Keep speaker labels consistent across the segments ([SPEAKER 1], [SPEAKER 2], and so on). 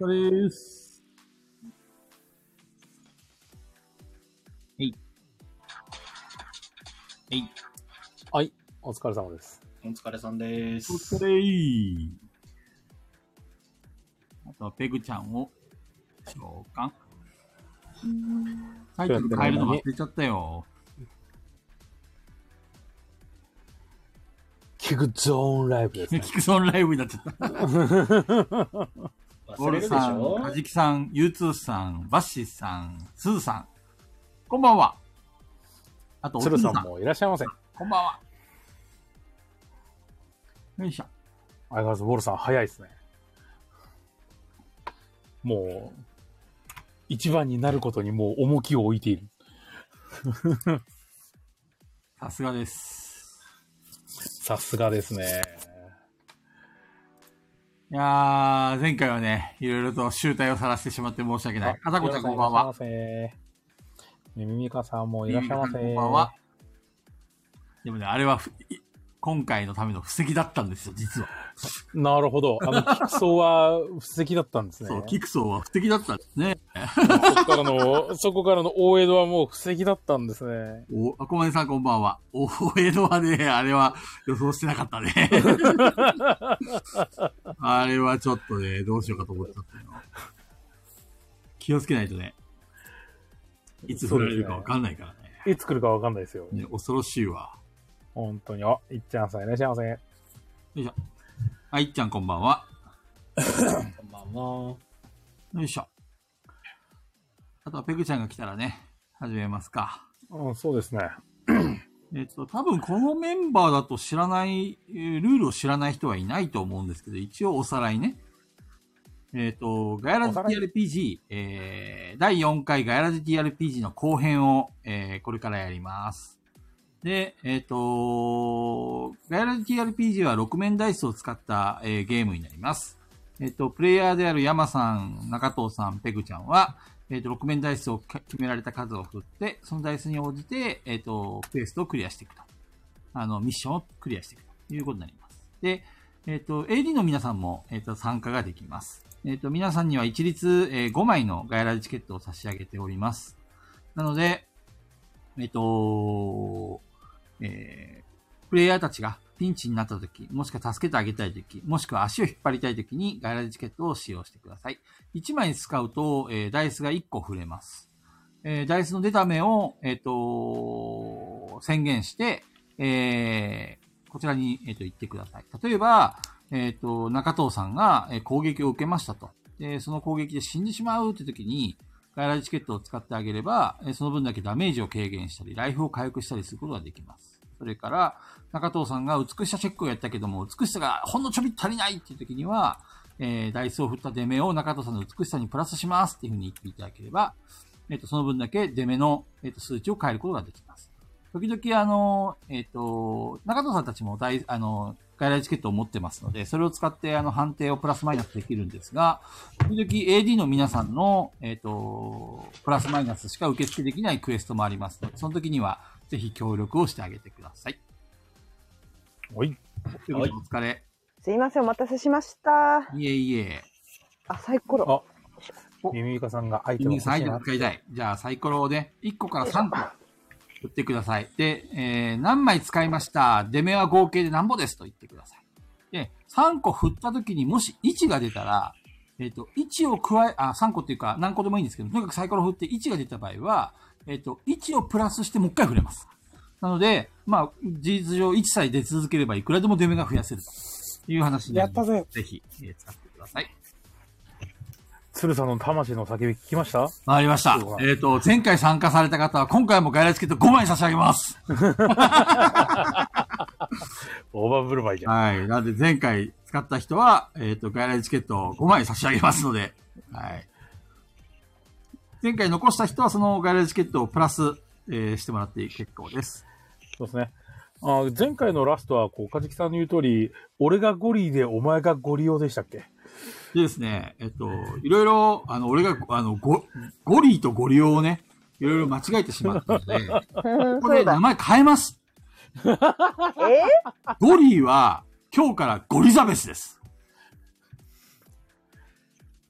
[SPEAKER 1] お疲れです。
[SPEAKER 2] はい。はい。
[SPEAKER 1] はい。お疲れ様です。
[SPEAKER 2] お疲れさんです。
[SPEAKER 1] れー。
[SPEAKER 2] あとはペグちゃんを召喚。タイトル変えるの忘れちゃったよ。
[SPEAKER 1] キグゾーンライブです
[SPEAKER 2] キ
[SPEAKER 1] ね。
[SPEAKER 2] クソンライブになっちゃった。
[SPEAKER 3] 忘
[SPEAKER 2] ゴ
[SPEAKER 3] れる
[SPEAKER 2] ル
[SPEAKER 3] でし
[SPEAKER 2] さん、
[SPEAKER 3] ょ
[SPEAKER 2] カジキさん、ユーツーさん、バッシーさん、スーさん。こんばんは。あと、おつ
[SPEAKER 1] 鶴
[SPEAKER 2] る
[SPEAKER 1] さ
[SPEAKER 2] さ
[SPEAKER 1] ん
[SPEAKER 2] ん。
[SPEAKER 1] もいらっしゃいませ。
[SPEAKER 2] こんばんは。よいしょ。
[SPEAKER 1] 相変わらずウォルさん早いですね。もう、一番になることにもう重きを置いている。
[SPEAKER 2] さすがです。
[SPEAKER 1] さすがですね。
[SPEAKER 2] いやー、前回はね、いろいろと集大を晒してしまって申し訳ない。あさこちゃんこんばんは。。
[SPEAKER 1] ミミミカさんもいらっしゃいませ。
[SPEAKER 2] こんばんは。。でもね、あれはふ、い今回のための布石だったんですよ、実は。
[SPEAKER 1] なるほど。 あの、キクソは布石だったんですね。
[SPEAKER 2] そう、キクソーは布石だったんですね。
[SPEAKER 1] そこからの、 そこからの大江戸はもう布石だったんですね。
[SPEAKER 2] お、あこまねさんこんばんは。お、江戸はね、あれは予想してなか ったね。あれはちょっとね、どうしようかと思っちゃったよ。気をつけないとね、いつ振られるかわかんないからね。
[SPEAKER 1] いつ来るかわかんないですよ。
[SPEAKER 2] ね恐ろしいわ。
[SPEAKER 1] 本当に。あ、いっちゃんさんいらっしゃいませ。
[SPEAKER 2] あいっちゃんこんばんは。
[SPEAKER 3] こんばんは。
[SPEAKER 2] よいしょ。あとはペグちゃんが来たらね、始めますか。
[SPEAKER 1] うん、そうですね。
[SPEAKER 2] えっと、多分このメンバーだと知らない、えールールを知らない人はいないと思うんですけど、一応おさらいね。えっ、と、ガヤラジ
[SPEAKER 1] おさらい
[SPEAKER 2] TRPG、えー、第4回ガヤラジ TRPG の後編を、えー、これからやります。で、えっ、と、ガヤラジ TRPG は6面ダイスを使った、えーゲームになります。えっ、と、プレイヤーである山さん、中藤さん、ペグちゃんは、えっ、と、6面ダイスをか決められた数を振って、そのダイスに応じて、えっ、と、クエストをクリアしていくと。あの、ミッションをクリアしていくということになります。で、えっ、と、AD の皆さんも、えっ、と、参加ができます。えっ、と、皆さんには一律、えー5枚のガイラジチケットを差し上げております。なので、えっ、と、えープレイヤーたちがピンチになった時、もしくは助けてあげたい時、もしくは足を引っ張りたい時にガイラジチケットを使用してください。1枚使うと、えーダイスが1個触れます。えーダイスの出た目を、えっ、と宣言して、えーこちらに、えっと言ってください。例えば、えっ、と、中藤さんが、えー攻撃を受けましたと。で、その攻撃で死んでしまうって時に、外来チケットを使ってあげれば、えーその分だけダメージを軽減したり、ライフを回復したりすることができます。それから、中藤さんが美しさチェックをやったけども、美しさがほんのちょびっと足りないっていう時には、えーダイスを振った出目を中藤さんの美しさにプラスしますっていうふうに言っていただければ、えっ、と、その分だけ出目の、えっと数値を変えることができます。時々、あの、えっ、と、中藤さんたちも大、あの、外来チケットを持ってますので、それを使って、あの、判定をプラスマイナスできるんですが、時々 AD の皆さんの、えっ、と、プラスマイナスしか受付できないクエストもありますので、その時には、ぜひ協力をしてあげてください。
[SPEAKER 1] おい。
[SPEAKER 2] ということで、お疲れ。
[SPEAKER 4] すいません、お待たせしました。
[SPEAKER 2] いえいえ。
[SPEAKER 4] あ、サイコロ。
[SPEAKER 1] あ、ミミミカさんがアイテム
[SPEAKER 2] ミミ
[SPEAKER 1] 欲し
[SPEAKER 2] さん、アイ
[SPEAKER 1] い
[SPEAKER 2] テム
[SPEAKER 1] な。
[SPEAKER 2] 使いたい。じゃあ、サイコロをね、1個から3個、振ってください。で、えー、何枚使いました出目は合計で何ぼですと言ってください。で、3個振った時にもし1が出たら、えっ、と、1を加え、あ、3個っていうか、何個でもいいんですけど、とにかくサイコロ振って1が出た場合は、えっ、と、1をプラスしてもう一回振れます。なので、まあ、事実上1さえ出続ければいくらでも出目が増やせるという話になります。
[SPEAKER 1] やった
[SPEAKER 2] ぜひ、えー使ってください。
[SPEAKER 1] 鶴さんの魂の叫び聞きました
[SPEAKER 2] わかりました
[SPEAKER 1] すご。い
[SPEAKER 2] えっ、と、前回参加された方は、今回も外来チケット5枚差し上げます。
[SPEAKER 1] オーバーブルバイじゃん。
[SPEAKER 2] はい。なんで、前回使った人は、えっ、と、外来チケットを5枚差し上げますので、はい。前回残した人は、その外来チケットをプラス、えーしてもらって結構です。
[SPEAKER 1] そうですね。あ前回のラストは、こう、カジキさんの言う通り、俺がゴリでお前がゴリオでしたっけ
[SPEAKER 2] でですね、えっと、いろいろ、あの、俺が、あの、ゴゴリーとゴリオをね、いろいろ間違えてしまったので、
[SPEAKER 4] うん
[SPEAKER 2] こ
[SPEAKER 4] そ
[SPEAKER 2] れ
[SPEAKER 4] うだ
[SPEAKER 2] 名。前変えます。
[SPEAKER 4] え
[SPEAKER 2] ゴリーは、今日からゴリザベスです。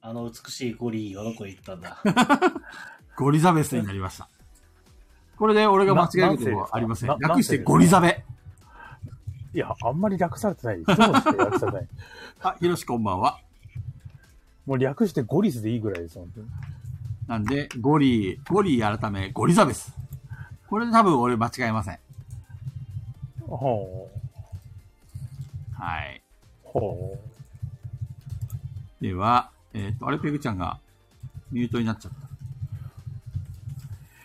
[SPEAKER 5] あの美しいゴリがどこへ行ったんだ。
[SPEAKER 2] ゴリザベスになりました。これで俺が間違えることはありません。
[SPEAKER 1] な
[SPEAKER 2] 略してゴリザベ。
[SPEAKER 1] いや、あんまり略されてない。一文字で略されて ない。
[SPEAKER 2] あ、ひろしこんばんは。
[SPEAKER 1] もう略してゴリスでいいぐらいです、本当に。
[SPEAKER 2] なんで、ゴリ、ゴリ改め、ゴリザベス。これで多分俺間違えません。
[SPEAKER 1] ほう。
[SPEAKER 2] はい。
[SPEAKER 1] ほ
[SPEAKER 2] では、えっ、と、あれ、ペグちゃんがミュートになっちゃっ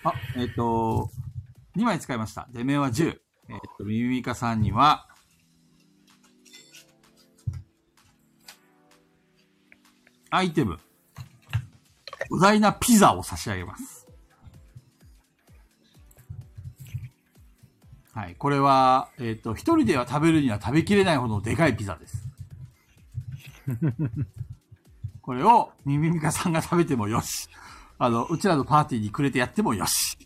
[SPEAKER 2] た。あ、えっ、と、2枚使いました。出目は10。えっ、と、ミミミカさんには、アイテム。巨大なピザを差し上げます。はい。これは、えっ、と、一人では食べるには食べきれないほどでかいピザです。これを、ミミミカさんが食べてもよし。あの、うちらのパーティーにくれてやってもよし。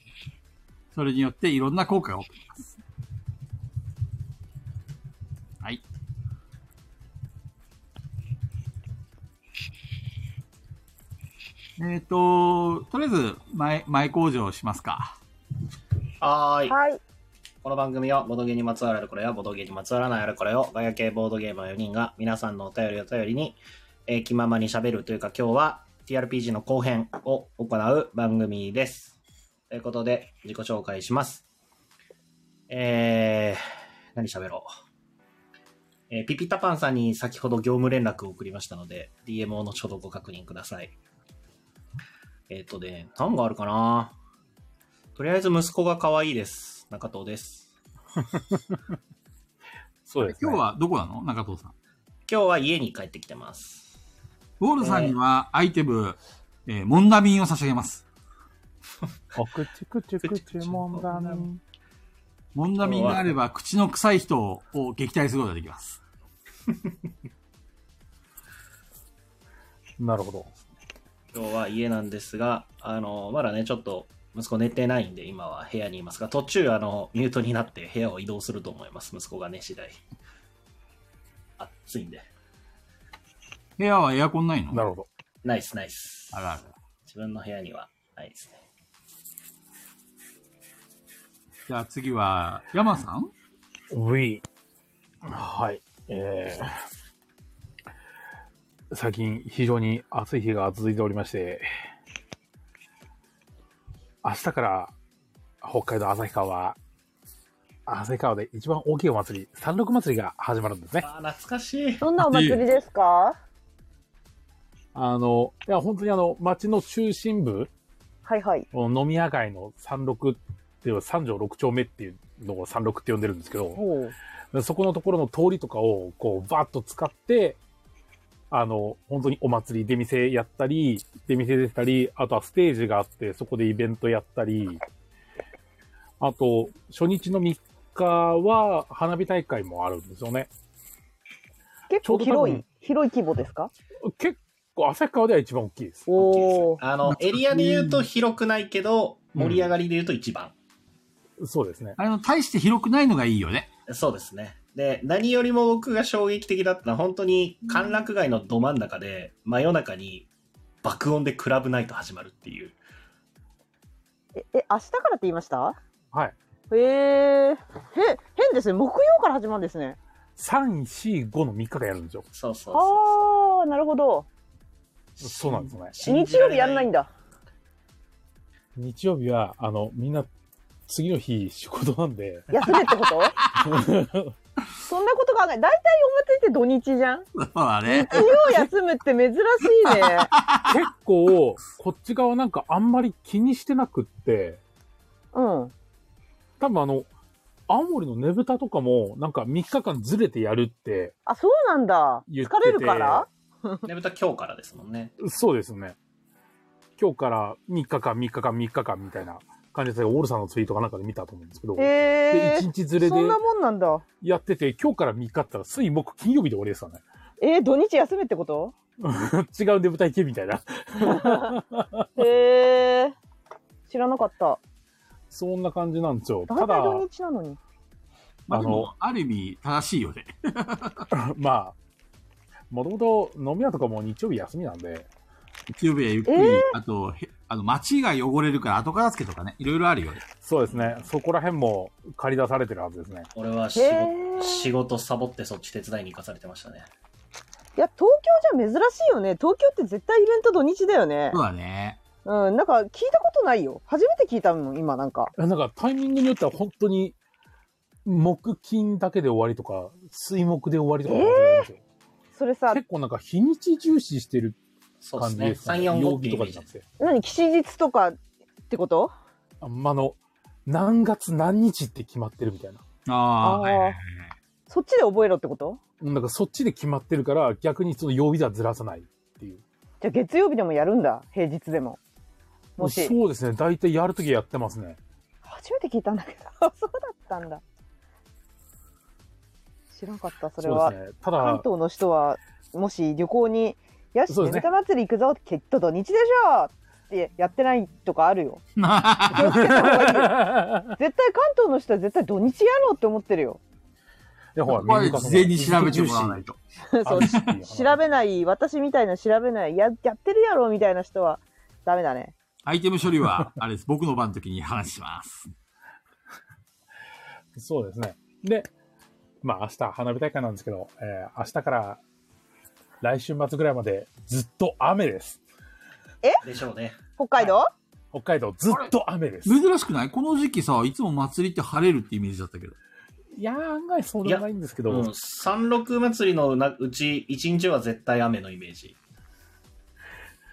[SPEAKER 2] それによっていろんな効果が起こります。はい。えっ、と、とりあえず前、前工場をしますか。
[SPEAKER 5] はーい。
[SPEAKER 4] はい。
[SPEAKER 5] この番組は、ボードゲーにまつわるあれこれや、ボードゲーにまつわらないあれこれを、ガヤ系ボードゲーマー4人が、皆さんのお便りを頼りに、えー気ままに喋るというか、今日は TRPG の後編を行う番組です。ということで、自己紹介します。えー、何喋ろう。えーピピタパンさんに先ほど業務連絡を送りましたので、DMO の書道ご確認ください。えっ、とね、何があるかなとりあえず息子が可愛いです。中藤です。
[SPEAKER 1] う。そうです、ね。
[SPEAKER 2] 今日はどこなの中藤さん。
[SPEAKER 5] 今日は家に帰ってきてます。
[SPEAKER 2] ウォールさんにはアイテム、えーモンダミンを差し上げます。
[SPEAKER 1] おくちくちくちもんだね。
[SPEAKER 2] モンダミンがあれば口の臭い人をを撃退することができます。
[SPEAKER 1] なるほど。
[SPEAKER 5] 今日は家なんですが、あの、まだね、ちょっと息子寝てないんで、今は部屋にいますが、途中、あの、ミュートになって部屋を移動すると思います。息子がね、次第。暑いんで。
[SPEAKER 2] 部屋はエアコンないの
[SPEAKER 1] なるほど。
[SPEAKER 5] ナイスナイス。
[SPEAKER 2] あるある。
[SPEAKER 5] 自分の部屋にはないですね。
[SPEAKER 2] じゃあ次は、山さん
[SPEAKER 1] V。はい。えー、最近非常に暑い日が続いておりまして、明日から北海道旭川、旭川で一番大きいお祭り、三六祭りが始まるんですね。
[SPEAKER 5] あー、懐かしい。
[SPEAKER 4] どんなお祭りですか
[SPEAKER 1] あの、いや、本当にあの、町の中心部、
[SPEAKER 4] はいはい。
[SPEAKER 1] 飲み屋街の三六っていう、三条六丁目っていうのを三六って呼んでるんですけど、
[SPEAKER 4] ほう。
[SPEAKER 1] そこのところの通りとかを、こう、バーッと使って、あの、本当にお祭り、出店やったり、出店出たり、あとはステージがあって、そこでイベントやったり、あと、初日の3日は、花火大会もあるんですよね。
[SPEAKER 4] 結
[SPEAKER 1] ちょう
[SPEAKER 4] 構
[SPEAKER 1] ど多分
[SPEAKER 4] 広い、広い規模ですか
[SPEAKER 1] 結構、旭川では一番大きいです。
[SPEAKER 4] おお。
[SPEAKER 5] あの、エリアで言うと広くないけど、
[SPEAKER 1] うん
[SPEAKER 5] 盛り上がりで言うと一番。
[SPEAKER 1] そうですね。
[SPEAKER 2] あれの、大して広くないのがいいよね。
[SPEAKER 5] そうですね。で、何よりも僕が衝撃的だったのは、本当に歓楽街のど真ん中で、真夜中に爆音でクラブナイト始まるっていう。
[SPEAKER 4] え、え明日からって言いました
[SPEAKER 1] はい。
[SPEAKER 4] へえ。へ、変ですね。木曜から始まるんですね。
[SPEAKER 1] 3、4、5の3日間やるんですよ。
[SPEAKER 5] そうそうそう。
[SPEAKER 4] ああ、なるほど。
[SPEAKER 1] そうなんですよね。
[SPEAKER 5] 信
[SPEAKER 4] 日
[SPEAKER 5] じら
[SPEAKER 4] 曜
[SPEAKER 5] れ
[SPEAKER 4] 日やんないんだ。
[SPEAKER 1] 日曜日は、あの、みんな、次の日、仕事なんで、
[SPEAKER 4] 休め ってことそんなこと考え、大体お祭りって土日じゃん
[SPEAKER 2] そうだね。
[SPEAKER 4] 日曜休むって珍しい ね。
[SPEAKER 1] 結構、こっち側なんかあんまり気にしてなくって、
[SPEAKER 4] うん。
[SPEAKER 1] 多分あの、青森のねぶたとかも、なんか3日間ずれてやるって
[SPEAKER 4] あ、そうなんだ。
[SPEAKER 1] 言って
[SPEAKER 4] 疲
[SPEAKER 1] て。
[SPEAKER 4] れるから
[SPEAKER 5] ねぶた今日からですもんね。
[SPEAKER 1] そうですね。今日から3日間、3日間、3日間みたいな感じで、オールさんのツイートかなんかで見たと思うんですけど、
[SPEAKER 4] え
[SPEAKER 1] で、1
[SPEAKER 4] ー、
[SPEAKER 1] 日ずれで
[SPEAKER 4] そんなもんなんだ。
[SPEAKER 1] やってて、今日から3日って言ったら、水木金曜日で終わりですかね。
[SPEAKER 4] えー、土日休めってこと
[SPEAKER 1] 違うねぶた行けみたいな。
[SPEAKER 4] へえー、知らなかった。
[SPEAKER 1] そんな感じなんですよ。
[SPEAKER 4] 大
[SPEAKER 1] た
[SPEAKER 4] 体
[SPEAKER 1] だ、
[SPEAKER 4] 土日なのに。
[SPEAKER 2] まあ
[SPEAKER 1] あ
[SPEAKER 2] で
[SPEAKER 1] の
[SPEAKER 2] も、ある意味、正しいよね。
[SPEAKER 1] まあ、もともと飲み屋とかも日曜日休みなんで、
[SPEAKER 2] キューブやゆっくり、
[SPEAKER 4] えー
[SPEAKER 2] あと、へあの、街が汚れるから後片付けとかね、いろいろあるよ。
[SPEAKER 1] そうですね。そこら辺も借り出されてるはずですね。
[SPEAKER 5] 俺は仕
[SPEAKER 4] へ
[SPEAKER 5] 事
[SPEAKER 4] え。
[SPEAKER 5] 仕事サボってそっち手伝いに行かされてましたね。
[SPEAKER 4] いや、東京じゃ珍しいよね。東京って絶対イベント土日だよね
[SPEAKER 2] そ。うだね。
[SPEAKER 4] うん、なんか聞いたことないよ。初めて聞いたもん、今なんか。
[SPEAKER 1] なんかタイミングによっては本当に、木金だけで終わりとか、水木で終わりとかもあるんですよ、
[SPEAKER 4] それさ、
[SPEAKER 1] 結構なんか日にち重視してる
[SPEAKER 5] そうで
[SPEAKER 1] 感
[SPEAKER 5] す
[SPEAKER 1] じ
[SPEAKER 5] ね。
[SPEAKER 1] です、ね。
[SPEAKER 5] 3、4、
[SPEAKER 1] 曜
[SPEAKER 5] 5って
[SPEAKER 1] 日
[SPEAKER 5] イ
[SPEAKER 1] と
[SPEAKER 5] メ
[SPEAKER 1] か
[SPEAKER 5] ー
[SPEAKER 1] じゃ
[SPEAKER 5] ジで
[SPEAKER 1] なく
[SPEAKER 5] す。
[SPEAKER 1] て。
[SPEAKER 4] 何、吉日とかってこと
[SPEAKER 1] あんまの、何月何日って決まってるみたいな。
[SPEAKER 2] ああー、
[SPEAKER 4] あー
[SPEAKER 2] はいはいはいはい。
[SPEAKER 4] そっちで覚えろってこと
[SPEAKER 1] なんかそっちで決まってるから、逆にその曜日ではずらさないっていう。
[SPEAKER 4] じゃあ月曜日でもやるんだ。平日でも。もし。
[SPEAKER 1] そうですね。大体やるときやってますね。
[SPEAKER 4] 初めて聞いたんだけど。 そうだったんだ。知らなかった、それ
[SPEAKER 1] そう
[SPEAKER 4] は。
[SPEAKER 1] ですね。た
[SPEAKER 4] 関
[SPEAKER 1] だ、
[SPEAKER 4] 東の人は、もし旅行に、よし、
[SPEAKER 1] そう
[SPEAKER 4] ね
[SPEAKER 1] ですね
[SPEAKER 4] ぶた祭り行くぞ、きっと土日でしょってやってないとかあるよ。気をつけた方がいいよ絶対関東の人は絶対土日やろうって思ってるよ。
[SPEAKER 1] いやほ
[SPEAKER 2] ここは
[SPEAKER 1] 民間
[SPEAKER 2] 事前に調べてもらわないと。
[SPEAKER 4] そう
[SPEAKER 1] 重視あるし
[SPEAKER 4] 調べない、私みたいな調べない、ややってるやろみたいな人はダメだね。
[SPEAKER 2] アイテム処理は、あれです。僕の番の時に話します。
[SPEAKER 1] そうですね。で、まあ明日花火大会なんですけど、えー明日から来週末ぐらいまでずっと雨です。
[SPEAKER 5] でしょうね。
[SPEAKER 4] 北海道、
[SPEAKER 1] 北海道ずっと雨です。
[SPEAKER 2] 珍しくないこの時期さ、いつも祭りって晴れるってイメージだったけど。
[SPEAKER 1] いやー、案外そうでもないんですけど、
[SPEAKER 5] うん。三六祭りのなうち1日は絶対雨のイメージ。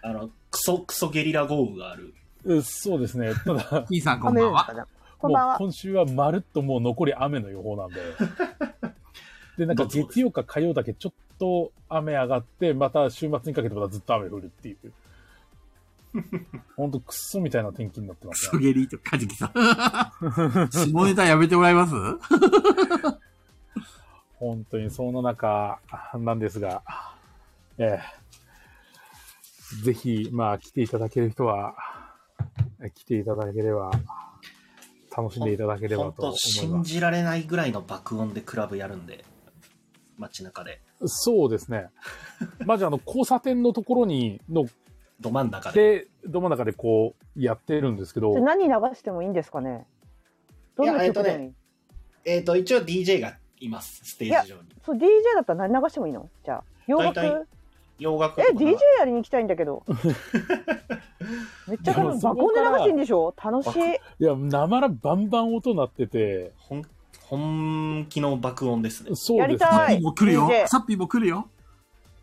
[SPEAKER 5] あの、クソクソゲリラ豪雨がある。
[SPEAKER 1] うんそうですね。た だ、
[SPEAKER 2] キーさんこん
[SPEAKER 4] 雨
[SPEAKER 2] ば
[SPEAKER 4] で
[SPEAKER 2] ん
[SPEAKER 4] すか
[SPEAKER 2] は。
[SPEAKER 4] ね。こ
[SPEAKER 1] も
[SPEAKER 4] んばん
[SPEAKER 1] う
[SPEAKER 4] は。
[SPEAKER 1] 今週はまるっともう残り雨の予報なん で。で、なんか月曜か火曜だけちょっと雨上がって、また週末にかけてまたずっと雨降るって いう。ほんとクソみたいな天気になってますね
[SPEAKER 2] ソゲリとカジキさん。 下ネタやめてもらえます
[SPEAKER 1] 本当にそんな中なんですが、ええぜひ、まあ、来ていただける人は、え来ていただければ、楽しんでいただければ
[SPEAKER 5] 本
[SPEAKER 1] と思
[SPEAKER 5] 当
[SPEAKER 1] い
[SPEAKER 5] 信
[SPEAKER 1] ます。
[SPEAKER 5] じられないぐらいの爆音でクラブやるんで。街中で。
[SPEAKER 1] そうです ね。まず、あの、交差点のところに、の、
[SPEAKER 5] ど真ん中で。
[SPEAKER 1] で、ど真ん中でこう、やってるんですけど
[SPEAKER 4] それ、何流してもいいんですかねどん
[SPEAKER 5] い
[SPEAKER 4] な
[SPEAKER 5] やえっと
[SPEAKER 4] 曲
[SPEAKER 5] ね
[SPEAKER 4] でもいい
[SPEAKER 5] えっ、と、一応 DJ がいます、ステージ上に。
[SPEAKER 4] そう、DJ だったら何流してもいいのじゃあ。洋楽
[SPEAKER 5] 大体洋楽
[SPEAKER 4] え、
[SPEAKER 5] とか
[SPEAKER 4] DJ やりに行きたいんだけど。めっちゃ多
[SPEAKER 1] いや
[SPEAKER 4] 分
[SPEAKER 1] そ
[SPEAKER 4] 爆
[SPEAKER 1] こ
[SPEAKER 4] 音で
[SPEAKER 1] から
[SPEAKER 4] 流してんでしょ楽しい。
[SPEAKER 1] いや、なまらバンバン音鳴ってて、
[SPEAKER 5] 本本気の爆音ですね。
[SPEAKER 1] そ
[SPEAKER 4] や
[SPEAKER 1] うで
[SPEAKER 4] り
[SPEAKER 1] す
[SPEAKER 2] サ
[SPEAKER 4] た
[SPEAKER 2] ッ
[SPEAKER 1] ね。
[SPEAKER 2] ピーも来るよ
[SPEAKER 4] DJ。
[SPEAKER 2] サッピーも来るよ。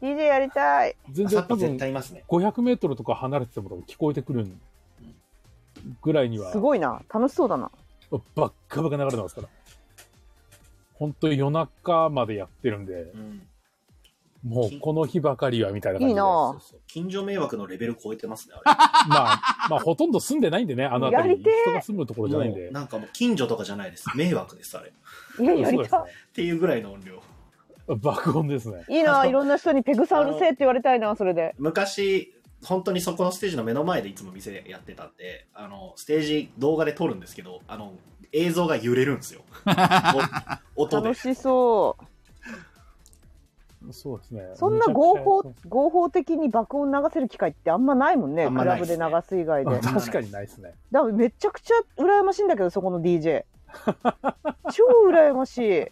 [SPEAKER 4] DJ やりたい。
[SPEAKER 1] 全
[SPEAKER 5] さ
[SPEAKER 1] 然
[SPEAKER 5] っき
[SPEAKER 1] 多
[SPEAKER 5] 絶
[SPEAKER 1] 分、
[SPEAKER 5] 対いますね。
[SPEAKER 1] 500メートルとか離れてても多分聞こえてくるぐらいには
[SPEAKER 4] す、ごいな。楽しそうだな。
[SPEAKER 1] ばっかばっか流れてますから。本当に夜中までやってるんで、
[SPEAKER 5] うん
[SPEAKER 1] もうこの日ばかりはみたいな感じ
[SPEAKER 4] いい
[SPEAKER 1] で。
[SPEAKER 4] な
[SPEAKER 5] 近所迷惑のレベル超えてますね、あ
[SPEAKER 1] まあ、まあほとんど住んでないんでね、あの辺
[SPEAKER 4] や
[SPEAKER 1] り。
[SPEAKER 4] りてえ
[SPEAKER 1] 人が住むところ
[SPEAKER 5] れ。
[SPEAKER 1] じゃないん
[SPEAKER 5] も
[SPEAKER 1] で
[SPEAKER 5] う。なんかもう近所とかじゃないです。迷惑です、あれ。っ
[SPEAKER 4] いや、
[SPEAKER 1] そう
[SPEAKER 4] やり
[SPEAKER 1] です
[SPEAKER 4] た
[SPEAKER 5] ていうぐらいの音量。
[SPEAKER 1] ね。爆音ですね。
[SPEAKER 4] い。いいな。いろんな人にペグさんうるせえって言われたいな、それで。
[SPEAKER 5] 昔、本当にそこのステージの目の前でいつも店やってたんで、あの、ステージ動画で撮るんですけど、あの、映像が揺れるんで すよ。お音で
[SPEAKER 4] 楽。しそう。
[SPEAKER 1] そうですね。
[SPEAKER 4] そんな
[SPEAKER 1] めちゃくちゃ
[SPEAKER 4] 合法、合法的に爆音流せる機会ってあんまないもんね。
[SPEAKER 5] あんま
[SPEAKER 4] ク
[SPEAKER 5] な
[SPEAKER 4] ラ
[SPEAKER 5] いで
[SPEAKER 4] ブ
[SPEAKER 5] すね
[SPEAKER 4] で流す以外で。だか
[SPEAKER 1] 確かにないですね。
[SPEAKER 4] らめちゃくちゃ羨ましいんだけど、そこ の DJ。超羨ましい。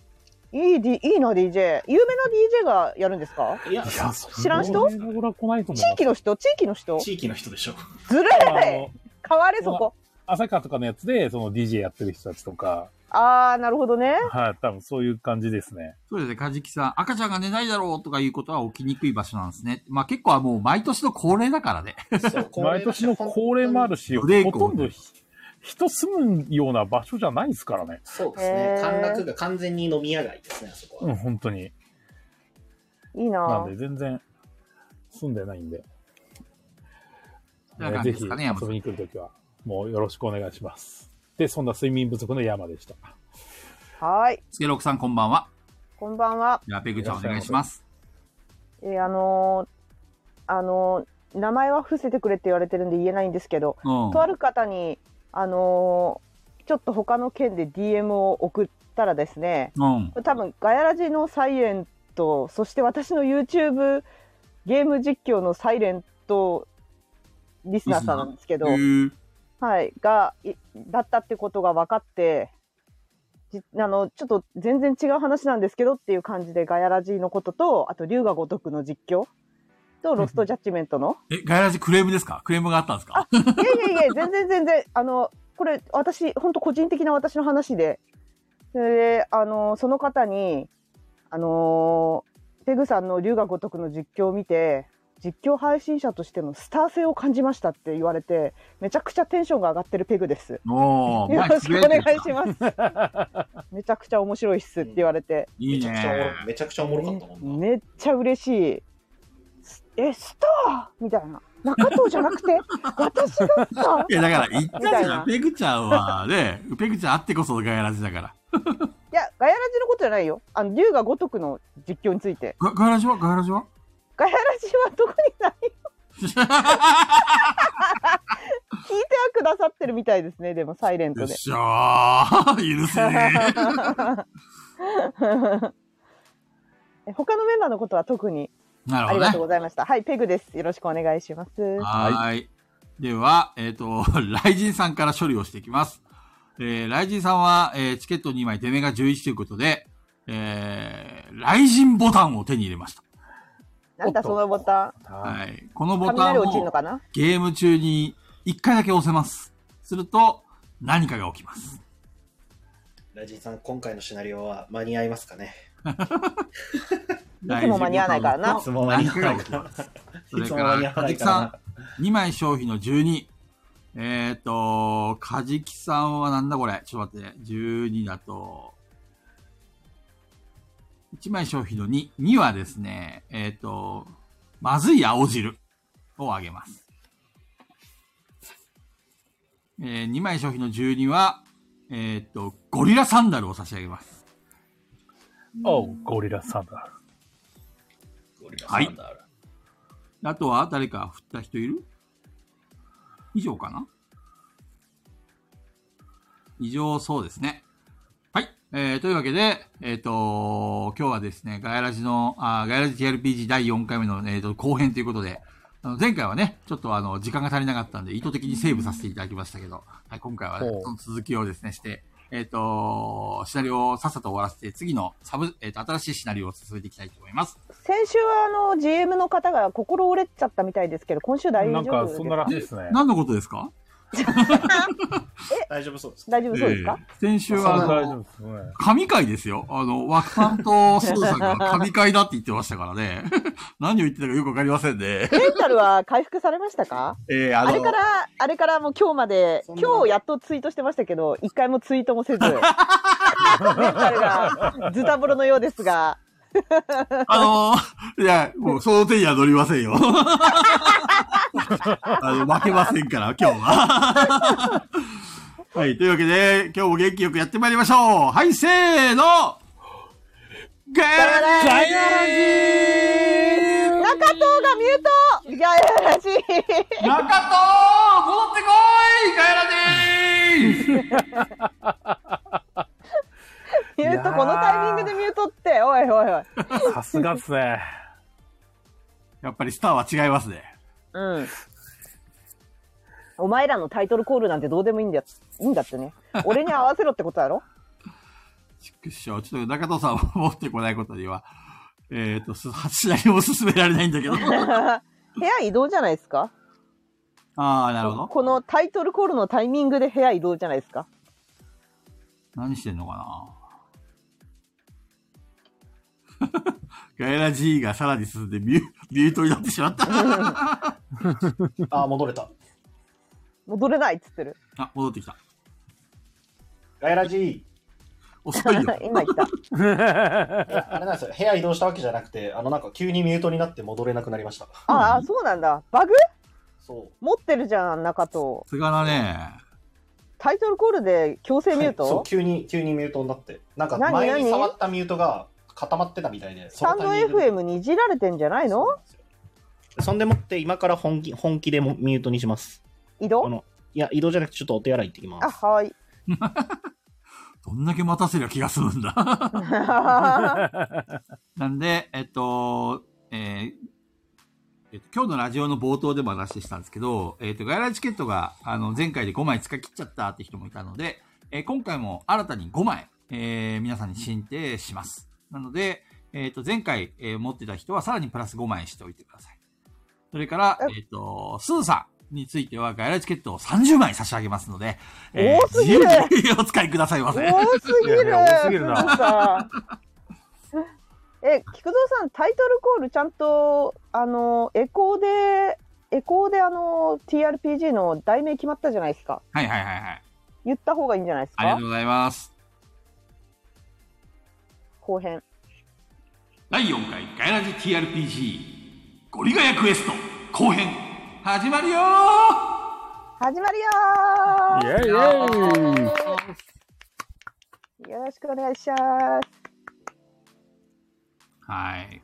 [SPEAKER 4] いい、D、いいな、DJ。有名な DJ がやるんですか
[SPEAKER 5] いや、
[SPEAKER 1] いや、
[SPEAKER 4] 知らん人
[SPEAKER 1] 俺は来ないと思い
[SPEAKER 4] 地
[SPEAKER 1] ます
[SPEAKER 4] 域の人地域の人
[SPEAKER 5] 地域の人でしょ。
[SPEAKER 4] ずるい
[SPEAKER 1] あの、
[SPEAKER 4] 変われ、そこ。
[SPEAKER 1] 朝霞とかのやつで、その DJ やってる人たちとか、
[SPEAKER 4] あー、なるほどね。
[SPEAKER 1] はい、多分そういう感じですね。
[SPEAKER 2] そうですね、カジキさん。赤ちゃんが寝ないだろうとかいうことは起きにくい場所なんですね。まあ結構はもう毎年の恒例だからね。
[SPEAKER 5] そう
[SPEAKER 1] 毎年の恒例もあるし、ほ
[SPEAKER 2] ブレイク
[SPEAKER 1] とんどひ人住むような場所じゃないですからね。
[SPEAKER 5] そうです
[SPEAKER 4] へ
[SPEAKER 5] ね。
[SPEAKER 4] ー
[SPEAKER 5] 歓楽が完全に飲み屋街ですね、あそこ
[SPEAKER 1] う
[SPEAKER 5] は。
[SPEAKER 1] ん、本当に。
[SPEAKER 4] いい
[SPEAKER 1] な
[SPEAKER 4] なん
[SPEAKER 1] で全然住んでないんで。
[SPEAKER 2] じゃあ
[SPEAKER 1] ね
[SPEAKER 2] なん
[SPEAKER 1] ぜ
[SPEAKER 2] で
[SPEAKER 1] ひ
[SPEAKER 2] す
[SPEAKER 1] 遊
[SPEAKER 2] かね山さん
[SPEAKER 1] びに来るときは、もうよろしくお願いします。で、そんな睡眠不足の山でした。
[SPEAKER 4] はーい。
[SPEAKER 2] スケロクさんこんばんは。
[SPEAKER 4] こんばんは。
[SPEAKER 2] じゃあペグちゃんお願いします。
[SPEAKER 4] えー、あのー、あのー、名前は伏せてくれって言われてるんで言えないんですけど、
[SPEAKER 2] うん。
[SPEAKER 4] とある方に、あのーちょっと他の県で DM を送ったらですね、
[SPEAKER 2] うん。
[SPEAKER 4] 多分ガヤラジのサイレント、そして私の YouTube ゲーム実況のサイレントリスナーさんなんですけど、
[SPEAKER 2] へー
[SPEAKER 4] はい、が、いだったってことが分かって、じあの、ちょっと全然違う話なんですけどっていう感じで、ガヤラジのことと、あと、龍が如くの実況と、ロストジャッジメントの。
[SPEAKER 2] え、ガヤラジクレームですかクレームがあったんですか
[SPEAKER 4] いやいやいや、全然全然、あの、これ、私、本当個人的な私の話で、それで、あの、その方に、あの、ペグさんの龍が如くの実況を見て、実況配信者としてのスター性を感じましたって言われて、めちゃくちゃテンションが上がってるペグです。
[SPEAKER 2] おー、
[SPEAKER 4] よろしくお願いし
[SPEAKER 2] す。
[SPEAKER 4] ます。 めちゃくちゃ面白いっすって言われて、
[SPEAKER 2] いい
[SPEAKER 3] めちゃくちゃおもろ
[SPEAKER 2] ね。
[SPEAKER 3] めちゃくちゃおもろかったもんな。
[SPEAKER 4] めっちゃ嬉しい。すえ、スターみたいな。中藤じゃなく て、私だった
[SPEAKER 2] いや、だから、言ったじ
[SPEAKER 4] みたい
[SPEAKER 2] ゃ。
[SPEAKER 4] なん
[SPEAKER 2] ペグちゃんはね、ペグちゃんあってこそガヤラジだから。
[SPEAKER 4] いや、ガヤラジのことじゃないよ。あの、龍が如くの実況について。
[SPEAKER 2] ガガヤラジはガヤラジは
[SPEAKER 4] ガヤラジはどこにない 聞いてはくださってるみたいですね、でも、サイレン
[SPEAKER 2] よ
[SPEAKER 4] ト
[SPEAKER 2] っ
[SPEAKER 4] で。
[SPEAKER 2] しゃー。許せねえ。
[SPEAKER 4] え他のメンバーのことは特に
[SPEAKER 2] なる
[SPEAKER 4] あ
[SPEAKER 2] ほ
[SPEAKER 4] り
[SPEAKER 2] ど
[SPEAKER 4] が
[SPEAKER 2] ね
[SPEAKER 4] とう。ございました。はい、ペグです。よろしくお願いします。
[SPEAKER 2] はーい。では、えっ、と、 ライジンさんから処理をしていきます。えー、ライジンさんは、えーチケット2枚、出目が11ということで、えー、ライジンボタンを手に入れました。
[SPEAKER 4] なんだそのボタ
[SPEAKER 1] は。
[SPEAKER 2] はいい。この
[SPEAKER 4] ン。
[SPEAKER 2] ボタン
[SPEAKER 4] 雷落ちる
[SPEAKER 2] を
[SPEAKER 4] のかな
[SPEAKER 2] ゲーム中に1回だけ押せます。すると、何かが起きます。
[SPEAKER 3] ラジンさん、今回のシナリオは間に合いますかね
[SPEAKER 4] いつも間に合わないからな
[SPEAKER 3] つも間に合わない
[SPEAKER 2] 何かが起き
[SPEAKER 3] か
[SPEAKER 2] ま
[SPEAKER 3] な
[SPEAKER 2] す。
[SPEAKER 3] いつ
[SPEAKER 2] そ
[SPEAKER 3] も
[SPEAKER 2] れか
[SPEAKER 3] 間に合
[SPEAKER 2] ら、
[SPEAKER 3] わ
[SPEAKER 2] カ
[SPEAKER 3] な
[SPEAKER 2] ジ
[SPEAKER 3] いか
[SPEAKER 2] キさ
[SPEAKER 3] ら
[SPEAKER 2] ん、2枚消費の12。えっ、と、カジキさんはなんだこれちょっと待って、12だと、1枚消費の2。2はですね、えっ、と、まずい青汁をあげます。え2枚消費の12は、えっ、と、ゴリラサンダルを差し上げます。
[SPEAKER 1] おう、ゴリラサンダ
[SPEAKER 3] な。ゴリラサンダーだ
[SPEAKER 2] あとは誰か振った人いる以上かな以上そうですね。はい。えー、というわけで、えっ、と今日はですね、ガヤラジの、あーガヤラジ TRPG 第4回目の、えー、と後編ということで、あの前回はね、ちょっとあの、時間が足りなかったんで、意図的にセーブさせていただきましたけど、はい、今回は、ね
[SPEAKER 1] ほ、う
[SPEAKER 2] その続きをですね、して、えっ、とシナリオをさっさと終わらせて、次のサブ、えっ、と、新しいシナリオを進めていきたいと思います。
[SPEAKER 4] 先週はあの GM の方が心折れちゃったみたいですけど、今週大
[SPEAKER 1] ー。
[SPEAKER 4] 丈
[SPEAKER 1] な
[SPEAKER 4] 夫
[SPEAKER 1] ん
[SPEAKER 4] ですか
[SPEAKER 1] か、そんならしいですね。
[SPEAKER 2] 何のことですか
[SPEAKER 3] 大丈夫そうです。
[SPEAKER 4] 大丈夫そうですか、
[SPEAKER 2] ええ先週は、
[SPEAKER 1] あ
[SPEAKER 2] あ
[SPEAKER 1] 大丈夫
[SPEAKER 2] の、
[SPEAKER 1] ですね。
[SPEAKER 2] 神回ですよ。あの、枠さんと須藤さんが神回だって言ってましたからね。 何を言ってたかよくわかりませんね。
[SPEAKER 4] メンタルは回復されましたか
[SPEAKER 2] えー、あ
[SPEAKER 4] あ
[SPEAKER 2] の、
[SPEAKER 4] れから、あれからもう今日まで、
[SPEAKER 3] そんな
[SPEAKER 4] 今日やっとツイートしてましたけど、一回もツイートもせず、メンタルがズタボロのようですが、
[SPEAKER 2] あの、いや、もうその手には乗りませんよ。 あの、負けませんから、今日は。 はい、というわけで、今日も元気よくやってまいりましょう。はい、せーのガヤラジ
[SPEAKER 4] 中藤がミュートいや、いやらしい。
[SPEAKER 2] 中藤戻ってこいガヤラジ
[SPEAKER 4] ミュート、このタイミングでミュートって、おいおいおい。
[SPEAKER 1] さすがっすね。
[SPEAKER 2] やっぱりスターは違いますね。
[SPEAKER 4] うん。お前らのタイトルコールなんてどうでもいいんだよいいんだって ね。俺に合わせろってことだろ
[SPEAKER 2] ちくしょう。ちょっと中藤さんを持ってこないことには、えっ、ー、と、すシナリオも進められないんだけど。
[SPEAKER 4] 部屋移動じゃないですか
[SPEAKER 2] ああ、なるほど。
[SPEAKER 4] このタイトルコールのタイミングで部屋移動じゃないですか
[SPEAKER 2] 何してんのかな ガイラ G がさらに進んでミュミュートになってしまった。
[SPEAKER 3] あー、戻れた。
[SPEAKER 4] 戻れないっつってる。
[SPEAKER 2] あ、戻ってきた。
[SPEAKER 3] ガイラジ ー。
[SPEAKER 2] 遅い よ。
[SPEAKER 4] 今言った。
[SPEAKER 3] いやあれなんですよ。部屋移動したわけじゃなくて、あの、なんか急にミュートになって戻れなくなりました。
[SPEAKER 4] ああ、そうなんだ。バグ
[SPEAKER 3] そう。
[SPEAKER 4] 持ってるじゃん、中と。
[SPEAKER 2] すがだね。
[SPEAKER 4] タイトルコールで強制ミュー
[SPEAKER 3] そう
[SPEAKER 4] ト、
[SPEAKER 3] 急に、急にミュートになって。なんか
[SPEAKER 4] 何
[SPEAKER 3] 前に
[SPEAKER 4] 何
[SPEAKER 3] 触ったミュートが固まってたみたいで。
[SPEAKER 4] スタンド FM にいじられてんじゃない
[SPEAKER 3] そう
[SPEAKER 4] の
[SPEAKER 3] なんですよそんでもって、今から本気、本気でもミュートにします。
[SPEAKER 4] 移
[SPEAKER 3] こ
[SPEAKER 4] 動
[SPEAKER 3] の、いや、移動じゃなくて、ちょっとお手洗い行ってきま
[SPEAKER 4] あ、
[SPEAKER 3] す。
[SPEAKER 4] はー い。
[SPEAKER 2] どんだけ待たせりゃ気が済むんだ。なんで、えっと、えーえっと、今日のラジオの冒頭でも話したんですけど、えっと、ガイラチケットが、あの、前回で5枚使い切っちゃったって人もいたので、えー今回も新たに5枚、えー皆さんに申請します。なので、えっと、前回、えー持ってた人はさらにプラス5枚しておいてください。それから
[SPEAKER 4] え、
[SPEAKER 2] えっと、スーさんについては、ガイラチケットを30枚差し上げますので、
[SPEAKER 4] 多すぎる
[SPEAKER 2] 自由にお使いくださいま
[SPEAKER 4] 多
[SPEAKER 2] せ。
[SPEAKER 4] すぎる
[SPEAKER 1] いやいや多すぎるな
[SPEAKER 4] 鈴木さん え菊蔵さんタイトルコールちゃんとあのエコーでエコーであの TRPG の題名決まったじゃないですか
[SPEAKER 2] はいはいはいはい。
[SPEAKER 4] 言った方がいいんじゃないです
[SPEAKER 2] ありが
[SPEAKER 4] か
[SPEAKER 2] とうございます。
[SPEAKER 4] 後編
[SPEAKER 2] 第4回ガイラジ TRPG ゴリガヤクエスト後編始まるよ
[SPEAKER 4] 始まるよ
[SPEAKER 1] イェイイェイ
[SPEAKER 4] ーよろしくお願いします
[SPEAKER 2] ーはい。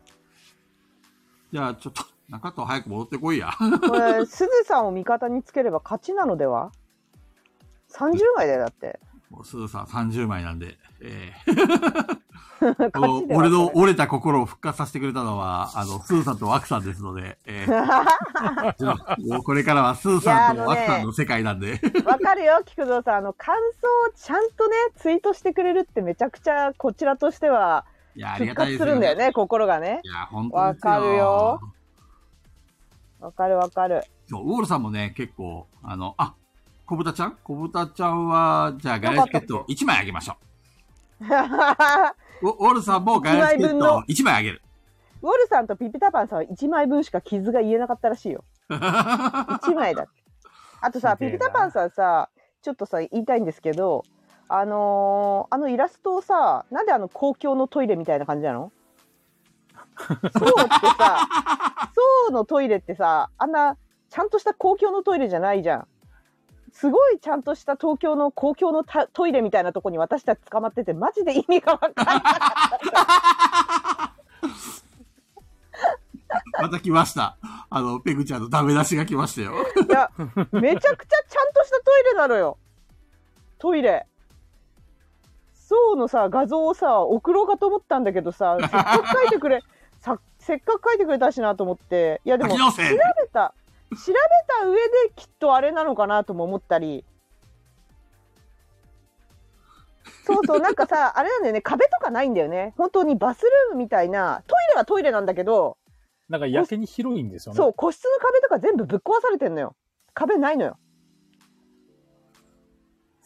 [SPEAKER 2] じゃあちょっと、中藤早く戻ってこいや。
[SPEAKER 4] これすずさんを味方につければ勝ちなのでは30枚だよだって
[SPEAKER 2] もうすずさん30枚なんで。えーこ
[SPEAKER 4] 勝
[SPEAKER 2] の
[SPEAKER 4] ちでは
[SPEAKER 2] 俺の折れた心を復活させてくれたのは、あの、すずさんとワクさんですので、えーじゃあ もうこれからはすずさんとワクさんの世界なんで。
[SPEAKER 4] わかるよ、菊蔵さん。あの、感想をちゃんとね、ツイートしてくれるってめちゃくちゃこちらとしては、
[SPEAKER 2] いや、あり
[SPEAKER 4] 復
[SPEAKER 2] がたいです
[SPEAKER 4] 活
[SPEAKER 2] す
[SPEAKER 4] る
[SPEAKER 2] よ
[SPEAKER 4] んだよ
[SPEAKER 2] ね。
[SPEAKER 4] ね、心がね。
[SPEAKER 2] いや、本当
[SPEAKER 4] わ
[SPEAKER 2] ですよ。
[SPEAKER 4] かるよわかるわかる。
[SPEAKER 2] そう、ウォールさんもね、結構、あの、あ、小豚ちゃん小豚ちゃんは、じゃあ、ガイラチケット1枚あげましょ
[SPEAKER 4] ウォ
[SPEAKER 2] う。ウォウォールさんもガイラチケット1枚あげる。
[SPEAKER 4] ルさんとピピタパンさんは1枚分しか傷が言えなかったらしいよ。1枚だって。あとさ、
[SPEAKER 1] すげ
[SPEAKER 4] ピ
[SPEAKER 1] えな
[SPEAKER 4] ピタパンさんさ、ちょっとさ、言いたいんですけど、あのーあのイラストをさ、なんであの公共のトイレみたいな感じ なのそうってさ、そうのトイレってさ、あんな、ちゃんとした公共のトイレじゃないじゃん。すごいちゃんとした東京の公共のたトイレみたいなとこに私たち捕まってて、マジで意味がわかんない。
[SPEAKER 2] また来ました。あの、ペグちゃんのダメ出しが来ましたよ。
[SPEAKER 4] いや、めちゃくちゃちゃんとしたトイレなのよ。トイレ。そうのさ、画像をさ、送ろうかと思ったんだけどさ、せっかく書いてくれ、させっかく書いてくれたしなと思って、いやでも、
[SPEAKER 2] 滝
[SPEAKER 4] 調
[SPEAKER 2] のせい。
[SPEAKER 4] べた、調べた上できっとあれなのかなとも思ったり。そうそう、なんかさ、あれなんだよね、壁とかないんだよね。本当にバスルームみたいな、トイレはトイレなんだけど、
[SPEAKER 1] なんかやけに広いんですよね。
[SPEAKER 4] そう、個室の壁とか全部ぶっ壊されてんのよ。壁ないのよ。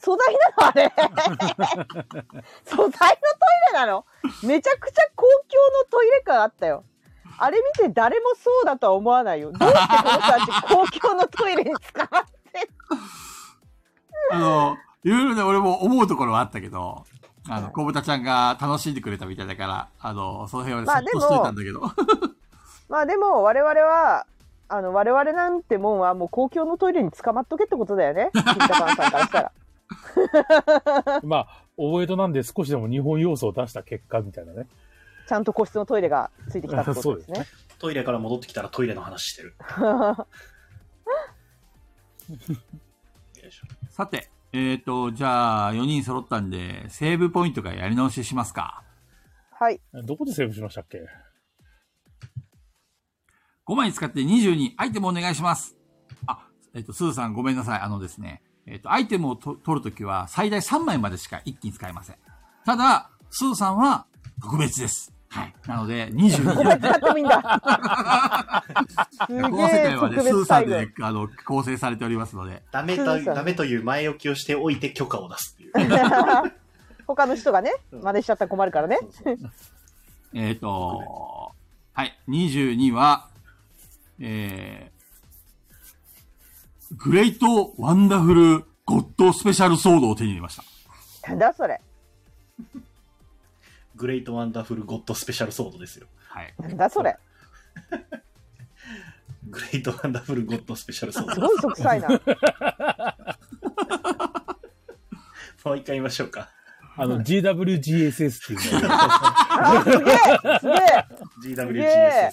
[SPEAKER 4] 素材なのあ れ。素材のトイレなのめちゃくちゃ公共のトイレ感あったよ。あれ見て誰もそうだとは思わないよ。どうしてこの人たち公共のトイレに使わ
[SPEAKER 2] あの、いろいろね、俺も思うところはあったけど、あの、小豚ちゃんが楽しんでくれたみたいだから、あの、その辺
[SPEAKER 4] ま
[SPEAKER 2] は
[SPEAKER 4] あ
[SPEAKER 2] ね、
[SPEAKER 4] で
[SPEAKER 2] そ
[SPEAKER 4] も
[SPEAKER 2] っとしといたんだけど。
[SPEAKER 4] まあでも我々は、あの、我々なんてもんはもう公共のトイレに捕まっとけってことだよね。ピッタパンさんからしたら。
[SPEAKER 1] まあ、大江戸なんで少しでも日本要素を出した結果みたいなね。
[SPEAKER 4] ちゃんと個室のトイレがついてきたってことです
[SPEAKER 1] そ
[SPEAKER 4] ね。
[SPEAKER 3] トイレから戻ってきたらトイレの話し てる。よいしょ
[SPEAKER 2] さて、えっ、と、じゃあ、4人揃ったんで、セーブポイントがやり直ししますか。
[SPEAKER 4] はい。
[SPEAKER 1] どこでセーブしましたっけ
[SPEAKER 2] 5枚使って22、アイテムお願いします。あ、えっ、と、スーさんごめんなさい。あのですね、えっ、と、アイテムをと取るときは最大3枚までしか一気に使えません。ただ、スーさんは特別です。はい。なので、
[SPEAKER 4] ごめ
[SPEAKER 2] 22。
[SPEAKER 4] ん、使ってもいい んだ。すげ
[SPEAKER 2] この世界
[SPEAKER 4] え
[SPEAKER 2] はね、
[SPEAKER 4] 特
[SPEAKER 2] スー
[SPEAKER 4] 別
[SPEAKER 2] さ
[SPEAKER 4] 待
[SPEAKER 2] んで、
[SPEAKER 4] 遇
[SPEAKER 2] ね。、あの、構成されておりますので。
[SPEAKER 3] ダメ
[SPEAKER 4] そう
[SPEAKER 3] と、
[SPEAKER 4] ですよね
[SPEAKER 3] ダメという前置きをしておいて許可を出すっていう。
[SPEAKER 4] 他の人がね、真似しちゃったら困るからね。
[SPEAKER 3] そうそう
[SPEAKER 2] えっ、と、はい、22は、えー、グレイト・ワンダフル・ゴッド・スペシャル・ソードを手に入れました。
[SPEAKER 4] なんだそれ。
[SPEAKER 3] グレイト・ワンダフル・ゴッド・スペシャル・ソードですよ。
[SPEAKER 2] はい。
[SPEAKER 4] なんだそれ。
[SPEAKER 3] グレイト・ワンダフル・ゴッド・スペシャル・ソー
[SPEAKER 4] す
[SPEAKER 3] ド。
[SPEAKER 4] ごい息臭いな。
[SPEAKER 3] もう一回言いましょうか。
[SPEAKER 1] あの、GWGSS っていうのが。
[SPEAKER 4] あすげえすげ
[SPEAKER 3] GWGSS。
[SPEAKER 4] え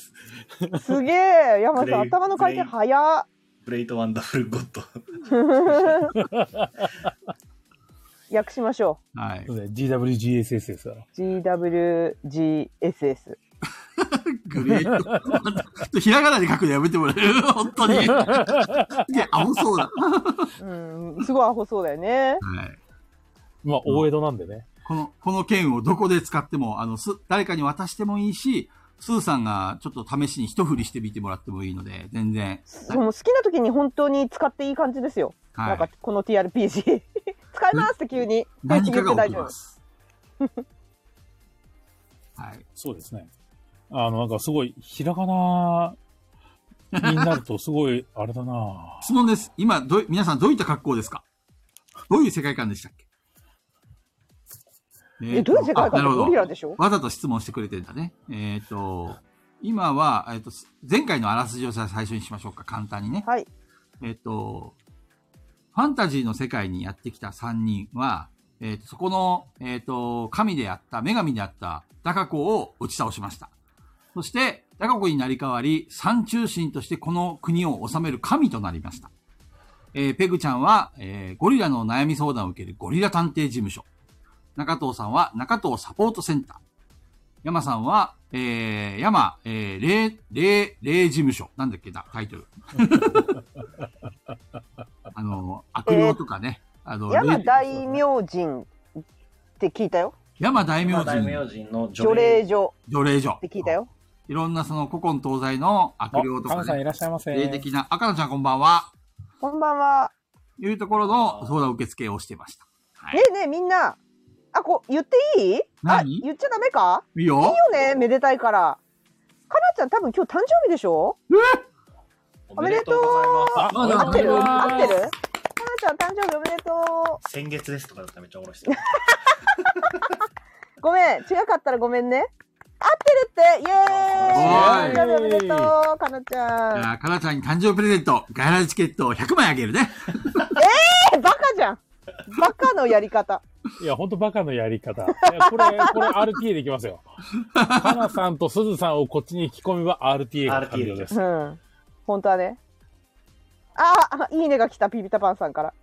[SPEAKER 4] すげえ山さん、頭の回転早っ。
[SPEAKER 3] グレイト・ワンダフル・ゴッド。
[SPEAKER 4] 訳しましょ
[SPEAKER 2] はい
[SPEAKER 1] そうね GWGSS ですから。
[SPEAKER 4] う。GWGSS。
[SPEAKER 2] グクリエイト。 ひらがなで書くのやめてもらえる 本当に。すげえ、青そうだ。は
[SPEAKER 4] うん、すごいアホそうだよね。
[SPEAKER 2] い。
[SPEAKER 1] まあ、大江戸なんでね。
[SPEAKER 2] この、この剣をどこで使っても、あの、す、誰かに渡してもいいし、スーさんがちょっと試しに一振りしてみてもらってもいいので、全然。
[SPEAKER 4] その好きな時に本当に使っていい感じですよ。
[SPEAKER 2] は
[SPEAKER 4] なんか
[SPEAKER 2] い。
[SPEAKER 4] この TRPG 使いますって急に
[SPEAKER 2] 何か
[SPEAKER 4] 言っ
[SPEAKER 2] が
[SPEAKER 4] て大
[SPEAKER 2] 起き
[SPEAKER 4] 丈夫
[SPEAKER 2] ま
[SPEAKER 4] です。
[SPEAKER 2] す。はい。
[SPEAKER 1] そうですね。あの、なんかすごい、ひらがなになると、すごい、 あれだな
[SPEAKER 2] 質問です。今、どう、皆さんどういった格好ですかどういう世界観でしたっけえ
[SPEAKER 4] えどういう世界
[SPEAKER 2] あな
[SPEAKER 4] 観
[SPEAKER 2] る
[SPEAKER 4] だ
[SPEAKER 2] ほど
[SPEAKER 4] ゴリラでしょ？
[SPEAKER 2] わざと質問してくれてんだね。えっ、と、今は、えっ、と、す前回のあらすじをさ最初にしましょうか、簡単にね。
[SPEAKER 4] はい。
[SPEAKER 2] えっ、と、ファンタジーの世界にやってきた3人は、えっ、と、そこの、えっ、と、神であった、女神であった、ダカ子を打ち倒しました。そして、ダカ子になり代わり、山中神としてこの国を治める神となりました。えーペグちゃんは、えーゴリラの悩み相談を受けるゴリラ探偵事務所。中藤さんは中藤サポートセンター。山さんは、えー、山、えー、霊、霊、霊事務所。なんだっけな、タイトル。あの、悪霊とかね。あの、
[SPEAKER 4] 山
[SPEAKER 2] 霊
[SPEAKER 4] 大明神って聞いたよ。
[SPEAKER 2] 山大名
[SPEAKER 3] まあ大名
[SPEAKER 2] 人、
[SPEAKER 3] 人の
[SPEAKER 4] 除霊所
[SPEAKER 2] 除霊所
[SPEAKER 4] っ。て聞いたよ。
[SPEAKER 2] いろんなその古今東西の悪
[SPEAKER 1] あ、
[SPEAKER 2] 霊とか
[SPEAKER 1] カナさんい
[SPEAKER 2] ね、
[SPEAKER 1] らっしゃいませ。
[SPEAKER 2] 霊的な、赤野ちゃんこんばんは、
[SPEAKER 4] こんばんは。
[SPEAKER 2] いうところの相談受付をしてました。はい
[SPEAKER 4] ね。えねえみんな。あこ言っていい？あ
[SPEAKER 2] 何
[SPEAKER 4] 言っちゃダメか？
[SPEAKER 2] いいよ
[SPEAKER 4] 今日ねめでたいから。かなちゃん多分今日誕生日でしょ？
[SPEAKER 3] おめでとうございます。
[SPEAKER 1] あ、
[SPEAKER 2] まだ
[SPEAKER 4] 合ってる？
[SPEAKER 2] おめでとうござ
[SPEAKER 4] 合ってる？かなちゃん誕生日おめでと
[SPEAKER 3] 先月ですとかだったらめっちゃおろ してる。
[SPEAKER 4] う。ごめん違かったらごめんね。合ってるってイエーイ。
[SPEAKER 2] す
[SPEAKER 4] 誕生日おめでとうかなち
[SPEAKER 2] じ
[SPEAKER 4] ゃん。
[SPEAKER 2] ゃあ、かなちゃんに誕生日プレゼント、ガヤラジチケットを100枚あげるね。
[SPEAKER 4] えバカじゃんバカのやり方
[SPEAKER 1] いや、ほんとバカのやり方。いや、これ、これ RTA できますよ。カナさんとスズさんをこっちに引き込めば RTA が完了で
[SPEAKER 4] う
[SPEAKER 1] す。
[SPEAKER 4] ん本当はねああいいねが来たピピタパンさんから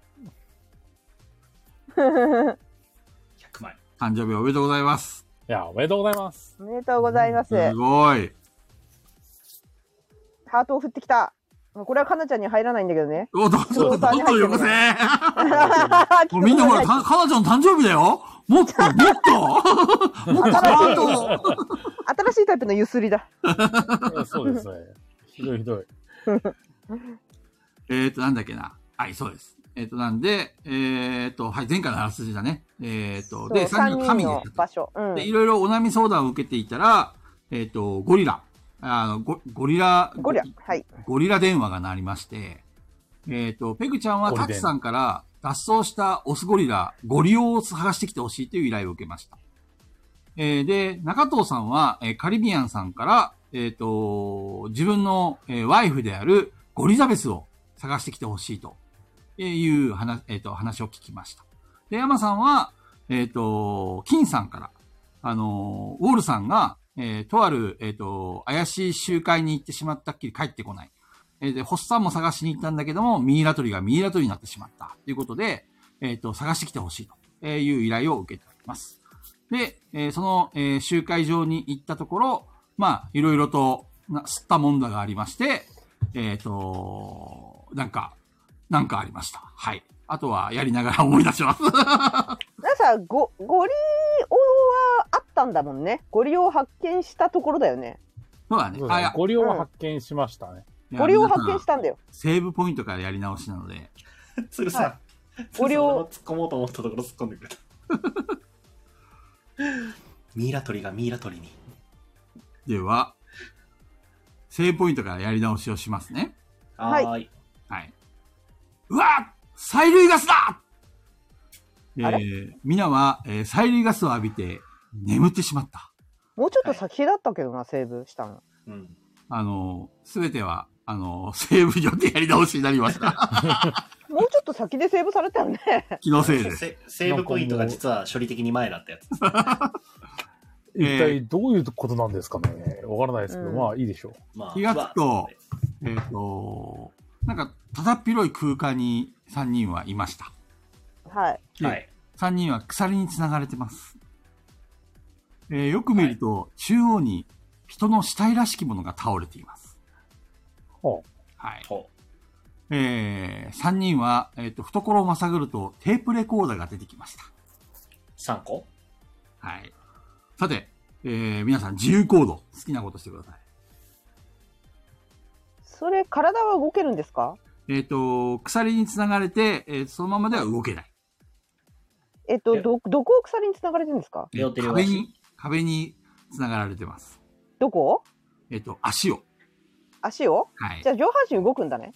[SPEAKER 3] 100枚。
[SPEAKER 2] 誕生日おめでとうございます。
[SPEAKER 1] いや、おめでとうございます。
[SPEAKER 4] おめでとうございます
[SPEAKER 2] すごい。
[SPEAKER 4] ハートを振ってきたもうこれはかなちゃんには入らないんだけ どね
[SPEAKER 2] お、どんどんどんどんよこせ。もうみんなほら、たかなちゃん誕生日だよ。もっと、もっと、も っとハートを。
[SPEAKER 4] 新しいタイプのゆすりだ
[SPEAKER 1] いやそうですね。ひどいひどい。
[SPEAKER 2] えっ、ー、と、なんだっけな。はい、そうです。えっ、と、なんで、えっ、と、はい、前回のあらすじだね。えっ、と、で、
[SPEAKER 4] 3
[SPEAKER 2] 3人の神
[SPEAKER 4] 人
[SPEAKER 2] でや
[SPEAKER 4] の
[SPEAKER 2] ったと
[SPEAKER 4] 場所うん
[SPEAKER 2] で、いろいろお悩み相談を受けていたら、えっ、と、ゴリラ、あの、ゴゴリラ、
[SPEAKER 4] ゴリラはい
[SPEAKER 2] ゴリラ電話が鳴りまして、えっ、と、ペグちゃんは
[SPEAKER 1] ゴリ
[SPEAKER 2] タ
[SPEAKER 1] 電
[SPEAKER 2] チさんから脱走したオスゴリラ、ゴリオを探してきてほしいという依頼を受けました。えーで、中藤さんは、えーカリビアンさんから、えっ、と、自分の、えーワイフであるゴリザベスを探してきてほしいとえーいう話、えっ、と、話を聞きました。で、山さんは、えっ、と、金さんから、あのーウォールさんが、えーとある、えっ、と、怪しい集会に行ってしまったっきり帰ってこない。えーで、ホッサンも探しに行ったんだけども、ミイラ取りがミイラ取りになってしまった。ということで、えっ、と、探してきてほしいとえーいう依頼を受けております。で、えーその、えー集会場に行ったところ、まあ、いろいろと、な、吸ったもんだがありまして、えっ、と、なんか、なんかありました。はい。あとは、やりながら思い出します。
[SPEAKER 4] なんかさゴゴリオはあったんだもんねゴリオを発見したところだよね
[SPEAKER 2] そうだね
[SPEAKER 1] そう。です
[SPEAKER 2] あ、い
[SPEAKER 1] ね
[SPEAKER 2] や、
[SPEAKER 1] ゴリオを発見しましたね。
[SPEAKER 4] ゴリオを発見
[SPEAKER 2] いや皆
[SPEAKER 4] し
[SPEAKER 2] さん
[SPEAKER 4] たんだよ
[SPEAKER 2] セーブポイントからやり直しなので。
[SPEAKER 3] 鶴さん。
[SPEAKER 4] ご利用
[SPEAKER 3] 鶴さん俺も突っ込もうと思ったところ突っ込んでくれ た。ミイラ取りがミイラ取りに。
[SPEAKER 2] では、セーブポイントからやり直しをしますね。
[SPEAKER 4] はい
[SPEAKER 3] はーい。
[SPEAKER 2] はい。うわ催涙ガスだえ
[SPEAKER 4] あ
[SPEAKER 2] ー、みなは、えー催涙ガスを浴びて眠ってしまった。
[SPEAKER 4] もうちょっと先だったけどなセーブしたの
[SPEAKER 3] うん。
[SPEAKER 2] あの、すべては、あの、セーブ上でやり直しになりました。
[SPEAKER 4] もうちょっと先でセーブされたよね。
[SPEAKER 2] 気のせいです。
[SPEAKER 3] セセーブポイントが実は処理的に前だったやつ。
[SPEAKER 2] えー
[SPEAKER 1] 一体どういうことなんですかね。わからないですけど、
[SPEAKER 4] うん
[SPEAKER 1] まあいいでしょう。
[SPEAKER 3] まあ、
[SPEAKER 2] 気がつくと
[SPEAKER 3] うわ
[SPEAKER 2] えっ、と、なんか、ただっ広い空間に3人はいました。
[SPEAKER 4] はい。
[SPEAKER 2] で
[SPEAKER 3] はい。
[SPEAKER 2] 3人は鎖に繋がれてます。えーよく見ると、中央に人の死体らしきものが倒れています。
[SPEAKER 1] ほ
[SPEAKER 2] はい。
[SPEAKER 3] ほ
[SPEAKER 2] えー、3人は、えっ、と、懐をまさぐるとテープレコーダーが出てきました。
[SPEAKER 3] う。3個
[SPEAKER 2] はい。さて、えー、皆さん自由行動、好きなことしてください。
[SPEAKER 4] それ体は動けるんですか
[SPEAKER 2] えっ、と、鎖につながれて、えーそのままでは動けない。
[SPEAKER 4] えっ
[SPEAKER 3] い
[SPEAKER 4] と
[SPEAKER 3] や
[SPEAKER 4] どどこを鎖につながれてるんですか
[SPEAKER 3] 両手両
[SPEAKER 2] 壁
[SPEAKER 3] 足。
[SPEAKER 2] に、壁につながられてます。
[SPEAKER 4] どこ
[SPEAKER 2] えっ、と、足を。
[SPEAKER 4] 足を
[SPEAKER 2] はい
[SPEAKER 4] じ。ゃあ上半身動くん だね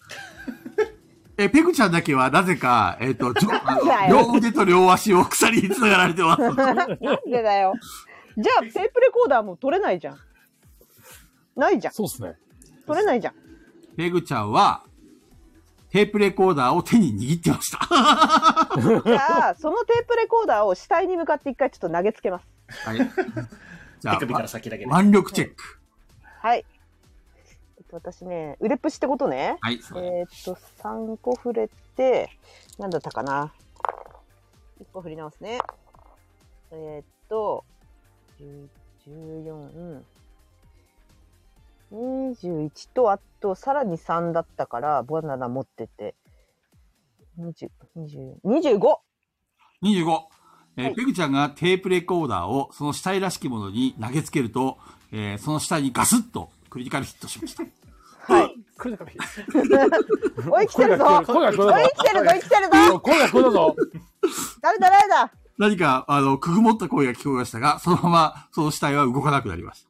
[SPEAKER 2] えーペグちゃんだけはなぜか、えっ、と、じょあ
[SPEAKER 4] だ
[SPEAKER 2] の
[SPEAKER 4] よ
[SPEAKER 2] 両腕と両足を鎖につながられてます。
[SPEAKER 4] なんでだよじゃあテープレコーダーも取れないじゃんないじゃん
[SPEAKER 1] そうですね。
[SPEAKER 4] 取れないじゃん
[SPEAKER 2] ペグちゃんは、テープレコーダーを手に握ってました。
[SPEAKER 4] じゃあそのテープレコーダーを死体に向かって一回ちょっと投げつけます
[SPEAKER 2] はい。じゃ
[SPEAKER 3] 手
[SPEAKER 2] あ、
[SPEAKER 3] 首から先だけね。
[SPEAKER 2] 腕力チェック。
[SPEAKER 4] はい、えっと、私ね腕っぷしってことね
[SPEAKER 2] はい、そうです
[SPEAKER 4] えーっと3個触れて何だったかな1個振り直すねえーっと1421とあとさらに3だったからバナナ持ってて20 20 25
[SPEAKER 2] 25。えー
[SPEAKER 4] はい
[SPEAKER 2] ペグちゃんがテープレコーダーをその死体らしきものに投げつけると、えーその死体にガスッとクリティカルヒットしました。
[SPEAKER 4] はい
[SPEAKER 1] 来るか来
[SPEAKER 4] おい来てるぞ
[SPEAKER 1] 声が聞こ
[SPEAKER 4] おい
[SPEAKER 1] える
[SPEAKER 4] 来てるぞ生きてるぞ
[SPEAKER 1] たぞ。声が来たぞ。
[SPEAKER 4] 誰だ誰だ
[SPEAKER 2] 何か、あの、くぐもった声が聞こえましたが、そのまま、その死体は動かなくなりまし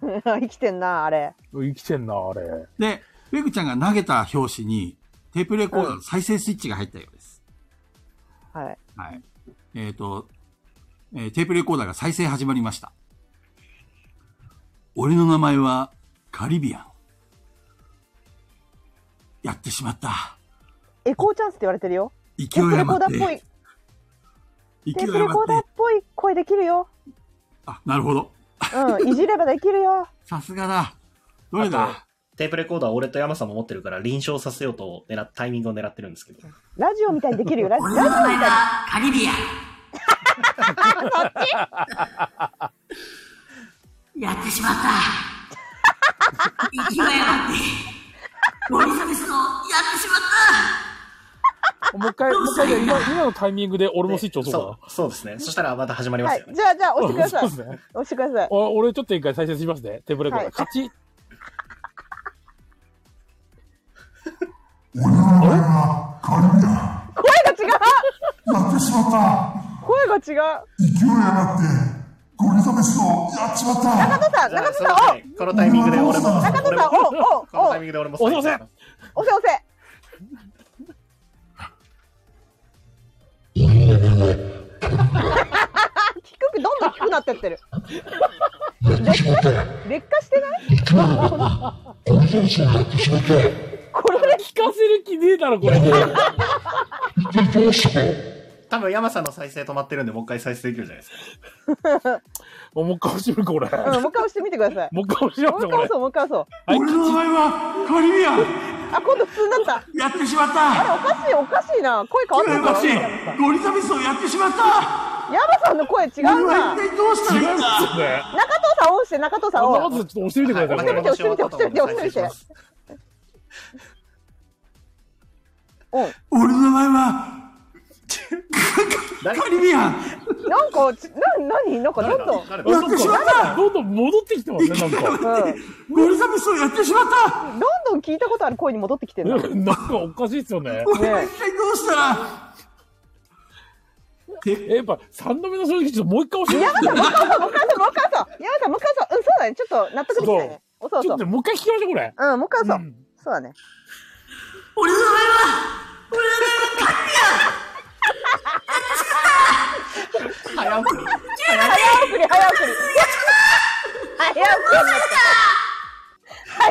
[SPEAKER 2] た。
[SPEAKER 4] 生きてんなあれ
[SPEAKER 1] 生きてんな、あれ。
[SPEAKER 2] で、ペグちゃんが投げた拍子に、テープレコーダーの再生スイッチが入ったようです。
[SPEAKER 4] はい
[SPEAKER 2] はい。えっ、と、えーテープレコーダーが再生始まりました。俺の名前はカリビアン。やってしまった。
[SPEAKER 4] エコーチャンスって言われてるよ
[SPEAKER 2] 勢
[SPEAKER 4] テ
[SPEAKER 2] い
[SPEAKER 4] ープレコー
[SPEAKER 2] 余
[SPEAKER 4] ダ
[SPEAKER 2] っ
[SPEAKER 4] ーっぽ
[SPEAKER 2] て。
[SPEAKER 4] い
[SPEAKER 2] 勢
[SPEAKER 4] テー
[SPEAKER 2] い
[SPEAKER 4] プレコー
[SPEAKER 2] 余
[SPEAKER 4] ダー
[SPEAKER 2] っ。
[SPEAKER 4] ってぽい声できるよ
[SPEAKER 2] あ、なるほど。
[SPEAKER 4] うん、いじればできるよ。
[SPEAKER 2] さすがだ。どれだ
[SPEAKER 3] テープレコーダー俺と山さんも持ってるから、臨床させようと狙っ、タイミングを狙ってるんですけど。
[SPEAKER 4] ラジオみたいにできるよ。ラジオ
[SPEAKER 6] 俺
[SPEAKER 4] み
[SPEAKER 6] の名
[SPEAKER 4] たい
[SPEAKER 6] 前はカリビアン。やってしまった。勢い余って。森サメスのやってしまった。
[SPEAKER 1] もう一回、もう一回で、今、今のタイミングで俺もスイッチ押そう
[SPEAKER 3] そうそうですね。そしたらまた始まり
[SPEAKER 4] に。
[SPEAKER 3] ま
[SPEAKER 4] は
[SPEAKER 3] す
[SPEAKER 4] い
[SPEAKER 3] よ。ね。
[SPEAKER 4] じゃあ、じゃあ、押してく
[SPEAKER 1] か
[SPEAKER 4] だ
[SPEAKER 1] な。
[SPEAKER 4] さ
[SPEAKER 1] そ
[SPEAKER 4] い。
[SPEAKER 1] う
[SPEAKER 4] 押
[SPEAKER 1] ですね。
[SPEAKER 4] してください。
[SPEAKER 1] お俺ちょっと一回再生しますね。テーブルコーダー。
[SPEAKER 4] はい
[SPEAKER 1] 勝ち。
[SPEAKER 4] 声が違
[SPEAKER 7] やってしまった
[SPEAKER 4] う声が違う
[SPEAKER 7] 勢い余ってゴリザメスをやっちまった
[SPEAKER 4] 中田さん、
[SPEAKER 3] じゃあ
[SPEAKER 4] 中田
[SPEAKER 3] そ
[SPEAKER 4] さ
[SPEAKER 3] の
[SPEAKER 4] ん、
[SPEAKER 3] このタイミングで俺も、
[SPEAKER 4] お中
[SPEAKER 3] 俺
[SPEAKER 4] 田さん、お
[SPEAKER 3] も、こ
[SPEAKER 4] おお
[SPEAKER 3] のタイミン
[SPEAKER 4] 押
[SPEAKER 3] グで俺も
[SPEAKER 1] おすいません
[SPEAKER 4] せ押せ。低く、どんどん低くなってってる。劣化してないこれで
[SPEAKER 1] 聞かせる気ねえだろ、これ。
[SPEAKER 3] 多分山さんの再生止まってるんで、もう一回再生できるじゃないですか。
[SPEAKER 1] もう一回押してみるか、これ。
[SPEAKER 4] うん、もう一回押してみてください。
[SPEAKER 1] もう一回押しま
[SPEAKER 4] も
[SPEAKER 1] す
[SPEAKER 4] う
[SPEAKER 1] か、こ
[SPEAKER 4] 一回押
[SPEAKER 1] れ。
[SPEAKER 4] そう、もう一回押そう。
[SPEAKER 1] はい、
[SPEAKER 2] 俺の名
[SPEAKER 1] 勝ち。
[SPEAKER 2] 前はカリビアン。
[SPEAKER 4] あ、今度普通になった。
[SPEAKER 2] やってしまった。
[SPEAKER 4] おかしい、おかしいな。声変わってる
[SPEAKER 2] おかしい
[SPEAKER 4] ヤ。
[SPEAKER 2] ゴリザメスをやってしまった。
[SPEAKER 4] マさんの声違う
[SPEAKER 2] 俺は
[SPEAKER 4] な。
[SPEAKER 2] 一体どうしたらいいんだ
[SPEAKER 1] そうね。
[SPEAKER 4] 中藤さんオンして中藤さん
[SPEAKER 1] ま
[SPEAKER 4] オ
[SPEAKER 1] ずちょ
[SPEAKER 4] ン
[SPEAKER 1] っと押してみてください、これ。
[SPEAKER 4] 押してみて押してみて押してみてオン
[SPEAKER 2] 俺の名前は、カリビアン。
[SPEAKER 4] なんかちな何なんかどんどん
[SPEAKER 3] 誰
[SPEAKER 2] やってしまった。
[SPEAKER 1] どんどん戻ってきてますね、なんか。
[SPEAKER 2] ゴリザメスをやってしまった。
[SPEAKER 4] うんどんどん聞いたことある声に戻ってきてるなね
[SPEAKER 1] なんかおかしいっすよね。
[SPEAKER 2] 俺は一体どうしたら。
[SPEAKER 1] えやっぱ、三度目の正直、ちょっともう一回押して
[SPEAKER 4] 山
[SPEAKER 1] み
[SPEAKER 4] 田
[SPEAKER 1] て
[SPEAKER 4] さんもう一回押そうもう一回押そうもう一回押そう山田さんもう一回押そううんそうだねちょっと納得できないね押そう
[SPEAKER 1] ちょ
[SPEAKER 4] 押
[SPEAKER 1] っ
[SPEAKER 4] そ
[SPEAKER 1] と
[SPEAKER 4] う
[SPEAKER 1] もう一回聞きましょう、これ。
[SPEAKER 4] うんもう一回押そう、
[SPEAKER 1] うん
[SPEAKER 4] そうだね
[SPEAKER 6] 俺の名前は、俺の名前はカリビアン。
[SPEAKER 3] 早送り。
[SPEAKER 4] 早送り早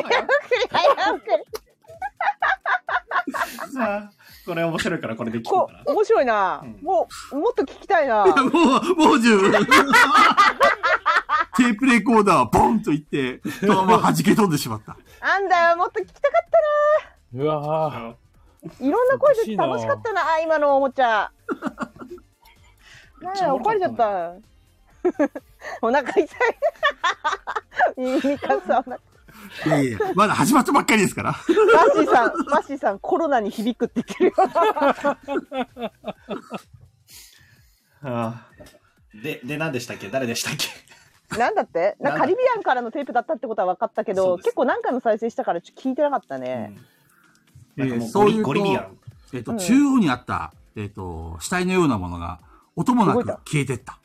[SPEAKER 4] 送り早送りになった早送り早送り
[SPEAKER 3] さあ、これ面白いからこれで聞こ
[SPEAKER 4] こ
[SPEAKER 3] うか
[SPEAKER 4] う面白いな、もうもっと聞きた いなも
[SPEAKER 2] もう、もう十分。テープレコーダーはボンといって、そのまま弾け飛んでしまった。
[SPEAKER 4] なんだよもっと聞きたかった
[SPEAKER 1] うわ
[SPEAKER 3] な。
[SPEAKER 4] ないろんな声で楽しかったな、あ今のおもちゃ。なんや、怒られちゃった。 お腹痛い。 耳かさん、お腹
[SPEAKER 2] いやいや、まだ始まったばっかりですから。
[SPEAKER 4] マッシーさん、マッシーさん、コロナに響くって言ってるよ。
[SPEAKER 3] あーで、で、何でしたっけ誰でしたっけ
[SPEAKER 4] なんだってな
[SPEAKER 3] なんだ
[SPEAKER 4] カリビアンからのテープだったってことは分かったけ
[SPEAKER 3] そ
[SPEAKER 4] ど、
[SPEAKER 3] うです
[SPEAKER 4] 結構何回も再生したからちょっと聞いてなかったね。
[SPEAKER 3] なんか
[SPEAKER 2] えー
[SPEAKER 3] もう
[SPEAKER 2] そ
[SPEAKER 3] ゴ
[SPEAKER 2] う
[SPEAKER 3] リ
[SPEAKER 2] いうと
[SPEAKER 3] ゴリビアン。
[SPEAKER 2] えっ、と、
[SPEAKER 4] うん
[SPEAKER 2] 中央にあった、えっ、と、死体のようなものが、音もな
[SPEAKER 4] 動
[SPEAKER 2] く
[SPEAKER 4] いた
[SPEAKER 2] 消えてった。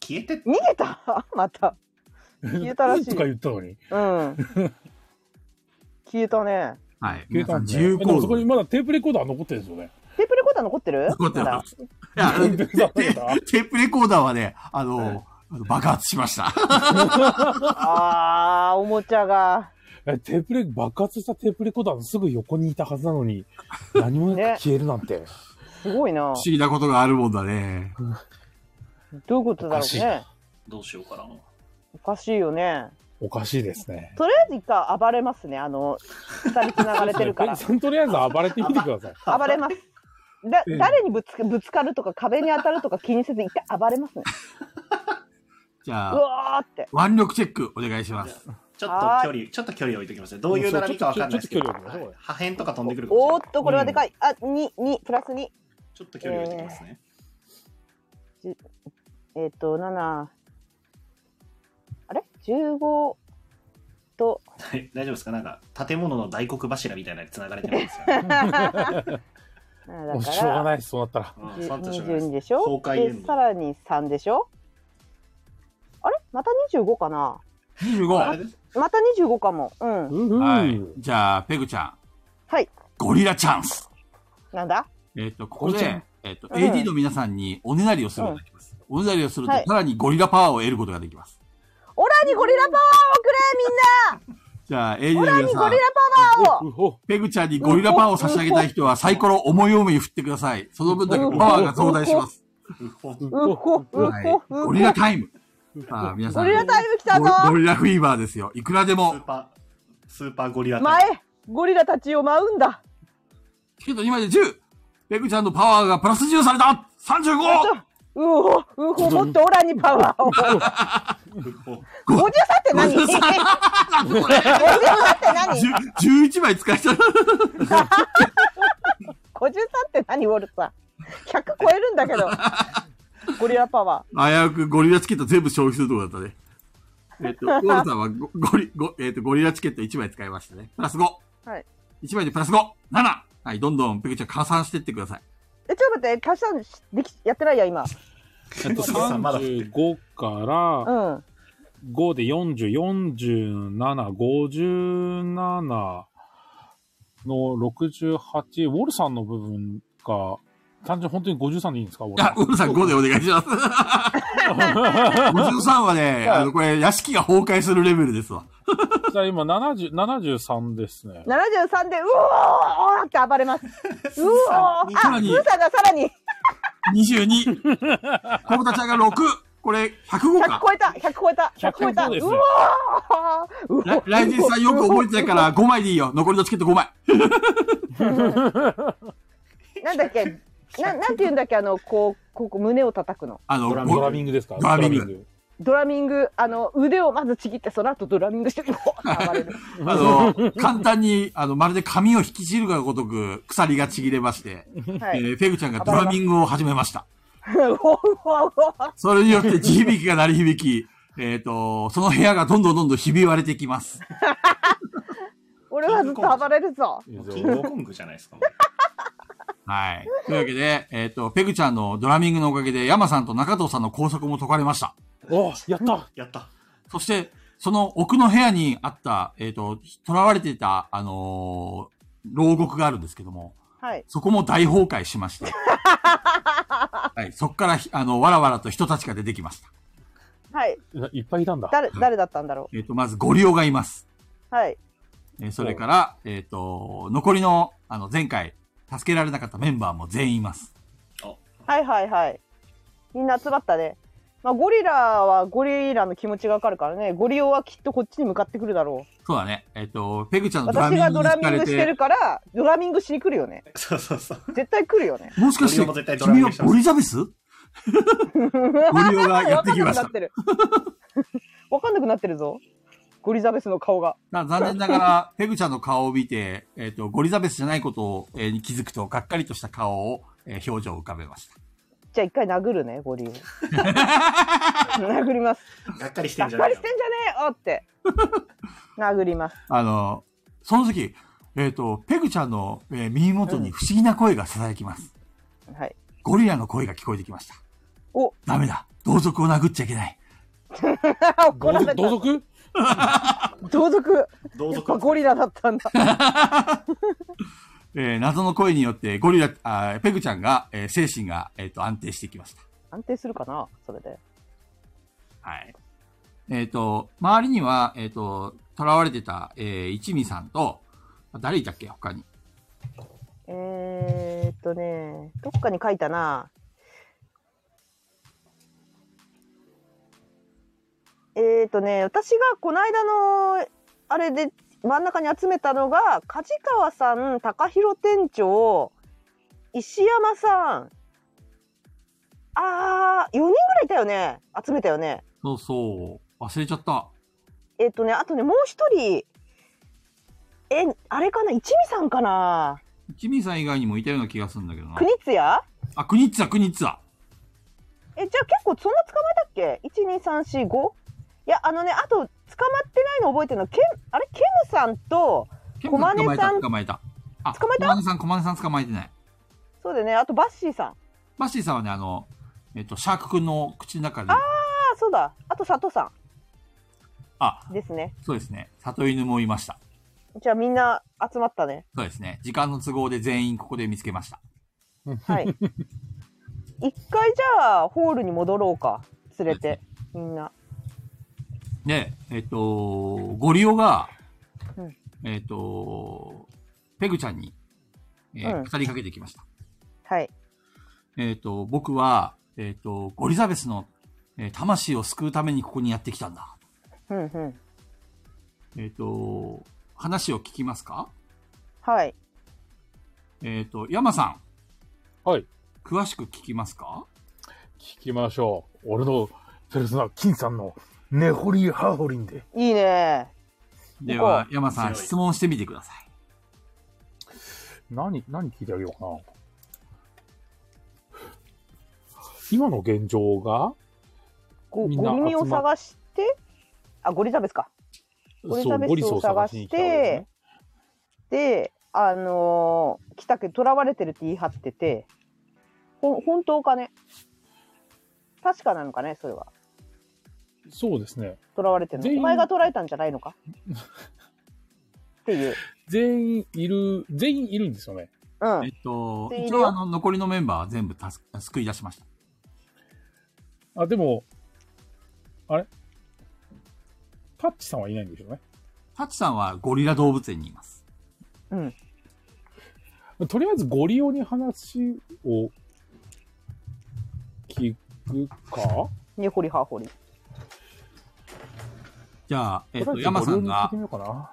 [SPEAKER 3] 消えて
[SPEAKER 4] 逃げた また。消えたらしい。
[SPEAKER 1] と
[SPEAKER 4] う
[SPEAKER 1] か
[SPEAKER 4] ん。
[SPEAKER 1] 言ったのに。
[SPEAKER 4] 消えたね。
[SPEAKER 2] はい。
[SPEAKER 1] 消え
[SPEAKER 2] 皆さ
[SPEAKER 1] た
[SPEAKER 2] ん、
[SPEAKER 1] ん
[SPEAKER 2] 自
[SPEAKER 1] で。
[SPEAKER 2] 由
[SPEAKER 1] えでも
[SPEAKER 2] 行
[SPEAKER 1] そこに
[SPEAKER 2] 動。
[SPEAKER 1] まだテープレコーダー残ってるんですよね。
[SPEAKER 4] テープレコーダー残ってる
[SPEAKER 2] 残ってる
[SPEAKER 4] まだ
[SPEAKER 2] いや、
[SPEAKER 1] コンピューター
[SPEAKER 2] テ
[SPEAKER 1] センター
[SPEAKER 2] テープレコーダーはね、あの、あの爆発しました。
[SPEAKER 4] あー、おもちゃが。
[SPEAKER 1] え、テープレ、爆発したテープレコーダーのすぐ横にいたはずなの に、何もなく消えるなんて。
[SPEAKER 4] すごいな
[SPEAKER 2] 不。思議なことがあるもんだね。
[SPEAKER 4] どういうことだろうね。
[SPEAKER 3] どうしようかな。
[SPEAKER 4] おかしいよね。
[SPEAKER 1] おかしいですね。
[SPEAKER 4] とりあえず一回暴れますね。あの、二人繋がれてるか
[SPEAKER 1] ペ
[SPEAKER 4] ら
[SPEAKER 1] グ。さんとりあえず暴れてみて ください。
[SPEAKER 4] 暴れます。だ誰にぶつぶつかるとか壁に当たるとか気にせず一回暴れますね。
[SPEAKER 2] じ
[SPEAKER 4] う
[SPEAKER 2] ゃあ、
[SPEAKER 4] わーって。
[SPEAKER 2] 腕力チェックお願いします。
[SPEAKER 3] ちょっと距
[SPEAKER 4] はー
[SPEAKER 3] 離、ちょっと距離置いておきますね。どういう並びかわかんないですけど。
[SPEAKER 1] そ
[SPEAKER 3] は
[SPEAKER 1] うちょっとちょっと距離置いておきましょう
[SPEAKER 3] い破片とか飛んでくるかもしれ
[SPEAKER 4] お
[SPEAKER 3] な
[SPEAKER 4] ー
[SPEAKER 3] い
[SPEAKER 4] っと、これはでかい。あ、2、2、プラス2。
[SPEAKER 3] ちょっと距離置いておきますね。
[SPEAKER 4] えっ、と、7。あれ ?15 と、
[SPEAKER 3] はい大丈夫ですかなんか、建物の大黒柱みたいなのに繋がれてるんですよ、ね。
[SPEAKER 4] 7
[SPEAKER 1] もう
[SPEAKER 4] だ
[SPEAKER 1] しょうが
[SPEAKER 4] か
[SPEAKER 1] ないです、そうなったら。
[SPEAKER 3] うん
[SPEAKER 4] ら、じゅ
[SPEAKER 3] そうなったらしょうがない
[SPEAKER 4] 22
[SPEAKER 3] で
[SPEAKER 4] ですしょ
[SPEAKER 3] 崩壊
[SPEAKER 4] で
[SPEAKER 3] 現、
[SPEAKER 4] さ
[SPEAKER 3] 場。
[SPEAKER 4] らに3でしょあれまた25かな
[SPEAKER 3] あ
[SPEAKER 2] 25。
[SPEAKER 3] れです
[SPEAKER 4] また25かも。うん。
[SPEAKER 1] うふう
[SPEAKER 2] はい。じゃあ、ペグちゃん、
[SPEAKER 4] はい。
[SPEAKER 2] ゴリラチャンス。
[SPEAKER 4] なんだ
[SPEAKER 2] えっ、と、ここ
[SPEAKER 1] ゴリラチャン
[SPEAKER 2] で、えっ、と、
[SPEAKER 4] うん
[SPEAKER 2] AD の皆さんにおねだりをすることができます。おねだりをすると、
[SPEAKER 4] はい
[SPEAKER 2] さらにゴリラパワーを得ることができます。
[SPEAKER 4] オラにゴリラパワーをくれ
[SPEAKER 2] じゃあ、AD の
[SPEAKER 4] みんなオラ
[SPEAKER 2] 皆
[SPEAKER 4] に
[SPEAKER 2] さ
[SPEAKER 4] ゴ
[SPEAKER 2] ん
[SPEAKER 4] リ、ラパワーを
[SPEAKER 1] うほ
[SPEAKER 2] ペグちゃんにゴリラパワーを差し上げたい人はサイコロ思い思いに振ってください。その分だけパワーが増大します。
[SPEAKER 4] うほう
[SPEAKER 2] はい
[SPEAKER 4] ほ。う
[SPEAKER 2] ゴ
[SPEAKER 4] ほ
[SPEAKER 2] リラタ イム。さあ、皆さん。
[SPEAKER 4] ゴリラタイム来たぞ
[SPEAKER 2] ゴゴリラフィーバーですよ。いくらで
[SPEAKER 3] スー
[SPEAKER 2] も。
[SPEAKER 3] パー、スーパーゴリラ
[SPEAKER 4] 前ゴリラたちを舞うんだ
[SPEAKER 2] けど2枚で 10! ペグちゃんのパワーがプラス10された !35!
[SPEAKER 4] うほうほもっとオラにパワーを53って何 ?53 って何
[SPEAKER 2] 11枚使えちゃう。
[SPEAKER 4] 53って何ウォルさん100超えるんだけどゴリラパワ
[SPEAKER 2] 危うくゴリラチケット全部消費するとこだったね。えっと、ウォルさんはゴゴリ、ゴえっと、ゴリラチケット1枚使いましたね。プラス 5!
[SPEAKER 4] はい。
[SPEAKER 2] 1枚でプラス 5! 7! はい、どんどんペグちゃん加算してってください。
[SPEAKER 4] ーえちょっと待ってキャシャンしできやってないや今
[SPEAKER 1] えっと、35か
[SPEAKER 4] う
[SPEAKER 1] ら
[SPEAKER 4] ん
[SPEAKER 1] 5で40、47、57の68、ウォルさんの部分が、単純に本当に53でいいんですかウォルさ
[SPEAKER 2] あ、
[SPEAKER 1] ん
[SPEAKER 2] ウ。ォルさん5でお願いします。53はね、あの、これ、屋敷が崩壊するレベルですわ。
[SPEAKER 1] そしたら今70、73ですね。
[SPEAKER 4] 73でうおーって暴れますうおーあ
[SPEAKER 2] さらに
[SPEAKER 4] ウーさんがさらに
[SPEAKER 2] 22。コブタちゃんが6。これ、105
[SPEAKER 4] 100
[SPEAKER 2] か。
[SPEAKER 4] 超えた100超えた100超えた
[SPEAKER 1] 100です
[SPEAKER 4] う
[SPEAKER 1] ね
[SPEAKER 4] おー
[SPEAKER 2] ラライジンさんよく覚えてないから5枚でいいよ。残りのチケット5枚。
[SPEAKER 4] なんだっけななんて言うんだっけあのこうここ胸を叩くの
[SPEAKER 2] あの、
[SPEAKER 3] ドラ
[SPEAKER 1] ド
[SPEAKER 2] ご
[SPEAKER 1] ラミングですか
[SPEAKER 2] ドラミング
[SPEAKER 4] ドラミングあの腕をまずちぎってその後ドラミングしてうおーって暴れる
[SPEAKER 2] あの、簡単に、あの、まるで髪を引きちるがごとく、鎖がちぎれまして、
[SPEAKER 4] はい
[SPEAKER 2] えーペグちゃんがドラミングを始めました。
[SPEAKER 4] うおうおうおう
[SPEAKER 2] それによって地響きが鳴り響き、えっ、と、その部屋がどんどんどんどんひび割れてきます。
[SPEAKER 4] 俺はずっと暴れるぞ。
[SPEAKER 1] いいぞ
[SPEAKER 3] キングコングじゃないですか。
[SPEAKER 2] はい。というわけで、えっ、と、ペグちゃんのドラミングのおかげで、山さんと中藤さんの拘束も解かれました。
[SPEAKER 1] おやった
[SPEAKER 3] やった。
[SPEAKER 2] そして、その奥の部屋にあった、えっ、と、囚われていた、あのー牢獄があるんですけども、
[SPEAKER 4] はい。
[SPEAKER 2] そこも大崩壊しま して。はい。そこからひ、あの、わらわらと人たちが出てきました。
[SPEAKER 4] はい。
[SPEAKER 1] いっぱいいたんだ。
[SPEAKER 4] 誰、誰だったんだろ
[SPEAKER 2] えっ、と、まず、ゴリオがいます。
[SPEAKER 4] う。はい。
[SPEAKER 2] えーそれから、えっ、と、残りの、あの、前回、助けられなかったメンバーも全員います。
[SPEAKER 4] はいはいはい。みんな集まったね。まあ、ゴリラはゴリラの気持ちがわかるからね。ゴリオはきっとこっちに向かってくるだろう。
[SPEAKER 2] そうだね。えっ、と、ペグちゃんのドラ
[SPEAKER 4] 私
[SPEAKER 2] ミング
[SPEAKER 4] が
[SPEAKER 2] に
[SPEAKER 4] ドラ
[SPEAKER 2] 惹
[SPEAKER 4] ミ
[SPEAKER 2] か
[SPEAKER 4] ン
[SPEAKER 2] れ
[SPEAKER 4] グして
[SPEAKER 2] て
[SPEAKER 4] る、から、ドラミングしに来るよね。
[SPEAKER 3] そうそうそう。
[SPEAKER 4] 絶対来るよね。
[SPEAKER 2] もしかし
[SPEAKER 3] ゴリオも絶
[SPEAKER 2] て、
[SPEAKER 3] 対ドラミン
[SPEAKER 2] 君は
[SPEAKER 3] グしてます
[SPEAKER 2] ボリザベスゴリオがやってきました
[SPEAKER 4] わかんなくなってる。わかんなくなってるぞ。ゴリザベスの顔が。
[SPEAKER 2] だから残念ながら、ペグちゃんの顔を見て、えっ、と、ゴリザベスじゃないことを、えーに気づくと、がっかりとした顔を、えー表情を浮かべました。
[SPEAKER 4] じゃあ一回殴るね、ゴリを。殴ります。
[SPEAKER 3] がっかりして
[SPEAKER 4] が
[SPEAKER 3] ん
[SPEAKER 4] っ
[SPEAKER 3] じゃな
[SPEAKER 4] か
[SPEAKER 3] い
[SPEAKER 4] り
[SPEAKER 3] の
[SPEAKER 4] してんじゃねえよって。殴ります。
[SPEAKER 2] あの、その時、えっ、と、ペグちゃんの、えー耳元に不思議な声が囁きます。
[SPEAKER 4] はい。
[SPEAKER 2] ゴリラの声が聞こえてきました。
[SPEAKER 4] お
[SPEAKER 2] ダメだ。同族を殴っちゃいけない。
[SPEAKER 4] 怒ら
[SPEAKER 1] 同
[SPEAKER 4] れた。
[SPEAKER 1] 族同族
[SPEAKER 3] 同
[SPEAKER 4] 同族。やっぱ
[SPEAKER 3] 族
[SPEAKER 4] ゴリラだったんだ。
[SPEAKER 2] えー謎の声によって、ゴリラ、あーペグちゃんが、えー精神が、えっ、と、安定してきました。
[SPEAKER 4] 安定するかなそれで。
[SPEAKER 2] はい。えっ、と、周りには、えっ、と、囚われてた、えー一味さんと、誰いたっけ他に。
[SPEAKER 4] えーっとね、どっかに書いたな。えーっとね、私がこの間の、あれで真ん中に集めたのが、梶川さん、高弘店長、石山さん、あー、4人ぐらいいたよね。集めたよね。
[SPEAKER 2] そうそう。忘れちゃった。
[SPEAKER 4] えーっとね、あとね、もう一人、え、あれかな一味さんかな
[SPEAKER 2] 一味さん以外にもいたような気がするんだけどな。
[SPEAKER 4] 国津屋
[SPEAKER 2] あ、クニッツァ、クニッツァ。
[SPEAKER 4] えじゃあ結構そんな捕まえたっけ12345いやあのねあと捕まってないの覚えてるのケンあれケムさんと
[SPEAKER 2] 結構
[SPEAKER 4] 小金
[SPEAKER 2] 捕まえ
[SPEAKER 4] さ
[SPEAKER 2] た、
[SPEAKER 4] ん
[SPEAKER 2] 捕まえた。あ、
[SPEAKER 4] 捕まえた
[SPEAKER 2] 小金さん、小金さん捕まえてない。
[SPEAKER 4] そうだよねあとバッシーさんあ
[SPEAKER 2] バッシーさんはね、あの、えっ、と、シャークくんの口の中に、
[SPEAKER 4] あそうだあと佐藤さ
[SPEAKER 2] あ、
[SPEAKER 4] んですね
[SPEAKER 2] そうですね。里犬もいました。
[SPEAKER 4] じゃあみんな集まったね
[SPEAKER 2] そうですね。時間の都合で全員ここで見つけました。
[SPEAKER 4] はい 一回じゃあホールに戻ろうか連れてみんな
[SPEAKER 2] で、えっ、と、ゴリオが、
[SPEAKER 4] うん
[SPEAKER 2] えっ、と、ペグちゃんに、えー
[SPEAKER 4] うん
[SPEAKER 2] 語りかけてきました。
[SPEAKER 4] はい
[SPEAKER 2] えっ、と、僕は、えっ、と、ゴリザベスの、えー魂を救うためにここにやってきたんだ。
[SPEAKER 4] うんうん
[SPEAKER 2] えっ、と、話を聞きますか
[SPEAKER 4] はい
[SPEAKER 2] えっ、と、山さん、
[SPEAKER 1] はい。
[SPEAKER 2] 詳しく聞きますか
[SPEAKER 1] 聞きましょう。俺の、セレスナ、金さんの、根掘り葉掘りんで。
[SPEAKER 4] いいね
[SPEAKER 2] では
[SPEAKER 4] 行、
[SPEAKER 2] 山さん、
[SPEAKER 3] 強い
[SPEAKER 2] 質問してみてください。
[SPEAKER 1] 何、何聞いてあげようかな。今の現状が、
[SPEAKER 4] ゴ
[SPEAKER 1] みんな
[SPEAKER 4] ゴリミを
[SPEAKER 1] 集まっ
[SPEAKER 4] 探してあゴリザベスかゴリ
[SPEAKER 1] そ
[SPEAKER 4] ザ
[SPEAKER 1] う、
[SPEAKER 4] ベ
[SPEAKER 1] ゴリ
[SPEAKER 4] ス
[SPEAKER 1] スを
[SPEAKER 4] を
[SPEAKER 1] 探
[SPEAKER 4] 探
[SPEAKER 1] しに
[SPEAKER 4] し
[SPEAKER 1] 来たわけですね
[SPEAKER 4] て、で、あのー来たけど、囚われてるって言い張ってて、ほん、本当かね確かなのかねそれは。
[SPEAKER 1] そうですね。
[SPEAKER 4] 囚われてる
[SPEAKER 1] 全
[SPEAKER 4] の。
[SPEAKER 1] 員
[SPEAKER 4] お前が捕らえたんじゃないのかっていう。
[SPEAKER 1] 全員いる、全員いるんですよね。
[SPEAKER 4] うん
[SPEAKER 2] えっ。と、
[SPEAKER 4] で
[SPEAKER 2] 一
[SPEAKER 4] いる
[SPEAKER 2] 応
[SPEAKER 4] よ
[SPEAKER 2] あの、残りのメンバーは全部たす救い出しました。
[SPEAKER 1] あ、でも、あれパッチさんはいないんでしょうね。
[SPEAKER 2] タッチさんはゴリラ動物園にいます。
[SPEAKER 4] うん。
[SPEAKER 1] とりあえずゴリオに話を聞くか
[SPEAKER 4] ねほりはほり。
[SPEAKER 2] じゃあ、えっ
[SPEAKER 1] と
[SPEAKER 2] と、
[SPEAKER 1] りあえ
[SPEAKER 2] 山
[SPEAKER 1] ず
[SPEAKER 2] さ
[SPEAKER 1] ゴリオ
[SPEAKER 2] ん
[SPEAKER 1] に聞い
[SPEAKER 2] が
[SPEAKER 1] て、みようかな。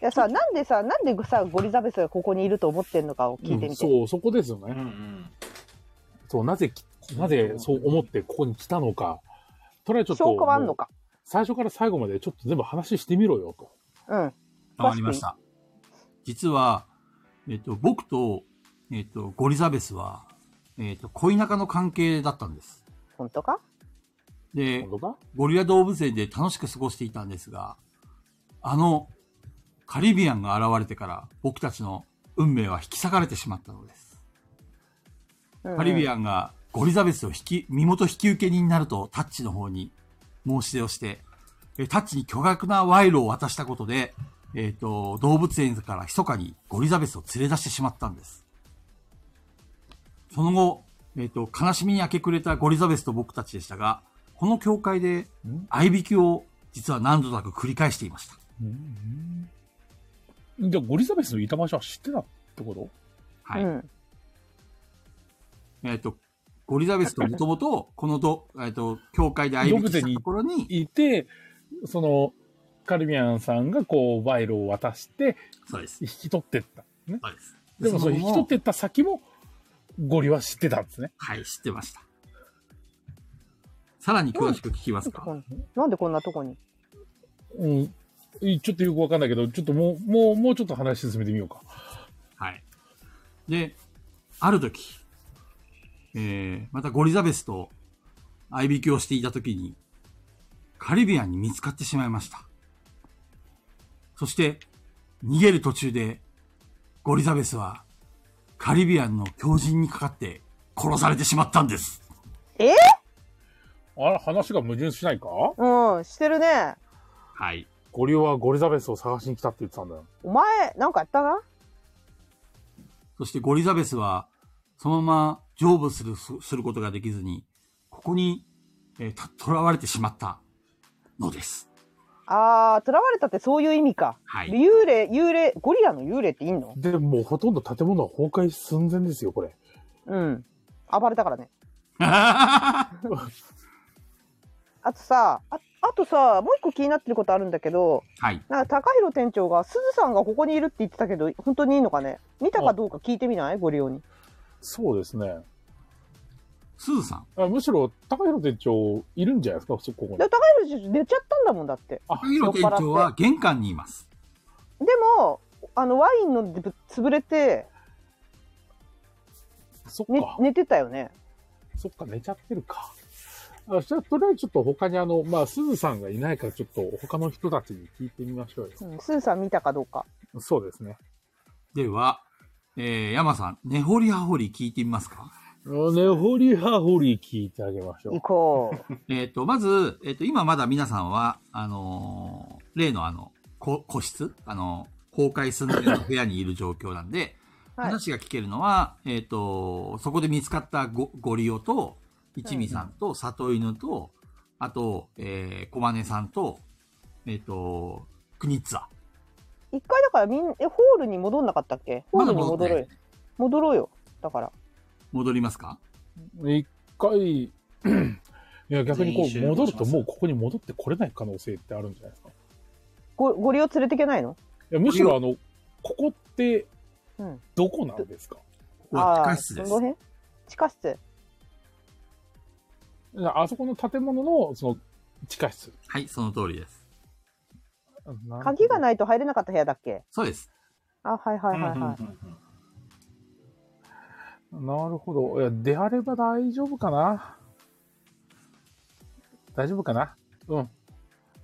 [SPEAKER 4] いやさ、なんでさ、なんでさ、ゴリザベスがここにいると思ってんのかを聞いて
[SPEAKER 1] う
[SPEAKER 4] み
[SPEAKER 1] ん
[SPEAKER 4] て。
[SPEAKER 1] そう、そこですよね。
[SPEAKER 3] うんうん
[SPEAKER 1] そう、なぜき、なぜそう思ってここに来たのか。とりあえずちょっと、
[SPEAKER 4] 証拠はあんのか。
[SPEAKER 1] 最初から最後までちょっと全部話してみろよと。
[SPEAKER 4] うん。
[SPEAKER 2] 変わりました。実は、えっと、僕と、えっと、ゴリザベスは、えっと、恋仲の関係だったんです。
[SPEAKER 4] 本当か
[SPEAKER 2] で、
[SPEAKER 1] 本当か
[SPEAKER 2] ゴリラ動物園で楽しく過ごしていたんですが、あの、カリビアンが現れてから、僕たちの運命は引き裂かれてしまったのです。
[SPEAKER 4] うん、
[SPEAKER 2] カリビ
[SPEAKER 4] ア。
[SPEAKER 2] アンがゴリザベスを引き、身元引き受け人になるとタッチの方に申し出をして、えタッチに巨額な賄賂を渡したことで、えっ、と、動物園から密かにゴリザベスを連れ出してしまったんです。その後、えっ、と、悲しみに明け暮れたゴリザベスと僕たちでしたが、この教会で、合いびきを実は何度なく繰り返していました。
[SPEAKER 1] じゃあ、ゴリザベスのいた場所は知ってたってこと
[SPEAKER 2] はい。
[SPEAKER 4] うん。
[SPEAKER 2] えっ、と、ゴリザベスともともと、このど、えっ、と、教会で合いびきしたところに、
[SPEAKER 1] いて、その、カルビアンさんがこう、賄賂を渡して、
[SPEAKER 2] そうです。
[SPEAKER 1] 引き取ってった。ね。
[SPEAKER 2] そうです。
[SPEAKER 1] でも、その
[SPEAKER 2] の
[SPEAKER 1] 引き取ってった先も、ゴリは知ってたんですね。
[SPEAKER 2] はい、知ってました。さらに詳しく聞きますか。
[SPEAKER 4] なんでこんなとこに。
[SPEAKER 1] うん。ちょっとよくわかんないけど、ちょっともう、もう、もうちょっと話進めてみようか。
[SPEAKER 2] はい。で、ある時、えー、またゴリザベスと相引きをしていた時に、カリビアンに見つかってしまいました。そして、逃げる途中で、ゴリザベスは、カリビアンの狂人にかかって殺されてしまったんです。
[SPEAKER 4] え
[SPEAKER 1] あら、話が矛盾しないか
[SPEAKER 4] うん、してるね。
[SPEAKER 2] はい。
[SPEAKER 1] ゴリオはゴリザベスを探しに来たって言ってたんだよ。
[SPEAKER 4] お前、なんかやったな
[SPEAKER 2] そしてゴリザベスは、そのまま成仏する、すすることができずに、ここに、えーた、囚われてしまったのです。
[SPEAKER 4] あー、囚われたってそういう意味か。
[SPEAKER 2] はい。
[SPEAKER 4] 幽霊、幽霊、ゴリラの幽霊っていんの
[SPEAKER 1] でも、ほとんど建物は崩壊寸前ですよ、これ。
[SPEAKER 4] うん。暴れたからね。
[SPEAKER 2] は
[SPEAKER 4] あとさ、ああとさ、もう一個気になってることあるんだけど、
[SPEAKER 2] い。
[SPEAKER 4] なんか高弘店長が、すずさんがここにいるって言ってたけど、本当にいいのかね見たかどうか聞いてみないゴリオに。
[SPEAKER 1] そうですね。
[SPEAKER 2] すずさん。
[SPEAKER 1] あむしろ、高弘店長、いるんじゃないですか、そこに
[SPEAKER 4] で。高弘店長寝ちゃったんだもんだって。
[SPEAKER 1] あ
[SPEAKER 2] 高弘店長は玄関にいます。
[SPEAKER 4] でも、あの、ワイン飲んでぶ潰れて、
[SPEAKER 1] そっ
[SPEAKER 4] ね
[SPEAKER 1] か、。
[SPEAKER 4] 寝てたよね。
[SPEAKER 1] そっか、寝ちゃってるか。あじゃあ、とりあえずちょっと他にあの、まあ、鈴さんがいないから、ちょっと他の人たちに聞いてみましょう
[SPEAKER 4] う
[SPEAKER 1] よ。
[SPEAKER 4] ん、すずさん見たかどうか。
[SPEAKER 1] そうですね。
[SPEAKER 2] では、えー、山さん、根掘り葉掘り聞いてみますか
[SPEAKER 1] ね、ホリハホリ聞いてあげましょ
[SPEAKER 4] 行
[SPEAKER 1] う。
[SPEAKER 4] こう。
[SPEAKER 2] えっ、と、まず、えっ、と、今まだ皆さんは、あのー例のあの、こ個室あのー崩壊寸前の部屋にいる状況なんで、
[SPEAKER 4] はい
[SPEAKER 2] 話が聞けるのは、えっ、と、そこで見つかったゴゴリオと、一味さんと、里犬と、あと、えー、小金さんと、えっ、と、クニッツァ。
[SPEAKER 4] 一回だからみんえホールに戻んなかったっけホールに戻ろうよ、戻ろうよだから
[SPEAKER 2] 戻りますか
[SPEAKER 1] 一回、 いや、逆にこ
[SPEAKER 3] 全員集合
[SPEAKER 1] う、戻る
[SPEAKER 3] し
[SPEAKER 1] と
[SPEAKER 3] ます
[SPEAKER 1] もうここに戻ってこれない可能性ってあるんじゃないですか。い
[SPEAKER 4] ごゴリを連れてけないの
[SPEAKER 1] やむしろあの、ここって
[SPEAKER 4] うん、
[SPEAKER 1] どこなんですか
[SPEAKER 2] ここは地下室
[SPEAKER 4] ー
[SPEAKER 2] です
[SPEAKER 4] こ。の辺地下室
[SPEAKER 1] あそこの建物の、その、地下室。
[SPEAKER 2] はい、その通りです。
[SPEAKER 4] 鍵が
[SPEAKER 1] い。
[SPEAKER 4] ないと入れなかった部屋だっけ
[SPEAKER 2] そうです。
[SPEAKER 4] あはいはいはいは
[SPEAKER 3] う
[SPEAKER 4] い、
[SPEAKER 3] んうんうんうん
[SPEAKER 1] なるほど。いや、であれば大丈夫かな大丈夫かなうん。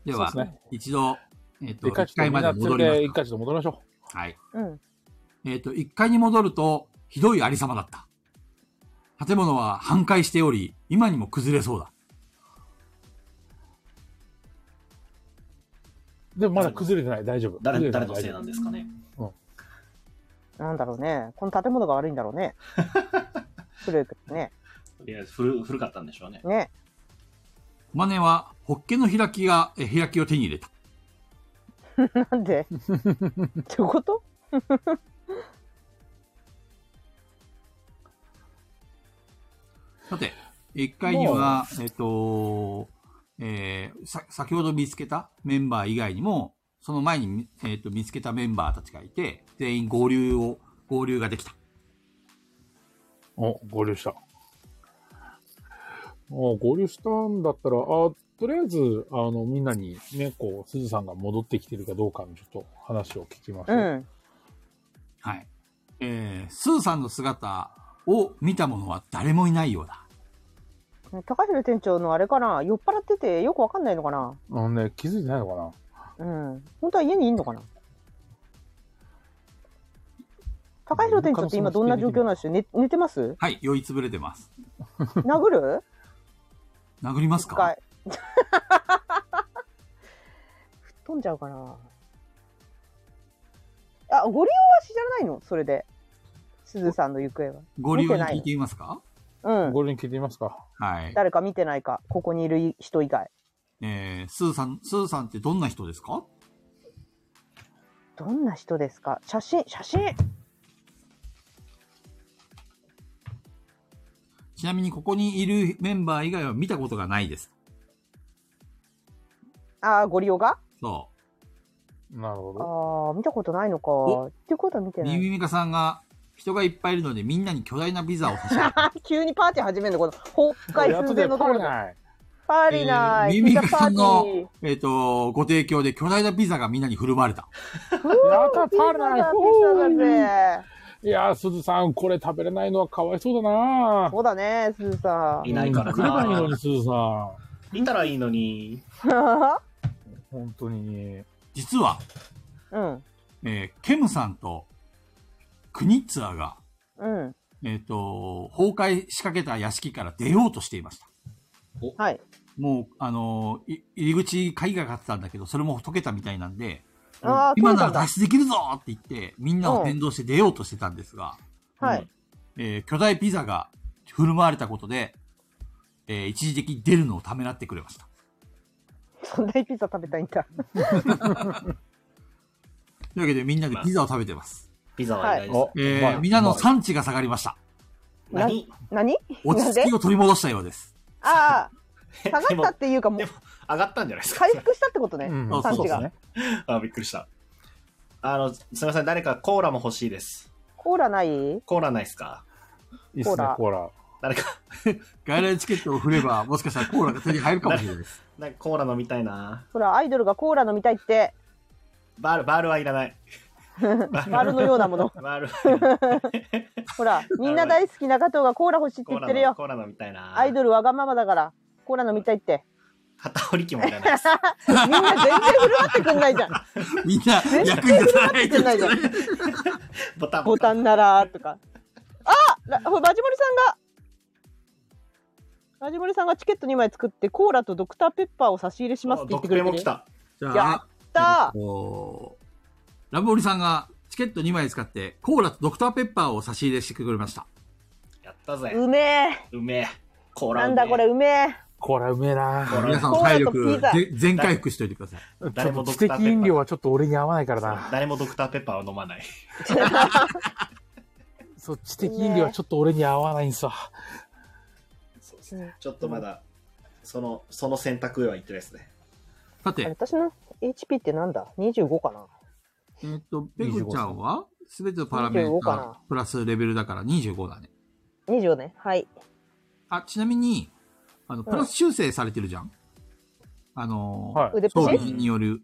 [SPEAKER 2] では、
[SPEAKER 1] そうですね
[SPEAKER 2] 一度、えっ、と、
[SPEAKER 1] 一回ち
[SPEAKER 2] 1階
[SPEAKER 1] ょっと
[SPEAKER 2] まで
[SPEAKER 1] みんな連
[SPEAKER 2] 戻
[SPEAKER 1] れて、
[SPEAKER 2] り
[SPEAKER 1] 一
[SPEAKER 2] ますか
[SPEAKER 1] 回ちょっと戻りましょ
[SPEAKER 2] はい。
[SPEAKER 4] うん
[SPEAKER 2] えっ、と、1階に戻ると、ひどいありさまだった。建物は半壊しており、今にも崩れそうだ。
[SPEAKER 1] う。でもまだ崩れてない。大丈夫。
[SPEAKER 3] 誰
[SPEAKER 1] 崩
[SPEAKER 3] 誰
[SPEAKER 1] れて
[SPEAKER 3] のせいなんですかね。
[SPEAKER 4] なんだろうねこの建物が悪いんだろうね古くてね
[SPEAKER 3] とりあえず古古かったんでしょうね。
[SPEAKER 4] ね
[SPEAKER 2] マネは、ホッケの開きが、え開きを手に入れた。
[SPEAKER 4] なんでってこと
[SPEAKER 2] さて、1階には、えっ、と、えーさ、先ほど見つけたメンバー以外にも、その前にみ、えっと見つけたメンバーたちがいて、全員合流を、合流ができた。
[SPEAKER 1] お、合流した。お、合流したんだったら、あ、とりあえず、あの、みんなに、ね、こう、すずさんが戻ってきてるかどうかのちょっと話を聞きましょ
[SPEAKER 4] う
[SPEAKER 1] う。
[SPEAKER 4] ん
[SPEAKER 2] はい。えー、スーさんの姿を見た者は誰もいないようだ。
[SPEAKER 4] 高弘店長のあれかな酔っ払っててよくわかんないのかな
[SPEAKER 1] あのね、気づいてないのかな
[SPEAKER 4] うん本当は家にいんのかな高弘店長って今どんな状況なんでしょう、ね、寝てます
[SPEAKER 2] はい、酔いつぶれてます。
[SPEAKER 4] 殴る
[SPEAKER 2] 殴ります
[SPEAKER 4] 一
[SPEAKER 2] か
[SPEAKER 4] 回。 吹っ飛んじゃうかな。あ、ご利用は知らないのそれで。すずさんの行方は。
[SPEAKER 2] ご利用に聞いてみますか
[SPEAKER 4] うん。
[SPEAKER 1] 合流に聞いてみますか。
[SPEAKER 2] はい。
[SPEAKER 4] 誰か見てないか。ここにいる人以外。
[SPEAKER 2] えー、スーさん、スーさんってどんな人ですか
[SPEAKER 4] どんな人ですか写真、写真
[SPEAKER 2] ちなみにここにいるメンバー以外は見たことがないです。
[SPEAKER 4] あー、ご利用が
[SPEAKER 2] そ
[SPEAKER 1] なるほど。
[SPEAKER 4] あー、見たことないの
[SPEAKER 2] お
[SPEAKER 4] か。っていうことは見て
[SPEAKER 2] う。
[SPEAKER 4] な
[SPEAKER 2] ミ
[SPEAKER 4] い。
[SPEAKER 2] ミミカさんが人がいっぱいいるのでみんなに巨大なビザを差し上げる。
[SPEAKER 4] あ急にパーティー始めるの、この、崩壊寸前のところで。
[SPEAKER 1] ない。
[SPEAKER 4] パーリーな
[SPEAKER 2] え
[SPEAKER 4] い。
[SPEAKER 2] ーミミ
[SPEAKER 4] ピザパ
[SPEAKER 2] さ
[SPEAKER 4] ー
[SPEAKER 2] ん
[SPEAKER 4] テ
[SPEAKER 2] の
[SPEAKER 4] ィー。、
[SPEAKER 2] えっ、と、ご提供で巨大なピザがみんなに振る舞われた。
[SPEAKER 1] やった、
[SPEAKER 4] ピ
[SPEAKER 1] パ
[SPEAKER 4] ザ
[SPEAKER 1] ーラ
[SPEAKER 4] だ、
[SPEAKER 1] イ
[SPEAKER 4] ピ
[SPEAKER 1] フ
[SPEAKER 4] ザだぜ。
[SPEAKER 1] いやー、鈴さん、これ食べれないのはかわいそうだな
[SPEAKER 4] そうだね、すずさ
[SPEAKER 3] いないから
[SPEAKER 1] くれないの
[SPEAKER 3] な
[SPEAKER 1] に、。鈴さん。
[SPEAKER 3] いたらいいのに。
[SPEAKER 4] ん。
[SPEAKER 1] 本当に。
[SPEAKER 2] 実は、
[SPEAKER 4] うん。
[SPEAKER 2] えーケムさんと、クニッツァーが、
[SPEAKER 4] うん。
[SPEAKER 2] えっ、と、崩壊しかけた屋敷から出ようとしていました。
[SPEAKER 4] はい。
[SPEAKER 2] もう、あのーい入り口鍵がかかってたんだけど、それも解けたみたいなんで、
[SPEAKER 4] ああ、
[SPEAKER 2] 今
[SPEAKER 4] 取れ
[SPEAKER 2] な
[SPEAKER 4] た
[SPEAKER 2] ら
[SPEAKER 4] んだ。
[SPEAKER 2] 脱出できるぞって言って、みんなを
[SPEAKER 4] うん
[SPEAKER 2] 連動して出ようとしてたんですが、
[SPEAKER 4] はい。
[SPEAKER 2] えー巨大ピザが振る舞われたことで、えー一時的に出るのをためらってくれました。
[SPEAKER 4] そんなにピザ食べたいんだ。
[SPEAKER 2] というわけでみんなでピザを食べてます。
[SPEAKER 3] ピザは偉いです。
[SPEAKER 1] お
[SPEAKER 2] え
[SPEAKER 1] まあ
[SPEAKER 2] ー、みんなの
[SPEAKER 1] まあ
[SPEAKER 2] 産地が下がりました。
[SPEAKER 3] 何
[SPEAKER 4] 何
[SPEAKER 2] 落ち着きを取り戻したようです。
[SPEAKER 4] あ あ、下が
[SPEAKER 3] で
[SPEAKER 4] っ
[SPEAKER 3] も
[SPEAKER 4] たっていうか、もう
[SPEAKER 3] でも上がったんじゃないですか
[SPEAKER 4] 回。復したってことね
[SPEAKER 1] う。ん
[SPEAKER 2] あ
[SPEAKER 4] 産
[SPEAKER 2] そうで
[SPEAKER 4] 地
[SPEAKER 2] す
[SPEAKER 4] が。
[SPEAKER 2] ね。
[SPEAKER 3] あ、びっくりした。あの、すみません、誰かコーラも欲しいです。
[SPEAKER 4] コーラない
[SPEAKER 3] コーラないですか
[SPEAKER 1] いいっすね、コーラ。
[SPEAKER 3] 誰か、
[SPEAKER 2] 外来チケットを振れば、もしかしたらコーラが手に入るかもしれない です。
[SPEAKER 3] なんかコーラ飲みたいな。
[SPEAKER 4] ほら、アイドルがコーラ飲みた いって、
[SPEAKER 3] バール、バールはいらない。バ
[SPEAKER 4] 丸のようなもの。
[SPEAKER 3] バ ールはいらない。
[SPEAKER 4] ほら、みんな大好き中藤がコーラ欲しいって
[SPEAKER 3] コ
[SPEAKER 4] 言
[SPEAKER 3] ー
[SPEAKER 4] っ
[SPEAKER 3] ラ
[SPEAKER 4] てる
[SPEAKER 3] の、
[SPEAKER 4] よ。
[SPEAKER 3] コーラ飲みたいな。
[SPEAKER 4] アイドルわがままだから、コーラ飲みたいって。
[SPEAKER 3] 旗織り機もいら ないです。
[SPEAKER 4] みんな全然振る舞ってくんないじゃ ん。
[SPEAKER 2] みんな役に立たない
[SPEAKER 4] 振る舞ってくんないじゃん。
[SPEAKER 3] ボタン。
[SPEAKER 4] ボタンならとか。あらほらラジモリさんが、ラジモリさんがチケット2枚作って、コーラとドクターペッパーを差し入れしますって言
[SPEAKER 3] ド
[SPEAKER 4] って
[SPEAKER 3] ク
[SPEAKER 4] くれ
[SPEAKER 3] ペ
[SPEAKER 4] て
[SPEAKER 3] も
[SPEAKER 4] る
[SPEAKER 3] 来。た。
[SPEAKER 2] じ
[SPEAKER 4] や
[SPEAKER 2] ゃ
[SPEAKER 4] だ
[SPEAKER 2] あ、おーラブオリさんがチケット2枚使って、コーラとドクターペッパーを差し入れしてくれました。
[SPEAKER 3] やったぜ。
[SPEAKER 4] うめ
[SPEAKER 3] うめえ。コー
[SPEAKER 4] え。
[SPEAKER 3] ラ
[SPEAKER 4] な
[SPEAKER 3] うめえ
[SPEAKER 4] んだこれ、うめえ。
[SPEAKER 1] コーラうめえな
[SPEAKER 3] コーラ
[SPEAKER 2] 皆さんの体
[SPEAKER 4] コ
[SPEAKER 2] 力
[SPEAKER 4] ーラとピ
[SPEAKER 2] ぜ全回復しておいてください。
[SPEAKER 1] ちょ
[SPEAKER 3] 誰
[SPEAKER 1] っ
[SPEAKER 3] も
[SPEAKER 1] と
[SPEAKER 3] ド
[SPEAKER 1] 知
[SPEAKER 3] クター
[SPEAKER 1] 的
[SPEAKER 3] ペッパー
[SPEAKER 1] 飲料はちょっと俺に合わないからな。
[SPEAKER 3] 誰もドクターペッパーを飲まない。
[SPEAKER 1] そう、知的飲料はちょっと俺に合わないんすわ。
[SPEAKER 3] そうですね。ちょっとまだ、その、その選択へは言ってないですね。
[SPEAKER 2] さ
[SPEAKER 4] あれ
[SPEAKER 2] て、
[SPEAKER 4] 私の HP ってなんだ ?25 かな
[SPEAKER 2] えーっと、ペグちゃんは、すべてのパラメー
[SPEAKER 4] 25
[SPEAKER 2] タ
[SPEAKER 4] か
[SPEAKER 2] ー
[SPEAKER 4] な
[SPEAKER 2] プラスレベルだから25だね。
[SPEAKER 4] ?25 ね。はい。
[SPEAKER 2] あ、ちなみに、あの、プラス修正されてるじゃん。あのー、
[SPEAKER 1] はい。
[SPEAKER 4] 腕
[SPEAKER 2] 装
[SPEAKER 4] プシ
[SPEAKER 2] 備
[SPEAKER 4] い
[SPEAKER 2] 品による。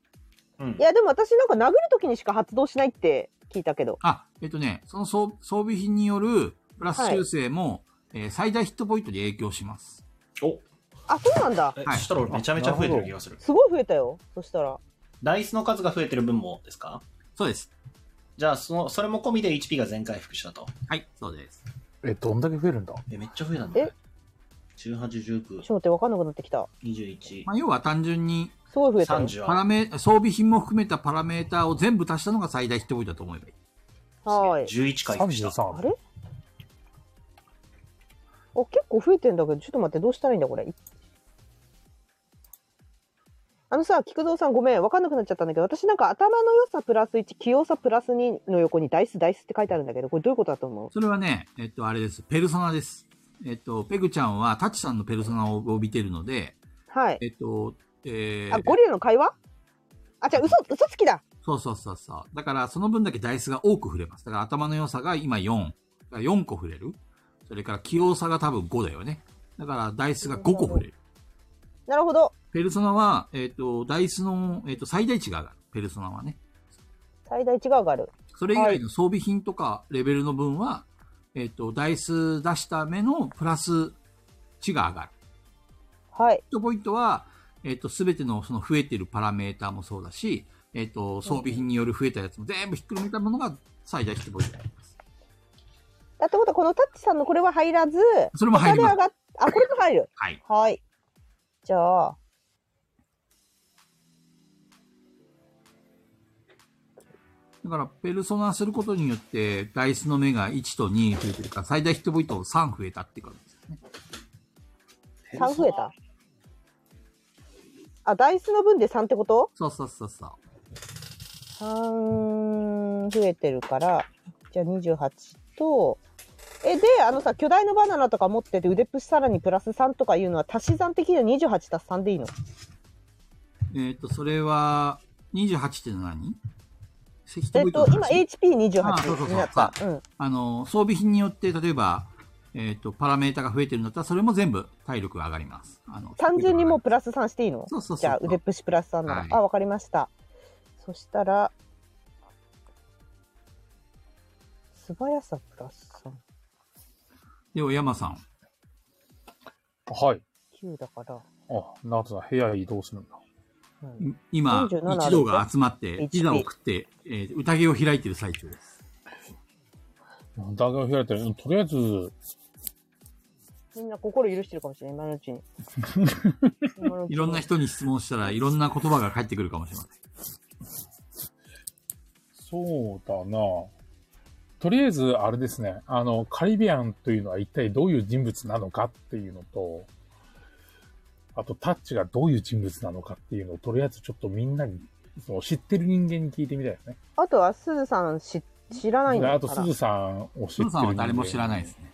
[SPEAKER 3] うん。
[SPEAKER 4] や、でも私なんか殴るときにしか発動しないって聞いたけど。
[SPEAKER 2] あ、えっとね、その装装備品によるプラス修正も、えー最大ヒットポイントに影響します。
[SPEAKER 3] お
[SPEAKER 4] あ、そうなんだ。
[SPEAKER 3] え
[SPEAKER 2] はい
[SPEAKER 3] そしたら俺めちゃめちゃ増えてる気がする。
[SPEAKER 4] すごい増えたよ。そしたら。
[SPEAKER 3] ダイスの数が増えてる分もですか
[SPEAKER 2] そうです。
[SPEAKER 3] じゃあ、その、それも込みで HP が全回復したと。
[SPEAKER 2] はい、そうです。
[SPEAKER 1] え、どんだけ増えるんだ
[SPEAKER 3] え、めっちゃ増えたんだね
[SPEAKER 4] え。
[SPEAKER 3] 18、19
[SPEAKER 4] ち、ょっと待って、わかんなくなってきた。
[SPEAKER 3] 21、
[SPEAKER 2] まあ、要は単純に、
[SPEAKER 4] すごい増えたよ。
[SPEAKER 3] 30
[SPEAKER 2] パラメ、装備品も含めたパラメーターを全部足したのが最大ヒットポイントだと思えばいい。
[SPEAKER 4] はーい。
[SPEAKER 3] 11回復した。
[SPEAKER 4] あ
[SPEAKER 1] ?33。
[SPEAKER 4] れあ、結構増えてんだけど、ちょっと待って、どうしたらいいんだ、これ。あのさ、菊蔵さんごめん、わかんなくなっちゃったんだけど、私なんか頭の良さプラス1、器用さプラス2の横にダイス、ダイスって書いてあるんだけど、これどういうことだと思う
[SPEAKER 2] それはね、えっと、あれです。ペルソナです。えっと、ペグちゃんはタチさんのペルソナを帯びてるので、
[SPEAKER 4] はい。
[SPEAKER 2] えっと、えー
[SPEAKER 4] あ、ゴリラの会話あ、じゃあ、嘘、嘘つきだ
[SPEAKER 2] そうそうそうそう。だから、その分だけダイスが多く振れます。だから、頭の良さが今4。4個振れる。それから、器用さが多分5だよね。だから、ダイスが5個振れる。
[SPEAKER 4] なるほど。
[SPEAKER 2] ペルソナは、えっ、と、ダイスの、えっ、と、最大値が上がる。ペルソナはね。
[SPEAKER 4] 最大値が上がる。
[SPEAKER 2] それ以外の装備品とかレベルの分は、えっ、と、ダイス出した目のプラス値が上がる。
[SPEAKER 4] はい。
[SPEAKER 2] ヒットポイントは、えっ、と、すべてのその増えてるパラメーターもそうだし、えっ、と、装備品による増えたやつも全部ひっくるめたものが最大ヒットポイントになります。
[SPEAKER 4] だってことは、このタッチさんのこれは入らず、
[SPEAKER 2] それも入りま
[SPEAKER 4] 他
[SPEAKER 2] す
[SPEAKER 4] で上。がっあ、これも入る。
[SPEAKER 2] はい。
[SPEAKER 4] はい。じゃあ。
[SPEAKER 2] だから、ペルソナすることによって、ダイスの目が1と2増えてるから、最大ヒットポイント3増えたっていうことですよね。
[SPEAKER 4] 3増えたあダイスの分で3ってこと
[SPEAKER 2] そうそうそうそう。
[SPEAKER 4] ?3 増えてるからじゃあ28とえであのさ巨大のバナナとか持ってて腕プッシュさらにプラス3とかいうのは足し算的には28足す3でいいの
[SPEAKER 2] えっ、と、それは、28って何石
[SPEAKER 4] え
[SPEAKER 2] 炭
[SPEAKER 4] っ
[SPEAKER 2] ポイント
[SPEAKER 4] と
[SPEAKER 2] の
[SPEAKER 4] 今
[SPEAKER 2] 話
[SPEAKER 4] HP28
[SPEAKER 2] あそうそうそう
[SPEAKER 4] になったうん
[SPEAKER 2] あの、装備品によって、例えば、ええっ、と、パラメータが増えてるんだったら、それも全部体力が上がります。あの
[SPEAKER 4] 単純にもうプラス3していいの
[SPEAKER 2] そうそうそう。
[SPEAKER 4] じゃあ腕っぷしプラス3なら、
[SPEAKER 2] はい
[SPEAKER 4] あわかりましたそしたら素早さプラス
[SPEAKER 2] では、山さん。
[SPEAKER 1] はい。
[SPEAKER 4] 39だから、
[SPEAKER 1] あ、なるほど。部屋へ移動するんだ。
[SPEAKER 4] うん、
[SPEAKER 2] い今、
[SPEAKER 4] 47
[SPEAKER 2] 一同が集まって、
[SPEAKER 4] HP
[SPEAKER 2] 一座を食って、えー宴を開いてる最中です。
[SPEAKER 1] 大学開いてる。うんとりあえず、
[SPEAKER 4] みんな心許してるかもしれない今のう ちに今のうちに
[SPEAKER 2] いろんな人に質問したらいろんな言葉が返ってくるかもしれません。
[SPEAKER 1] そうだなとりあえず、あれですね。あの、カリビアンというのは一体どういう人物なのかっていうのと、あと、タッチがどういう人物なのかっていうのを、とりあえずちょっとみんなに、その知ってる人間に聞いてみたいですね。
[SPEAKER 4] あとはすずさん知知らないん
[SPEAKER 1] で
[SPEAKER 4] だ
[SPEAKER 1] あと、
[SPEAKER 4] か
[SPEAKER 1] す
[SPEAKER 4] ら
[SPEAKER 1] ずさんを知って
[SPEAKER 2] プ
[SPEAKER 1] る。
[SPEAKER 2] ロさんは誰も知らないですすね。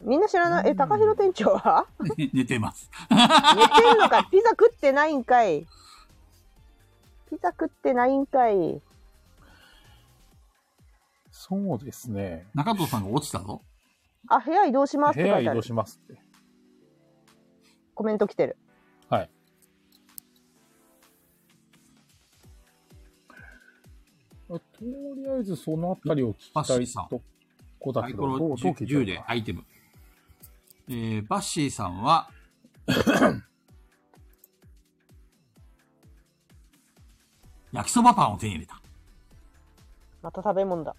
[SPEAKER 4] みんな知らないえ高弘店長は
[SPEAKER 2] 寝てます。
[SPEAKER 4] 寝てるのかピザ食ってないんかいピザ食ってないんかい
[SPEAKER 1] そうですね。
[SPEAKER 2] 中藤さんが落ちたぞ。
[SPEAKER 4] あ部屋移動します
[SPEAKER 1] 部
[SPEAKER 4] って書
[SPEAKER 1] 屋
[SPEAKER 4] い
[SPEAKER 1] 移
[SPEAKER 4] てある
[SPEAKER 1] 動しますって。
[SPEAKER 4] コメント来てる
[SPEAKER 1] はい。とりあえずそのあたりを聞きたいとこだ
[SPEAKER 2] サ
[SPEAKER 1] け
[SPEAKER 2] イ
[SPEAKER 1] ど、
[SPEAKER 2] コロ
[SPEAKER 1] どうどう聞いたら
[SPEAKER 2] 10
[SPEAKER 1] いい
[SPEAKER 2] で
[SPEAKER 1] か
[SPEAKER 2] アイテム。えー、バッシーさん は、焼きそばパンを手に入れた。
[SPEAKER 4] また食べ物だ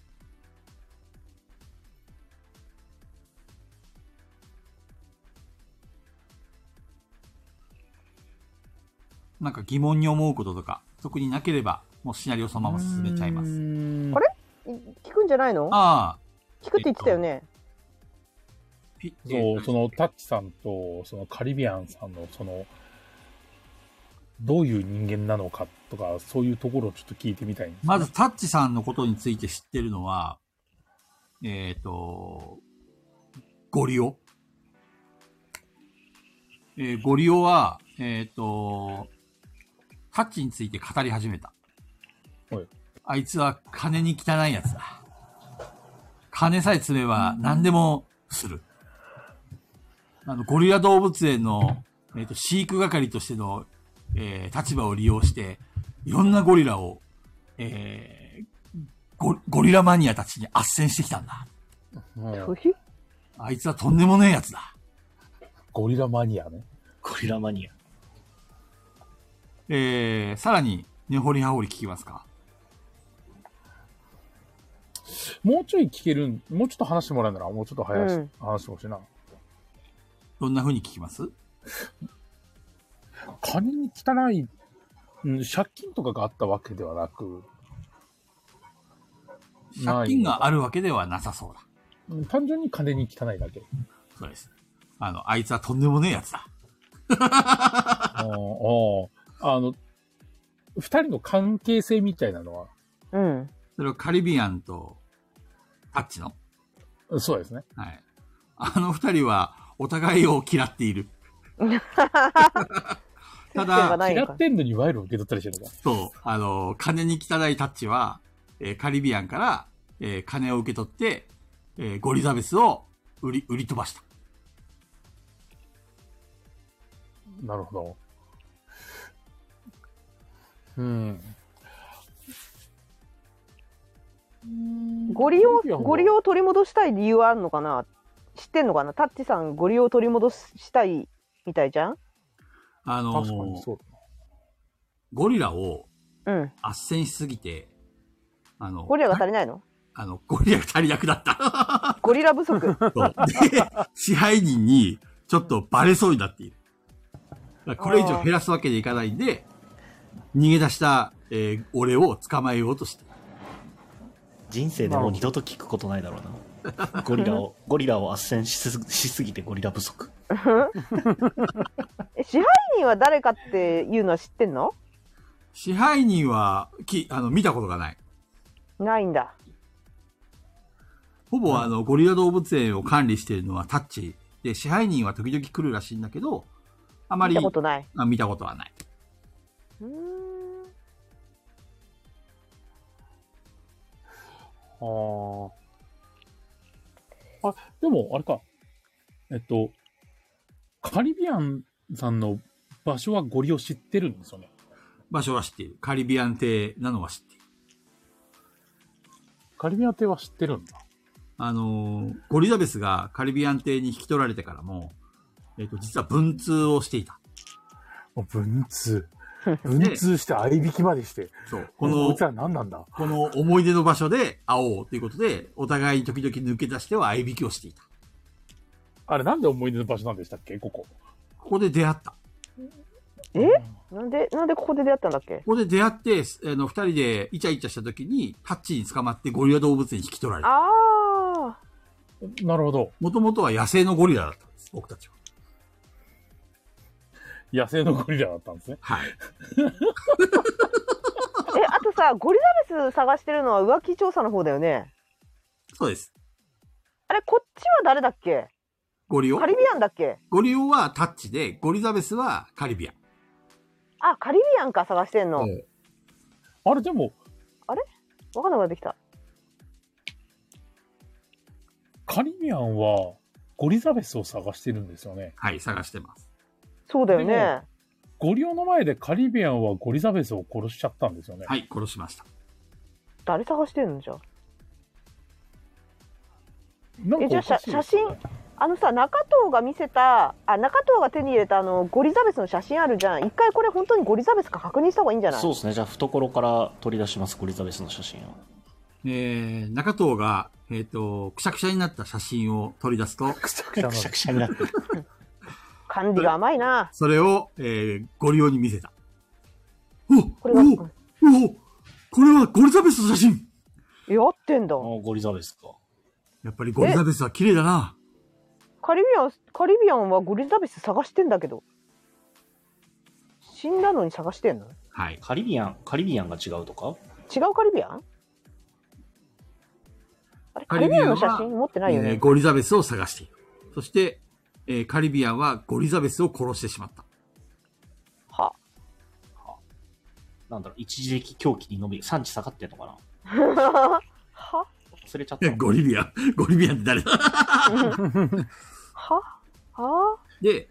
[SPEAKER 2] なんか疑問に思うこととか、特になければ、もうシナリオそのまま進めちゃいま
[SPEAKER 1] う
[SPEAKER 2] す。
[SPEAKER 1] ーん
[SPEAKER 4] あれい聞くんじゃないの
[SPEAKER 2] ああ、
[SPEAKER 4] 聞くって言ってたよね、
[SPEAKER 2] ピえ
[SPEAKER 1] そう、
[SPEAKER 2] ー
[SPEAKER 1] そのタッチさんと、そのカリビアンさんの、その、どういう人間なのかとか、そういうところをちょっと聞いてみたいんです
[SPEAKER 2] まず、タッチさんのことについて知ってるのは、えっ、と、ゴリオ。えーゴリオは、えっ、と、タッチについて語り始めた。
[SPEAKER 1] はい
[SPEAKER 2] あいつは金に汚いやつだ。金さえ積めば何でもする。あの、ゴリラ動物園の、えっ、と、飼育係としての、えー立場を利用して、いろんなゴリラをえーゴゴリラマニアたちに圧旋してきたんだ。
[SPEAKER 1] うん
[SPEAKER 4] ふひ
[SPEAKER 2] あいつはとんでもねえやつだ。
[SPEAKER 1] ゴリラマニアね。
[SPEAKER 3] ゴリラマニア。
[SPEAKER 2] えー、さらに、根掘り葉掘り聞きますか。
[SPEAKER 1] もうちょい聞けるん、もうちょっと話してもらうなら、もうちょっと早し、
[SPEAKER 4] うん
[SPEAKER 1] 話してほしいな。
[SPEAKER 2] どんな風に聞きます
[SPEAKER 1] 金に汚い、うん、借金とかがあったわけではなく、
[SPEAKER 2] 借金があるわけではなさそうだ。
[SPEAKER 1] うん単純に金に汚い だけ。
[SPEAKER 2] そうです。あの、あいつはとんでもねえやつだ。
[SPEAKER 1] あーあーあの、二人の関係性みたいなの
[SPEAKER 4] うん
[SPEAKER 2] それはカリビアンとタッチの。
[SPEAKER 1] は、そうですね。
[SPEAKER 2] はい。あの二人はお互いを嫌ってい る。た
[SPEAKER 4] 接点が
[SPEAKER 2] だ、
[SPEAKER 4] ない
[SPEAKER 1] 嫌
[SPEAKER 4] のか
[SPEAKER 1] ってんのに賄賂を受け取ったりしてるのか。
[SPEAKER 2] そう、あの、金に汚いタッチは、えーカリビアンから、えー金を受け取って、えーゴリザベスを売り、売り飛ばした。
[SPEAKER 1] なるほど。うん。
[SPEAKER 4] ゴリを
[SPEAKER 1] いや
[SPEAKER 4] ゴリを取り戻したい理由はあるのかな知ってんのかなタッチさんゴリを取り戻したいみたいじゃん
[SPEAKER 2] あの
[SPEAKER 1] 確かにそうだ
[SPEAKER 2] ゴリラを
[SPEAKER 4] うん
[SPEAKER 2] 圧旋しすぎて、あの、
[SPEAKER 4] ゴリラが足りないの
[SPEAKER 2] あの、ゴリラが足りなくなった。
[SPEAKER 4] ゴリラ不足
[SPEAKER 2] そうで、 支配人にちょっとバレそうになっている。だからこれ以上減らすわけにいかないんで、逃げ出した、えー俺を捕まえようとしている。
[SPEAKER 3] 人生でもう二度と聞くことないだろうな。ゴリラを、 ゴリラを圧旋しすしすぎてゴリラ不足。
[SPEAKER 4] え支配人は誰かっていうのは知ってんの
[SPEAKER 2] 支配人は、き、あの、見たことがない。
[SPEAKER 4] ないんだ
[SPEAKER 2] ほぼあの、ゴリラ動物園を管理しているのはタッチ。で、支配人は時々来るらしいんだけど、あま
[SPEAKER 4] 見
[SPEAKER 2] り
[SPEAKER 4] たことない
[SPEAKER 2] あ見たことはない。
[SPEAKER 4] うーん
[SPEAKER 1] あーあ。でも、あれか。えっと、カリビアンさんの場所はゴリを知ってるんですよね。
[SPEAKER 2] 場所は知っている。カリビアン邸なのは知っている。
[SPEAKER 1] カリビアン邸は知ってるんだ。
[SPEAKER 2] あのーゴリザベスがカリビアン邸に引き取られてからも、えっ、と、実は文通をしていた。
[SPEAKER 1] もう文 通。文通して合いびきまでして。
[SPEAKER 2] そう。こ
[SPEAKER 1] この、こい
[SPEAKER 2] の
[SPEAKER 1] つ、ら何なんだ
[SPEAKER 2] この思い出の場所で会おうということで、お互いに時々抜け出しては相引きをしていた。
[SPEAKER 1] あれなんで思い出の場所なんでしたっけここ。
[SPEAKER 2] ここで出会った。
[SPEAKER 4] えなんでなんでここで出会ったんだっけ
[SPEAKER 2] ここで出会って、あの、二人でイチャイチャした時に、タッチに捕まってゴリラ動物園に引き取られた。
[SPEAKER 4] ああ
[SPEAKER 1] なるほど。
[SPEAKER 2] もともとは野生のゴリラだったんです、僕たちは。
[SPEAKER 1] 野生のゴリラだったんですね。
[SPEAKER 2] はい。
[SPEAKER 4] えあとさゴリザベス探してるのは浮気調査の方だよね
[SPEAKER 2] そうです。
[SPEAKER 4] あれこっちは誰だっけ
[SPEAKER 2] ゴリオ
[SPEAKER 4] カリビアンだっけ
[SPEAKER 2] ゴリオはタッチで、ゴリザベスはカリビアン。
[SPEAKER 4] あカリビアンか探してんの、
[SPEAKER 2] うん
[SPEAKER 1] あれでも、
[SPEAKER 4] 分かんなくなってきた
[SPEAKER 1] カリビアンはゴリザベスを探してるんですよね。
[SPEAKER 2] はい、探してます。
[SPEAKER 4] そうだよ
[SPEAKER 1] で
[SPEAKER 4] ね
[SPEAKER 1] ゴリオの前でカリビアンはゴリザベスを殺しちゃったんですよね。
[SPEAKER 2] はい、殺しました。
[SPEAKER 4] 誰探してんのじゃあ
[SPEAKER 1] なん
[SPEAKER 4] えじ
[SPEAKER 1] か
[SPEAKER 4] ゃ
[SPEAKER 1] お
[SPEAKER 4] あ
[SPEAKER 1] かしいですよね、
[SPEAKER 4] あのさ中藤が見せたあ中藤が手に入れたあのゴリザベスの写真あるじゃん一回これ本当にゴリザベスか確認した方がいいんじゃない
[SPEAKER 3] そうですね。じゃあ、懐から取り出します、ゴリザベスの写真を。
[SPEAKER 2] えー、中藤が、えっ、と、くしゃくしゃになった写真を取り出すと、
[SPEAKER 3] くしゃくしゃくしゃくしゃになって。
[SPEAKER 4] 管理が甘いな
[SPEAKER 2] それを、えー、ゴリオに見せた。お
[SPEAKER 4] これが
[SPEAKER 2] おおこれはゴリザベスの写真
[SPEAKER 4] やってんだ
[SPEAKER 3] おゴリザベスか。
[SPEAKER 2] やっぱりゴリザベスは綺麗だな。
[SPEAKER 4] カリビアンカリビアンはゴリザベス探してんだけど死んだのに探してんの
[SPEAKER 2] はい。
[SPEAKER 3] カリビアン、カリビアンが違うとか
[SPEAKER 4] 違うカリビアンあれ
[SPEAKER 2] カ
[SPEAKER 4] カ
[SPEAKER 2] リ
[SPEAKER 4] リ
[SPEAKER 2] ビ
[SPEAKER 4] ビ
[SPEAKER 2] アンは
[SPEAKER 4] アンの写真持ってないよ
[SPEAKER 2] えー
[SPEAKER 4] ね、
[SPEAKER 2] ゴリザベスを探している。そして、えーカリビアンはゴリザベスを殺してしまった。
[SPEAKER 4] は
[SPEAKER 3] なんだろう、一時的狂気に伸び、産地下がってんの かな
[SPEAKER 4] は
[SPEAKER 3] 忘れちゃっ
[SPEAKER 2] い
[SPEAKER 3] た
[SPEAKER 2] や。ゴリビア ン、ゴリビアンって誰だ
[SPEAKER 4] はは
[SPEAKER 2] で、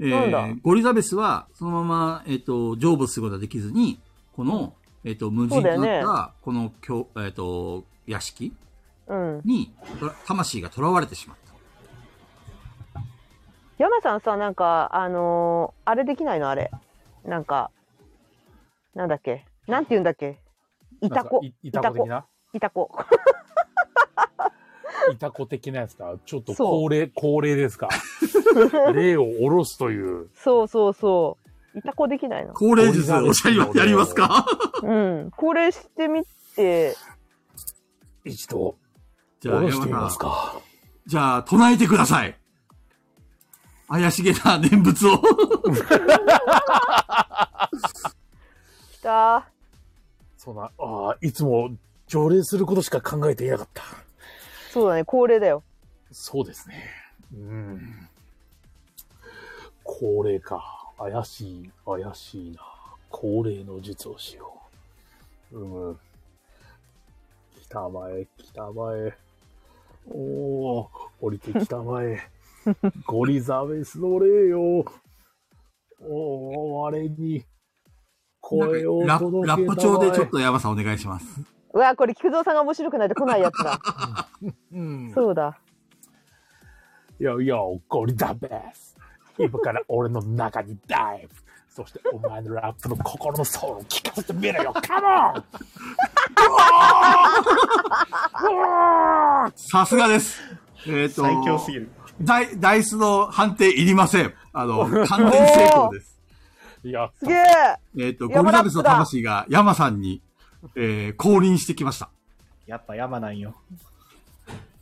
[SPEAKER 2] えー
[SPEAKER 4] なんだ
[SPEAKER 2] ゴリザベスはそのまま、えっ、と、成仏することはできずに、この、えっ、と、無人と
[SPEAKER 4] そうだ
[SPEAKER 2] なっ
[SPEAKER 4] よ
[SPEAKER 2] た、この、きょえっ、と、屋敷
[SPEAKER 4] うん
[SPEAKER 2] に、とら魂が囚われてしまった。
[SPEAKER 4] 山さんさなんかあのーあれできないのあれなんかなんだっけなんて言うんだっけイタコ
[SPEAKER 1] なんかいいたこ的な
[SPEAKER 4] イタコ
[SPEAKER 1] いたこ的なやつか。ちょっと
[SPEAKER 4] そう
[SPEAKER 1] 高齢、高齢ですか。 霊を下ろすという。
[SPEAKER 4] そうそうそうイタコで きないの
[SPEAKER 2] 高齢術、おしゃれはやりますか
[SPEAKER 4] うんこれしてみて
[SPEAKER 1] 一度、
[SPEAKER 2] じ
[SPEAKER 1] 下
[SPEAKER 2] ゃあ、
[SPEAKER 1] ろしてみ
[SPEAKER 2] 山
[SPEAKER 1] ます
[SPEAKER 2] さん、
[SPEAKER 1] か。
[SPEAKER 2] じゃあ、唱えてください。怪しげな念仏を。
[SPEAKER 4] きた
[SPEAKER 1] そんな、ああ、いつも条例することしか考えていなかった。
[SPEAKER 4] そうだね恒例だよ
[SPEAKER 1] そうですね。うん。高齢か。怪しい、怪しいな。高齢の術をしよう。うむ。北前、北前。おお、降りて北前。 ゴリザベスの霊よ。おお、我に、声を
[SPEAKER 2] ラ
[SPEAKER 1] 届け
[SPEAKER 2] ラップ調でちょっ
[SPEAKER 1] と。
[SPEAKER 2] と山さんお願いします。
[SPEAKER 4] うわこれ菊蔵さんが面白くないと来ないやつだ
[SPEAKER 1] うん。
[SPEAKER 4] そうだ
[SPEAKER 1] よいよ、ゴリザベス。今から俺の中にダイブ。そしてお前のラップの心のソウルを聞かせてみろよ。カモン
[SPEAKER 2] さすがです。えっ、と、
[SPEAKER 3] 最強すぎる。
[SPEAKER 2] ダイ、ダイスの判定いりません。あの、完全成功です。
[SPEAKER 1] いや、
[SPEAKER 4] すげえ
[SPEAKER 2] えっと、ゴ
[SPEAKER 4] 山
[SPEAKER 2] リ
[SPEAKER 4] ラ
[SPEAKER 2] ラ
[SPEAKER 4] ップだ
[SPEAKER 2] ベスの魂が山さんに、えー降臨してきました。
[SPEAKER 3] やっぱ山なんよ。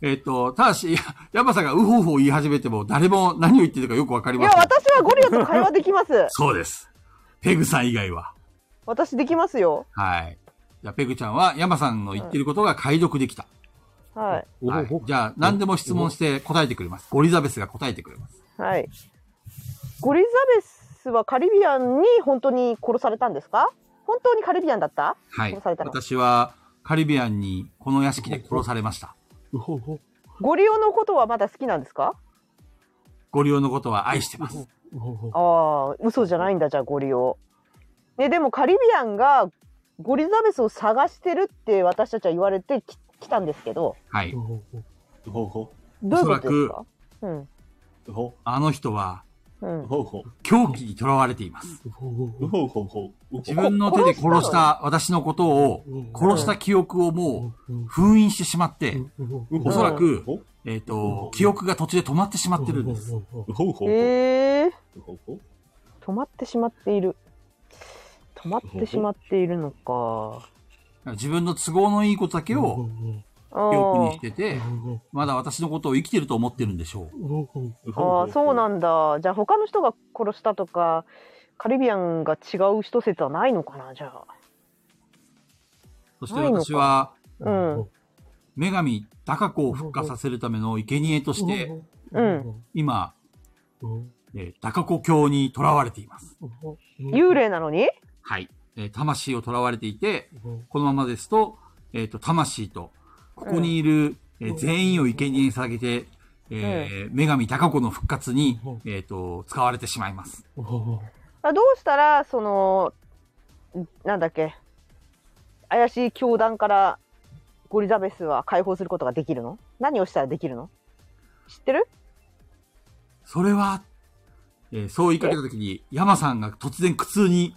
[SPEAKER 2] えっ、と、ただし、 や山さんがウホウホ言い始めても、誰も何を言ってるかよくわかり
[SPEAKER 4] い
[SPEAKER 2] ま
[SPEAKER 4] や
[SPEAKER 2] せん。
[SPEAKER 4] 私はゴリラと会話できます
[SPEAKER 2] そうです。ペグさん以外は。
[SPEAKER 4] 私できますよ
[SPEAKER 2] はい。じゃあ、ペグちゃんは山さんの言ってることが解読できた。
[SPEAKER 4] は
[SPEAKER 2] はい。じゃあ、何でも質問して答えてくれます。ゴリザベスが答えてくれます。
[SPEAKER 4] いはいゴリザベスはカリビアンに本当に殺されたんですか本当にカリビアンだった
[SPEAKER 2] はい
[SPEAKER 4] 殺され。たの
[SPEAKER 2] 私は、カリビアンにこの屋敷で殺されました。
[SPEAKER 1] うほうほ
[SPEAKER 4] ゴリオのことはまだ好きなんですか
[SPEAKER 2] ゴリオのことは愛してます。
[SPEAKER 4] ああ、嘘じゃないんだ、じゃあ、ゴリを。ね、でもカリビアンがゴリザメスを探してるって私たちは言われてき来たんですけど、
[SPEAKER 2] はい。
[SPEAKER 3] ほうほ
[SPEAKER 4] どういうことですかうん。
[SPEAKER 3] う。ほ
[SPEAKER 2] あの人は
[SPEAKER 4] うん
[SPEAKER 3] う。ほうほ
[SPEAKER 2] 狂気にとらわれています。
[SPEAKER 3] う。ほうほうほう。
[SPEAKER 2] 自分の手で殺した私のことを、殺した記憶をもう封印してしまって、おそらく、
[SPEAKER 3] ほう
[SPEAKER 2] えっ、と、記憶が途中で止まってしまってるんです。
[SPEAKER 3] ほうほう。
[SPEAKER 4] ええ
[SPEAKER 3] ほうほう。
[SPEAKER 4] 止まってしまっている。止まってしまっているのか。
[SPEAKER 2] 自分の都合のいいことだけを記憶に
[SPEAKER 4] あ
[SPEAKER 2] してて、まだ私のことを生きてると思ってるんでしょう。
[SPEAKER 4] あああ、そうなんだ。じゃあ他の人が殺したとか、カリビアンが違う人説はないのかな、じゃあ。
[SPEAKER 2] そして私は、
[SPEAKER 4] うん。
[SPEAKER 2] 女神高子を復活させるための生贄として、
[SPEAKER 4] うん。
[SPEAKER 2] 今、えー、高子教に囚われています。
[SPEAKER 4] 幽霊なのに
[SPEAKER 2] はい。えー魂を囚われていて、このままですと、えっ、と、魂と、ここにいる、えー全員を生贄に捧げて、えー女神高子の復活に、えっ、と、使われてしまいます。
[SPEAKER 4] あどうしたらそのんなんだっけ怪しい教団からゴリザベスは解放することができるの何をしたらできるの知ってる
[SPEAKER 2] それは、えーそう言いかけたときに、山さんが突然苦痛に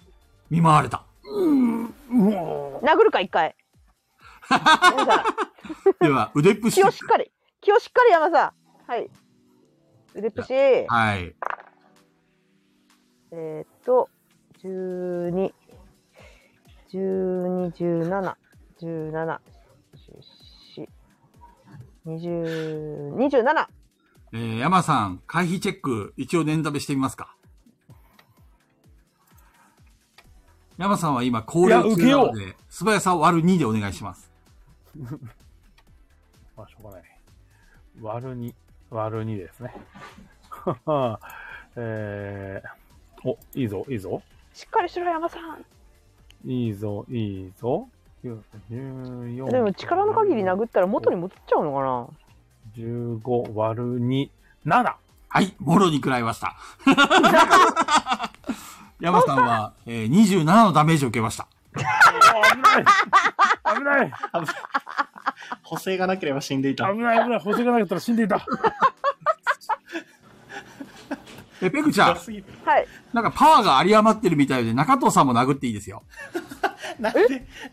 [SPEAKER 2] 見舞われた。
[SPEAKER 4] 殴るか一回なんだ
[SPEAKER 2] では、腕っ ぷし
[SPEAKER 4] 気を。しっかり気をしっかり山さんはい腕っぷしえ
[SPEAKER 2] はい。
[SPEAKER 4] ーっと12 12 17 17 20 27
[SPEAKER 2] えー山さん、回避チェック、一応念食べしてみますか。山さんは今、考慮中なので、素早さを割る2でお願いします。
[SPEAKER 1] まあ、しょうがない。割る2、割る2ですね。 ははえー、お、いいぞ、いいぞ。
[SPEAKER 4] しっかりしろ山さん
[SPEAKER 1] いいぞ、いいぞ。14
[SPEAKER 4] でも力の限り殴ったら元に戻っちゃうのかな
[SPEAKER 1] 15割る2、7!
[SPEAKER 2] はい、もろに食らいま した。山さんは、えー27のダメージを受けました。
[SPEAKER 1] 危 ない危
[SPEAKER 3] 補正がなければ死んでいた
[SPEAKER 1] ない。危ない危ない補正がなかったら死んでいた
[SPEAKER 2] え、ペグちゃん、
[SPEAKER 3] すぎる。
[SPEAKER 4] はい
[SPEAKER 2] なんかパワーが有り余ってるみたいで、中藤さんも殴っていいですよ。
[SPEAKER 3] なんで、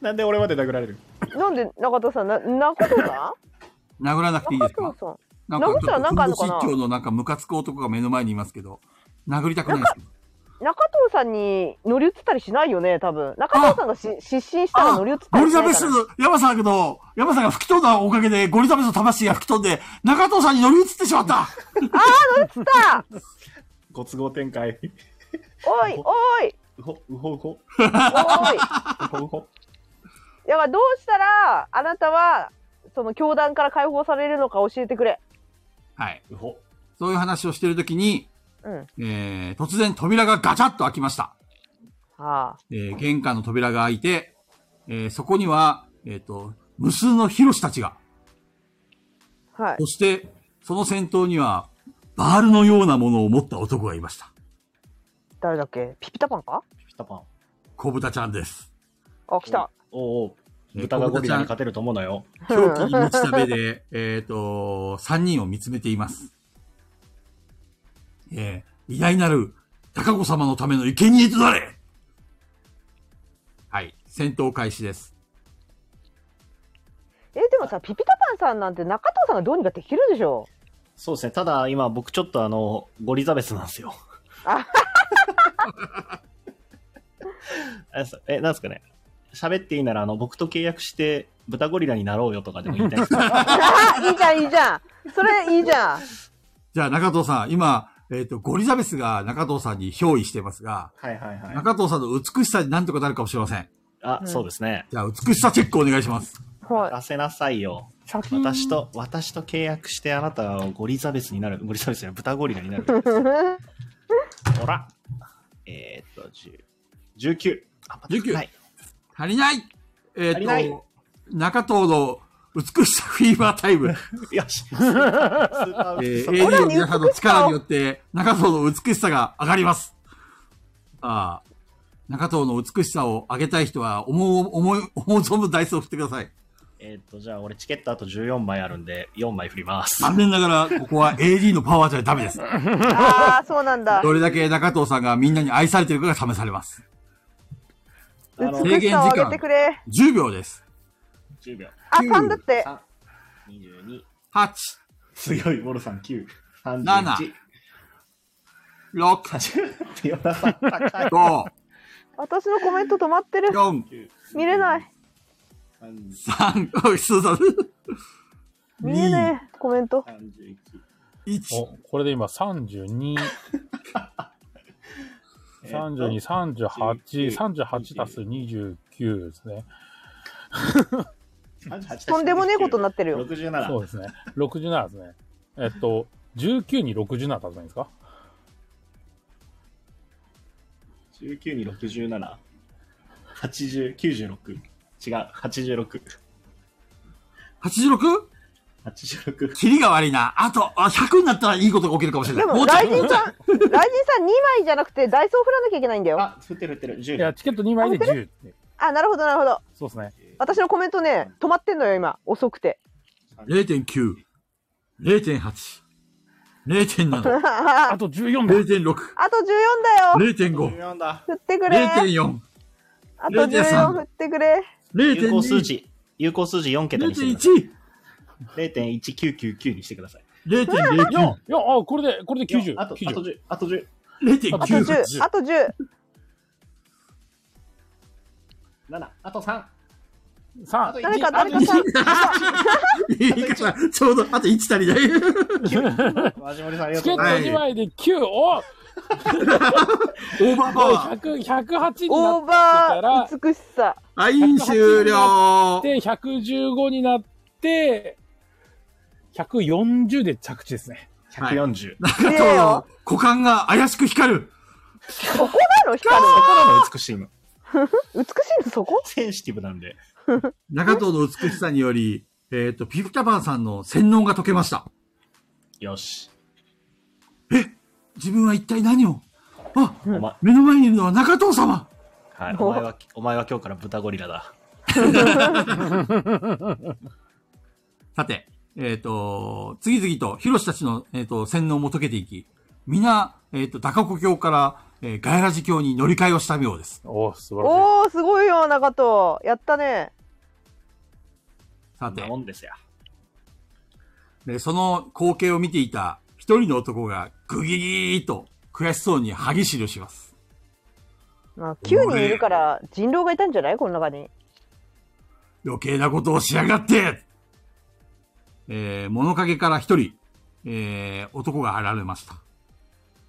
[SPEAKER 3] なんで俺まで殴られる
[SPEAKER 4] なんで中田さんな中田さ
[SPEAKER 2] 殴らな くてい
[SPEAKER 4] ん
[SPEAKER 2] いです
[SPEAKER 4] 中
[SPEAKER 2] か
[SPEAKER 4] 田さん
[SPEAKER 2] なん
[SPEAKER 4] 殴ったらなんかあるのか
[SPEAKER 2] ち
[SPEAKER 4] な
[SPEAKER 2] ょっと運動失調のなんかムカつく男が目の前にいますけど、殴りたくないですけど。
[SPEAKER 4] 中藤さんに乗り移ったりしないよね多分中藤さんがし失神したら乗り移った
[SPEAKER 2] ゴリ
[SPEAKER 4] りしな
[SPEAKER 2] ザ
[SPEAKER 4] い
[SPEAKER 2] ベ
[SPEAKER 4] か
[SPEAKER 2] ス
[SPEAKER 4] ら、
[SPEAKER 2] 山さんだけど、山さんが吹き飛んだおかげで、ゴリザベスの魂が吹き飛んで、中藤さんに乗り移ってしまった
[SPEAKER 4] つった
[SPEAKER 3] ご都合展開。
[SPEAKER 4] おいおいう
[SPEAKER 3] ほ、うほうほ、
[SPEAKER 4] おいう
[SPEAKER 3] ほうほ。
[SPEAKER 4] だからどうしたらあなたはその教団から解放されるのか教えてくれ
[SPEAKER 2] はい。
[SPEAKER 3] うほ。
[SPEAKER 2] そういう話をしてるときに、
[SPEAKER 4] うん
[SPEAKER 2] えー、突然扉がガチャッと開きました。
[SPEAKER 4] ああ
[SPEAKER 2] えー、玄関の扉が開いて、えー、そこには、えっ、と、無数のヒロシたちが、
[SPEAKER 4] はい
[SPEAKER 2] そして、その先頭には、バールのようなものを持った男がいました。
[SPEAKER 4] 誰だっけピピタパンか
[SPEAKER 3] ピピタパン。
[SPEAKER 2] 小豚ちゃんです。
[SPEAKER 4] あ来た
[SPEAKER 3] おうおう。
[SPEAKER 2] えー
[SPEAKER 3] 豚がゴリラに勝てると思うなよ。
[SPEAKER 2] 狂気に満ちた目で、えっと、三人を見つめています。えー、偉大なる、高子様のための生贄となれはい、戦闘開始です。
[SPEAKER 4] えでもさピピタパンさんなんて中藤さんがどうにかできるでしょ
[SPEAKER 3] そうですね。ただ、今僕ちょっとあの、ゴリザベスなんですよ。あそう え、なんですかね。喋っていいなら、あの、僕と契約して、豚ゴリラになろうよとかでも言いた いです。
[SPEAKER 4] あ いいじゃんいいじゃんそれいいじゃん
[SPEAKER 2] じゃあ中藤さん、今、えっ、と、ゴリザベスが中藤さんに憑依してますが、
[SPEAKER 3] はいはいはい。
[SPEAKER 2] 中藤さんの美しさになんとかなるかもしれません。
[SPEAKER 3] あ、そうですね。
[SPEAKER 2] じゃあ、美しさチェックお願いします。
[SPEAKER 4] はい
[SPEAKER 3] 出せなさいよ。私と、私と契約してあなたはゴリザベスになる。ゴリザベスじゃない豚ゴリラにな る。ほら。えー、っと、10 19。あ、まだ
[SPEAKER 2] 19
[SPEAKER 3] はい。
[SPEAKER 2] 足りないえっ、
[SPEAKER 3] 足りない
[SPEAKER 2] と、中藤の美しさフィーバータイム。
[SPEAKER 3] よ し。スーパー
[SPEAKER 2] え
[SPEAKER 3] ウ
[SPEAKER 2] ー、
[SPEAKER 3] ル
[SPEAKER 2] AD
[SPEAKER 3] トラマン
[SPEAKER 2] の皆さんの力によって、中藤の美しさが上がります。ああ、中藤の美しさを上げたい人は、思う、思い、思う存分ダイスを振ってください。
[SPEAKER 3] えっと、じゃあ俺チケットあと14枚あるんで、4枚振ります。
[SPEAKER 2] 残念ながら、ここは AD のパワーじゃダメです。
[SPEAKER 4] ああ、そうなんだ。
[SPEAKER 2] どれだけ中藤さんがみんなに愛されてるかが試されます。
[SPEAKER 3] あの、
[SPEAKER 2] 制
[SPEAKER 4] 美し
[SPEAKER 2] 限
[SPEAKER 4] さを
[SPEAKER 2] 時
[SPEAKER 4] 上
[SPEAKER 2] 間
[SPEAKER 4] げてくれ。
[SPEAKER 2] 10秒です。
[SPEAKER 3] 10秒。
[SPEAKER 4] あ、3だって。
[SPEAKER 3] 3、22、
[SPEAKER 2] 8、
[SPEAKER 3] 強い、ボルさん9、
[SPEAKER 2] 7
[SPEAKER 3] 31、
[SPEAKER 2] 6、
[SPEAKER 3] ヨナさん高い。
[SPEAKER 2] 5、
[SPEAKER 4] 私のコメント止まってる。
[SPEAKER 2] 4、
[SPEAKER 4] 見れない。
[SPEAKER 3] 30
[SPEAKER 2] 3、おい、そうだ、
[SPEAKER 4] 見れねえ、コメント。
[SPEAKER 3] 31
[SPEAKER 2] 1、
[SPEAKER 1] お、これで今32、32、38、38足す29ですね。
[SPEAKER 3] 38
[SPEAKER 4] とんでもねえことになってるよ。
[SPEAKER 1] そう
[SPEAKER 3] 67。
[SPEAKER 1] ですね。67ですね。えっと、19に67足せばいいんですか
[SPEAKER 3] 19に67。80、96。違う、86。
[SPEAKER 2] 86?
[SPEAKER 3] 86。
[SPEAKER 2] キリが悪いな。あと、あ100になったらいいことが起きるかもしれな
[SPEAKER 4] で
[SPEAKER 2] い。も
[SPEAKER 4] も、
[SPEAKER 2] うちょ
[SPEAKER 4] ラ
[SPEAKER 2] い、
[SPEAKER 4] イジ
[SPEAKER 2] も
[SPEAKER 4] ン
[SPEAKER 2] うちょい
[SPEAKER 4] さん、ライジンさん2枚じゃなくて、ダイソー振らなきゃいけないんだよ。
[SPEAKER 3] あ、振ってる振ってる。
[SPEAKER 1] い
[SPEAKER 3] 10
[SPEAKER 1] や、チケット2枚で10って。
[SPEAKER 4] あ、なるほど、なるほど。
[SPEAKER 1] そうですね。
[SPEAKER 4] 私のコメントね、止まってんのよ、今。遅くて。
[SPEAKER 2] 0.9、0.8、0.7、
[SPEAKER 4] あ
[SPEAKER 1] あと14だ。
[SPEAKER 2] 0.6、
[SPEAKER 4] と14だよ。
[SPEAKER 2] 0.5、
[SPEAKER 3] 秒。だ。
[SPEAKER 4] 振ってくれ。
[SPEAKER 2] 0.4、
[SPEAKER 4] あと14振ってくれ。
[SPEAKER 3] 有効数
[SPEAKER 2] 0.2、
[SPEAKER 3] 値、有効数字4桁にしてくださ
[SPEAKER 2] 0.1、
[SPEAKER 3] い。0.1999にしてください。
[SPEAKER 2] 0.09
[SPEAKER 1] 4! いや、あ、これで、これで90。
[SPEAKER 3] あと、あと
[SPEAKER 1] 90。
[SPEAKER 3] 10、あと10。
[SPEAKER 4] あと10
[SPEAKER 2] 0.98。
[SPEAKER 4] あと10。
[SPEAKER 3] 7、あ と3。あと
[SPEAKER 1] 3、
[SPEAKER 3] 1
[SPEAKER 4] 誰か、誰かさん。
[SPEAKER 2] 言い方、ちょうど、あと1足りない。
[SPEAKER 3] マジモリさんありが
[SPEAKER 1] チ
[SPEAKER 3] とうご
[SPEAKER 1] ケット
[SPEAKER 3] ざい
[SPEAKER 1] 2枚で9、お
[SPEAKER 2] オーバーパ
[SPEAKER 1] おい
[SPEAKER 2] ワー。
[SPEAKER 1] 100 108にな
[SPEAKER 4] オ
[SPEAKER 1] っ
[SPEAKER 4] ー
[SPEAKER 1] てた
[SPEAKER 4] バ
[SPEAKER 1] ら、
[SPEAKER 4] ー、美しさ。
[SPEAKER 2] アイン終了。
[SPEAKER 1] で、115になって、140で着地ですね。
[SPEAKER 3] ます。140。
[SPEAKER 2] 中藤の股間が怪しく光る。
[SPEAKER 4] ここなの光る
[SPEAKER 3] そこなの美しいの。
[SPEAKER 4] の。美しいのそこ
[SPEAKER 3] センシティブなんで。
[SPEAKER 2] 中藤の美しさにより、えっ、と、ピピタパンさんの洗脳が解けました。
[SPEAKER 3] よし。
[SPEAKER 2] 自分は一体何をあ、
[SPEAKER 3] お前、
[SPEAKER 2] 目の前にいるのは中藤様
[SPEAKER 3] はい、お前は、お前は今日から豚ゴリラだ。
[SPEAKER 2] さて、えっ、と、次々と、ヒロシたちの、えっ、と、洗脳も解けていき、皆、えっ、と、ダカコ教から、えーガヤラジ教に乗り換えをしたようです。
[SPEAKER 1] お素晴らしい。
[SPEAKER 4] おー、すごいよ、中藤。やったね。
[SPEAKER 2] さ
[SPEAKER 3] そん
[SPEAKER 2] て
[SPEAKER 3] な、もんですや。
[SPEAKER 2] で、その光景を見ていた一人の男がぐぎぎーっと悔しそうに歯ぎしりをします。
[SPEAKER 4] まあ、9人いるから人狼がいたんじゃないこの中に。
[SPEAKER 2] 余計なことをしやがってえー、物陰から一人、えー、男が現れました。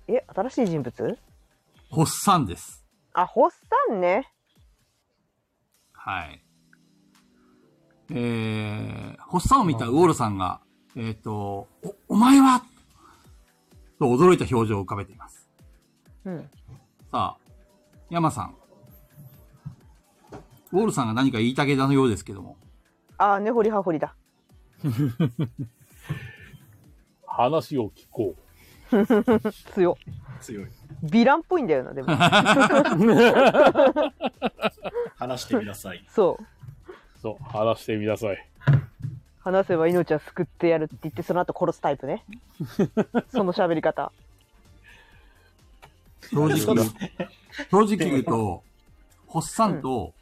[SPEAKER 4] え、新しい人物
[SPEAKER 2] ホッサンです。
[SPEAKER 4] あ、ホッサンね。
[SPEAKER 2] はい。えー、ホッサンを見たウォールさんが、えっ、と、お、お前はと驚いた表情を浮かべています。
[SPEAKER 4] うん。
[SPEAKER 2] さあ、山さん。ウォールさんが何か言いたげなようですけども。
[SPEAKER 4] あー、根掘り葉掘りだ。
[SPEAKER 1] 話を聞こう。
[SPEAKER 4] 強。
[SPEAKER 3] 強い。
[SPEAKER 4] ヴィランっぽいんだよな、でも。
[SPEAKER 3] 話してみなさい。
[SPEAKER 4] そう。
[SPEAKER 1] そう、話してみなさい。
[SPEAKER 4] 話せば命は救ってやるって言って、その後殺すタイプね。その喋り方。
[SPEAKER 2] 正直言う、正直言うと、ホッサンと、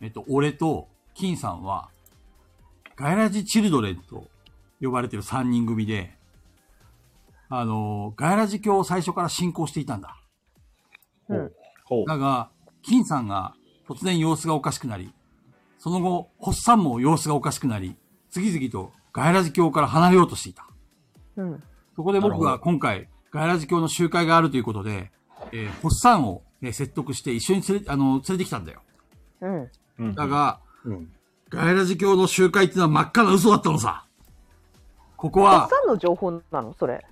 [SPEAKER 2] えっと、俺と、金さんは、ガイラジチルドレンと呼ばれてる3人組で、あの、ガイラジ教を最初から信仰していたんだ。
[SPEAKER 4] うん。
[SPEAKER 3] ほう。
[SPEAKER 2] だが、金さんが突然様子がおかしくなり、その後、ホッサンも様子がおかしくなり、次々とガイラジ教から離れようとしていた。
[SPEAKER 4] うん。
[SPEAKER 2] そこで僕は今回、ガイラジ教の集会があるということで、えー、ホッサンを、えー説得して一緒に連れ、あの、連れてきたんだよ。
[SPEAKER 4] うん。
[SPEAKER 3] うん
[SPEAKER 2] だが、
[SPEAKER 1] うん。
[SPEAKER 2] ガイラジ教の集会ってのは真っ赤な嘘だったのさ。ここ
[SPEAKER 4] ホッ
[SPEAKER 2] は、
[SPEAKER 4] サンの情報なのそれ。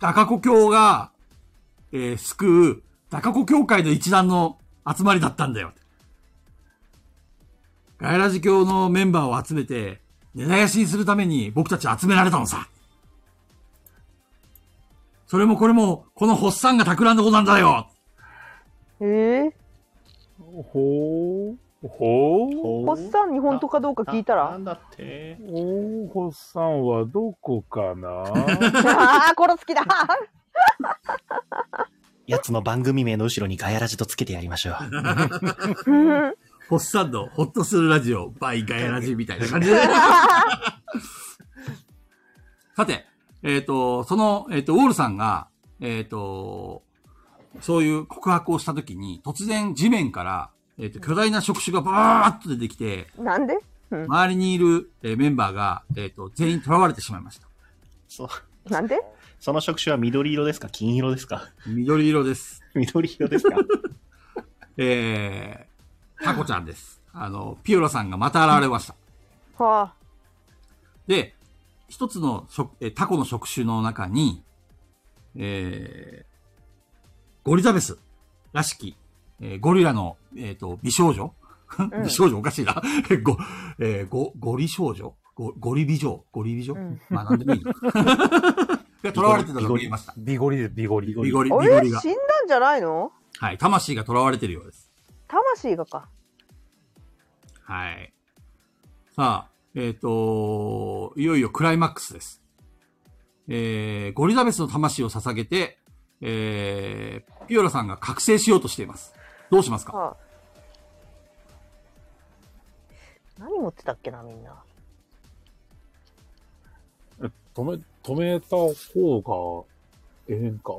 [SPEAKER 2] ダカコ教が、えー救う、ダカコ教会の一団の集まりだったんだよ。ガイラジ教のメンバーを集めて、根絶やしにするために僕たち集められたのさ。それもこれも、このホッサンが企んだことなんだよ
[SPEAKER 4] ええ
[SPEAKER 1] ほう、ほう、
[SPEAKER 4] ー、
[SPEAKER 3] お
[SPEAKER 4] ホッサンに本当かどうか聞いた
[SPEAKER 3] な
[SPEAKER 4] ら
[SPEAKER 3] んだって
[SPEAKER 1] おーほさんはどこか な
[SPEAKER 4] ああこれ好きだ
[SPEAKER 3] やつの番組名の後ろにガヤラジとつけてやりましょう。
[SPEAKER 4] うん
[SPEAKER 2] ホッサンのホッとするラジオ、バイガヤラジみたいな感じで。さて、えっ、と、その、えっ、と、ウォールさんが、えっ、と、そういう告白をしたときに、突然地面から、えっ、と、巨大な触手がバーッと出てきて、
[SPEAKER 4] なんでうん
[SPEAKER 2] 周りにいる、えーメンバーが、えっ、と、全員囚われてしまいました。
[SPEAKER 3] そう
[SPEAKER 4] なんで
[SPEAKER 3] その触手は緑色ですか金色です か
[SPEAKER 2] 緑色です。
[SPEAKER 3] 緑色ですか
[SPEAKER 2] えー、タコちゃんです。あの、ピオラさんがまた現れました。
[SPEAKER 4] はあ
[SPEAKER 2] で、一つの食えータコの触手の中に、えー、ゴリザベスらしき、えーゴリラの、えっ、と、美少女、
[SPEAKER 4] ん
[SPEAKER 2] 美少女おかしいな。 ご、えーご、ゴリ少女ごゴリ美女ゴリ美女、
[SPEAKER 4] うん
[SPEAKER 2] まあ、なんでもいい の。が囚われてたと見えました。
[SPEAKER 1] ビゴリです、ビゴリ。
[SPEAKER 2] ビゴリ、ビ
[SPEAKER 4] あ
[SPEAKER 2] ゴ
[SPEAKER 4] れ
[SPEAKER 2] リ
[SPEAKER 4] 死んだ
[SPEAKER 2] が。
[SPEAKER 4] んじゃないの
[SPEAKER 2] はい、魂が囚われてるようです。
[SPEAKER 4] 魂がか
[SPEAKER 2] はい。さあ、えっ、と、いよいよクライマックスです。えー、ゴリザベスの魂を捧げて、えー、ピオラさんが覚醒しようとしています。どうしますか
[SPEAKER 4] はあ何持ってたっけなみんな
[SPEAKER 1] 止め、止めた方が、ええんか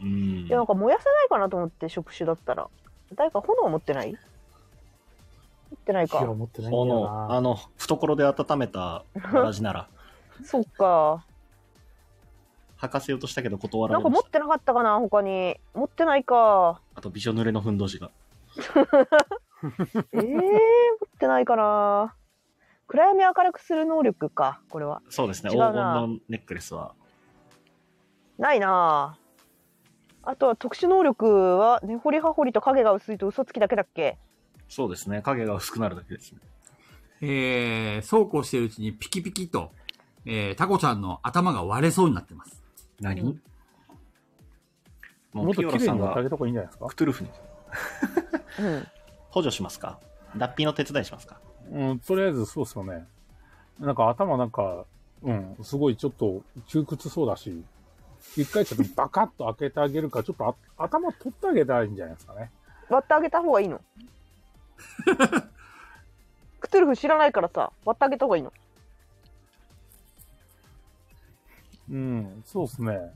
[SPEAKER 3] うん
[SPEAKER 4] いやなんか燃やせないかなと思って触手だったら誰か炎持ってない持ってない
[SPEAKER 1] 火は
[SPEAKER 4] か
[SPEAKER 1] 持ってないんだよ
[SPEAKER 3] 炎、あ
[SPEAKER 1] な。
[SPEAKER 3] の、懐で温め たラジなら、
[SPEAKER 4] そっか
[SPEAKER 3] 吐かせようとしたけど断ら
[SPEAKER 4] なん
[SPEAKER 3] れ
[SPEAKER 4] か
[SPEAKER 3] ま
[SPEAKER 4] 持
[SPEAKER 3] し。
[SPEAKER 4] ったてなかったかな他に持ってないか
[SPEAKER 3] あと、びしょ濡れのふんどしが。
[SPEAKER 4] えー、持ってないかな暗闇明るくする能力かこれは
[SPEAKER 3] そうですね、
[SPEAKER 4] 違う
[SPEAKER 3] 黄
[SPEAKER 4] な
[SPEAKER 3] 金のネックレスは。
[SPEAKER 4] ないなあとは特殊能力は根掘り葉掘りと影が薄いと嘘つきだけだっけ
[SPEAKER 3] そうですね、影が薄くなるだけですね。
[SPEAKER 2] えー、そうこうしているうちにピキピキと、えー、タコちゃんの頭が割れそうになって ます。
[SPEAKER 3] 何、も
[SPEAKER 1] も
[SPEAKER 3] う
[SPEAKER 1] っと
[SPEAKER 3] ピ
[SPEAKER 1] 綺
[SPEAKER 3] オラ
[SPEAKER 1] 麗
[SPEAKER 3] さん
[SPEAKER 1] にやってあ
[SPEAKER 3] が
[SPEAKER 1] げた方がいいんじゃないですか
[SPEAKER 3] クトゥルフに
[SPEAKER 4] うん
[SPEAKER 3] 補助しますか脱皮の手伝いしますか
[SPEAKER 1] うん、とりあえずそうっすよね。なんか頭なんか、うん、すごいちょっと窮屈そうだし、一回ちょっとバカッと開けてあげるか、ちょっとあ頭取ってあげたらいいんじゃないですかね。
[SPEAKER 4] 割ってあげた方がいいのクトゥルフ知らないからさ割ってあげた方がいいの
[SPEAKER 1] うん、そうっすね。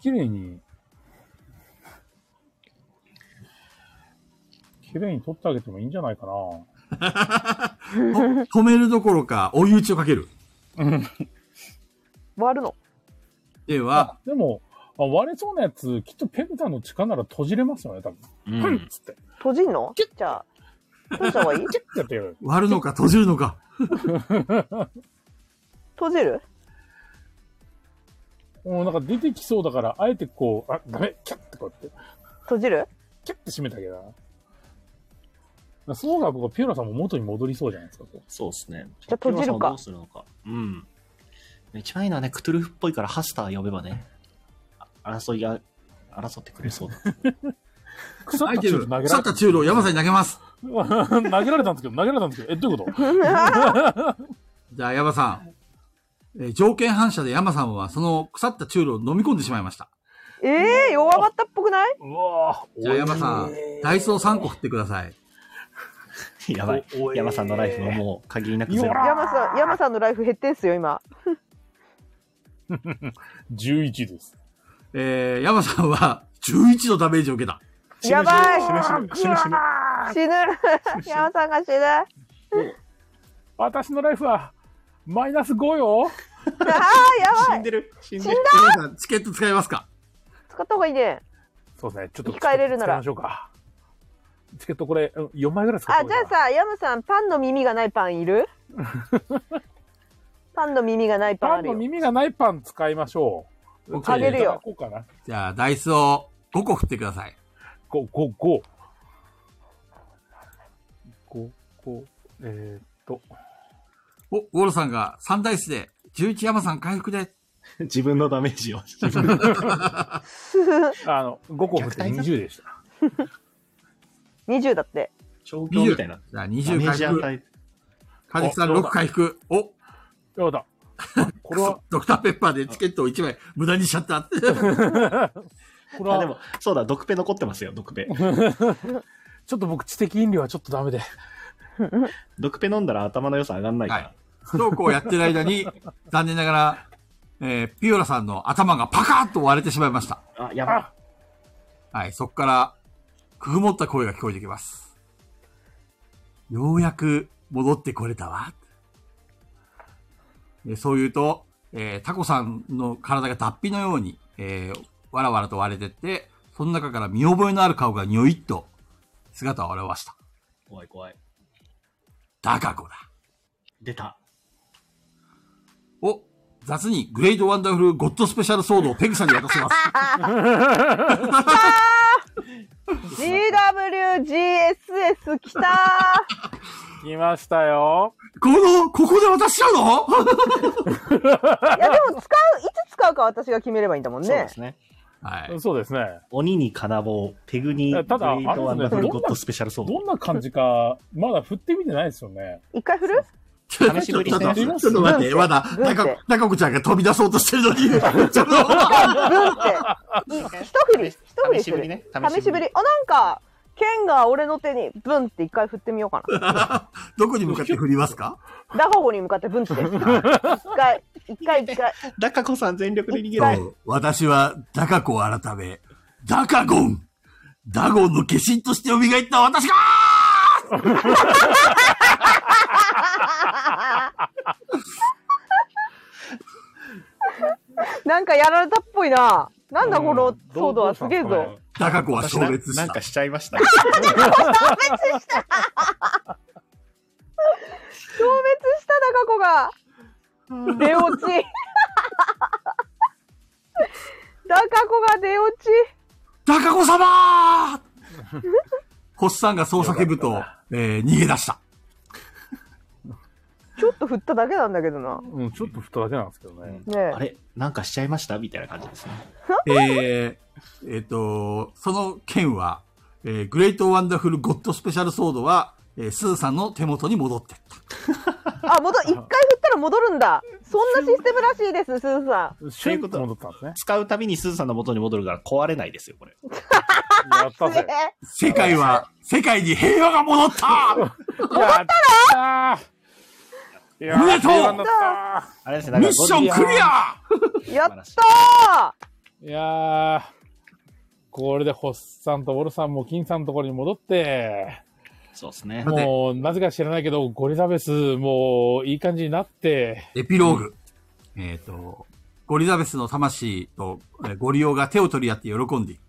[SPEAKER 1] 綺麗に、綺麗に取ってあげてもいいんじゃないかな。
[SPEAKER 2] 止めるどころか追い打ちをかける。
[SPEAKER 4] 割るの
[SPEAKER 2] では、
[SPEAKER 1] でも、あ割れそうなやつ、きっとペグタの力なら閉じれますよね、多分。
[SPEAKER 3] う
[SPEAKER 1] うん、っ。つって。
[SPEAKER 4] 閉じんのじゃあ閉じた方がいい
[SPEAKER 1] キュッてやってやる。
[SPEAKER 2] 割るのか閉じるのか。
[SPEAKER 4] 閉じる
[SPEAKER 1] もうなんか出てきそうだから、あえてこう、あ、ダメ、キャッてこうやって、
[SPEAKER 4] 閉じる
[SPEAKER 1] キャッて閉めてあげたな。だからそうが僕はピューラさんも元に戻りそうじゃないですか。こ
[SPEAKER 3] そうですね。
[SPEAKER 4] じゃあ閉じる
[SPEAKER 3] ピ
[SPEAKER 4] か
[SPEAKER 3] オラさんをどうするのか。うん。一番いいのはね、クトゥルフっぽいからハスター呼べばね、あ争いや、争ってくれそうだ。
[SPEAKER 1] う腐っ
[SPEAKER 2] アイ
[SPEAKER 1] た
[SPEAKER 2] テ
[SPEAKER 1] チュー
[SPEAKER 2] ム
[SPEAKER 1] ル投げられ
[SPEAKER 2] 腐ったチュールを山さんに投げます。
[SPEAKER 1] 投げられたんですけど、投げられたんですけど、え、どういうこと
[SPEAKER 2] じゃあ、ヤマさん。えー条件反射でヤマさんはその腐ったチュールを飲み込んでしまいました。
[SPEAKER 4] ええ弱まったっぽくないう
[SPEAKER 1] わぁ。
[SPEAKER 2] じゃあ、ヤマさん、ダイソー3個振ってください。
[SPEAKER 3] やばい。
[SPEAKER 1] おおえ
[SPEAKER 3] 山さんのライフはもう限りなくゼ
[SPEAKER 1] よ
[SPEAKER 3] ロ。
[SPEAKER 1] ら
[SPEAKER 4] 山さん山さんのライフ減ってんすよ今
[SPEAKER 1] 11です。
[SPEAKER 2] えー、ヤマさんは11のダメージを受けた。
[SPEAKER 4] やばい
[SPEAKER 5] 死ぬ死ぬ死ぬ死ぬ
[SPEAKER 4] 死ぬ山さんが死ぬ
[SPEAKER 1] 私のライフは、マイナス5よ。
[SPEAKER 4] あーやばい
[SPEAKER 3] んでる死ん
[SPEAKER 4] でる
[SPEAKER 2] ヤマさん、チケット使いますか
[SPEAKER 4] 使った方がいいね
[SPEAKER 1] そうですね、ちょっと。
[SPEAKER 4] 生き返れるなら
[SPEAKER 1] 使いましょうか。チケットこれ、4枚ぐらい使った
[SPEAKER 4] あ
[SPEAKER 1] 方
[SPEAKER 4] じ
[SPEAKER 1] が
[SPEAKER 4] ゃ
[SPEAKER 1] いい
[SPEAKER 4] あ
[SPEAKER 1] かな
[SPEAKER 4] さ山さんパンの耳がないパンいるパンの耳がないパン
[SPEAKER 1] パ
[SPEAKER 4] あ
[SPEAKER 1] ン
[SPEAKER 4] る
[SPEAKER 1] の
[SPEAKER 4] よ
[SPEAKER 1] 耳がないパン使いましょう。
[SPEAKER 2] 僕あげ
[SPEAKER 4] るよ
[SPEAKER 1] いただこうかな。
[SPEAKER 2] じゃあ、ダイスを5個振ってください。
[SPEAKER 1] 5、5、5。こう、こう、えーっと、
[SPEAKER 2] お、ウォルさんが3ダイスで、11山さん回復で。
[SPEAKER 3] 自分のダメー ジを。
[SPEAKER 1] あの、5個振って20でした。
[SPEAKER 4] 20だって。
[SPEAKER 3] 調教みたいな。
[SPEAKER 2] じゃあ
[SPEAKER 3] ダメ
[SPEAKER 2] 20
[SPEAKER 3] ージ
[SPEAKER 2] 回復。
[SPEAKER 3] 与え。
[SPEAKER 2] カジキさん6回復。お、
[SPEAKER 1] よか った。これは、
[SPEAKER 2] ドクターペッパーでチケットを1枚無駄にしちゃったって。
[SPEAKER 1] これ
[SPEAKER 3] あ、で
[SPEAKER 1] は、
[SPEAKER 3] も、そうだ、毒ペ残ってますよ、毒 ペ。
[SPEAKER 1] ちょっと僕知的飲料はちょっとダメで。
[SPEAKER 3] 毒ペ飲んだら頭の良さ上がんないから。
[SPEAKER 2] はいそうこうやってる間に、残念ながら、えーピオラさんの頭がパカッと割れてしまいました。
[SPEAKER 3] あ、やば
[SPEAKER 1] あ。
[SPEAKER 2] はい、そこから、くぐもった声が聞こえてきます。ようやく戻ってこれたわ。でそう言うと、えータコさんの体が脱皮のように、えーわらわらと割れてって、その中から見覚えのある顔がにょいっと姿を現した。
[SPEAKER 3] 怖い怖い。
[SPEAKER 2] ダカ子だ。
[SPEAKER 3] 出た。
[SPEAKER 2] お、雑にグレードワンダフルゴッドスペシャルソードをペグさんに渡します。
[SPEAKER 4] GWGSS 来たー
[SPEAKER 1] 来ましたよ。
[SPEAKER 2] この、ここで渡しちゃうの
[SPEAKER 4] いやでも使う、いつ使うか私が決めればいいんだもん
[SPEAKER 3] そう
[SPEAKER 4] ね
[SPEAKER 3] で。すね。
[SPEAKER 2] はい。
[SPEAKER 1] そうですね。
[SPEAKER 3] 鬼に金棒、ペグに、
[SPEAKER 1] いやただ
[SPEAKER 3] グレートワンダフルゴッドスペシャルソード。
[SPEAKER 1] どんな感じか、まだ振ってみてないですよね。
[SPEAKER 4] 一回振る
[SPEAKER 2] ちょっと、
[SPEAKER 3] 試し
[SPEAKER 2] ちょ
[SPEAKER 3] 撮
[SPEAKER 2] っ
[SPEAKER 3] り
[SPEAKER 2] と
[SPEAKER 3] して
[SPEAKER 1] ます
[SPEAKER 2] ちょっと待って、まだ、
[SPEAKER 4] 軍手
[SPEAKER 2] 中子、中子ちゃんが飛び出そうとしてるの に、ちょっと、
[SPEAKER 4] ブンって。い一振り、一振り
[SPEAKER 3] 試
[SPEAKER 4] す
[SPEAKER 3] し
[SPEAKER 4] る。
[SPEAKER 3] ぶりね。
[SPEAKER 4] 試しぶり。あ、なんか、剣が俺の手にブンって一回振ってみようかな。
[SPEAKER 2] どこに向かって振りますか
[SPEAKER 4] ダホゴに向かってブンって。一回、一回一回。
[SPEAKER 3] ダカ子さん全力で逃げ
[SPEAKER 2] そ
[SPEAKER 3] ないう
[SPEAKER 2] 私は、中子改め、ダカゴンダゴンの化身として蘇った私が
[SPEAKER 4] なんかやられたっぽいな。なんだこのソードはすげえ
[SPEAKER 1] どう
[SPEAKER 4] ぞ。
[SPEAKER 2] ダカ子は
[SPEAKER 3] 私
[SPEAKER 2] 消
[SPEAKER 3] な
[SPEAKER 2] 滅
[SPEAKER 3] な
[SPEAKER 2] し
[SPEAKER 3] ん
[SPEAKER 2] た
[SPEAKER 3] か。しちゃいました。
[SPEAKER 4] 消滅したダカ子が。出落ち。ダカ子が出落ち。
[SPEAKER 2] ダカ子様ホッサンがそう叫ぶと、えー逃げ出した。
[SPEAKER 4] ちょっと振っただけなんだけどな。
[SPEAKER 1] うん、ちょっと振っただけなんですけどね。
[SPEAKER 4] ねえ
[SPEAKER 3] あれなんかしちゃいましたみたいな感じですね。
[SPEAKER 2] えー、えっ、と、その剣は、えー、グレートワンダフルゴッドスペシャルソードは、えー、スーさんの手元に戻ってった。
[SPEAKER 4] あ、戻、一回振ったら戻るんだ。そんなシステムらしいです、すずさ
[SPEAKER 1] シュンと戻ったんですね。
[SPEAKER 3] 使うたびにすずさんの元に戻るから壊れないですよ、これ。
[SPEAKER 1] やった
[SPEAKER 4] ん。ね
[SPEAKER 1] ぜ。
[SPEAKER 4] え
[SPEAKER 2] 世界は、世界に平和が戻った
[SPEAKER 1] 戻ったろいやー
[SPEAKER 2] おめでとう
[SPEAKER 1] 平和になった
[SPEAKER 3] あれですね、
[SPEAKER 2] ミッションクリア
[SPEAKER 4] やっ
[SPEAKER 3] 素晴らしい
[SPEAKER 4] た
[SPEAKER 1] いやー、これでホッさんとウォルさんも金さんのところに戻って、
[SPEAKER 3] そうですね。
[SPEAKER 2] て
[SPEAKER 1] もう、なぜか知らないけど、ゴリザベス、もう、いい感じになって、
[SPEAKER 2] エピローグ。えっ、と、ゴリザベスの魂とえーゴリオが手を取り合って喜んでいる。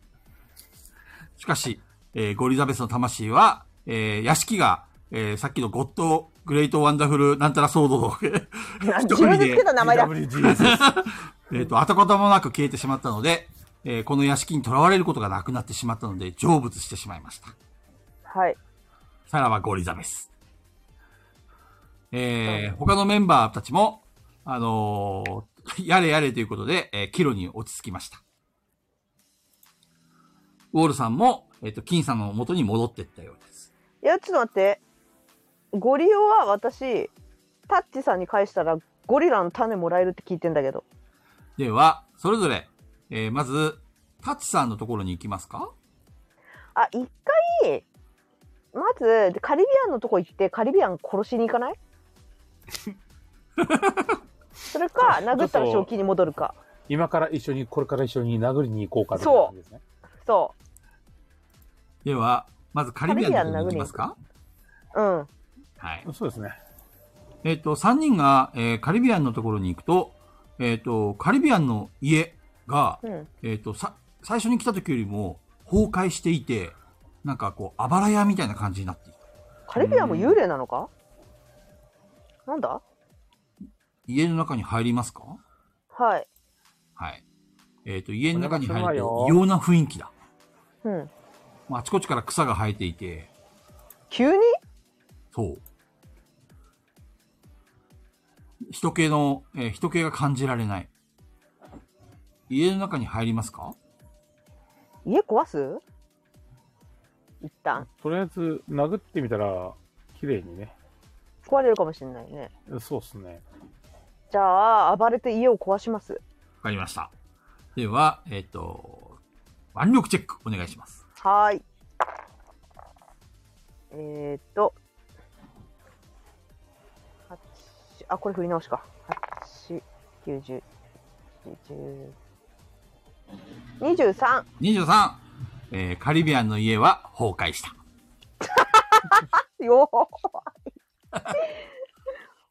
[SPEAKER 2] しかし、えーゴリザベスの魂は、えー屋敷が、えーさっきのゴッド、グレートワンダフルなんたら騒 動の、
[SPEAKER 4] ー
[SPEAKER 2] 一人
[SPEAKER 4] 自分でつけた名前だ。
[SPEAKER 2] えっと、跡形もなく消えてしまったので、えーこの屋敷に囚われることがなくなってしまったので、成仏してしまいました。
[SPEAKER 4] はい。
[SPEAKER 2] さらばゴリザベス。えー他のメンバーたちも、あのーやれやれということで、えー帰路に落ち着きました。ウォールさんも、えっ、と、金さんの元に戻っていったようです。
[SPEAKER 4] いや、ちょっと待って。ゴリオは私、タッチさんに返したら、ゴリラの種もらえるって聞いてんだけど。
[SPEAKER 2] では、それぞれ、えーまず、タッチさんのところに行きますか
[SPEAKER 4] あ、一回、まず、カリビアンのとこ行って、カリビアン殺しに行 かないそれか、殴ったら正気に戻るか。
[SPEAKER 1] 今から一緒に、これから一緒に殴りに行こうか
[SPEAKER 4] そう
[SPEAKER 1] うですね。
[SPEAKER 4] そ
[SPEAKER 2] では、まずカリビアンのところに行きますか
[SPEAKER 4] う。うん。
[SPEAKER 2] はい。
[SPEAKER 1] そうですね。
[SPEAKER 2] えっ、と、3人が、えーカリビアンのところに行くと、えっ、と、カリビアンの家が、
[SPEAKER 4] うん。
[SPEAKER 2] えっ、と、さ、最初に来た時よりも崩壊していて、なんかこう、あばら屋みたいな感じになっている。
[SPEAKER 4] カリビアンも幽霊なのかなんだ
[SPEAKER 2] 家の中に入りますか
[SPEAKER 4] はい。
[SPEAKER 2] はい。えっ、と、家の中に入
[SPEAKER 1] お願い
[SPEAKER 2] る
[SPEAKER 1] し
[SPEAKER 2] と
[SPEAKER 1] ますよ
[SPEAKER 2] 異様な雰囲気だ。
[SPEAKER 4] うん。
[SPEAKER 2] まあ、あちこちから草が生えていて、
[SPEAKER 4] 急に
[SPEAKER 2] そう。人気の、えー人気が感じられない。家の中に入りますか
[SPEAKER 4] 家壊す一旦
[SPEAKER 1] とりあえず、殴ってみたら、綺麗にね。
[SPEAKER 4] 壊れるかもしれないね
[SPEAKER 1] そうっすね。
[SPEAKER 4] じゃあ暴れて家を壊します
[SPEAKER 2] わかりました。では、えっ、と、腕力チェックお願いします。
[SPEAKER 4] はーいえー、っと八あこれ振り直しか8 9 1 0 2 3
[SPEAKER 2] 23、えーカリビアンの家は崩壊した。
[SPEAKER 4] よー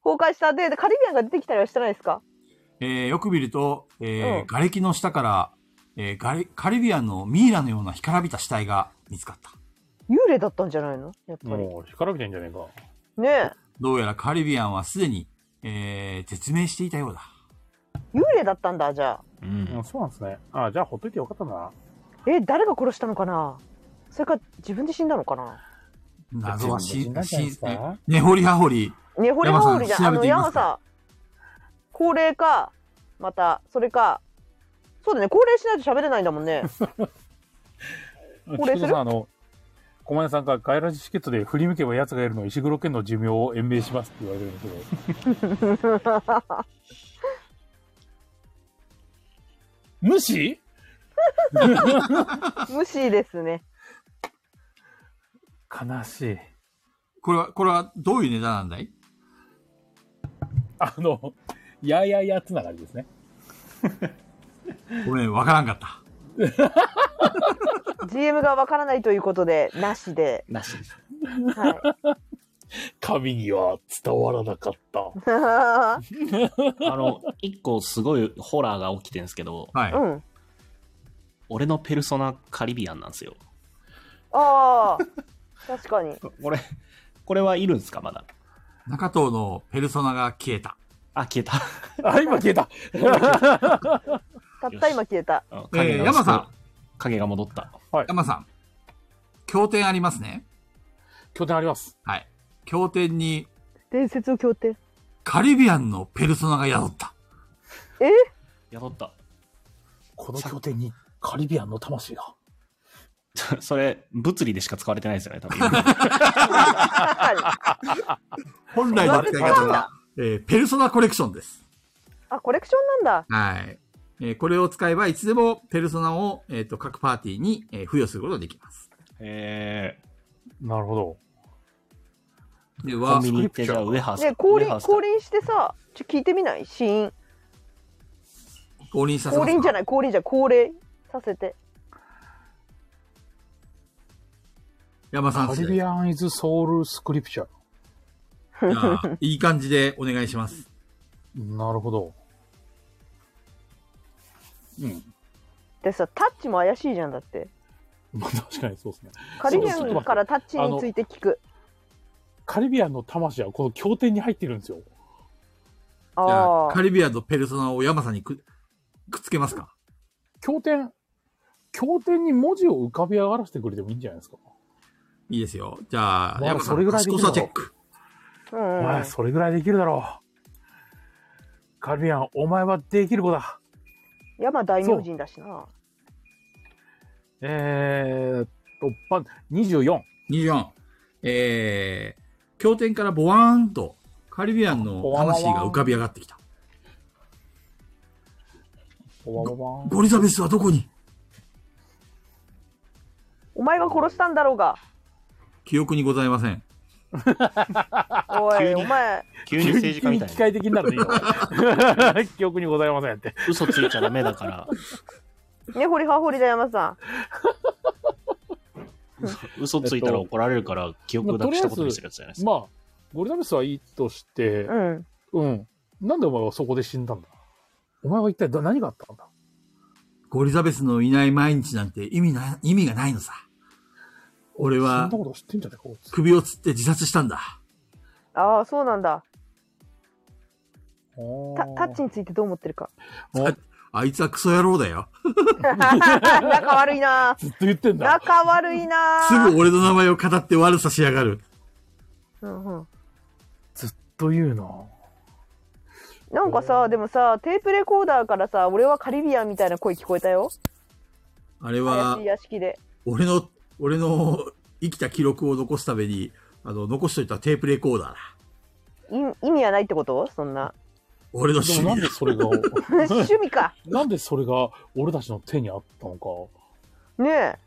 [SPEAKER 4] 崩壊したででカリビアンが出てきたりはしてないですか
[SPEAKER 2] えーよく見ると、えー
[SPEAKER 4] うん
[SPEAKER 2] 瓦礫の下から、えーガリカリビアンのミイラのような干からびた死体が見つかった。
[SPEAKER 4] 幽霊だったんじゃないのやっぱり
[SPEAKER 1] もう、干からびてんじゃねえか。
[SPEAKER 4] ねえ
[SPEAKER 2] どうやらカリビアンはすでに、えー絶命していたようだ。
[SPEAKER 4] 幽霊だったんだじゃあ
[SPEAKER 1] うん、そうなんですね。ああ、じゃあ、ほっといてよかったな。
[SPEAKER 4] え誰が殺したのかなそれか自分で死んだのかな
[SPEAKER 2] 謎はし、
[SPEAKER 1] 絶命してい
[SPEAKER 2] し
[SPEAKER 1] たんじゃないですか、
[SPEAKER 2] ねほりはほり。
[SPEAKER 4] ねほりはほりじゃんあ
[SPEAKER 2] 山さん調べ
[SPEAKER 4] の
[SPEAKER 2] てみま
[SPEAKER 4] 山
[SPEAKER 2] すか
[SPEAKER 4] さん高齢かまたそれかそうだね高齢しないと喋れないんだもん ねこれする
[SPEAKER 1] ちょっとさあの、小前さんが外来チケットで振り向けば奴がいるの石黒剣の寿命を延命しますって言われてるんですけど。 無視
[SPEAKER 4] 無視ですね
[SPEAKER 1] 悲しい。
[SPEAKER 2] これは、これはどういうネタなんだい
[SPEAKER 1] あの、やややつながりですね。
[SPEAKER 2] ごめん、わからんかった。
[SPEAKER 4] GM がわからないということでなしで、
[SPEAKER 3] なしです。
[SPEAKER 4] は
[SPEAKER 1] 神には伝わらなかった。
[SPEAKER 4] い、
[SPEAKER 3] あの、一個すごいホラーが起きてるんですけど、
[SPEAKER 2] はい。
[SPEAKER 4] うん
[SPEAKER 3] 俺のペルソナカリビアンなんですよ。
[SPEAKER 4] ああ確かに
[SPEAKER 3] これ、これはいるんですかまだ。
[SPEAKER 2] 中藤のペルソナが消えた。
[SPEAKER 3] あ、消え た。
[SPEAKER 1] あ、今消え た。
[SPEAKER 4] たった今消えた
[SPEAKER 3] あ
[SPEAKER 2] えー、山さん、。
[SPEAKER 3] 影が戻った。
[SPEAKER 2] 山さん。経典ありますね。
[SPEAKER 1] 拠点あります。
[SPEAKER 2] はい。経典に、
[SPEAKER 4] 伝説を協定
[SPEAKER 2] カリビアンのペルソナが宿った。
[SPEAKER 4] え
[SPEAKER 3] 宿った。
[SPEAKER 1] この拠点にカリビアンの魂が。
[SPEAKER 3] それ、物理でしか使われてないですよね、多分。
[SPEAKER 4] 確かに
[SPEAKER 2] 本来の使い方は、えーペルソナコレクションです。
[SPEAKER 4] あコレクションなんだ
[SPEAKER 2] はい。えーこれを使えば、いつでもペルソナを、えっ、と、各パーティーに、えー付与することができます。
[SPEAKER 3] え
[SPEAKER 1] なるほど。
[SPEAKER 2] で
[SPEAKER 3] ー、コ
[SPEAKER 2] は
[SPEAKER 3] ンビ、ニ行って、じゃあ、ウェハース。
[SPEAKER 4] ね降
[SPEAKER 3] ウェハ
[SPEAKER 4] 臨
[SPEAKER 3] ースだ
[SPEAKER 4] 降臨してさちょ聞いてみない死因
[SPEAKER 2] 降臨させます
[SPEAKER 4] 降臨じゃ
[SPEAKER 2] い
[SPEAKER 4] ない降臨じゃない降臨させて
[SPEAKER 2] 山さん
[SPEAKER 1] カ
[SPEAKER 2] です
[SPEAKER 1] リ
[SPEAKER 2] ね
[SPEAKER 1] ビアンイズソウルスクリプチャ
[SPEAKER 2] じゃあいい感じでお願いします。
[SPEAKER 1] ー。なるほど。うん。
[SPEAKER 4] でさタッチも怪しいじゃんだって
[SPEAKER 1] まあ 確かにそうですね。
[SPEAKER 4] カリビアンからタッチについて聞く
[SPEAKER 1] カリビアンの魂はこの経典に入ってるんですよ。
[SPEAKER 4] あ
[SPEAKER 2] じゃあ、
[SPEAKER 4] あ
[SPEAKER 2] カリビアンとペルソナを山さんにくくっつけますか
[SPEAKER 1] 経典、経典に文字を浮かび上がらせてくれてもいいんじゃないですか。
[SPEAKER 2] いいですよ。じゃあ、
[SPEAKER 1] まあ
[SPEAKER 2] 山さ
[SPEAKER 1] それ
[SPEAKER 2] ん、
[SPEAKER 1] ぐらいでいい
[SPEAKER 2] 賢
[SPEAKER 1] の
[SPEAKER 2] さチェック。
[SPEAKER 4] うん
[SPEAKER 1] お
[SPEAKER 4] うん
[SPEAKER 1] 前、それぐらいできるだろう。カリビアン、お前はできる子だ。
[SPEAKER 4] 山大名人だしな
[SPEAKER 1] えーっと、ば24。
[SPEAKER 2] 24。えー、経典からボワーンとカリビアンの魂が浮かび上がってきた。
[SPEAKER 1] おわわわん
[SPEAKER 2] ゴリザベスはどこに
[SPEAKER 4] お前が殺したんだろうが
[SPEAKER 2] 記憶にございません。
[SPEAKER 4] おい
[SPEAKER 3] 急に
[SPEAKER 4] お前
[SPEAKER 3] 急に政治家みた
[SPEAKER 1] 急に 機
[SPEAKER 3] いな。
[SPEAKER 1] 械的になるね、今。 記憶にございませんって。
[SPEAKER 3] 嘘ついちゃダメだから、
[SPEAKER 4] ねほりはほりだ山さ
[SPEAKER 3] 嘘ついたら怒られるから、記憶なくしたことにしてるやつじゃないですか。
[SPEAKER 1] まあ、ゴリラベスはいいとして
[SPEAKER 4] ん、うん
[SPEAKER 1] うん。なんでお前はそこで死んだんだお前は一体だ何があったんだ
[SPEAKER 2] ゴリザベスのいない毎日なんて意味な、意味がないのさ。俺
[SPEAKER 1] そ
[SPEAKER 2] は
[SPEAKER 1] んなこと知ってんじゃねえか、こいつ
[SPEAKER 2] 首をつって自殺したんだ。
[SPEAKER 4] ああそうなんだタタッチ
[SPEAKER 1] あ
[SPEAKER 4] についてどう思ってるか
[SPEAKER 1] ーおず
[SPEAKER 2] あいつはクソ野郎だよ。
[SPEAKER 4] 仲悪いな
[SPEAKER 1] っと言ってんだ。
[SPEAKER 4] 仲悪いな
[SPEAKER 2] すぐ俺の名前を語って悪さしやがる。
[SPEAKER 4] うんうん
[SPEAKER 1] ずっと言うな
[SPEAKER 4] なんかさ、でもさ、テープレコーダーからさ、俺はカリビアンみたいな声聞こえたよ。
[SPEAKER 2] あれは
[SPEAKER 4] 怪しい、屋敷で。
[SPEAKER 2] 俺の、俺の生きた記録を残すために、あの、残しといたテープレコーダーだ。
[SPEAKER 4] い意味はないってことそんな。
[SPEAKER 2] 俺の
[SPEAKER 1] で
[SPEAKER 2] 趣
[SPEAKER 1] も
[SPEAKER 2] 味
[SPEAKER 1] なんで
[SPEAKER 2] だ。
[SPEAKER 1] それ が、
[SPEAKER 4] 趣味か。
[SPEAKER 1] なんでそれが俺たちの手にあったのか。
[SPEAKER 4] ね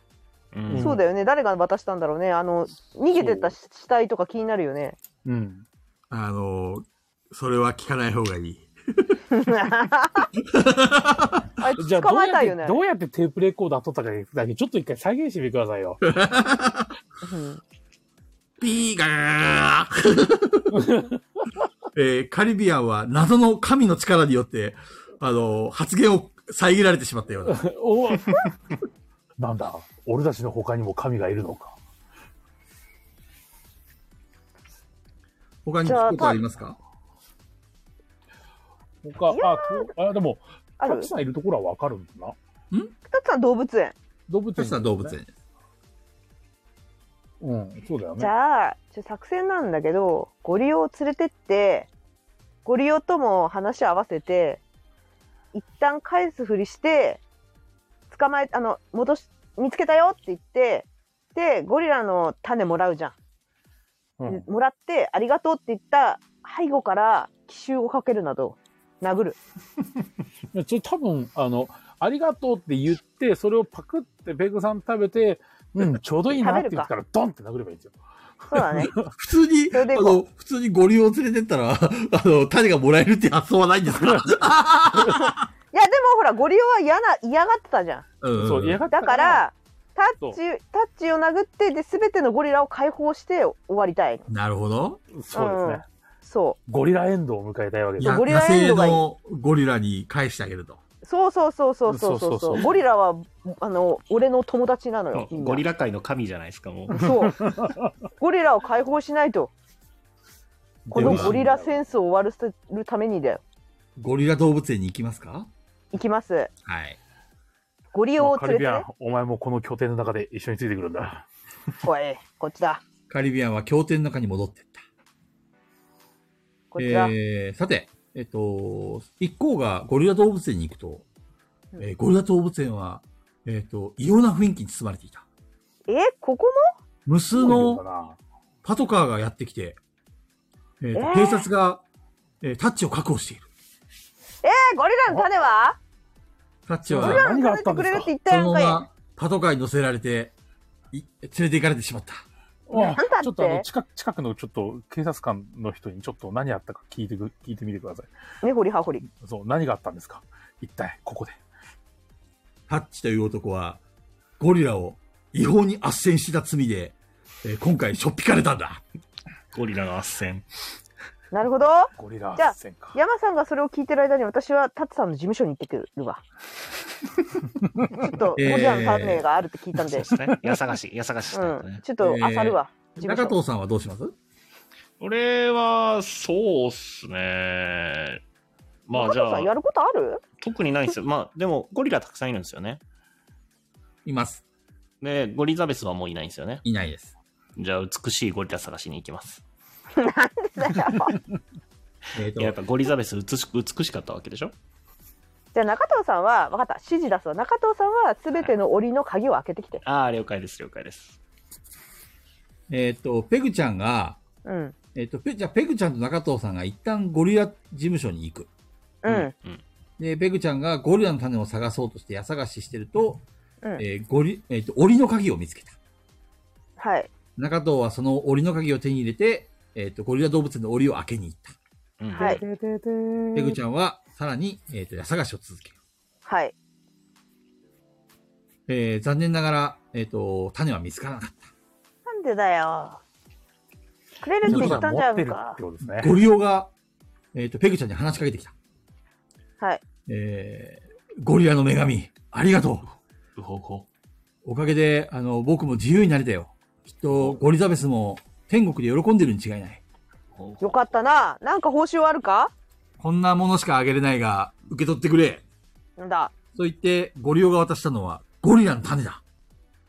[SPEAKER 3] う
[SPEAKER 4] え、
[SPEAKER 1] ん
[SPEAKER 4] そうだよね。誰が渡したんだろうね。あの、逃げてった死死体とか気になるよ ね。
[SPEAKER 1] うん。
[SPEAKER 2] あの、それは聞かない方がいい。
[SPEAKER 4] あいつ
[SPEAKER 1] じゃあ
[SPEAKER 4] 捕
[SPEAKER 1] どう
[SPEAKER 4] まえ
[SPEAKER 1] やったて
[SPEAKER 4] いよね。
[SPEAKER 1] どうやってテープレコーダー撮ったかだけちょっと一回再現してみてください よ。
[SPEAKER 4] うん
[SPEAKER 2] ピーガーえーカリビアンは謎の神の力によって、あの、発言を遮られてしまったような。
[SPEAKER 1] おなんだ俺たちの他にも神がいるのか。
[SPEAKER 2] 他に聞くことありますか
[SPEAKER 1] 他、
[SPEAKER 4] いや
[SPEAKER 1] あ、とあ、でも、
[SPEAKER 4] あ
[SPEAKER 1] た
[SPEAKER 4] る
[SPEAKER 1] くさんいるところはわかるんだな。
[SPEAKER 4] たつさん動物園。
[SPEAKER 1] 動物園、
[SPEAKER 2] そしたら動物。園。
[SPEAKER 1] うん、そうだよ
[SPEAKER 4] じ
[SPEAKER 1] ね。
[SPEAKER 4] ゃあ、ちょ作戦なんだけど、ゴリオを連れてって、ゴリオとも話を合わせて、一旦返すふりして、捕まえ、あの、戻し、見つけたよって言って、で、ゴリラの種もらうじゃん。
[SPEAKER 1] うん、
[SPEAKER 4] もらって、ありがとうって言った背後から奇襲をかけるなど、殴る。
[SPEAKER 1] いやそれ多分、あの、ありがとうって言って、それをパクってペグさん食べて、うん、ちょうどいいなって言ったら、ドンって殴ればいいんですよ。
[SPEAKER 4] そうだね。
[SPEAKER 2] 普通に、
[SPEAKER 4] それ
[SPEAKER 2] あ
[SPEAKER 4] で
[SPEAKER 2] の、普通にゴリを連れてったら、 あの、種がもらえるっていう発想はないんですか
[SPEAKER 4] いや、でもほら、ゴリオは嫌な、嫌がってたじゃん。
[SPEAKER 2] うん
[SPEAKER 1] そう、嫌がった
[SPEAKER 4] だか、ら、タ
[SPEAKER 1] そう
[SPEAKER 4] ッチ、タッチを殴って、で、すべてのゴリラを解放して終わりたい。
[SPEAKER 2] なるほど。
[SPEAKER 1] そうですね。
[SPEAKER 4] そ
[SPEAKER 1] ゴリラエンドを迎えたいわけですよ。
[SPEAKER 4] や
[SPEAKER 2] や
[SPEAKER 4] ゴリラ
[SPEAKER 2] 野
[SPEAKER 4] エン
[SPEAKER 2] 生
[SPEAKER 4] ドがいい
[SPEAKER 2] のゴリラに返してあげると。
[SPEAKER 4] う。そうそうそうそうそう
[SPEAKER 1] そ
[SPEAKER 4] そう
[SPEAKER 1] そうそ
[SPEAKER 4] うそうう。ゴリラは、あの、俺の友達なのよ。みんな
[SPEAKER 3] ゴリラ界の神じゃないですか、もう。
[SPEAKER 4] そう。ゴリラを解放しな いと。このゴリラ戦争を終わらせるためにだよ。
[SPEAKER 2] ゴリラ動物園に行きますか
[SPEAKER 4] 行きます。
[SPEAKER 2] はい。
[SPEAKER 4] ゴリオ
[SPEAKER 1] も
[SPEAKER 4] を
[SPEAKER 1] うカ
[SPEAKER 4] 連
[SPEAKER 1] リ
[SPEAKER 4] れて
[SPEAKER 1] ビアン
[SPEAKER 4] ね。、
[SPEAKER 1] お前もこの拠点の中で一緒についてくるんだ。
[SPEAKER 4] おい、こっちだ。
[SPEAKER 2] カリビアンは経典の中に戻っていった。
[SPEAKER 4] こっちだ。
[SPEAKER 2] えー、さて、えっと、一行がゴリラ動物園に行くと、
[SPEAKER 4] うん
[SPEAKER 2] えーゴリラ動物園は、えっと、異様な雰囲気に包まれていた。
[SPEAKER 4] え、ここ
[SPEAKER 2] 無数
[SPEAKER 1] そう
[SPEAKER 2] の
[SPEAKER 1] だな
[SPEAKER 2] パトカーがやってきて、えーと
[SPEAKER 4] えー
[SPEAKER 2] 警察が、えータッチを確保している。
[SPEAKER 4] え、ゴリラの種は
[SPEAKER 2] タッチ
[SPEAKER 4] ゴリラ
[SPEAKER 2] は、
[SPEAKER 4] の種ってくれるって言った
[SPEAKER 2] そ
[SPEAKER 4] や
[SPEAKER 2] の
[SPEAKER 4] ん
[SPEAKER 2] ま
[SPEAKER 4] かい。
[SPEAKER 2] まパトカーに乗せられて、い連れて行かれてしまった。
[SPEAKER 1] あ
[SPEAKER 4] だって
[SPEAKER 1] ちょっとあの近く近くのちょっと警察官の人にちょっと何あったか聞いてく聞いてみてください。
[SPEAKER 4] ね、ほりはほり。
[SPEAKER 1] そう何があったんですか。一体ここで。
[SPEAKER 2] タッチという男は、ゴリラを違法に斡旋した罪で、えー今回、しょっぴかれたんだ。
[SPEAKER 3] ゴリラの圧 旋。
[SPEAKER 4] なるほど。
[SPEAKER 1] ゴリラ
[SPEAKER 4] じゃあ
[SPEAKER 1] 戦か。
[SPEAKER 4] 山さんがそれを聞いてる間に私はタツさんの事務所に行ってくるわ。ちょっとゴリラの種があるって聞いたんで、
[SPEAKER 3] そうですね。矢探し、矢探ししたいです
[SPEAKER 4] う
[SPEAKER 3] ね
[SPEAKER 4] ん、ちょっと漁るわ。事務
[SPEAKER 2] 中
[SPEAKER 4] 所
[SPEAKER 2] 藤さんはどうします
[SPEAKER 5] 俺は、そうっすね。まあじ
[SPEAKER 4] 中藤さ
[SPEAKER 5] ゃ
[SPEAKER 4] んや
[SPEAKER 5] あ、
[SPEAKER 4] ることある？
[SPEAKER 3] 特にないんですよ。まあ、でも、ゴリラたくさんいるんですよね。
[SPEAKER 2] います。
[SPEAKER 3] で、ゴリザベスはもういないんですよね。
[SPEAKER 2] いないです。
[SPEAKER 3] じゃあ、美しいゴリラ探しに行きます。
[SPEAKER 4] なんでだよ
[SPEAKER 2] えっ、
[SPEAKER 3] いや、やっ
[SPEAKER 2] と、
[SPEAKER 3] ぱゴリザベス美し美しかったわけでしょ
[SPEAKER 4] じゃあ中藤さんは分かった。指示出すわ。中藤さんはすべての檻の鍵を開けてきて。
[SPEAKER 3] ああ、了解です、了解です。
[SPEAKER 2] えっ、と、ペグちゃんが、
[SPEAKER 4] うん
[SPEAKER 2] えっ、と、ペ、じゃあペグちゃんと中藤さんが一旦ゴリラ事務所に行く。
[SPEAKER 4] うん
[SPEAKER 3] うん。
[SPEAKER 2] で、ペグちゃんがゴリラの種を探そうとして矢探ししてると、
[SPEAKER 4] うん。
[SPEAKER 2] えーゴリ、えっ、と、檻の鍵を見つけた。
[SPEAKER 4] はい。
[SPEAKER 2] 中藤はその檻の鍵を手に入れて、えっ、と、ゴリラ動物園の檻を開けに行った。
[SPEAKER 3] うん
[SPEAKER 4] はい
[SPEAKER 2] ペグちゃんは、さらに、えっ、と、矢探しを続ける。
[SPEAKER 4] はい。
[SPEAKER 2] えー残念ながら、えっ、と、種は見つからなかっ
[SPEAKER 4] なんでだよ。くれるって
[SPEAKER 1] ゴリ
[SPEAKER 4] 言っ
[SPEAKER 1] ラ
[SPEAKER 4] たん
[SPEAKER 1] 持
[SPEAKER 4] じゃ
[SPEAKER 1] って
[SPEAKER 4] ん
[SPEAKER 1] る
[SPEAKER 4] か
[SPEAKER 1] って。ことです
[SPEAKER 2] た。
[SPEAKER 1] ね。
[SPEAKER 2] ゴリオが、えっ、と、ペグちゃんに話しかけてきた。
[SPEAKER 4] はい。
[SPEAKER 2] えーゴリラの女神、ありがと
[SPEAKER 3] う
[SPEAKER 2] う。
[SPEAKER 3] ほうほ
[SPEAKER 2] おかげで、あの、僕も自由になれたよ。きっと、ゴリザベスも天国で喜んでるに違いない。
[SPEAKER 3] ほう。
[SPEAKER 4] よかったな。なんか報酬あるか？
[SPEAKER 2] こんなものしかあげれないが、受け取ってくれ。
[SPEAKER 4] なんだ。
[SPEAKER 2] と言って、ゴリオが渡したのは、ゴリラの種だ。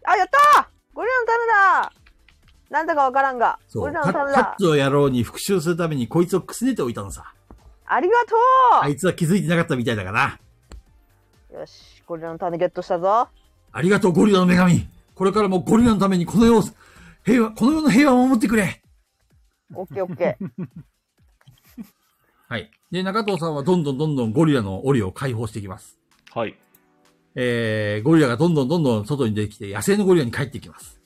[SPEAKER 4] あやったー。ゴリラの種だ。なんだかわからんが、
[SPEAKER 2] そう。
[SPEAKER 4] 俺
[SPEAKER 2] から
[SPEAKER 4] の
[SPEAKER 2] カ
[SPEAKER 4] ため
[SPEAKER 2] ッ
[SPEAKER 4] だ。
[SPEAKER 2] ツをやろうに復讐するためにこいつをくすねておいたのさ。
[SPEAKER 4] ありがと
[SPEAKER 2] あいつは気づいてなかったみたいだからな。
[SPEAKER 4] うよし、ゴリラの種ゲットしたぞ。
[SPEAKER 2] ありがとうゴリラの女神。これからもゴリラのためにこの世を、平和、この世の平和を守ってくれ。
[SPEAKER 4] オッケーオ ッケー。
[SPEAKER 2] はい。で、中藤さんはどんどんどんどんゴリラの檻を解放していきます。
[SPEAKER 5] はい。
[SPEAKER 2] えー、ゴリラがどんどんどんどん外に出てきて、野生のゴリラに帰っていきます。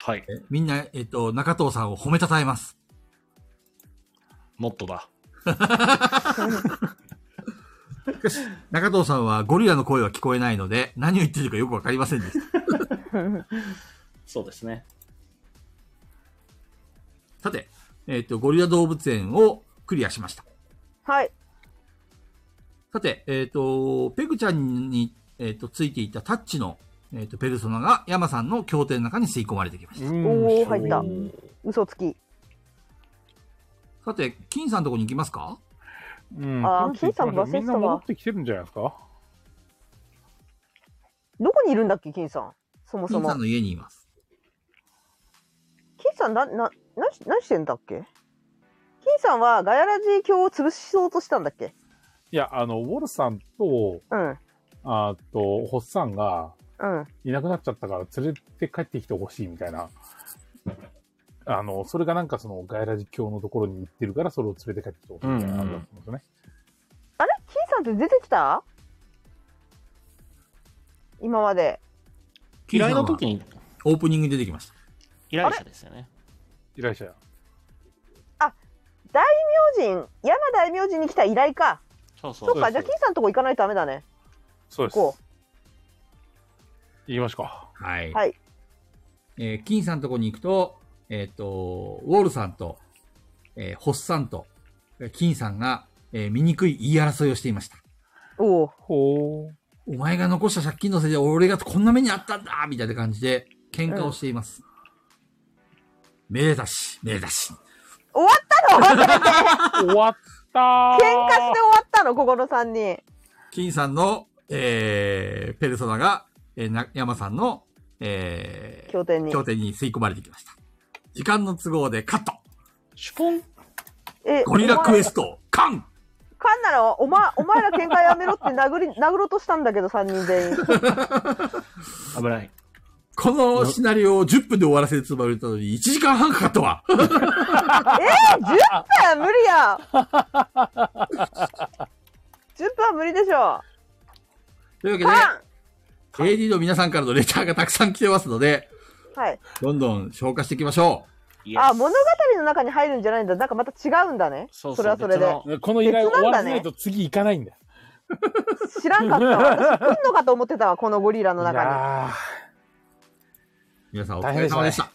[SPEAKER 5] はい。
[SPEAKER 2] えみんな、えっと、中藤さんを褒めたたえます。
[SPEAKER 5] もっとだ。
[SPEAKER 2] 中藤さんはゴリラの声は聞こえないので、何を言ってるかよくわかりませんでした。
[SPEAKER 8] そうですね。
[SPEAKER 2] さて、えっと、ゴリラ動物園をクリアしました。
[SPEAKER 4] はい。
[SPEAKER 2] さて、えっ、と、ペグちゃんに、えっ、と、ついていたタッチの、えっ、と、ペルソナが山さんの協定の中に吸い込まれてきました。
[SPEAKER 1] お
[SPEAKER 4] おー、入った。嘘つき。
[SPEAKER 2] さて、金さんのとこに行きますか
[SPEAKER 1] うん。
[SPEAKER 4] あ
[SPEAKER 1] こ
[SPEAKER 4] ー
[SPEAKER 1] の人
[SPEAKER 4] 金さん忘れてたわ
[SPEAKER 1] みんな戻ってきてるんじゃないですか
[SPEAKER 4] どこにいるんだっけ、金さん。そもそ
[SPEAKER 2] 金
[SPEAKER 4] も
[SPEAKER 2] さん。の家にいます。
[SPEAKER 4] 金さん、な、な、なし、何してんだっけ金さんはガヤラジ教を潰しそうとしたんだっけ
[SPEAKER 1] いや、あの、ウォルさんと、
[SPEAKER 4] うん。うん。
[SPEAKER 1] あーっと、ホッさんがいなくなっちゃったから連れて帰ってきてほしいみたいな。あの、それがなんかその、ガイラジ教のところに行ってるから、それを連れて帰ってきてほしいみたいなのがあったんですよね。
[SPEAKER 4] あれ金さんって出てきた今まで。
[SPEAKER 2] 金
[SPEAKER 5] 嫌
[SPEAKER 2] さ
[SPEAKER 5] い
[SPEAKER 2] んは
[SPEAKER 5] の時に
[SPEAKER 2] オープニングに出てきました。
[SPEAKER 5] 依頼者ですよね。
[SPEAKER 1] 依頼者や。
[SPEAKER 4] 大名人、山大名人に来た依頼か。
[SPEAKER 5] そうそ。
[SPEAKER 4] そうっか、じゃあ金さんのとこ行かないとダメだね。
[SPEAKER 1] そうです。
[SPEAKER 4] こ
[SPEAKER 1] 行きましょうか。
[SPEAKER 2] はい。
[SPEAKER 4] はい
[SPEAKER 2] えー金さんのとこに行くと、えっ、と、ウォールさんと、えー、ホッさんと、えー金さんが、えー醜い言い争いをしていました。
[SPEAKER 4] う。おお。
[SPEAKER 1] ほう。
[SPEAKER 2] お前が残した借金のせいで俺がこんな目にあったんだみたいな感じで喧嘩をしています。めでたし、めでたし。
[SPEAKER 4] 終わったの喧嘩して
[SPEAKER 1] 終わったー
[SPEAKER 4] 終わったのここの3人。
[SPEAKER 2] 金さんの、えー、ペルソナが、えー、な山さんの、えー、
[SPEAKER 4] 協定に。
[SPEAKER 2] 協定に吸い込まれてきました。時間の都合でカット
[SPEAKER 5] シュポン
[SPEAKER 4] え
[SPEAKER 2] ゴリラクエス
[SPEAKER 4] ト。
[SPEAKER 2] トカン
[SPEAKER 4] カンなら、お前、お前ら喧嘩やめろって殴り、 殴ろうとしたんだけど、3人全員。
[SPEAKER 8] 危ない。
[SPEAKER 2] このシナリオを10分で終わらせるつもりだったのに1時間半かかったわ
[SPEAKER 4] えー、10分無理やん !10 分は無理でしょ
[SPEAKER 2] というわけ
[SPEAKER 4] う。カン
[SPEAKER 2] で、AD の皆さんからのレターがたくさん来てますので、
[SPEAKER 4] はい。
[SPEAKER 2] どんどん消化していきましょう。
[SPEAKER 5] い
[SPEAKER 4] あ、物語の中に入るんじゃないんだ。なんかまた違うんだね。
[SPEAKER 5] そうそう。
[SPEAKER 4] それはそれで
[SPEAKER 5] 別の
[SPEAKER 1] この依頼を終わらせ
[SPEAKER 4] 別なんだね
[SPEAKER 1] ないと次行かないんだよ。
[SPEAKER 4] 知らんかったわ。私来んのかと思ってたわ、このゴリラの
[SPEAKER 1] い
[SPEAKER 4] 中に。
[SPEAKER 1] や
[SPEAKER 2] 皆さんお疲れ様でした。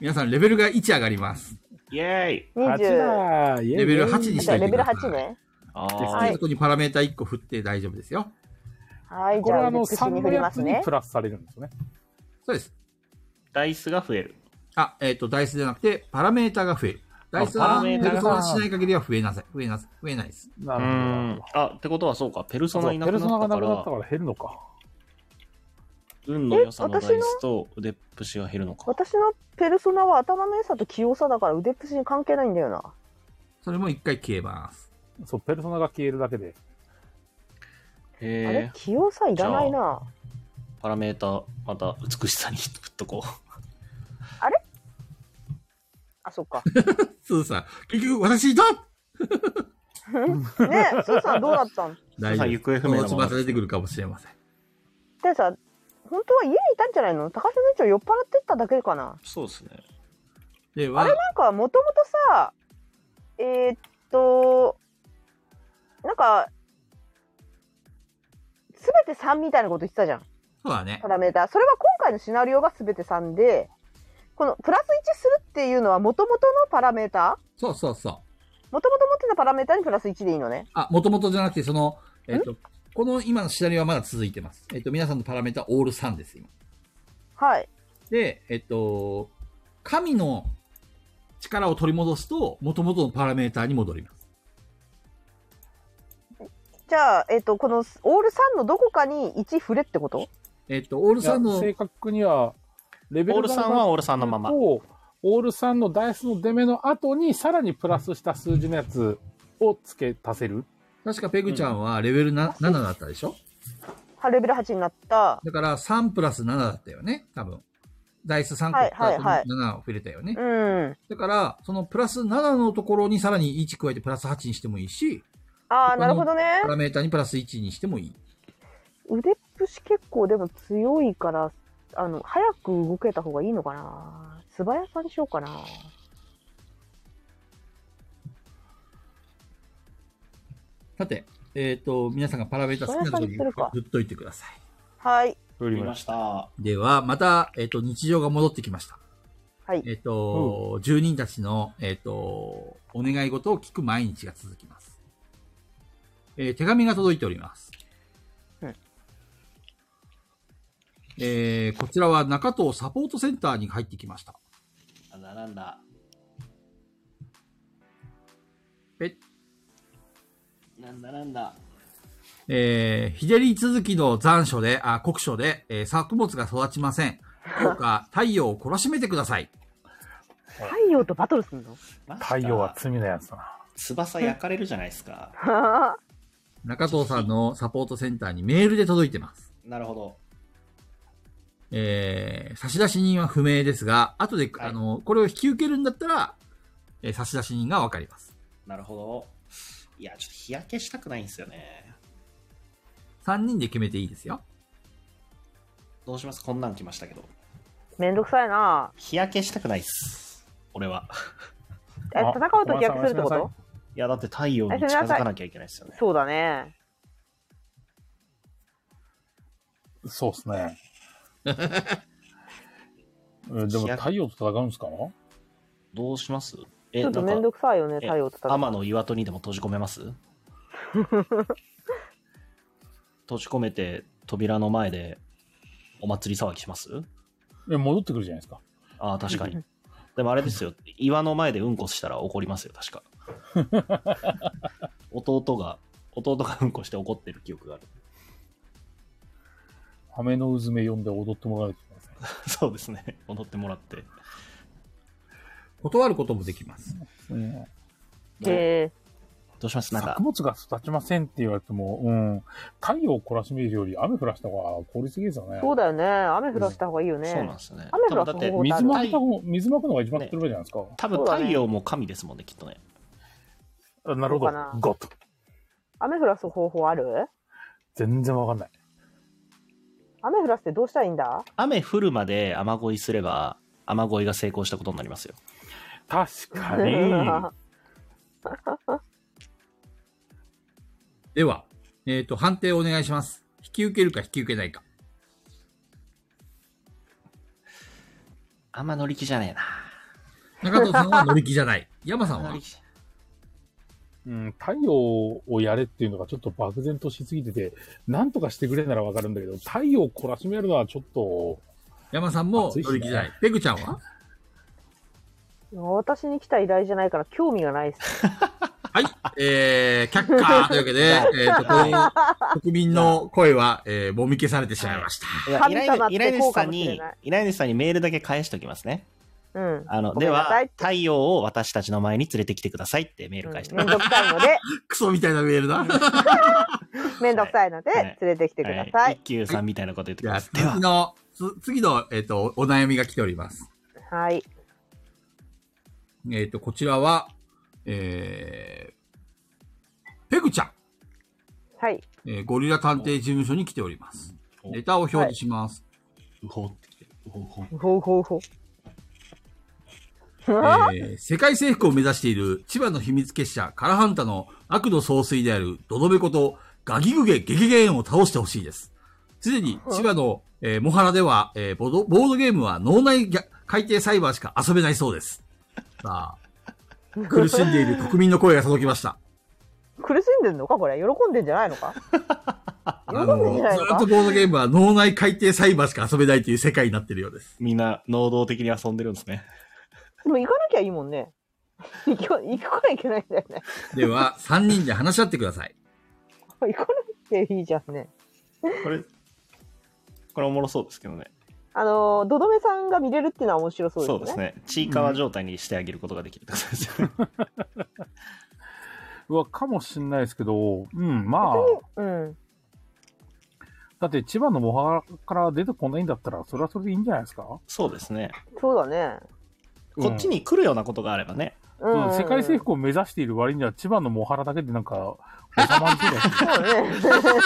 [SPEAKER 2] 皆さんレベルが1上がります。
[SPEAKER 5] イェーイ
[SPEAKER 1] ー、8
[SPEAKER 4] 20。
[SPEAKER 1] だー。イェイ
[SPEAKER 2] レベル8にし
[SPEAKER 4] じ
[SPEAKER 2] た
[SPEAKER 4] ゃあ
[SPEAKER 2] い
[SPEAKER 4] レ
[SPEAKER 2] てく
[SPEAKER 4] ベル
[SPEAKER 2] ださ
[SPEAKER 4] 8
[SPEAKER 2] い。
[SPEAKER 4] ね。
[SPEAKER 5] あ
[SPEAKER 4] は
[SPEAKER 5] ー
[SPEAKER 4] い
[SPEAKER 2] そこにパラメータ1個振って大丈夫ですよ。
[SPEAKER 4] はい、
[SPEAKER 1] こ
[SPEAKER 4] じ
[SPEAKER 1] れ
[SPEAKER 4] ゃ
[SPEAKER 1] あ
[SPEAKER 4] あ、
[SPEAKER 1] の、
[SPEAKER 4] 美し
[SPEAKER 1] 3
[SPEAKER 4] に
[SPEAKER 1] の
[SPEAKER 4] 振り
[SPEAKER 1] や
[SPEAKER 4] ま
[SPEAKER 1] つ
[SPEAKER 4] す
[SPEAKER 1] に
[SPEAKER 4] ね
[SPEAKER 1] プ。ラスされるんですね。
[SPEAKER 2] そうです。
[SPEAKER 5] ダイスが増える。
[SPEAKER 2] あ、えっ、と、ダイスじゃなくて、パラメータが増える。ダイス
[SPEAKER 5] あパ
[SPEAKER 2] は
[SPEAKER 5] ラメー
[SPEAKER 2] ペ
[SPEAKER 5] タが
[SPEAKER 2] ルソナしない限りは増えなさい。増えなさい。増えないです。
[SPEAKER 1] な
[SPEAKER 5] う
[SPEAKER 1] るほどなる
[SPEAKER 5] ん。あ、ってことはそうか。ペルソ
[SPEAKER 1] ほど。
[SPEAKER 5] ナいな
[SPEAKER 1] ペ
[SPEAKER 5] くな
[SPEAKER 1] ル
[SPEAKER 5] っ
[SPEAKER 1] ソナがな
[SPEAKER 5] たか
[SPEAKER 1] くなった
[SPEAKER 5] ら、
[SPEAKER 1] から減るのか。
[SPEAKER 5] 運の良さの
[SPEAKER 4] え私
[SPEAKER 5] ダ
[SPEAKER 4] の
[SPEAKER 5] イスと腕っぷしが減るのか。
[SPEAKER 4] 私のペルソナは頭の良さと器用さだから腕っぷしに関係ないんだよな。
[SPEAKER 2] それも一回消えます。
[SPEAKER 1] そう、ペルソナが消えるだけで。
[SPEAKER 4] あ
[SPEAKER 5] へえ。
[SPEAKER 4] れ器用さいらないな。
[SPEAKER 5] パラメータ、また美しさに振っとこ
[SPEAKER 4] あ、そっか。
[SPEAKER 2] すずさん、結局私いた
[SPEAKER 4] ねえ、スーさんどうだったん
[SPEAKER 2] 大丈夫。
[SPEAKER 5] 行方不明
[SPEAKER 2] こ
[SPEAKER 5] な
[SPEAKER 2] の
[SPEAKER 5] まま
[SPEAKER 2] 翼出てくるかもしれません。
[SPEAKER 4] でさ、本当は家にいたんじゃないの高橋の長酔っ払ってっただけかな。
[SPEAKER 5] う。そうですね。
[SPEAKER 2] では
[SPEAKER 4] あれ、なんかもともとさ、えーっと、なんか、すべて3みたいなこと言ってたじゃん。
[SPEAKER 2] そうだね
[SPEAKER 4] パ。ラメータ。それは今回のシナリオがすべて3で、このプラス1するっていうのはもともとのパラメータ
[SPEAKER 2] そうそうそう。
[SPEAKER 4] もともと持ってたパラメータにプラス1でいいのね。
[SPEAKER 2] あ、もともとじゃなくて、その、えっ、と、この今のシナリオはまだ続いてます。えっ、と、皆さんのパラメータオール3です、今。
[SPEAKER 4] はい。
[SPEAKER 2] で、えっと、神の力を取り戻すと、元々のパラメーターに戻ります。
[SPEAKER 4] じゃあ、えーっと、このオール3のどこかに1振れってこと
[SPEAKER 2] えっ、と、オール
[SPEAKER 1] いや
[SPEAKER 2] さんの、
[SPEAKER 1] 正確には、レベ
[SPEAKER 5] オ
[SPEAKER 1] ル
[SPEAKER 5] ール
[SPEAKER 1] が
[SPEAKER 5] さんはオールさんのまま。
[SPEAKER 1] と、オール3のダイスの出目の後に、さらにプラスした数字のやつを付け足せる。
[SPEAKER 2] 確かペグちゃんはレベルな、7だったでしょ
[SPEAKER 4] はレベル8になった。
[SPEAKER 2] だから3プラス7だったよね、多分。ダイス3個
[SPEAKER 4] はいはいはい
[SPEAKER 2] 7を触れたよね。
[SPEAKER 4] うん。
[SPEAKER 2] だから、そのプラス7のところにさらに1加えてプラス8にしてもいいし、
[SPEAKER 4] ああ、なるほどね
[SPEAKER 2] パ。ラメータにプラス1にしてもいい。
[SPEAKER 4] 腕っぷし結構でも強いから、あの、早く動けた方がいいのかな。素早さにしようかな。
[SPEAKER 2] さて、えっ、と、皆さんがパラメータ好きなところに
[SPEAKER 4] それは
[SPEAKER 2] 振っといてください。
[SPEAKER 4] はい。
[SPEAKER 1] 振
[SPEAKER 5] 見ました。
[SPEAKER 2] では、また、えっ、と、日常が戻ってきました。
[SPEAKER 4] はい
[SPEAKER 2] えっ、と、住人たちの、えっ、と、お願い事を聞く毎日が続きます。えー手紙が届いております。
[SPEAKER 4] うん
[SPEAKER 2] えーこちらは中東サポートセンターに入ってきました。
[SPEAKER 5] なんだなんだ。
[SPEAKER 2] え
[SPEAKER 5] なんだなんだ。
[SPEAKER 2] えー、日照り続きの残暑で、あ、酷暑で、えー作物が育ちません。どうか太陽を懲らしめてください。
[SPEAKER 4] 太陽とバトルすんの
[SPEAKER 1] 太陽は罪なやつだな。
[SPEAKER 5] 翼焼かれるじゃないですか。
[SPEAKER 2] 中藤さんのサポートセンターにメールで届いてます。
[SPEAKER 5] なるほど。
[SPEAKER 2] えー、差出人は不明ですが、後で、
[SPEAKER 5] はい
[SPEAKER 2] あの、これを引き受けるんだったら、えー差出人がわかります。
[SPEAKER 5] なるほど。いや、ちょっと日焼けしたくないんですよね。
[SPEAKER 2] 3人で決めていいですよ。
[SPEAKER 5] どうしますこんなん来ましたけど。
[SPEAKER 4] めんどくさいな。
[SPEAKER 5] 日焼けしたくないっす。俺は。
[SPEAKER 4] え、
[SPEAKER 1] あ
[SPEAKER 4] 戦うと逆するってこ
[SPEAKER 1] ごめんなさ
[SPEAKER 4] と
[SPEAKER 5] いや、だって太陽に近づかなきゃいけないですよね。
[SPEAKER 4] そうだね。
[SPEAKER 1] そうっす ね。えでも太陽と戦うんですか
[SPEAKER 5] どうしますえ、
[SPEAKER 4] ち
[SPEAKER 5] な
[SPEAKER 4] ょ
[SPEAKER 5] ん
[SPEAKER 4] っとめんど
[SPEAKER 5] か、
[SPEAKER 4] くさいよね、
[SPEAKER 5] え
[SPEAKER 4] 太陽と戦う。
[SPEAKER 5] 天の岩戸にでも閉じ込めます閉じ込めて、扉の前で、お祭り騒ぎします
[SPEAKER 1] え、戻ってくるじゃないですか。
[SPEAKER 5] ああ、確かに。でもあれですよ、岩の前でうんこしたら怒りますよ、確か。弟が、弟がうんこして怒ってる記憶がある。
[SPEAKER 1] 羽目のうずめ呼んで踊ってもらえてください。
[SPEAKER 5] そうですね、踊ってもらって。
[SPEAKER 2] 断ることもできます。
[SPEAKER 1] うん
[SPEAKER 4] へえ。
[SPEAKER 5] どうしますなんか
[SPEAKER 1] 作、物が育ちませんって言われても、うん。太陽を懲らしめるより雨降らした方が効率的ですよね。
[SPEAKER 4] そうだよね。雨降らした方がいいよね。
[SPEAKER 5] そうなんですよね。
[SPEAKER 4] 雨
[SPEAKER 5] 多
[SPEAKER 4] 降ら
[SPEAKER 5] 分だ
[SPEAKER 4] す方
[SPEAKER 5] っ
[SPEAKER 4] 法
[SPEAKER 5] て、
[SPEAKER 1] 水まくの、水まくのが一番手っ取り早いじゃないです
[SPEAKER 5] 多分太陽も神ですもんね、きっとね。
[SPEAKER 1] か。あなるほど
[SPEAKER 4] そうかな。
[SPEAKER 1] ゴッと。
[SPEAKER 4] 雨降らす方法ある
[SPEAKER 1] 全然わかんない。
[SPEAKER 4] 雨降らすってどうしたらいいんだ
[SPEAKER 5] 雨降るまで雨乞いすれば、雨乞いが成功したことになりますよ。
[SPEAKER 1] 確か に。
[SPEAKER 2] では、えっ、と、判定をお願いします。引き受けるか引き受けないか。
[SPEAKER 5] あんま乗り気じゃねえな。
[SPEAKER 2] 中藤さんは乗り気じゃ ない。山さ
[SPEAKER 5] あん
[SPEAKER 2] ん
[SPEAKER 5] ま乗
[SPEAKER 2] は
[SPEAKER 5] り気じゃ
[SPEAKER 1] うん、太陽をやれっていうのがちょっと漠然としすぎてて、なんとかしてくれならわかるんだけど、太陽を懲らしめるのはちょっと、
[SPEAKER 2] 山さんも乗り気じゃない。ペグちゃんは
[SPEAKER 4] 私に来た依頼じゃないから興味がないです。
[SPEAKER 2] はい。えー、却下というわけで、 えっと、この国民の声は、えー、もみ消されてしまいました。
[SPEAKER 5] いや
[SPEAKER 4] 神様っ
[SPEAKER 5] 依頼
[SPEAKER 4] て
[SPEAKER 5] 主
[SPEAKER 4] こう
[SPEAKER 5] さ
[SPEAKER 4] か
[SPEAKER 5] ん
[SPEAKER 4] もし
[SPEAKER 5] に
[SPEAKER 4] れない、
[SPEAKER 5] 依頼主さんにメールだけ返しておきますね。
[SPEAKER 4] うん。
[SPEAKER 5] あの、
[SPEAKER 4] ご
[SPEAKER 5] で
[SPEAKER 4] めんなさ、
[SPEAKER 5] はい太陽を私たちの前に連れてきてくださいってメール返して
[SPEAKER 4] め
[SPEAKER 5] ます。
[SPEAKER 4] んどくさいの で、
[SPEAKER 2] クソみたいなメールだ。
[SPEAKER 4] めんどくさいので、
[SPEAKER 5] はい
[SPEAKER 4] 連れてきてくださ
[SPEAKER 5] はいい。。一休さんみたいなこと言って
[SPEAKER 2] じ
[SPEAKER 5] く
[SPEAKER 2] ゃあ、
[SPEAKER 5] ださい。では
[SPEAKER 2] 次、の、つ次の、えっ、と、お悩みが来ております。
[SPEAKER 4] はい。
[SPEAKER 2] えっ、と、こちらは、えー、ペグちゃん、
[SPEAKER 4] はい。
[SPEAKER 2] えーゴリラ探偵事務所に来ております。レターを表示します。
[SPEAKER 5] うほうってきてるうほうほう
[SPEAKER 4] ほうほうほう。
[SPEAKER 2] えー世界征服を目指している千葉の秘密結社、カラハンタの悪の総帥であるドドベことガギグゲ激減を倒してほしいです。すでに千葉の、えーモハラでは、えーボード、ボードゲームは脳内ギャ海底サイバーしか遊べないそうです。さあ、 苦しんでいる国民の声が届きました。
[SPEAKER 4] 苦しんでんのかこれ。喜んでんじゃないのか 喜
[SPEAKER 2] あ
[SPEAKER 4] ん
[SPEAKER 2] の、
[SPEAKER 4] でん
[SPEAKER 2] ず
[SPEAKER 4] じゃないの
[SPEAKER 2] ーっと
[SPEAKER 4] か
[SPEAKER 2] ボードゲームは脳内海底サイバーしか遊べないという世界になってるよう です。
[SPEAKER 5] みんな、能動的に遊んでるんですね。
[SPEAKER 4] でも行かなきゃいいもんね。 行か行かなきゃいけないんだよね。
[SPEAKER 2] では、3人で話し合ってください。
[SPEAKER 4] 行かなきゃいいじゃんね。
[SPEAKER 5] これ、これおもろそうですけどね。
[SPEAKER 4] あの、どどめさんが見れるっていうのは面白そうです
[SPEAKER 5] そ
[SPEAKER 4] ね。
[SPEAKER 5] うですね。ちいかわ状態にしてあげることができるってことですよね。
[SPEAKER 1] うわ、かもしんないですけど、うん、まあ、
[SPEAKER 4] うん。
[SPEAKER 1] だって千葉のモハラから出てこないんだったら、それはそれでいいんじゃないですか
[SPEAKER 5] そうですね。
[SPEAKER 4] そうだね。
[SPEAKER 5] こっちに来るようなことがあればね。
[SPEAKER 4] う
[SPEAKER 1] うん
[SPEAKER 4] ん。
[SPEAKER 1] 世界征服を目指している割には、千葉のモハラだけでなんか、収まりそう
[SPEAKER 4] そうね。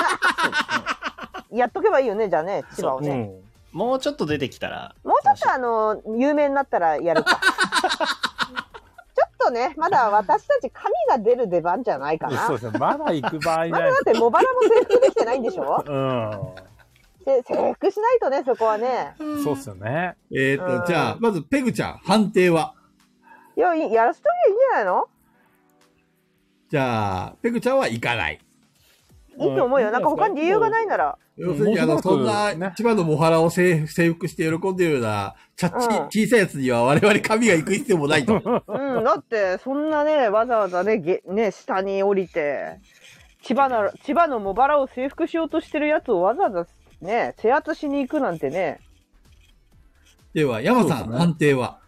[SPEAKER 4] やっとけばいいよね、じゃあね、千葉を
[SPEAKER 1] だし、う
[SPEAKER 4] ね。
[SPEAKER 1] ん。
[SPEAKER 5] もうちょっと出てきたら。
[SPEAKER 4] もうちょっとあの、有名になったらやる か。ちょっとね、まだ私たち神が出る出番じゃないか
[SPEAKER 1] そうで
[SPEAKER 4] な。
[SPEAKER 1] すね。まだ行く場合じゃ
[SPEAKER 4] ま
[SPEAKER 1] な
[SPEAKER 4] だ
[SPEAKER 1] い
[SPEAKER 4] だって、茂原も制服できてないんでしょ
[SPEAKER 1] う
[SPEAKER 4] せ制服しないとね、そこはね。
[SPEAKER 1] ん。そうっすよね。
[SPEAKER 2] えっ、
[SPEAKER 4] うん
[SPEAKER 2] と、じゃあ、まず、ペグちゃん、判定はい
[SPEAKER 4] や、いやらしときゃいいんじゃないの
[SPEAKER 2] じゃあ、ペグちゃんは行かない。
[SPEAKER 4] いいと思うよ。なんか他に理由がないなら。
[SPEAKER 2] 要するに、あの、
[SPEAKER 1] もうすご
[SPEAKER 2] そ
[SPEAKER 1] く
[SPEAKER 2] んな
[SPEAKER 1] ね、
[SPEAKER 2] 千葉のモハラを征征服して喜んでるような、ちゃっち、
[SPEAKER 4] う
[SPEAKER 2] 小さいやつには我々神が行く必要もないと。
[SPEAKER 4] うん、だって、そんなね、わざわざね、げね、下に降りて、千葉なら、千葉の茂原を征服しようとしてるやつをわざわざね、制圧しに行くなんて ね。
[SPEAKER 2] では、山さん、判定は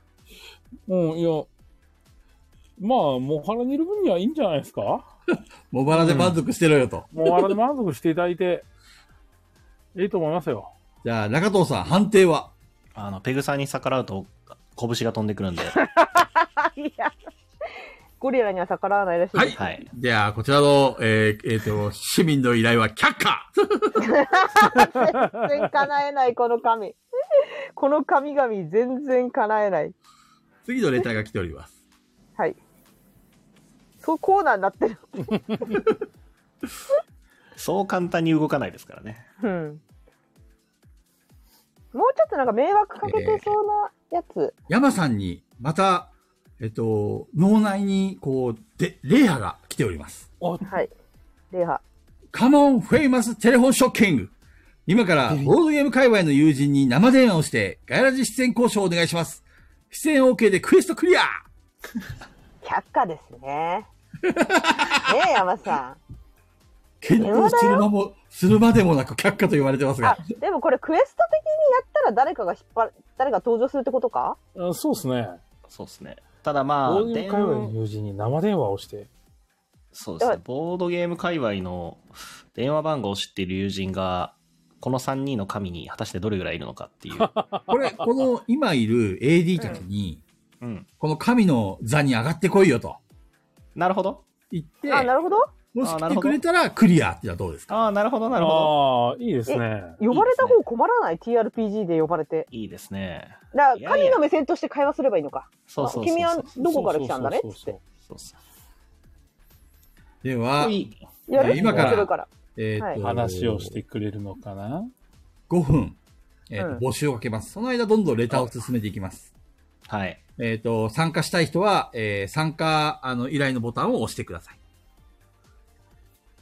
[SPEAKER 1] うん、いや。まあ、モハラにいる分にはいいんじゃないですか
[SPEAKER 2] モハラで満足してろよと。
[SPEAKER 1] モハラで満足していただいて、いいと思いますよ。
[SPEAKER 2] じゃあ、中藤さん、判定は
[SPEAKER 5] あの、ペグさんに逆らうと、拳が飛んでく るんで。
[SPEAKER 4] あ、いや、ゴリラには逆らわないらしい。
[SPEAKER 2] はい
[SPEAKER 5] はい。
[SPEAKER 2] じゃあ、こちらの、えーえーと、市民の依頼は却下
[SPEAKER 4] 全然叶えない、この神。 この神々、全然叶えない。
[SPEAKER 2] 次のレターが来ております。
[SPEAKER 4] はい。そう、コーナーになってる。
[SPEAKER 5] そう簡単に動かないですからね。
[SPEAKER 4] うん。もうちょっとなんか迷惑かけてそうなやつ。
[SPEAKER 2] 山さんに、また、えっ、と、脳内に、こう、で、レイヤーが来ております。
[SPEAKER 4] はい。レイハ。
[SPEAKER 2] カモンフェイマステレフォンショッキング。今から、ボードゲーム界隈の友人に生電話をして、ガヤラジ出演交渉をお願いします。出演 OK でクエストクリア
[SPEAKER 4] 却下ですね。ねえ、山さ
[SPEAKER 2] 検
[SPEAKER 4] 電話
[SPEAKER 2] 討
[SPEAKER 4] だよ
[SPEAKER 2] する間も、するまでもなく却下と言われてます
[SPEAKER 4] ん。あ
[SPEAKER 2] が。、
[SPEAKER 4] でもこれクエスト的にやったら誰かが引っ張る、誰が登場するってことか
[SPEAKER 1] うんそうっすね。
[SPEAKER 5] そうですね。ただま
[SPEAKER 1] こ
[SPEAKER 5] あ、
[SPEAKER 1] ういう
[SPEAKER 5] 電
[SPEAKER 1] 会話の友人に生電話をして、
[SPEAKER 5] そうですね。ボードゲーム界隈の電話番号を知っている友人が、この3人の神に果たしてどれぐらいいるのかっていう。
[SPEAKER 2] これ、この今いる AD たちに、
[SPEAKER 5] うん。
[SPEAKER 2] この神の座に上がってこいよと
[SPEAKER 5] なるほど。
[SPEAKER 2] 言って、
[SPEAKER 4] あ、なるほど。
[SPEAKER 2] もし
[SPEAKER 5] あな
[SPEAKER 2] 来て
[SPEAKER 5] るほど
[SPEAKER 2] くれたらクリアってのはどうですか
[SPEAKER 5] ああ、なるほど、なるほ
[SPEAKER 1] あ
[SPEAKER 5] ど。
[SPEAKER 1] あ、いいですね。
[SPEAKER 4] 呼ばれた方困らない ?TRPG で呼ばれて。
[SPEAKER 5] いいですね。
[SPEAKER 4] だ
[SPEAKER 5] い
[SPEAKER 4] か
[SPEAKER 5] や
[SPEAKER 4] ら、神の目線として会話すればいいのか。
[SPEAKER 5] そうそうそうそう。
[SPEAKER 4] あ君はどこから来たんだね
[SPEAKER 1] そうそうそうそう
[SPEAKER 5] そうそう
[SPEAKER 2] では、
[SPEAKER 5] いい
[SPEAKER 4] やる
[SPEAKER 2] えー今から
[SPEAKER 4] 面白いから。
[SPEAKER 2] えーと、
[SPEAKER 1] 話をしてくれるのかな
[SPEAKER 2] 5分、えー
[SPEAKER 4] うん
[SPEAKER 2] と、募集をかけます。その間どんどんレターを進めていきます。
[SPEAKER 5] はい。
[SPEAKER 2] えっ、と、参加したい人は、えー参加、あの、依頼のボタンを押してください。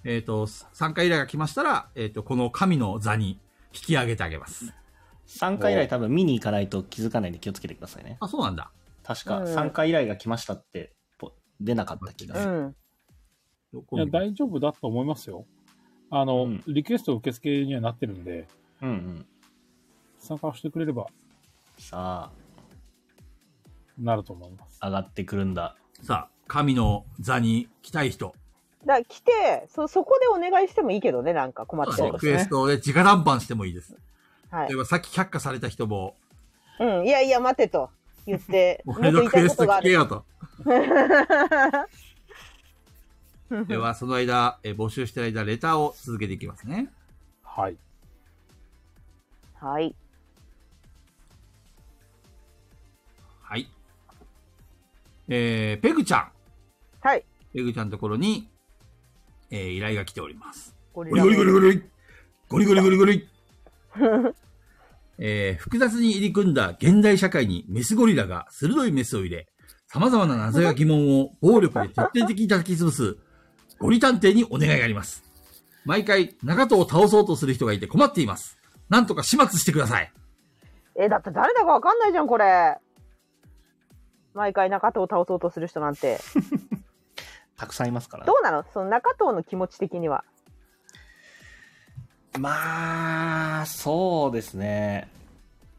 [SPEAKER 2] えっ、と、参加依頼が来ましたら、えっ、と、この神の座に引き上げてあげます。
[SPEAKER 5] 3回以来多分見に行かないと気づかないんで気をつけてくださいね。
[SPEAKER 2] あ、そうなんだ。
[SPEAKER 5] 確か
[SPEAKER 4] うん
[SPEAKER 5] 3回以来が来ましたって、ぽ出なかった気が
[SPEAKER 4] う
[SPEAKER 5] する。
[SPEAKER 4] ん。
[SPEAKER 1] いや、大丈夫だと思いますよ。あの、
[SPEAKER 5] うん
[SPEAKER 1] リクエスト受付にはなってるんで、
[SPEAKER 5] うんうん。
[SPEAKER 1] 参加してくれれば
[SPEAKER 5] さ
[SPEAKER 1] なると思います。
[SPEAKER 5] あ、上がってくるんだ。
[SPEAKER 2] さあ、神の座に来たい人。
[SPEAKER 4] だから来て、そ、そこでお願いしてもいいけどね、なんか困って
[SPEAKER 5] そうで。
[SPEAKER 4] る
[SPEAKER 5] す
[SPEAKER 2] クエ
[SPEAKER 5] ね
[SPEAKER 2] ストで直談判してもいいです。
[SPEAKER 4] はい
[SPEAKER 2] 例え。ばさっき却下された人も、
[SPEAKER 4] うん。いやいや、待てと 言って、もっ
[SPEAKER 2] 俺
[SPEAKER 4] と
[SPEAKER 2] の
[SPEAKER 4] 言い
[SPEAKER 2] ク
[SPEAKER 4] たい
[SPEAKER 2] エ
[SPEAKER 4] こ
[SPEAKER 2] スト
[SPEAKER 4] とがあ
[SPEAKER 2] 聞け
[SPEAKER 4] る。
[SPEAKER 2] よと。では、その間、えー募集してる間、レターを続けていきますね。
[SPEAKER 1] はい。
[SPEAKER 4] はい。
[SPEAKER 2] はい。えー、ペグちゃん。
[SPEAKER 4] はい。
[SPEAKER 2] ペグちゃんのところに、えー、依頼が来ております。
[SPEAKER 4] ゴリ
[SPEAKER 2] ゴリゴリゴリ
[SPEAKER 4] ラ。
[SPEAKER 2] ゴリゴリゴリゴリゴリえー、複雑に入り組んだ現代社会にメスゴリラが鋭いメスを入れ、様々な謎や疑問を暴力で徹底的に叩き潰す、ゴリ探偵にお願いがあります。毎回、中藤を倒そうとする人がいて困っています。なんとか始末してください。
[SPEAKER 4] え、だって誰だかわかんないじゃん、これ。毎回中藤を倒そうとする人なんて。
[SPEAKER 5] たくさんいますから
[SPEAKER 4] どうなのその中藤の気持ち的には。
[SPEAKER 5] まあ、そうですね。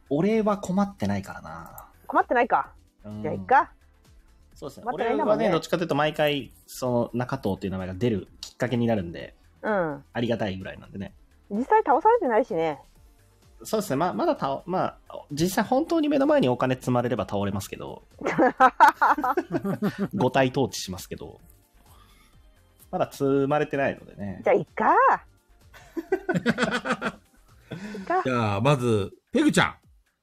[SPEAKER 5] 俺は困ってないからな。
[SPEAKER 4] 困ってないか。
[SPEAKER 5] うん
[SPEAKER 4] じゃあ、いっか。
[SPEAKER 5] そうですね。
[SPEAKER 4] 困ってない
[SPEAKER 5] 俺
[SPEAKER 4] んだも
[SPEAKER 5] は
[SPEAKER 4] んね
[SPEAKER 5] ね、どっちかというと毎回、その中藤っていう名前が出るきっかけになるんで、
[SPEAKER 4] うん。
[SPEAKER 5] ありがたいぐらいなんでね。
[SPEAKER 4] 実際倒されてないしね。
[SPEAKER 5] そうですね。まあ、まだ倒、まあ、実際本当に目の前にお金積まれれば倒れますけ ど、五体統治しますけど、まだ積まれてないのでね
[SPEAKER 4] じ。ゃあ、いっか。
[SPEAKER 2] じゃあ、まず、ペグちゃん、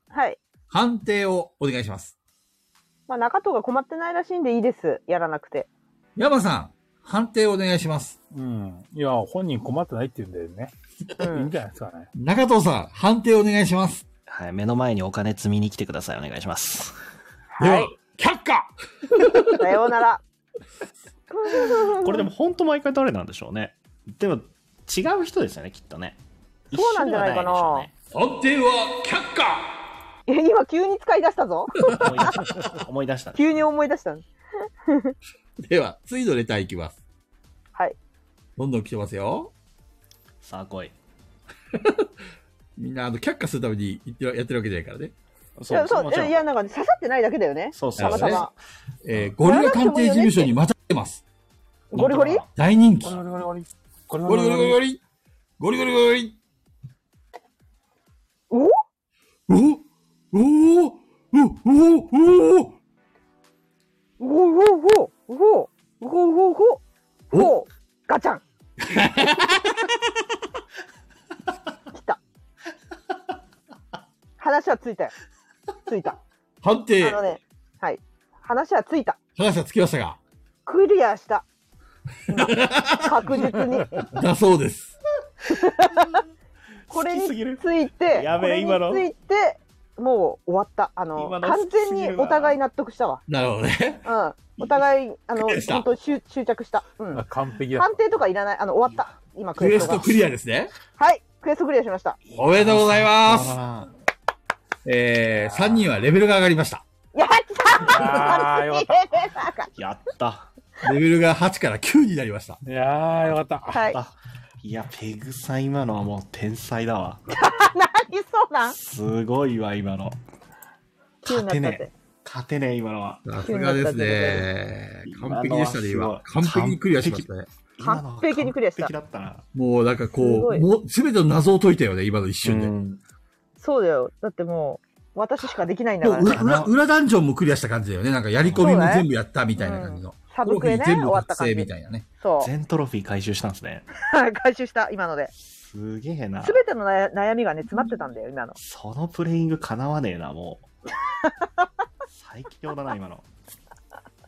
[SPEAKER 4] はい。
[SPEAKER 2] 判定をお願いします。
[SPEAKER 4] まあ、中藤が困ってないらしいんでいいです。やらなくて。
[SPEAKER 2] 山さん、判定をお願いします。
[SPEAKER 1] うん。いや、本人困ってないって言うんだよね。
[SPEAKER 4] うん
[SPEAKER 1] いいんじゃないですかね。
[SPEAKER 2] 中藤さん、判定をお願いします。
[SPEAKER 5] はい。目の前にお金積みに来てください。お願いします。
[SPEAKER 2] で
[SPEAKER 4] は。、
[SPEAKER 2] はい却下
[SPEAKER 4] さようなら。
[SPEAKER 5] これでも本当毎回誰なんでしょうね。でも、違う人ですよね、きっとね。
[SPEAKER 4] そうなんじゃないか
[SPEAKER 5] 一緒では
[SPEAKER 4] な
[SPEAKER 5] でしょうね
[SPEAKER 2] 判定は却下
[SPEAKER 4] え今急に使い出したぞ。
[SPEAKER 5] 思い出した。思い 出したね
[SPEAKER 4] 急に思い出したの。
[SPEAKER 2] では、次のレターいきます。
[SPEAKER 4] はい。
[SPEAKER 2] どんどん来てますよ。
[SPEAKER 5] さあ来い。
[SPEAKER 2] みんな、あの、却下するために言ってやってるわけじゃないからね。
[SPEAKER 4] いやそういや、なんか刺さってないだけだよね。
[SPEAKER 5] そうそ
[SPEAKER 4] た
[SPEAKER 5] うそ
[SPEAKER 4] ま
[SPEAKER 5] う
[SPEAKER 4] たま。
[SPEAKER 2] えー、ゴリラ鑑定事務所にまた来てます。
[SPEAKER 4] ゴリゴリ
[SPEAKER 2] 大人気。
[SPEAKER 1] ゴ
[SPEAKER 2] ゴ
[SPEAKER 1] リゴリゴリ。ゴ
[SPEAKER 2] リゴリゴリゴリゴ
[SPEAKER 1] リ
[SPEAKER 2] リゴリお
[SPEAKER 4] お
[SPEAKER 2] おおおおお
[SPEAKER 4] おおおおおおおおおおおガチャン来た話はついたよついた
[SPEAKER 2] 判
[SPEAKER 4] あ
[SPEAKER 2] 定
[SPEAKER 4] のねはい話はついた
[SPEAKER 2] 話はつきましたが、
[SPEAKER 4] クリアした今確実に
[SPEAKER 2] だそうです。
[SPEAKER 4] これ
[SPEAKER 5] 好きすぎる
[SPEAKER 4] について
[SPEAKER 5] やべえ
[SPEAKER 4] これ
[SPEAKER 5] 今の
[SPEAKER 4] についてもう終わったあの
[SPEAKER 5] 今の好
[SPEAKER 4] 完
[SPEAKER 5] きす
[SPEAKER 4] 全
[SPEAKER 5] ぎるな
[SPEAKER 4] にお互い納得したわ
[SPEAKER 2] なるほどね。
[SPEAKER 4] うんお互いあの
[SPEAKER 2] クリアした
[SPEAKER 4] 本当執執着したうん
[SPEAKER 1] あ完璧だ。
[SPEAKER 4] 判定とかいらない。あの、終わった。今、 ク
[SPEAKER 2] ク
[SPEAKER 4] エ
[SPEAKER 2] エ
[SPEAKER 4] ス
[SPEAKER 2] ス
[SPEAKER 4] ト
[SPEAKER 2] ト
[SPEAKER 4] が。
[SPEAKER 2] クリアですね。
[SPEAKER 4] はい。クエストクリアしました。
[SPEAKER 2] おめでとうございます。
[SPEAKER 5] あ
[SPEAKER 2] えー、3人はレベルが上がりました。
[SPEAKER 4] やった
[SPEAKER 1] あーよかった。
[SPEAKER 5] ーやった。
[SPEAKER 2] レベルが8から9になりました。
[SPEAKER 1] いやー、よかった。
[SPEAKER 4] はい。何
[SPEAKER 5] あいや、ペグさん今のはもう天才だわ。
[SPEAKER 4] そうなん
[SPEAKER 5] すごいわ、今の。勝
[SPEAKER 4] 急に
[SPEAKER 5] て
[SPEAKER 4] な
[SPEAKER 5] ね
[SPEAKER 4] ったっ
[SPEAKER 5] え。
[SPEAKER 4] て
[SPEAKER 5] 勝てねえ、今のは。
[SPEAKER 2] さすがですね。完璧でしたね、今。完璧にクリアしましたね。
[SPEAKER 5] 今のは
[SPEAKER 4] 完璧にクリアした
[SPEAKER 5] 完璧だったな。
[SPEAKER 2] もうなんか
[SPEAKER 4] す
[SPEAKER 2] こ
[SPEAKER 4] ご
[SPEAKER 2] う、
[SPEAKER 4] い
[SPEAKER 2] もう全ての謎を解いたよね、今の一瞬で。
[SPEAKER 5] うん
[SPEAKER 4] そうだよ。だってもう、私しかできないんだ
[SPEAKER 2] も
[SPEAKER 4] か
[SPEAKER 2] う
[SPEAKER 4] ら。
[SPEAKER 2] 裏裏裏ダンジョンもクリアした感じだよね。なんかやり込みも全部やったみたいな感じの。
[SPEAKER 4] サブクエね、
[SPEAKER 2] トロフィー
[SPEAKER 4] 終
[SPEAKER 2] 全部
[SPEAKER 4] わった
[SPEAKER 2] 覚
[SPEAKER 4] 感
[SPEAKER 2] 醒
[SPEAKER 4] じ
[SPEAKER 2] み。たいなね。
[SPEAKER 4] そう。
[SPEAKER 5] 全トロフィー回収したんですね。
[SPEAKER 4] 回収した、今ので。
[SPEAKER 5] すげえな
[SPEAKER 4] す。べての悩悩みがね、詰まってたんだよ、今の。。
[SPEAKER 5] そのプレイングかなわねえな、もう。最強だな、今の。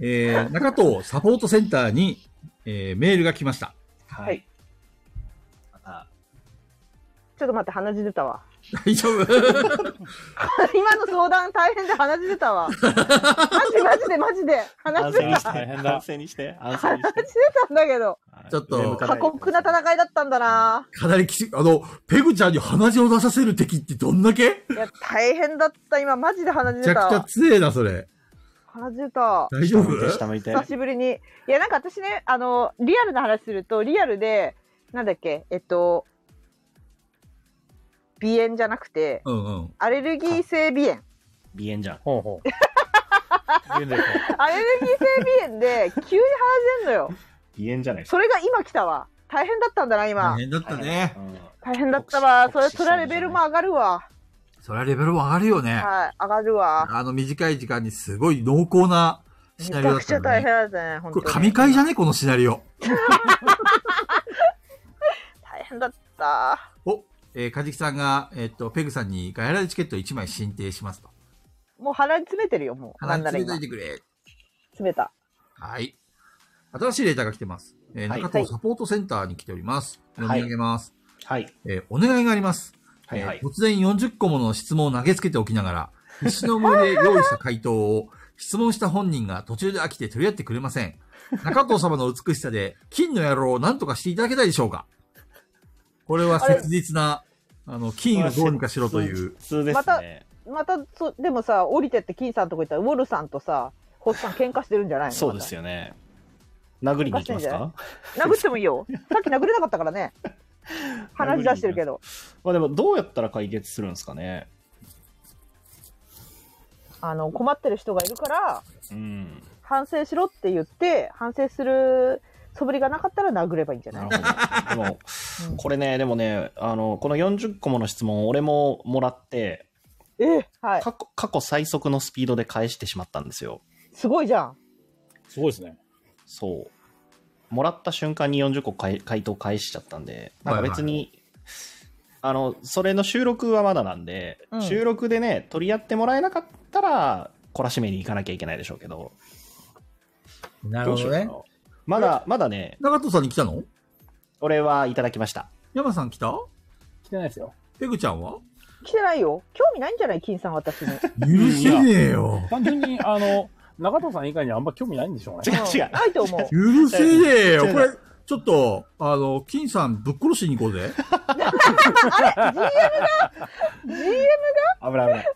[SPEAKER 2] えー、中藤サポートセンターに、えー、メールが来ました。
[SPEAKER 5] はいまた、
[SPEAKER 4] ちょっと待って、鼻血出たわ。
[SPEAKER 2] 大丈夫
[SPEAKER 4] 今の相談大変で鼻血出たわ。マジマジでマジで。鼻
[SPEAKER 5] 安
[SPEAKER 4] 血出
[SPEAKER 5] 静にして、
[SPEAKER 1] 大変だ
[SPEAKER 5] 安静にして、安静にして。
[SPEAKER 4] たんだけど。
[SPEAKER 5] はい
[SPEAKER 2] ちょっと
[SPEAKER 5] 上向か
[SPEAKER 4] 過
[SPEAKER 5] ない
[SPEAKER 4] 酷な戦いだったんだな。
[SPEAKER 2] かなりきし、あの、ペグちゃんに鼻血を出させる敵ってどんだけ
[SPEAKER 4] いや、大変だった。今、マジで鼻血
[SPEAKER 2] めち
[SPEAKER 4] 出
[SPEAKER 2] ゃくちゃ
[SPEAKER 4] た。
[SPEAKER 2] 強えな、それ。
[SPEAKER 4] 鼻血出た。
[SPEAKER 2] 大丈夫
[SPEAKER 5] 下向いて、下向いて。
[SPEAKER 4] 久しぶりに。いや、なんか私ね、あの、リアルな話すると、リアルで、なんだっけ、えっと、鼻炎じゃなくて、
[SPEAKER 2] うんうん。
[SPEAKER 4] アレルギー性鼻炎。
[SPEAKER 5] 鼻炎じゃん。
[SPEAKER 1] ほうほう。現在
[SPEAKER 4] アレルギー性鼻炎で、急に鼻血出んのよ。
[SPEAKER 5] 鼻炎じゃないですか。
[SPEAKER 4] それが今来たわ。大変だったんだな、今
[SPEAKER 2] 大。変だったね。
[SPEAKER 5] うん
[SPEAKER 4] 大変だったわ。それ、
[SPEAKER 5] 酷使
[SPEAKER 4] それはレベルも上がるわ。
[SPEAKER 2] それはレベルも上がるよね。
[SPEAKER 4] はい、上がるわ。
[SPEAKER 2] あの短い時間にすごい濃厚な
[SPEAKER 4] め
[SPEAKER 2] シ
[SPEAKER 4] ち
[SPEAKER 2] ナリオ
[SPEAKER 4] ゃ
[SPEAKER 2] だ
[SPEAKER 4] く
[SPEAKER 2] っ
[SPEAKER 4] ち
[SPEAKER 2] た
[SPEAKER 4] ゃ
[SPEAKER 2] ん
[SPEAKER 4] 大
[SPEAKER 2] だね。
[SPEAKER 4] 変だったね、
[SPEAKER 2] こ
[SPEAKER 4] 本
[SPEAKER 2] れ
[SPEAKER 4] 当に
[SPEAKER 2] 神。回じゃねこのシナリオ。
[SPEAKER 4] 大変だった。
[SPEAKER 2] お、えー、カジキさんが、えっと、ペグさんにガヤラでチケット1枚申請しますと。
[SPEAKER 4] もう鼻に詰めてるよ、もう。な
[SPEAKER 2] 鼻
[SPEAKER 4] ん
[SPEAKER 2] に
[SPEAKER 4] なら
[SPEAKER 2] 詰めと
[SPEAKER 4] 今。
[SPEAKER 2] い
[SPEAKER 4] 詰
[SPEAKER 2] てくれ。
[SPEAKER 4] めた。
[SPEAKER 2] はい。新しいレーターが来てます。えー
[SPEAKER 5] はい
[SPEAKER 2] 中藤サポートセンターに来ております。読み上げます。
[SPEAKER 5] はい。
[SPEAKER 2] えーお願いがあります。
[SPEAKER 5] はいはい
[SPEAKER 2] えー突然40個もの質問を投げつけておきなが ら、必死の思いで用意した回答を、質問した本人が途中で飽きて取り合ってくれま せん。中藤様の美しさで、金の野郎を何とかしていただけないでしょうかこれは切実な、あの、金をどうにかしろという
[SPEAKER 5] 普。通で
[SPEAKER 4] ますた
[SPEAKER 5] ね。
[SPEAKER 4] またそでもさ降りてって金さんとこ行ったらウォルさんとさ星さん喧嘩してるんじゃないの
[SPEAKER 5] そうです
[SPEAKER 4] よ
[SPEAKER 5] よね。殴りに行きますか
[SPEAKER 4] 殴ってもいいよさっき殴れなかったからね話出してるけど。
[SPEAKER 5] まあでも、どうやったら解決するんですかね。
[SPEAKER 4] あの、困ってる人がいるから、
[SPEAKER 5] うん。
[SPEAKER 4] 反省しろって言って、反省する素振りがなかったら殴ればいいんじゃな
[SPEAKER 5] ないるほど。でも、これね、でもね、あの、この40個もの質問、俺ももらって、
[SPEAKER 4] ええはい。
[SPEAKER 5] 過去、過去最速のスピードで返してしまったんですよ。
[SPEAKER 4] すごいじゃん。
[SPEAKER 1] すごいですね。
[SPEAKER 5] そう。もらった瞬間に40個回回答返しちゃったんで、なんか別に、あの、それの収録はまだなんで、
[SPEAKER 4] うん
[SPEAKER 5] 収録でね、取り合ってもらえなかったら、懲らしめに行かなきゃいけないでしょうけど、
[SPEAKER 2] なるほどね。
[SPEAKER 5] まだ、まだね、
[SPEAKER 2] 長藤さんに来たの
[SPEAKER 5] 俺はいただきました。
[SPEAKER 2] 山さん来た
[SPEAKER 1] 来てないですよ。
[SPEAKER 2] ペグちゃんは
[SPEAKER 4] 来てないよ。興味ないんじゃない金さん私に。
[SPEAKER 2] 許せねえよ。
[SPEAKER 1] 単純に、あの、中藤さん以外にあんま興味ないんでしょう
[SPEAKER 5] 違
[SPEAKER 1] ね。
[SPEAKER 5] う違う。
[SPEAKER 4] ないと 思う。
[SPEAKER 2] 許せねえよ。
[SPEAKER 5] 違う
[SPEAKER 2] これ、ちょっと、あの、金さんぶっ殺しに行こう ぜ。
[SPEAKER 5] 危ない危ない。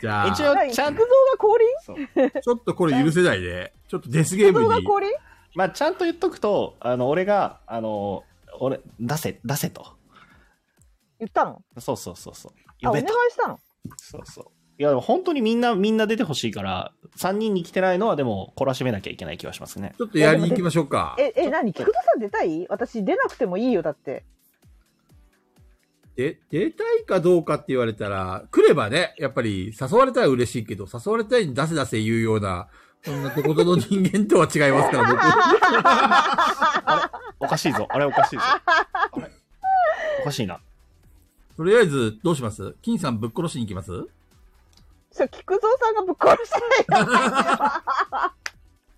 [SPEAKER 2] じゃ
[SPEAKER 5] 一
[SPEAKER 2] あ、
[SPEAKER 5] 応、ちゃん
[SPEAKER 4] 菊、蔵が降臨
[SPEAKER 5] そう
[SPEAKER 2] ちょっとこれ許せないで。ちょっとデスゲー
[SPEAKER 4] 菊蔵
[SPEAKER 2] ム
[SPEAKER 4] が
[SPEAKER 2] に。
[SPEAKER 4] 降臨
[SPEAKER 5] まあ、ちゃんと言っとくと、あの、俺が、あの、俺、出せ、出せと。
[SPEAKER 4] 言ったの
[SPEAKER 5] そうそうそうそう。
[SPEAKER 4] あ、
[SPEAKER 5] 呼
[SPEAKER 4] お願
[SPEAKER 5] べ
[SPEAKER 4] い
[SPEAKER 5] と。
[SPEAKER 4] したの
[SPEAKER 5] そうそう。いや、でも本当にみんな、みんな出てほしいから、3人に来てないのはでも、懲らしめなきゃいけない気はしますね。
[SPEAKER 2] ちょっとやりに行きましょうか。
[SPEAKER 4] え、え、何菊蔵さん出たい私出なくてもいいよ、だって。
[SPEAKER 2] で、出たいかどうかって言われたら、来ればね、やっぱり誘われたら嬉しいけど、誘われたいに出せ出せ言うような、そんなとことの人間とは違いますから、 僕。
[SPEAKER 5] おかしい ぞ。あれおかしいぞ。あれおかしいな。
[SPEAKER 2] とりあえず、どうします金さんぶっ殺しに行きます
[SPEAKER 4] そう、菊蔵さんがぶっ殺したいよ。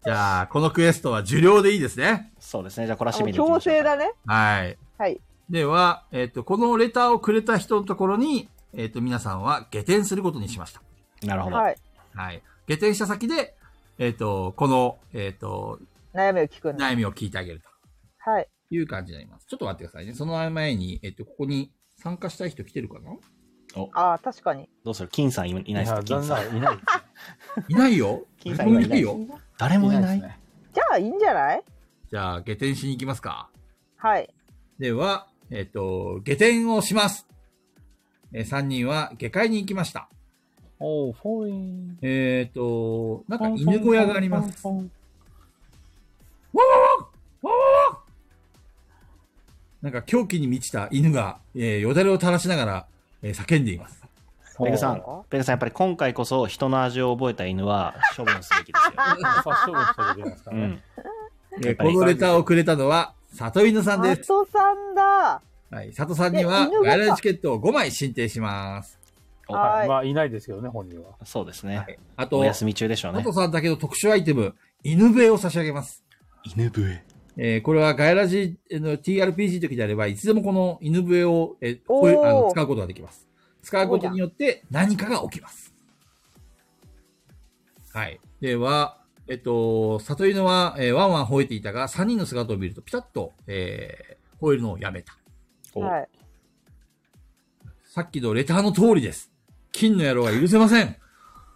[SPEAKER 2] じゃあ、このクエストは受領でいいですね。
[SPEAKER 5] そうですね。じゃあ懲らし
[SPEAKER 4] あ
[SPEAKER 5] めに
[SPEAKER 4] の
[SPEAKER 5] 行き
[SPEAKER 4] 強
[SPEAKER 5] ましょう
[SPEAKER 4] 制
[SPEAKER 5] か。
[SPEAKER 4] だね。
[SPEAKER 2] はい。
[SPEAKER 4] はい。
[SPEAKER 2] では、えっ、と、このレターをくれた人のところに、えっ、と、皆さんは下店することにしました。
[SPEAKER 5] なるほど。
[SPEAKER 4] はい。
[SPEAKER 2] はい。下店した先で、えっ、と、この、えっ、と、
[SPEAKER 4] 悩みを聞くんだ。
[SPEAKER 2] 悩みを聞いてあげると
[SPEAKER 4] はい。
[SPEAKER 2] いう感じになります。ちょっと待ってくださいね。その前に、えっ、と、ここに参加したい人来てるかな
[SPEAKER 4] ああ、確かに。
[SPEAKER 5] どうする金さんいいないですか
[SPEAKER 1] いや
[SPEAKER 5] 金
[SPEAKER 1] 残
[SPEAKER 5] さん。
[SPEAKER 1] 念いないです
[SPEAKER 2] いないよ。
[SPEAKER 5] 金さん今い
[SPEAKER 2] 誰も
[SPEAKER 5] ない
[SPEAKER 2] よ。
[SPEAKER 5] 誰もい
[SPEAKER 1] で
[SPEAKER 5] な
[SPEAKER 1] す
[SPEAKER 5] い
[SPEAKER 1] ね。
[SPEAKER 4] じゃあ、いいんじゃない
[SPEAKER 2] じゃあ、下店しに行きますか。
[SPEAKER 4] はい。
[SPEAKER 2] では、えっ、と、下店をします。え3人は下界に行きました。
[SPEAKER 1] おー、フォーイン。
[SPEAKER 2] えっ、と、なんか犬小屋があります。
[SPEAKER 1] ポンポン
[SPEAKER 2] わわわわわわなんか狂気に満ちた犬が、えーよだれを垂らしながら、えー叫んでいます。
[SPEAKER 1] ポン。
[SPEAKER 5] ペグさん
[SPEAKER 1] そう、
[SPEAKER 5] ペグさん、やっぱり今回こそ人の味を覚えた犬は処分すべきですよ。
[SPEAKER 1] 殺処分したじゃないですか
[SPEAKER 5] う
[SPEAKER 1] ね。
[SPEAKER 5] ん。
[SPEAKER 2] えーこのレターをくれたのは、里犬さんで
[SPEAKER 4] マ
[SPEAKER 2] す。
[SPEAKER 4] トさんだ。
[SPEAKER 2] はい、里さんには
[SPEAKER 4] え犬が
[SPEAKER 2] 外来チケットを5枚申請します。
[SPEAKER 5] お
[SPEAKER 4] はい。
[SPEAKER 1] まあ、いないですけどね、本人は。
[SPEAKER 5] そうです
[SPEAKER 2] は
[SPEAKER 5] ね。
[SPEAKER 2] い、あと、
[SPEAKER 5] お休み中でしょうね
[SPEAKER 2] 里。さんだけの特殊アイテム、犬笛を差し上げます。
[SPEAKER 5] 犬笛。
[SPEAKER 2] えーこれはガイラジえーの TRPG 時であれば、いつでもこの犬笛を、えーこういう
[SPEAKER 4] おー
[SPEAKER 2] あの使うことができます。使うことによって何かが起きます。はい。では、えっと、里犬は、えーワンワン吠えていたが、3人の姿を見るとピタッと、えー吠えるのをやめた。
[SPEAKER 5] お
[SPEAKER 4] はい。
[SPEAKER 2] さっきのレターの通りです。金の野郎は許せません。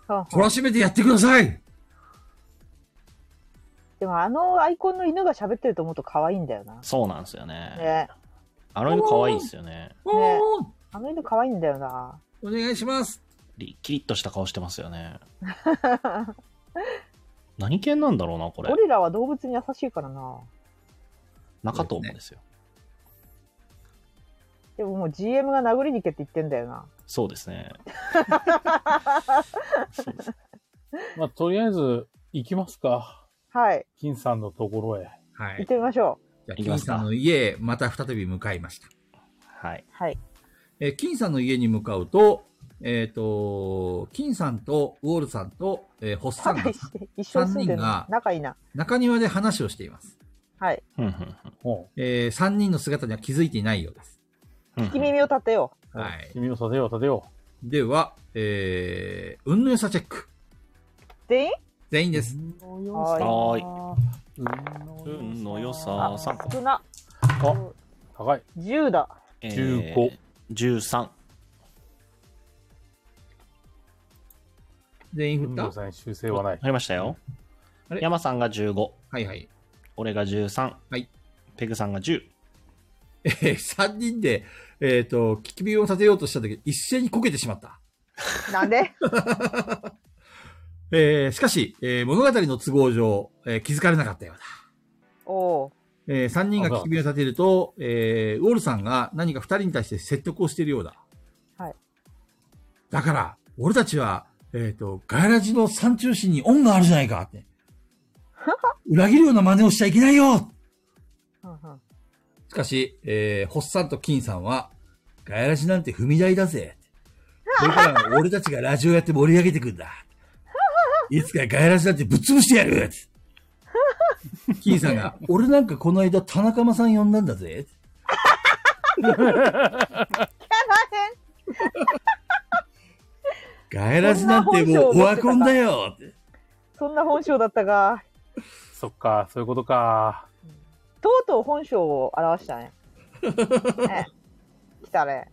[SPEAKER 4] はんはん
[SPEAKER 2] 懲らしめてやってください
[SPEAKER 4] でも、あのアイコンの犬が喋ってると思うと可愛いんだよな。
[SPEAKER 5] そうなんですよね。
[SPEAKER 4] ね。
[SPEAKER 5] あの犬可愛いですよね。
[SPEAKER 2] おー
[SPEAKER 4] あの犬可愛いんだよな。
[SPEAKER 2] お願いします
[SPEAKER 5] りキリッとした顔してますよね。何犬なんだろうな、これ
[SPEAKER 4] ゴ。リラは動物に優しいからな。
[SPEAKER 5] 中東もですよ。
[SPEAKER 4] でももう GM が殴りに行けって言ってんだよな。
[SPEAKER 5] そうですね。そうです
[SPEAKER 1] まあ、とりあえず、行きますか。
[SPEAKER 4] はい。
[SPEAKER 1] 金さんのところへ。
[SPEAKER 2] は
[SPEAKER 4] 行っ
[SPEAKER 2] い。
[SPEAKER 4] てみましょ
[SPEAKER 2] じゃあ、
[SPEAKER 5] いきま
[SPEAKER 2] 金
[SPEAKER 5] すか
[SPEAKER 2] さんの家へ、また再び向かいました。
[SPEAKER 5] はい。
[SPEAKER 4] う。はい。
[SPEAKER 2] えー金さんの家に向かうと、えっ、と、金さんとウォールさんと、えーホッサンが
[SPEAKER 4] 仲いいし 一緒に住んで
[SPEAKER 2] 三人
[SPEAKER 4] るの
[SPEAKER 2] が
[SPEAKER 4] 仲いいな。
[SPEAKER 2] 中庭で話をしています。
[SPEAKER 4] はい。
[SPEAKER 5] ふんふんふん
[SPEAKER 1] うん。
[SPEAKER 2] え3人の姿には気づいていないようです。
[SPEAKER 5] ふん
[SPEAKER 4] 聞き
[SPEAKER 5] ふん
[SPEAKER 4] 耳を立てよ
[SPEAKER 2] はい。
[SPEAKER 1] 君を立てよう、立てよ
[SPEAKER 2] では、えー、運の良さチェック。
[SPEAKER 4] う。全員
[SPEAKER 2] 全員
[SPEAKER 1] う。
[SPEAKER 2] です。
[SPEAKER 4] は
[SPEAKER 5] はーい
[SPEAKER 1] い
[SPEAKER 5] 運の良さ
[SPEAKER 4] あ、
[SPEAKER 5] 3個。
[SPEAKER 4] 少な。
[SPEAKER 1] あ、高い。
[SPEAKER 4] 10だ。
[SPEAKER 5] え
[SPEAKER 1] 15。
[SPEAKER 5] 13。
[SPEAKER 2] 全員振
[SPEAKER 1] 運
[SPEAKER 2] った
[SPEAKER 1] 動さんに修正はない
[SPEAKER 5] あ。りましたよ
[SPEAKER 2] あ。れ
[SPEAKER 5] 山さんが15。
[SPEAKER 2] はいはい。
[SPEAKER 5] 俺が13。
[SPEAKER 2] はい。
[SPEAKER 5] ペグさんが10。
[SPEAKER 2] えー、3人で、えっ、と、聞き火を立てようとした時、一斉にこけてしまった。
[SPEAKER 4] なんで
[SPEAKER 2] えーしかし、えー物語の都合上、えー気づかれなかったようだ。
[SPEAKER 4] おう
[SPEAKER 2] え3人が聞き火を立てると、えーウォルさんが何か2人に対して説得をしているようだ。
[SPEAKER 4] はい。
[SPEAKER 2] だから、俺たちは、えっ、と、ガヤラジの山中心に恩があるじゃないか って。裏切るような真似をしちゃいけないよ
[SPEAKER 4] うんうん
[SPEAKER 2] しかし、えー、ホッサンと金さんは、ガヤラジなんて踏み台だぜ。これからは俺たちがラジオやって盛り上げてくんだ。いつかガヤラジなんてぶっ潰してやる金さんが、俺なんかこの間田中間さん呼んだんだぜ。ガヤラジなんてもうオワコンだよ
[SPEAKER 4] そんな本性だったが
[SPEAKER 1] そっか、そういうことか。
[SPEAKER 4] とうとう本性を表し たねね来たね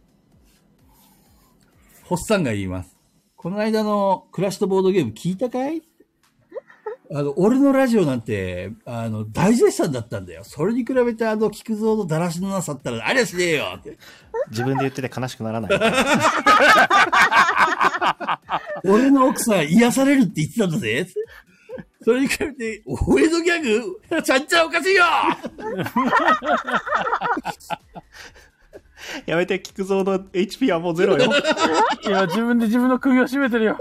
[SPEAKER 2] ホッサンが言います。この間のクラッシュとボードゲーム聞いたかいあの、俺のラジオなんて、あの、大絶賛だったんだよ。それに比べてあの、菊蔵のだらしのなさったら、ありゃしねえよって。
[SPEAKER 5] 自分で言ってて悲しくならない。
[SPEAKER 2] 俺の奥さん癒されるって言ってたんだぜ。それに比べて、俺のギャグ ちゃんちゃんおかしいよ
[SPEAKER 5] やめて、菊蔵の HP はもうゼロよ。
[SPEAKER 1] いや、自分で自分の首を絞めてるよ。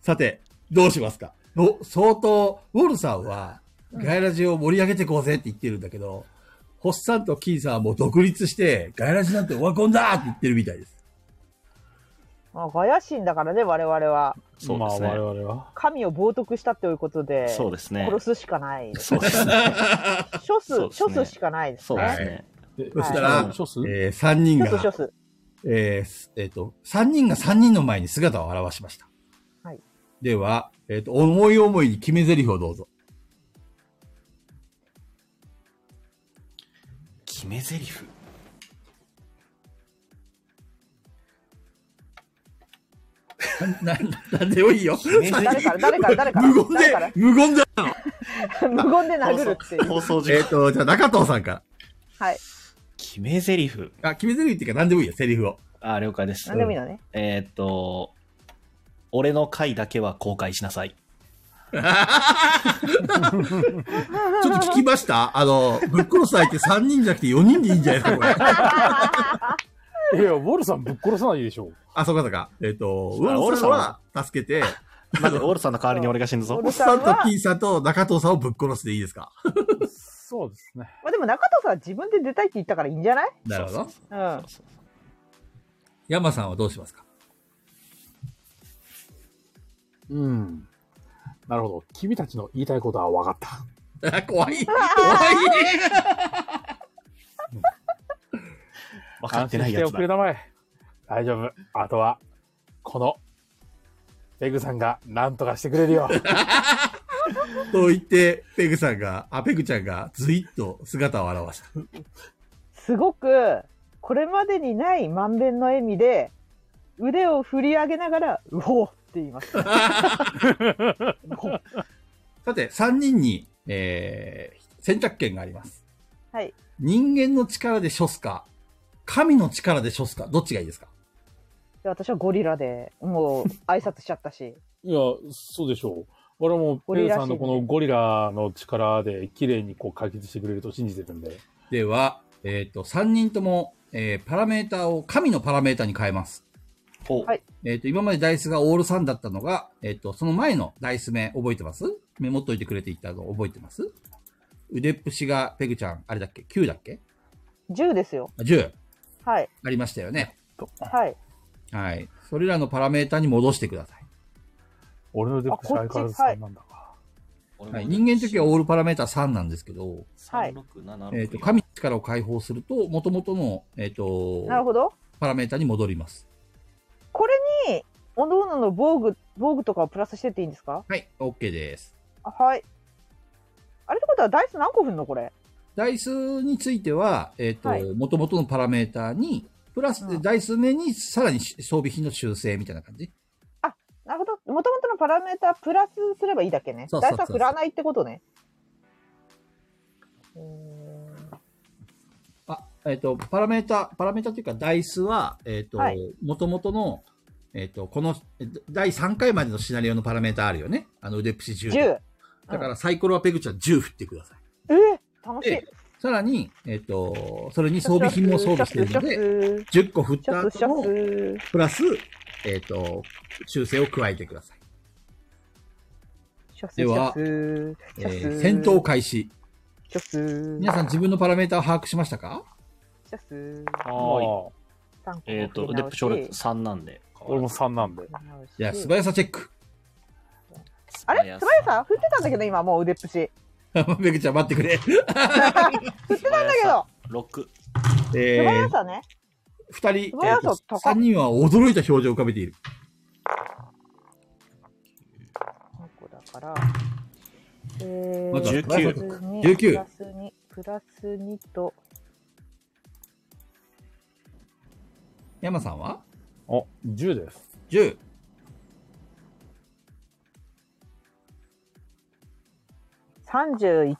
[SPEAKER 2] さて、どうしますかの相当、ウォルさんは、ガイラジを盛り上げていこうぜって言ってるんだけど、ホッサンとキーさんはもう独立して、ガイラジなんてオワコンだって言ってるみたいです。
[SPEAKER 4] まあガヤ神だからね我々は
[SPEAKER 5] そうです
[SPEAKER 1] まあ、
[SPEAKER 5] ね。
[SPEAKER 1] 我々は。
[SPEAKER 4] 神を冒涜したということで
[SPEAKER 5] そうですね。
[SPEAKER 4] 殺すしかない
[SPEAKER 5] そうですね。
[SPEAKER 4] 処す
[SPEAKER 5] そうです
[SPEAKER 4] 処
[SPEAKER 5] ね
[SPEAKER 4] すしかないです
[SPEAKER 5] そう
[SPEAKER 4] ね
[SPEAKER 5] ですね。
[SPEAKER 2] そした
[SPEAKER 5] は
[SPEAKER 2] ら
[SPEAKER 5] い、
[SPEAKER 1] 少数
[SPEAKER 2] えー、3人
[SPEAKER 4] 処す処
[SPEAKER 2] が、
[SPEAKER 4] す
[SPEAKER 2] えーすえっ、と、3人が3人の前に姿を現しました。
[SPEAKER 4] はい
[SPEAKER 2] では、えっ、と、思い思いに決め台詞をどうぞ。
[SPEAKER 5] 決め台詞。
[SPEAKER 2] な、なんでもいいよ。
[SPEAKER 5] 決め台
[SPEAKER 4] 誰
[SPEAKER 5] 詞。
[SPEAKER 4] から誰から誰から
[SPEAKER 2] 無言
[SPEAKER 4] 誰
[SPEAKER 2] で
[SPEAKER 4] から、
[SPEAKER 2] 無言だなの。
[SPEAKER 4] 無言で殴るっていう
[SPEAKER 5] 放送時
[SPEAKER 2] え
[SPEAKER 5] 間
[SPEAKER 2] っ、と、じゃあ中藤さんか
[SPEAKER 4] はい
[SPEAKER 5] 決め台詞。
[SPEAKER 2] ら。あ、決め台詞っていうか何でもいいよ、セリフを。
[SPEAKER 5] あ、了解です
[SPEAKER 4] 何。でもいいのね
[SPEAKER 5] えーっと、俺の回だけは公開しなさい。
[SPEAKER 2] ちょっと聞きましたあの、ぶっ殺す相手3人じゃなくて4人でいいんじゃないですか、これ。
[SPEAKER 1] いや、ウォルさんぶっ殺さないでしょ。
[SPEAKER 2] あ、そうかそうか。えっ、と、ウ
[SPEAKER 5] あ
[SPEAKER 2] ォルさんは助けて、
[SPEAKER 5] まず、オールさんの代わりに俺が死ぬぞ
[SPEAKER 4] オ
[SPEAKER 2] お
[SPEAKER 4] ル
[SPEAKER 2] っさ
[SPEAKER 4] さ
[SPEAKER 2] ん
[SPEAKER 4] ん
[SPEAKER 2] と
[SPEAKER 4] は
[SPEAKER 2] キーさんと中藤さんをぶっ殺していいですか
[SPEAKER 1] そうですね。
[SPEAKER 4] まあでも中藤さんは自分で出たいって言ったからいいんじゃない
[SPEAKER 2] なるほど。
[SPEAKER 5] そ
[SPEAKER 4] うん
[SPEAKER 5] うそうそう
[SPEAKER 2] 山さんはどうしますか
[SPEAKER 1] うん。なるほど。君たちの言いたいことは分かった。
[SPEAKER 2] あ 怖い。怖い。
[SPEAKER 5] 分かってないや
[SPEAKER 1] 安心し
[SPEAKER 5] つ
[SPEAKER 1] ておくれ
[SPEAKER 5] だ。
[SPEAKER 1] たまえ。大丈夫。あとは、この、ペグさんが何とかしてくれるよ。
[SPEAKER 2] と言って、ペグさんが、あ、ペグちゃんが、ずいっと姿を現した。
[SPEAKER 4] すごくこれまでにない満遍の笑みで腕を振り上げながら「うおーって言 います
[SPEAKER 2] さて、3人に、えー、選択権があります。
[SPEAKER 4] はい
[SPEAKER 2] 人間の力で処すか、神の力で処すか、どっちがいいですか
[SPEAKER 4] で私はゴリラでもう挨拶しちゃったし
[SPEAKER 1] いや、そうでしょう。俺はもう、
[SPEAKER 4] ゴ
[SPEAKER 1] ペ
[SPEAKER 4] リ
[SPEAKER 1] グ
[SPEAKER 4] ラ
[SPEAKER 1] さんのこのゴリラの力で綺麗にこう解決してくれると信じてるんで。
[SPEAKER 2] では、えっ、と、3人とも、えーパラメーターを神のパラメータに変えます。
[SPEAKER 5] ほう
[SPEAKER 4] はい
[SPEAKER 2] えっ、と、今までダイスがオール3だったのが、えっ、と、その前のダイス目覚えてますメモっといてくれていたの覚えてます腕っぷしがペグちゃん、あれだっけ ?9 だっけ
[SPEAKER 4] 10ですよ
[SPEAKER 2] あ ?10
[SPEAKER 4] はい
[SPEAKER 2] ありましたよね。
[SPEAKER 4] はい
[SPEAKER 2] はい。それらのパラメータに戻してください。
[SPEAKER 1] 俺の腕っぷし
[SPEAKER 4] あ
[SPEAKER 1] 相
[SPEAKER 4] こっち
[SPEAKER 1] 変わらず3なんだわ。
[SPEAKER 2] はい、人間の時はオールパラメータ3なんですけど、
[SPEAKER 4] はい
[SPEAKER 2] えっ、と、
[SPEAKER 5] 36764
[SPEAKER 2] 神の力を解放すると、元々の、えっ、
[SPEAKER 4] なる
[SPEAKER 2] と、
[SPEAKER 4] ほど
[SPEAKER 2] パラメータに戻ります。
[SPEAKER 4] これにおのおのの防具防具とかをプラスしてっていいんですか
[SPEAKER 2] はい、OK です。
[SPEAKER 4] あはいあれってことはダイス何個振るのこれ
[SPEAKER 2] ダイスについては、えっ、と、
[SPEAKER 4] はい
[SPEAKER 2] 元々のパラメーターに、プラスで
[SPEAKER 4] うん
[SPEAKER 2] ダイス目にさらにし装備品の修正みたいな感じ。
[SPEAKER 4] なるほどもともとのパラメータプラスすればいいだけね
[SPEAKER 2] そうそうそう
[SPEAKER 4] ダイスは振らないってことねうーん
[SPEAKER 2] あ、えっ、と、パラメータ、パラメータというか、ダイスは、えっ、と、
[SPEAKER 4] はい
[SPEAKER 2] 元々の、えっ、と、この、え第3回までのシナリオのパラメータあるよね。あの、腕っぷし10。
[SPEAKER 4] 10。
[SPEAKER 2] だから、サイコロはペグちゃん10振ってください。
[SPEAKER 4] え楽しい
[SPEAKER 2] で。、さらに、えっ、と、それに装備品も装備してるので、
[SPEAKER 4] で。
[SPEAKER 2] 10個振っ
[SPEAKER 4] シ
[SPEAKER 2] た
[SPEAKER 4] ャツシ
[SPEAKER 2] 後も、
[SPEAKER 4] ャツ。
[SPEAKER 2] プラス、えっ、と、修正を加えてください。
[SPEAKER 4] シャツシ
[SPEAKER 2] で
[SPEAKER 4] ャ
[SPEAKER 2] は
[SPEAKER 4] ツ。
[SPEAKER 2] え
[SPEAKER 4] シャツ
[SPEAKER 2] ー戦闘。開始。
[SPEAKER 4] シャツ。
[SPEAKER 2] 皆さん自分のパラメータを把握しましたか
[SPEAKER 4] シャツ。
[SPEAKER 5] は
[SPEAKER 1] ああ
[SPEAKER 4] 三個
[SPEAKER 5] い。えっ、と、
[SPEAKER 4] 振
[SPEAKER 5] 腕
[SPEAKER 4] り
[SPEAKER 5] っ
[SPEAKER 4] 直
[SPEAKER 5] ぷ
[SPEAKER 4] し
[SPEAKER 5] し俺3なんで。
[SPEAKER 1] 俺も3なんで。
[SPEAKER 2] いや、素早さチェック。
[SPEAKER 4] あれ素早さ振ってたんだけど、今もう腕っぷし。
[SPEAKER 2] めぐちゃん待ってくれ。
[SPEAKER 4] 振ってたんだけど、
[SPEAKER 5] 6。
[SPEAKER 2] えー
[SPEAKER 4] 素早、さね。
[SPEAKER 2] 二人、え
[SPEAKER 4] 素早さ
[SPEAKER 2] ーと
[SPEAKER 4] 高い
[SPEAKER 2] 三人は驚いた表情を浮かべている。
[SPEAKER 4] 三個だから。え
[SPEAKER 2] ま
[SPEAKER 4] ー
[SPEAKER 2] ずは素早さチェック
[SPEAKER 4] 19
[SPEAKER 2] 19
[SPEAKER 4] プラス2プラス2と
[SPEAKER 2] 山さんは
[SPEAKER 1] あ、10です。
[SPEAKER 2] ?10。
[SPEAKER 4] 31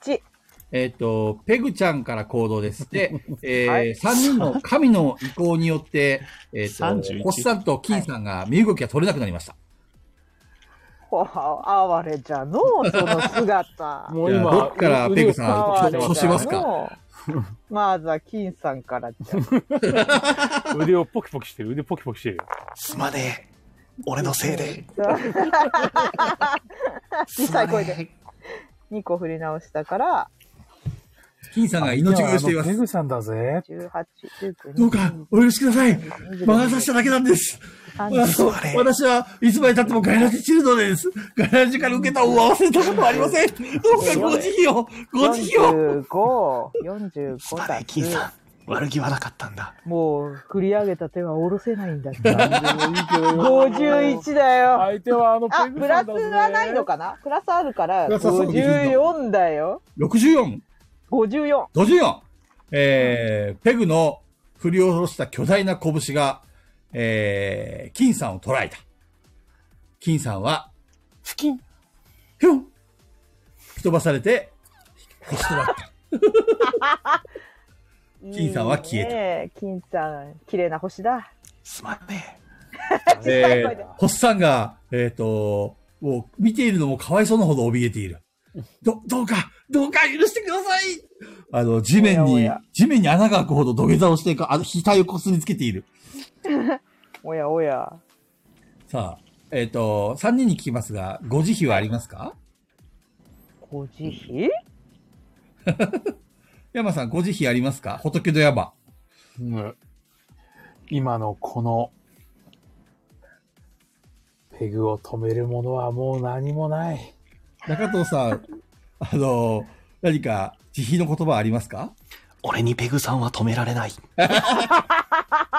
[SPEAKER 2] えっ、と、ペグちゃんから行動です。 で、え
[SPEAKER 4] は
[SPEAKER 2] ー、
[SPEAKER 4] い
[SPEAKER 2] 三、人の神の意向によって、えっ、と、
[SPEAKER 5] 31
[SPEAKER 2] コッさんと金さんが身動きが取れなくなりました。
[SPEAKER 4] あ哀れじゃのうその姿
[SPEAKER 1] も
[SPEAKER 2] じゃあどっからペグさ
[SPEAKER 4] 哀
[SPEAKER 2] ん、
[SPEAKER 4] れ
[SPEAKER 2] ど
[SPEAKER 4] じゃの
[SPEAKER 2] う
[SPEAKER 4] う
[SPEAKER 2] しますか
[SPEAKER 4] まずは金さんからじゃ
[SPEAKER 1] 腕をポキポキしてる。腕ポキポキしてるよ。
[SPEAKER 7] すまねえ。俺のせいで。
[SPEAKER 4] 小さい声で2個振り直したから
[SPEAKER 2] 金さんが命
[SPEAKER 1] いや
[SPEAKER 2] 乞いをしていま
[SPEAKER 1] あのペ
[SPEAKER 2] す。
[SPEAKER 1] グさんだぜ。
[SPEAKER 2] どうか
[SPEAKER 4] 181920、
[SPEAKER 2] お許しください。魔が差し
[SPEAKER 4] した
[SPEAKER 2] だけなんです。あ
[SPEAKER 4] 30
[SPEAKER 2] の私はいつまで経ってもガイラジチルドレンです。ガイラジから受けた恩を合わせたことはありません。どうかご慈悲を、ご慈悲を。
[SPEAKER 4] 4545だ
[SPEAKER 7] 金さん、悪気はなかったんだ。
[SPEAKER 4] もう振り上げた手は下ろせないんだって51だよ
[SPEAKER 1] 相手はあのペ
[SPEAKER 4] あ、
[SPEAKER 1] グ
[SPEAKER 4] プ
[SPEAKER 1] さ
[SPEAKER 4] ラ
[SPEAKER 1] ん
[SPEAKER 4] ス
[SPEAKER 1] だぜ。
[SPEAKER 4] はないのかなプラスあるから、
[SPEAKER 2] プラスはそう
[SPEAKER 4] 54だよ。
[SPEAKER 2] 64、
[SPEAKER 4] 54。
[SPEAKER 2] 54。えー、ペグの振り下ろした巨大な拳が、えー、金さんを捉えた。金さんは、
[SPEAKER 1] チキン。
[SPEAKER 2] ひょん吹き飛ばされて、ひしと ばった。金さんは消えた
[SPEAKER 4] えた。金さん、綺麗な星だ。
[SPEAKER 7] すま
[SPEAKER 4] い
[SPEAKER 7] ね
[SPEAKER 2] え
[SPEAKER 4] 声で
[SPEAKER 2] ー、ホッサンが、えっ、と、もう見ているのもかわいそうなほど怯えている。ど、どうか、どうか許してくださいあの、地面
[SPEAKER 4] お
[SPEAKER 2] に
[SPEAKER 4] やおや、
[SPEAKER 2] 地面に穴が開くほど土下座をしてか、あの、額をこすりつけている。
[SPEAKER 4] おやおや。
[SPEAKER 2] さあ、えっ、と、3人に聞きますが、ご慈悲はありますか
[SPEAKER 4] ご慈悲
[SPEAKER 2] 山さん、ご慈悲ありますか仏の山。
[SPEAKER 1] うん今のこの、ペグを止めるものはもう何もない。
[SPEAKER 2] 中藤さ ん、あの、何か慈悲の言葉ありますか
[SPEAKER 7] え。俺にペグさんは止められない。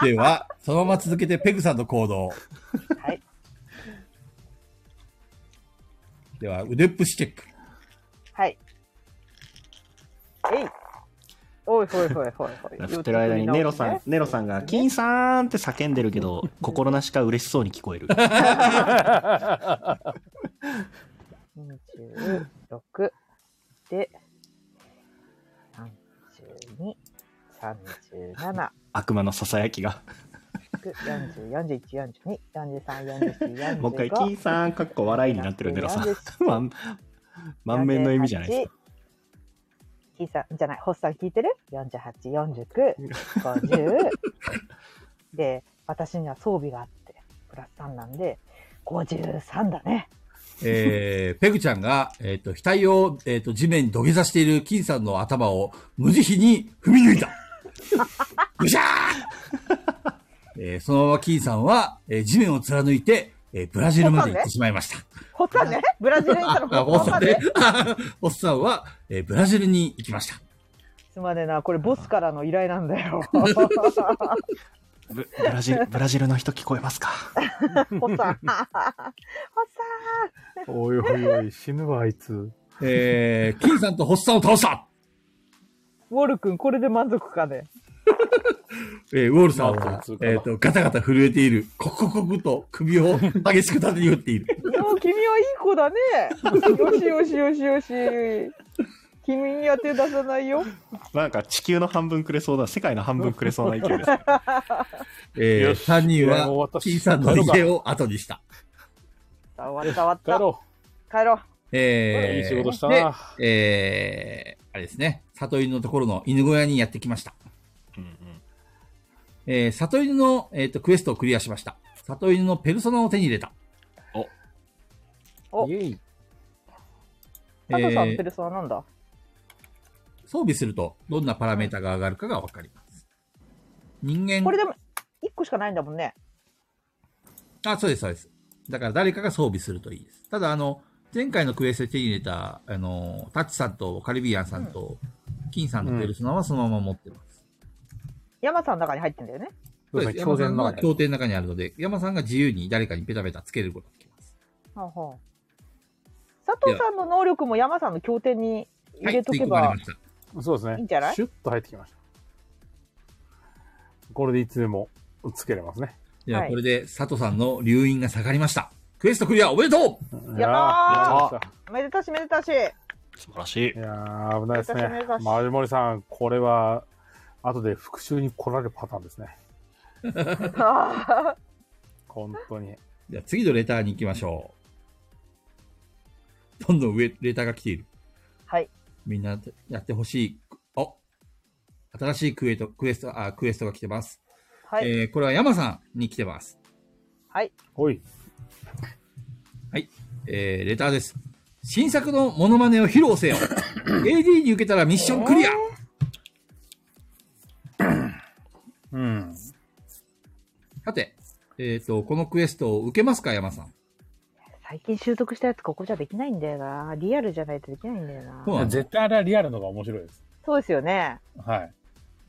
[SPEAKER 2] では、そのまま続けてペグさんの行動。
[SPEAKER 4] はい。
[SPEAKER 2] では、腕っぷしチェック。
[SPEAKER 4] はい。えい。おいほいほいほい ほい。
[SPEAKER 5] 振ってる間にネロさん、ネロさんが、金さんって叫んでるけど、心なしか嬉しそうに聞こえる。
[SPEAKER 4] 26で、32、37。
[SPEAKER 5] 悪魔の囁きが。
[SPEAKER 4] 40,41,42,43,44,45
[SPEAKER 5] もう一回、金さん、かっこ笑いになってるネロさん。満満面の意味じゃないですか。
[SPEAKER 4] キーさんじゃない、ホッさん聞いてる ?48,49,50 で、私には装備があって、プラス3なんで、53だね。
[SPEAKER 2] えー、ペグちゃんが、えっ、と、額を、えっ、と、地面に土下座している金さんの頭を無慈悲に踏み抜いた。ぐしゃーえー、そのまま金さんは、えー地面を貫いて、えーブラジルまで行ってしまいました。
[SPEAKER 4] ホッさんね、ブラジルに行ったの
[SPEAKER 2] あ、おっ
[SPEAKER 4] ホッ
[SPEAKER 2] さ
[SPEAKER 4] さ
[SPEAKER 2] ん
[SPEAKER 4] ん
[SPEAKER 2] で
[SPEAKER 4] ね。、
[SPEAKER 2] おっさんは、えーブラジルに行きました。
[SPEAKER 4] すまねえな、これボスからの依頼なんだ よ。
[SPEAKER 7] ブブラジル、ブラジルの人聞こえますか
[SPEAKER 4] ホッさん。ホッさん。
[SPEAKER 1] おいおいおい、死ぬわ、あいつ。
[SPEAKER 2] えー、金さんとホッサンを倒した
[SPEAKER 4] ウォル君、これで満足かね。
[SPEAKER 2] えーウォールさんは
[SPEAKER 1] ま、あ
[SPEAKER 2] えっ、と、ガタガタ震えている、コクコクと首を激しく立てに打っている。
[SPEAKER 4] でも君はいい子だね。よしよしよしよし。君には手出さないよ。
[SPEAKER 5] なんか地球の半分くれそうだ、世界の半分くれそうな 勢いですね。
[SPEAKER 2] えー、
[SPEAKER 1] よし
[SPEAKER 2] 3人
[SPEAKER 1] いやもう
[SPEAKER 2] は、
[SPEAKER 1] 私
[SPEAKER 2] T さんの家を後にした。
[SPEAKER 4] 伝わった、わっ
[SPEAKER 1] 帰
[SPEAKER 4] た。
[SPEAKER 1] ろ
[SPEAKER 4] 帰ろう。
[SPEAKER 1] う。
[SPEAKER 2] えー、
[SPEAKER 1] いい仕事したな。
[SPEAKER 2] でえー、あれですね、里犬のところの犬小屋にやってきました。
[SPEAKER 5] うんうん
[SPEAKER 2] えー、里犬の、えー、とクエストをクリアしました。里犬のペルソナを手に入れた。
[SPEAKER 4] お
[SPEAKER 1] イエイ。
[SPEAKER 4] 佐藤さん
[SPEAKER 2] え
[SPEAKER 4] の
[SPEAKER 2] ー
[SPEAKER 4] ペルソナなんだ。
[SPEAKER 2] 装備すると、どんなパラメータが上がるかがわかります。人間
[SPEAKER 4] これでも、一個しかないんだもんね。
[SPEAKER 2] あ、そうです、そうです。だから誰かが装備するといいです。ただ、あの、前回のクエストで手に入れた、あの、タッチさんとカリビアンさんと、金さんとペルソナはそのまま持ってます。
[SPEAKER 4] 山さんの中に入ってんだよね。
[SPEAKER 1] そ
[SPEAKER 2] そ
[SPEAKER 1] うで
[SPEAKER 2] う
[SPEAKER 1] す
[SPEAKER 2] で
[SPEAKER 1] ね
[SPEAKER 2] す。山さんは
[SPEAKER 1] 協定の中に
[SPEAKER 2] 協定の中にあるので、山さんが自由に誰かにペタペタつけることができます。
[SPEAKER 4] ほうほう佐藤さんの能力も山さんの協定に入
[SPEAKER 2] はい、
[SPEAKER 4] れと
[SPEAKER 2] 追い
[SPEAKER 4] け
[SPEAKER 2] 込まれ
[SPEAKER 4] ば
[SPEAKER 2] ま、した。
[SPEAKER 1] そうですね。
[SPEAKER 4] いいんじゃない
[SPEAKER 1] シュッと入ってきました。これでいつでもつけれますね。
[SPEAKER 2] では、
[SPEAKER 4] はい
[SPEAKER 2] これで佐藤さんの留飲が下がりました。クエストクリアおめでとう
[SPEAKER 1] いやー
[SPEAKER 5] やっ
[SPEAKER 4] めでたしめで たし。
[SPEAKER 5] 素晴らしい
[SPEAKER 1] い。やー危ないです
[SPEAKER 4] めちゃくちゃ目
[SPEAKER 1] ね
[SPEAKER 4] 指。し
[SPEAKER 1] マジモリさん、これは、後で復讐に来られるパターンですね。
[SPEAKER 4] あ
[SPEAKER 1] 本当に。
[SPEAKER 2] じゃあ次のレターに行きましょう。どんどん上、レターが来ている。
[SPEAKER 4] はい。
[SPEAKER 2] みんなやってほしい。お新しいクエトクエスト、あ、クエストが来てます。
[SPEAKER 4] ーはい。
[SPEAKER 2] えー、これは山さんに来てます。
[SPEAKER 1] おい。
[SPEAKER 2] えー、レターです。新作のモノマネを披露せ よ。AD に受けたらミッションクリア。
[SPEAKER 1] うん。
[SPEAKER 2] さて、えっ、と、このクエストを受けますか、山さん。
[SPEAKER 4] 最近習得したやつここじゃできないんだよな。リアルじゃないとできないんだよな
[SPEAKER 2] そ。うなんです
[SPEAKER 1] 絶対あれはリアルの方が面白いです。
[SPEAKER 4] そうですよね。
[SPEAKER 1] はい。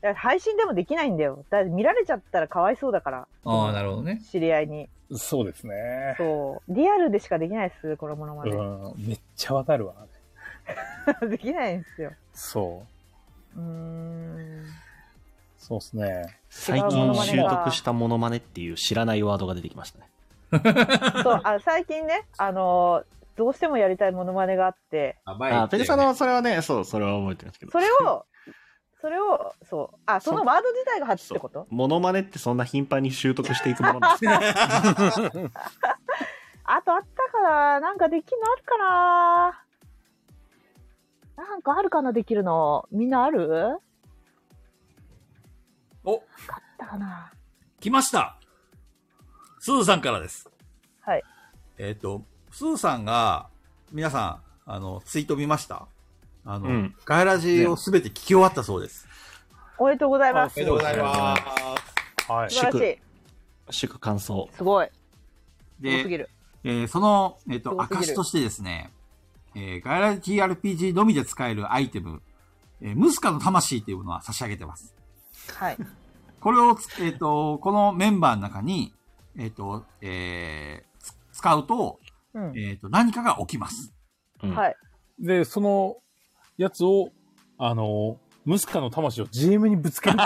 [SPEAKER 4] だから配信でもできないんだよ。だって見られちゃったらかわいそうだから、
[SPEAKER 2] ああ、なるほどね。
[SPEAKER 4] 知り合いに。
[SPEAKER 1] そうですね。
[SPEAKER 4] そう。リアルでしかできないです、このものま
[SPEAKER 1] う
[SPEAKER 4] で。
[SPEAKER 1] ん。めっちゃわかるわ。
[SPEAKER 4] できないんですよ。
[SPEAKER 1] そう。
[SPEAKER 4] うーん。
[SPEAKER 1] そうですね。
[SPEAKER 5] 最近習得したモノマネっていう知らないワードが出てきましたね。
[SPEAKER 4] そう、あ最近ね、あのーどうしてもやりたいモノマネがあって、
[SPEAKER 2] あ、バ
[SPEAKER 5] あ、ペルソナはそれはね、そう、それは覚えてるんですけど。
[SPEAKER 4] それ を、それを、そう、あ、そのワード自体が初ってこと
[SPEAKER 5] モノマネってそんな頻繁に習得していくものなんで すね。
[SPEAKER 4] あとあったから、なんかできるのあるかななんかあるかなできるの。みんなある
[SPEAKER 9] お、
[SPEAKER 4] あったかな
[SPEAKER 9] 来ました。すずさんからです。
[SPEAKER 4] はい。
[SPEAKER 2] えっ、と、スーさんが、皆さん、あの、ツイート見ましたあの、
[SPEAKER 5] うん
[SPEAKER 2] ガイラジをすべて聞き終わったそうです。。
[SPEAKER 4] おめでとうございます。
[SPEAKER 1] おめでとうござい
[SPEAKER 5] ます
[SPEAKER 1] はい。
[SPEAKER 4] 素晴らしい。
[SPEAKER 5] 祝感想。
[SPEAKER 4] すごい。
[SPEAKER 10] です
[SPEAKER 4] ごすぎる。
[SPEAKER 10] えーその、えっ、と、
[SPEAKER 4] すごすぎる
[SPEAKER 10] 証としてですね、えーガイラ TRPG のみで使えるアイテム、えームスカの魂というものは差し上げてます。
[SPEAKER 4] はい。
[SPEAKER 10] これをつ、えっ、と、このメンバーの中に、えっ、と、えーつ使うと、
[SPEAKER 4] うん。
[SPEAKER 10] えっ、と、何かが起きます。
[SPEAKER 5] うん
[SPEAKER 4] はい。
[SPEAKER 1] で、そのやつを、あの、ムスカの魂を GM にぶつけるってい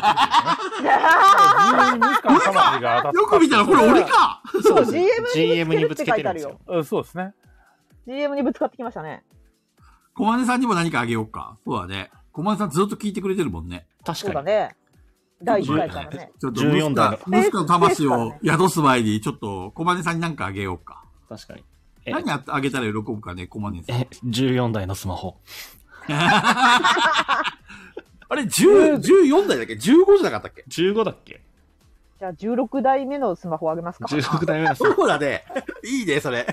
[SPEAKER 1] うね。GM にムスカの魂が当たっ
[SPEAKER 10] よく見たらこれ俺か
[SPEAKER 4] そう、GM
[SPEAKER 5] GM
[SPEAKER 4] に
[SPEAKER 5] に
[SPEAKER 4] ぶ
[SPEAKER 5] ぶ
[SPEAKER 4] つ
[SPEAKER 5] つけ
[SPEAKER 4] けるって書い
[SPEAKER 5] て
[SPEAKER 4] てあ
[SPEAKER 5] るんです
[SPEAKER 4] るよ
[SPEAKER 5] よ。
[SPEAKER 1] た。うんそうですね。
[SPEAKER 4] GM にぶつかってきましたね。
[SPEAKER 10] 小金さんにも何かあげようか。そうだね。小金さんずっと聞いてくれてるもんね。
[SPEAKER 4] そう
[SPEAKER 5] 確か
[SPEAKER 4] だ
[SPEAKER 5] に。
[SPEAKER 4] ね。第1回からね。
[SPEAKER 10] ちょっとムス
[SPEAKER 5] 14
[SPEAKER 10] カ
[SPEAKER 5] 代、
[SPEAKER 10] ムスカの魂を宿す前に、ちょっと小金さんに何かあげようか。
[SPEAKER 5] 確かに。え
[SPEAKER 10] 何あげたら喜ぶかね、小金さん。
[SPEAKER 5] え、14台のスマホ。
[SPEAKER 2] あれ、10 14台だっけ ?15 じゃなかったっけ
[SPEAKER 5] 15だっけ
[SPEAKER 4] じゃあ16台目のスマホをあげますか。
[SPEAKER 5] ?16 台目のスマ ホ。
[SPEAKER 2] そうだね。いいね、そ れ。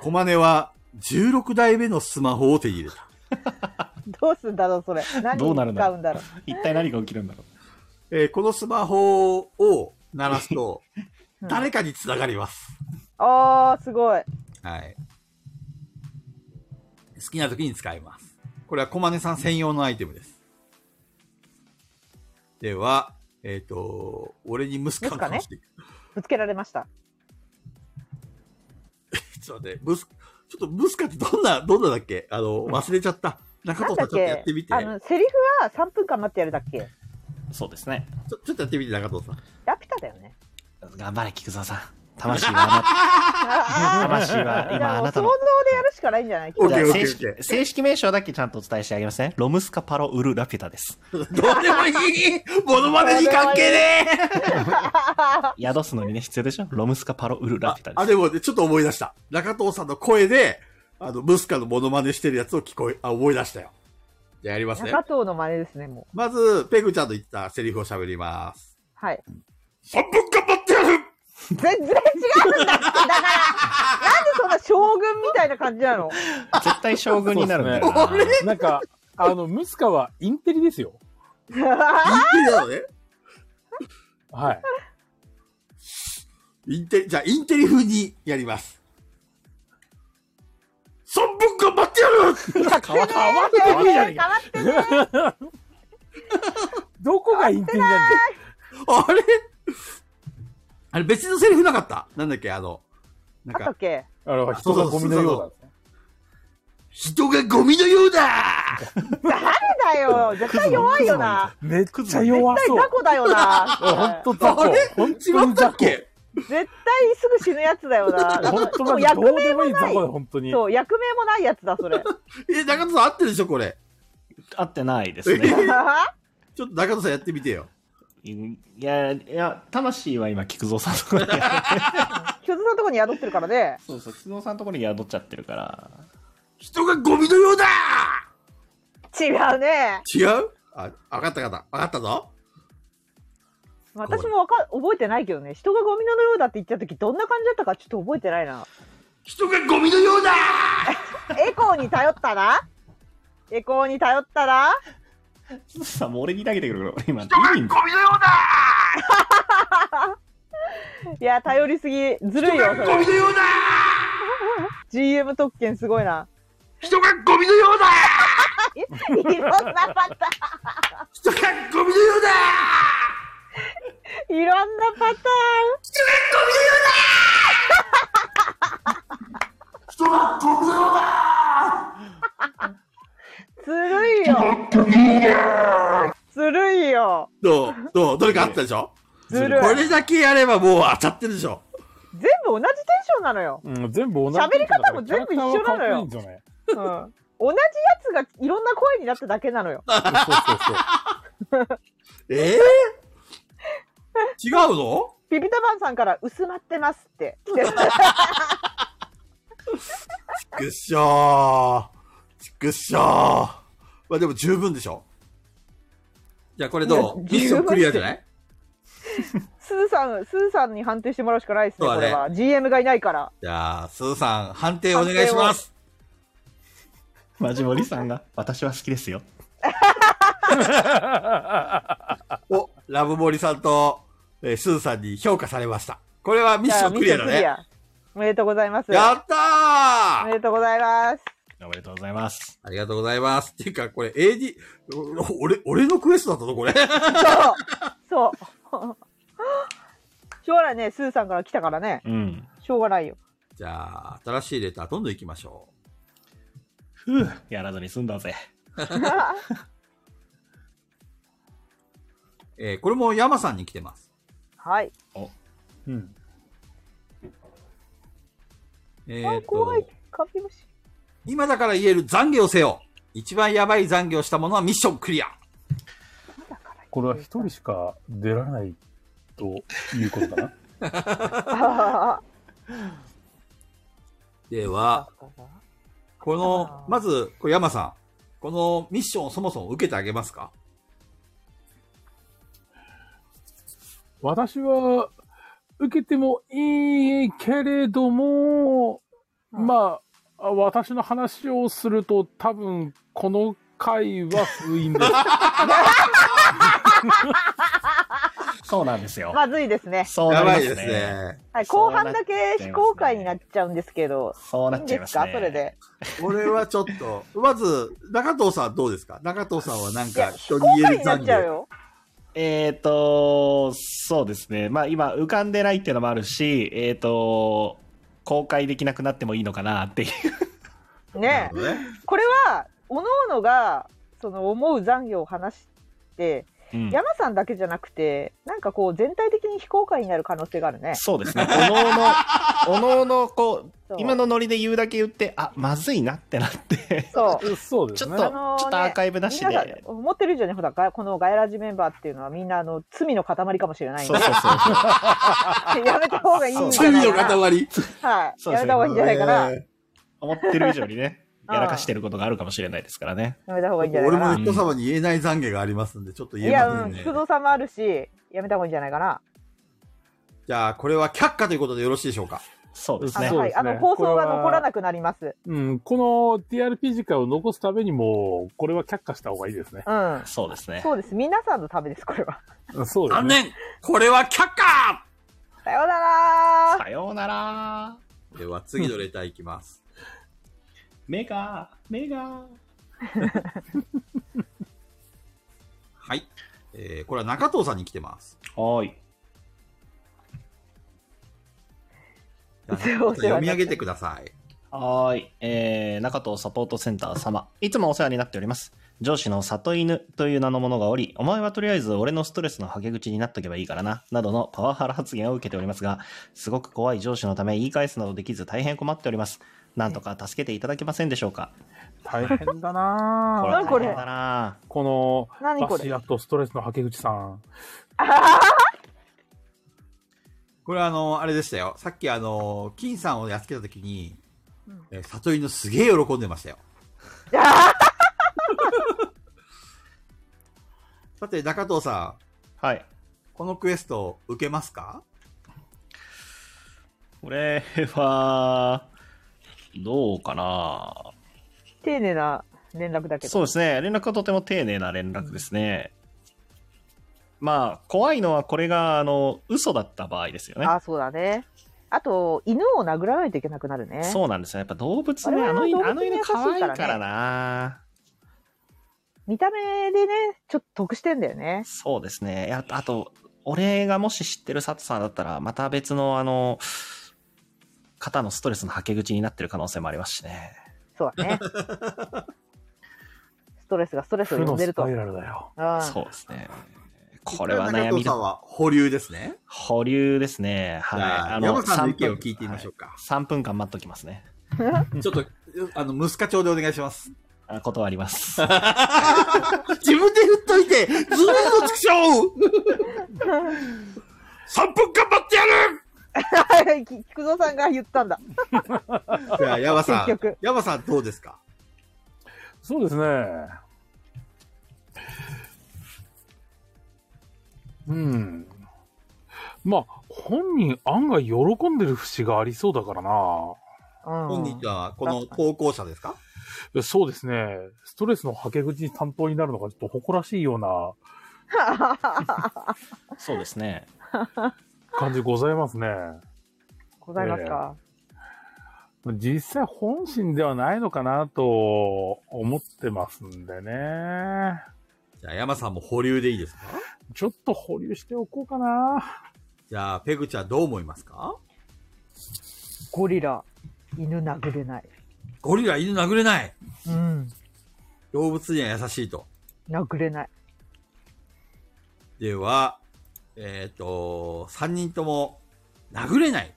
[SPEAKER 2] コマネは、16台目のスマホを手に入れた。
[SPEAKER 4] どうすんだろう、それ。何
[SPEAKER 5] どう
[SPEAKER 4] に
[SPEAKER 5] なるん
[SPEAKER 4] 使
[SPEAKER 5] だ
[SPEAKER 4] うんだろう。
[SPEAKER 5] 一体何が起きるんだろ
[SPEAKER 2] えーこのスマホを鳴らすと、
[SPEAKER 4] うん
[SPEAKER 2] 誰かに繋がります。
[SPEAKER 4] あー、すごい。
[SPEAKER 2] はい。好きな時に使います。これはコマネさん専用のアイテムです。では、えっ、と、俺にムスカの
[SPEAKER 4] ム
[SPEAKER 2] 話
[SPEAKER 4] ス
[SPEAKER 2] で、
[SPEAKER 4] ぶつけられました。
[SPEAKER 2] ちょっと待って、ムス、ちょっとムスカってどんな、どんなだっけあの、忘れちゃった。中
[SPEAKER 4] な
[SPEAKER 2] 藤さん
[SPEAKER 4] んだっ
[SPEAKER 2] ちょっとや
[SPEAKER 4] け
[SPEAKER 2] ってみて。
[SPEAKER 4] あの、セリフは3分間待ってやるだっけ
[SPEAKER 5] う。そうですね。
[SPEAKER 2] ちょちょっとやってみて、中藤さん。
[SPEAKER 4] ラピュタだよね。
[SPEAKER 5] 頑張れ、菊沢さん。魂 はあなた。魂は今あなたの
[SPEAKER 4] 想。像でやるしかないんじゃない
[SPEAKER 5] じゃあ正式正式名称だけちゃんとお伝えしてあげますね。ロムスカパロウルラピュタです。
[SPEAKER 2] どうでもいいモノマネに関係ね
[SPEAKER 5] 宿すのにね、必要でしょロムスカパロウルラピュタ
[SPEAKER 2] え
[SPEAKER 5] です。
[SPEAKER 2] あ、でもね、ちょっと思い出した。中藤さんの声で、あの、ムスカのモノマネしてるやつを聞こえ、あ、思い出したよ。じゃあやりますね。
[SPEAKER 4] 中藤の真似ですね、もう。
[SPEAKER 2] まず、ペグちゃんの言ったセリフを喋ります。
[SPEAKER 4] はい。
[SPEAKER 2] 半分頑張ってやる
[SPEAKER 4] 全然違うんだって、だから、なんでそんな将軍みたいな感じなの
[SPEAKER 5] 絶対将軍になるんだよ
[SPEAKER 1] そう
[SPEAKER 5] な。
[SPEAKER 1] ですねなんか、あの、ムスカはインテリですよ。
[SPEAKER 2] インテリなのね。
[SPEAKER 1] はい。
[SPEAKER 2] インテリ、じゃあインテリ風にやります。三分頑張ってやる
[SPEAKER 1] 変わってねえじゃねえか。どこがインテリなんだよ。
[SPEAKER 2] あれ あれ別のセリフなかったなんだっけあの、なん
[SPEAKER 4] あった
[SPEAKER 2] か
[SPEAKER 4] っ、け
[SPEAKER 1] あの、人がゴミのようだ。
[SPEAKER 2] 人がゴミのようだ
[SPEAKER 4] 誰だよ絶対弱いよな。
[SPEAKER 1] めっちゃ弱
[SPEAKER 4] 絶
[SPEAKER 1] そ
[SPEAKER 4] 対
[SPEAKER 1] う。
[SPEAKER 4] 雑魚だよ
[SPEAKER 1] 本
[SPEAKER 4] な。
[SPEAKER 1] 当雑
[SPEAKER 2] あ
[SPEAKER 1] 魚
[SPEAKER 2] れ。
[SPEAKER 1] 本
[SPEAKER 2] 違
[SPEAKER 1] 当に
[SPEAKER 2] った
[SPEAKER 1] 雑
[SPEAKER 2] っけ
[SPEAKER 4] 絶対すぐ死ぬやつだよな。
[SPEAKER 1] 魚。本当
[SPEAKER 4] そう
[SPEAKER 1] なんか
[SPEAKER 4] 役
[SPEAKER 1] どう
[SPEAKER 4] 名
[SPEAKER 1] でもいい
[SPEAKER 4] も
[SPEAKER 1] 雑
[SPEAKER 4] ない
[SPEAKER 1] 魚だ、。本当に。
[SPEAKER 4] そう、役名もないやつだ、それ。
[SPEAKER 2] え、中野さん合ってるでしょこれ。
[SPEAKER 5] 合ってないですね。
[SPEAKER 2] ちょっと中野さんやってみてよ。
[SPEAKER 5] いや、いや、魂は今、菊蔵さんのところに、
[SPEAKER 4] 巨人のとこに宿ってるからね。
[SPEAKER 5] そうそう、菊蔵さんのところに宿っちゃってるから。
[SPEAKER 2] 人がゴミのようだ
[SPEAKER 4] 違うね。
[SPEAKER 2] 違うあ、わかったわかった。わかったぞ。
[SPEAKER 4] 私もわか覚えてないけどね。人がゴミのようだって言った時どんな感じだったかちょっと覚えてないな。
[SPEAKER 2] 人がゴミのようだ
[SPEAKER 4] エコーに頼ったらエコーに頼ったら
[SPEAKER 5] 菊蔵さん、もう俺に投げてくるから、 今、意味
[SPEAKER 2] ゴミのようだ
[SPEAKER 4] いや、頼りすぎ。ずるいよ、そ
[SPEAKER 2] ゴ
[SPEAKER 4] れ。
[SPEAKER 2] ミのようだ
[SPEAKER 4] GM 特権すごいな。
[SPEAKER 2] 人がゴミのようだ
[SPEAKER 4] いろんなパタ
[SPEAKER 2] 人がゴミのようだ
[SPEAKER 4] ーン。いろんなパタ
[SPEAKER 2] 人がゴミのようだ
[SPEAKER 4] ーン。ずるいよ。ずるいよ。
[SPEAKER 2] どうどうどれかあったでしょ
[SPEAKER 4] ずるい。
[SPEAKER 2] こ
[SPEAKER 4] 全
[SPEAKER 2] れだけやればもう当たってるでしょ
[SPEAKER 4] 部同じテンションなのよ。
[SPEAKER 1] うん、全部同じ。
[SPEAKER 4] 喋り方も全部一緒なのよ
[SPEAKER 1] キャラクターは変わってないんじゃない
[SPEAKER 4] うん。同じやつがいろんな声になっただけなのよ。
[SPEAKER 1] そうそうそう。
[SPEAKER 2] ええ違うの
[SPEAKER 4] ピピタパンさんから薄まってますって。来てる
[SPEAKER 2] くっしょー。くっしょー。まあでも十分でしょじゃあこれどうミ
[SPEAKER 4] いや
[SPEAKER 2] ッションクリアじゃない
[SPEAKER 4] スーさん、スーさんに判定してもらうしかないですね、
[SPEAKER 2] そうだ
[SPEAKER 4] こ
[SPEAKER 2] ね
[SPEAKER 4] れは。GM がいないから。
[SPEAKER 2] じゃあ、すずさん、判定お願いします。
[SPEAKER 5] マジモリさんが、私は好きですよ。
[SPEAKER 2] お、ラブモリさんと、えー、すずさんに評価されました。これはミッションクリアだ
[SPEAKER 4] じ
[SPEAKER 2] ね。
[SPEAKER 4] ゃあミッションクリアおめでとうございます。
[SPEAKER 2] やったー
[SPEAKER 4] おめでとうございます。
[SPEAKER 5] おめでとうございます。
[SPEAKER 2] ありがとうございます。っていうか、これ AD、お俺、俺のクエストだったのこれ。
[SPEAKER 4] そう。そう。 将来ね、スーさんから来たからね、
[SPEAKER 5] うん。
[SPEAKER 4] しょうがないよ。
[SPEAKER 2] じゃあ、新しいレターどんどん行きましょう。
[SPEAKER 5] ふうやらずに済んだぜ。
[SPEAKER 2] えーこれも山さんに来てます。
[SPEAKER 4] はい。
[SPEAKER 1] うん。
[SPEAKER 2] え
[SPEAKER 4] あ
[SPEAKER 2] ー、
[SPEAKER 4] 怖い
[SPEAKER 2] と、。
[SPEAKER 4] カピムシ。
[SPEAKER 2] 今だから言える懺悔をせよ。一番やばい懺悔をしたものはミッションクリア。
[SPEAKER 1] これは一人しか出られないということかな。
[SPEAKER 4] あ
[SPEAKER 2] では、この、まず、これ山さん。このミッションをそもそも受けてあげますか
[SPEAKER 1] 私は、受けてもいいけれども、まあ、私の話をすると多分、この回は封印です。
[SPEAKER 5] そうなんですよ。
[SPEAKER 4] まずいですね。
[SPEAKER 5] そうなりますね。。
[SPEAKER 4] はい、
[SPEAKER 5] そ
[SPEAKER 4] 後
[SPEAKER 5] うなっちゃいますね
[SPEAKER 4] 半だけ非公開になっちゃうんですけど、
[SPEAKER 5] そうないっ
[SPEAKER 4] いん
[SPEAKER 5] ちゃい
[SPEAKER 4] で
[SPEAKER 5] ますす
[SPEAKER 4] か
[SPEAKER 5] ね。
[SPEAKER 4] それで。
[SPEAKER 2] これはちょっと、まず、中藤さんどうですか中藤さんはなん
[SPEAKER 4] いや
[SPEAKER 2] か
[SPEAKER 4] 非
[SPEAKER 2] 人
[SPEAKER 4] 公
[SPEAKER 2] に言え
[SPEAKER 4] 開
[SPEAKER 2] る
[SPEAKER 4] になっ
[SPEAKER 2] 懺
[SPEAKER 4] ちゃう
[SPEAKER 2] 悔。
[SPEAKER 4] よ。
[SPEAKER 5] えーと、そうですね。まあ今浮かんでないっていうのもあるし、えーと、公開できなくなってもいいのかなっていう。
[SPEAKER 4] ねえ。これは、おのおのが、その思う残業を話して、
[SPEAKER 5] うん
[SPEAKER 4] 山さんだけじゃなくて、なんかこう、全体的に非公開になる可能性があるね。
[SPEAKER 5] そうですね。おのおの、 おのおの、こう、今のノリで言うだけ言って、あ、まずいなってなって、
[SPEAKER 4] そう。
[SPEAKER 1] そうです
[SPEAKER 5] ちょっ
[SPEAKER 1] ね。
[SPEAKER 5] と、ちょっとアーカイブなし
[SPEAKER 4] 皆さん
[SPEAKER 5] で。
[SPEAKER 4] 思ってる以上にほらガこのガイラジメンバーっていうのはみんなあの罪の塊かもしれないん
[SPEAKER 5] そ
[SPEAKER 4] で
[SPEAKER 5] うそう そう。
[SPEAKER 4] やめた方がいいんじゃ
[SPEAKER 2] 罪
[SPEAKER 4] ない
[SPEAKER 2] の
[SPEAKER 4] かな。
[SPEAKER 2] 塊。
[SPEAKER 4] は
[SPEAKER 5] そ
[SPEAKER 4] い。
[SPEAKER 5] うですね
[SPEAKER 4] やめた方がいいんじゃないかな。
[SPEAKER 5] 思ってる以上に ね、
[SPEAKER 4] うん
[SPEAKER 5] やらかしてることがあるかもしれないですからね。
[SPEAKER 4] やめた方がいいんじゃない
[SPEAKER 2] 俺
[SPEAKER 4] か
[SPEAKER 2] も
[SPEAKER 4] な。
[SPEAKER 2] 人様に言えない懺悔がありますんで、ちょっと
[SPEAKER 4] い
[SPEAKER 2] 言え
[SPEAKER 4] や、
[SPEAKER 2] ませ
[SPEAKER 4] う
[SPEAKER 2] ん
[SPEAKER 4] ん、
[SPEAKER 2] ね
[SPEAKER 4] 菊。蔵さんもあるし、やめた方がいいんじゃないかな。
[SPEAKER 2] じゃあ、これは却下ということでよろしいでしょうか。
[SPEAKER 5] そうです
[SPEAKER 4] あ
[SPEAKER 5] ね
[SPEAKER 4] の。はい、あの放送が残らなくなります。
[SPEAKER 1] うん、この TRPG 界を残すためにも、これは却下した方がいいですね。
[SPEAKER 4] うん。
[SPEAKER 5] そうですね。
[SPEAKER 4] そうです。皆さんのためです、こ れは。
[SPEAKER 1] そうです
[SPEAKER 7] 残
[SPEAKER 1] ね。
[SPEAKER 7] 念これは却下
[SPEAKER 4] さようなら
[SPEAKER 5] さようなら。
[SPEAKER 2] では、次のレターいきます。
[SPEAKER 5] メガ、メガ。
[SPEAKER 2] はい。えー、これは中藤さんに来てます。
[SPEAKER 5] はい。
[SPEAKER 2] じゃあ
[SPEAKER 4] そ
[SPEAKER 2] 中
[SPEAKER 4] う
[SPEAKER 2] 藤さん読み上げてください。
[SPEAKER 5] はーい、えー、中藤サポートセンター様、いつもお世話になっております。上司の里犬という名の者がおり、お前はとりあえず俺のストレスのはけ口になっとけばいいからな、などのパワハラ発言を受けておりますが、すごく怖い上司のため言い返すなどできず大変困っております。なんとか助けていただけませんでしょうか。
[SPEAKER 1] 大変だな
[SPEAKER 5] こ
[SPEAKER 1] ぁ
[SPEAKER 5] れは大変だな
[SPEAKER 1] この、
[SPEAKER 4] 何こ
[SPEAKER 1] バ
[SPEAKER 4] れ
[SPEAKER 1] シアとストレスのはけ口さん。
[SPEAKER 2] これはあの、あれでしたよ。さっきあの、金さんをやっつけたときに、えー、里犬すげえ喜んでましたよ。さて、中藤さん、
[SPEAKER 5] はい。
[SPEAKER 2] このクエスト受けますか
[SPEAKER 5] これは、どうかな
[SPEAKER 4] 丁寧な連絡だけど。
[SPEAKER 5] そうですね。連絡はとても丁寧な連絡ですね。まあ、怖いのはこれが、あの、嘘だった場合ですよね。
[SPEAKER 4] あ、そうだね。あと、犬を殴らないといけなくなるね。
[SPEAKER 5] そうなんですよ。やっぱ動物
[SPEAKER 4] あれ
[SPEAKER 5] ね、
[SPEAKER 4] は
[SPEAKER 5] あの
[SPEAKER 4] 動
[SPEAKER 5] 犬、
[SPEAKER 4] 物
[SPEAKER 5] あの
[SPEAKER 4] に
[SPEAKER 5] 犬
[SPEAKER 4] 優しい
[SPEAKER 5] 可愛い
[SPEAKER 4] か
[SPEAKER 5] からら
[SPEAKER 4] ね
[SPEAKER 5] な。
[SPEAKER 4] 見た目でね、ちょっと得してんだよね。
[SPEAKER 5] そうですね。いやあと、俺がもし知ってる佐藤さんだったら、また別の、あの、方のストレスのはけ口になってる可能性もありますしね。
[SPEAKER 4] そう だね。ストレスがストレスを
[SPEAKER 1] 負
[SPEAKER 4] 呼ん
[SPEAKER 1] の
[SPEAKER 4] でる
[SPEAKER 1] ス
[SPEAKER 4] と。
[SPEAKER 1] パ
[SPEAKER 4] う
[SPEAKER 1] イ
[SPEAKER 4] ん
[SPEAKER 1] ラルだよ。
[SPEAKER 5] そうですね。これは
[SPEAKER 2] 中
[SPEAKER 5] 悩み
[SPEAKER 2] 藤さん
[SPEAKER 5] だ。
[SPEAKER 2] は保留ですね。
[SPEAKER 5] 保留ですね。はい。
[SPEAKER 2] じゃあ、山さんの意見を聞いてみましょう
[SPEAKER 5] う。
[SPEAKER 2] か。
[SPEAKER 5] 3分間待っときますね。
[SPEAKER 2] ちょっと、あの、息子調でお願いします。
[SPEAKER 5] あ断ります。
[SPEAKER 2] 自分で振っといて、ずーっと畜 生
[SPEAKER 7] !3 分頑張ってやる
[SPEAKER 4] はい き菊蔵さんが言ったんだ。
[SPEAKER 2] じゃあ、山さ
[SPEAKER 4] 結
[SPEAKER 2] ん
[SPEAKER 4] 局、
[SPEAKER 2] 山さんどうですか
[SPEAKER 1] そうですね。うん。まあ、本人案外喜んでる節がありそうだからな
[SPEAKER 4] うん
[SPEAKER 2] 本人は、この投稿者ですか
[SPEAKER 1] いやそうですね。ストレスのはけ口担当になるのがちょっと誇らしいような
[SPEAKER 5] そうですね。
[SPEAKER 1] 感じございますね。
[SPEAKER 4] ございますか。
[SPEAKER 1] 実際本心ではないのかなと思ってますんでね。
[SPEAKER 2] じゃあ、山さんも保留でいいですか
[SPEAKER 1] ちょっと保留しておこうかな。
[SPEAKER 2] じゃあ、ペグちゃんどう思いますか
[SPEAKER 4] ゴリラ、犬殴れない。
[SPEAKER 2] ゴリラ犬殴れない
[SPEAKER 4] うん。
[SPEAKER 2] 動物には優しいと。
[SPEAKER 4] 殴れない。
[SPEAKER 2] では、えっ、と、3人とも殴れない。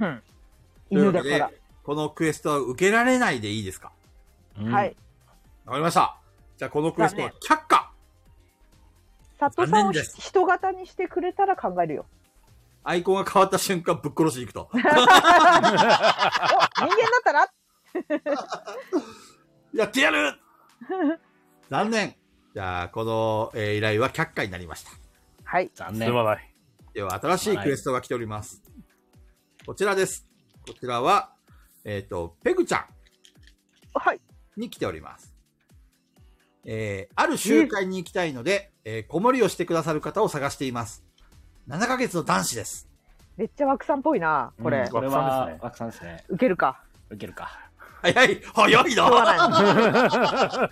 [SPEAKER 4] うん。
[SPEAKER 2] という
[SPEAKER 4] 犬
[SPEAKER 2] わ
[SPEAKER 4] だ
[SPEAKER 2] け
[SPEAKER 4] か
[SPEAKER 2] で
[SPEAKER 4] ら。、
[SPEAKER 2] このクエストは受けられないでいいですか
[SPEAKER 5] うん
[SPEAKER 4] はい。。
[SPEAKER 2] わかりました。じゃあ、このクエストは却下
[SPEAKER 4] 佐藤さ
[SPEAKER 2] 残
[SPEAKER 4] ん
[SPEAKER 2] 念
[SPEAKER 4] を
[SPEAKER 2] で
[SPEAKER 4] ひ
[SPEAKER 2] す
[SPEAKER 4] 人型にしてくれたら考えるよ。
[SPEAKER 2] アイコンが変わった瞬間ぶっ殺しに行くと。
[SPEAKER 4] お人間だったら
[SPEAKER 2] やってやる 残念。じゃあ、この、えー依頼は却下になりました。
[SPEAKER 4] はい。
[SPEAKER 5] 残
[SPEAKER 1] す
[SPEAKER 5] 念。
[SPEAKER 1] まない。
[SPEAKER 2] では、新しいクエストが来ております。こちらです。こちらは、えっ、と、ペグちゃ
[SPEAKER 4] はい。
[SPEAKER 2] んに来ております。えー、ある集会に行きたいので、えー、子守りをしてくださる方を探しています。7ヶ月の男子です。
[SPEAKER 4] めっちゃ枠さんっぽいな、こ
[SPEAKER 5] うん
[SPEAKER 4] れ。
[SPEAKER 5] これ
[SPEAKER 1] 枠さんです
[SPEAKER 5] は
[SPEAKER 1] ね、
[SPEAKER 5] 枠さんですね。
[SPEAKER 4] 受けるか。
[SPEAKER 5] 受けるか。
[SPEAKER 2] 早い早い
[SPEAKER 4] しょう
[SPEAKER 2] な
[SPEAKER 4] がない。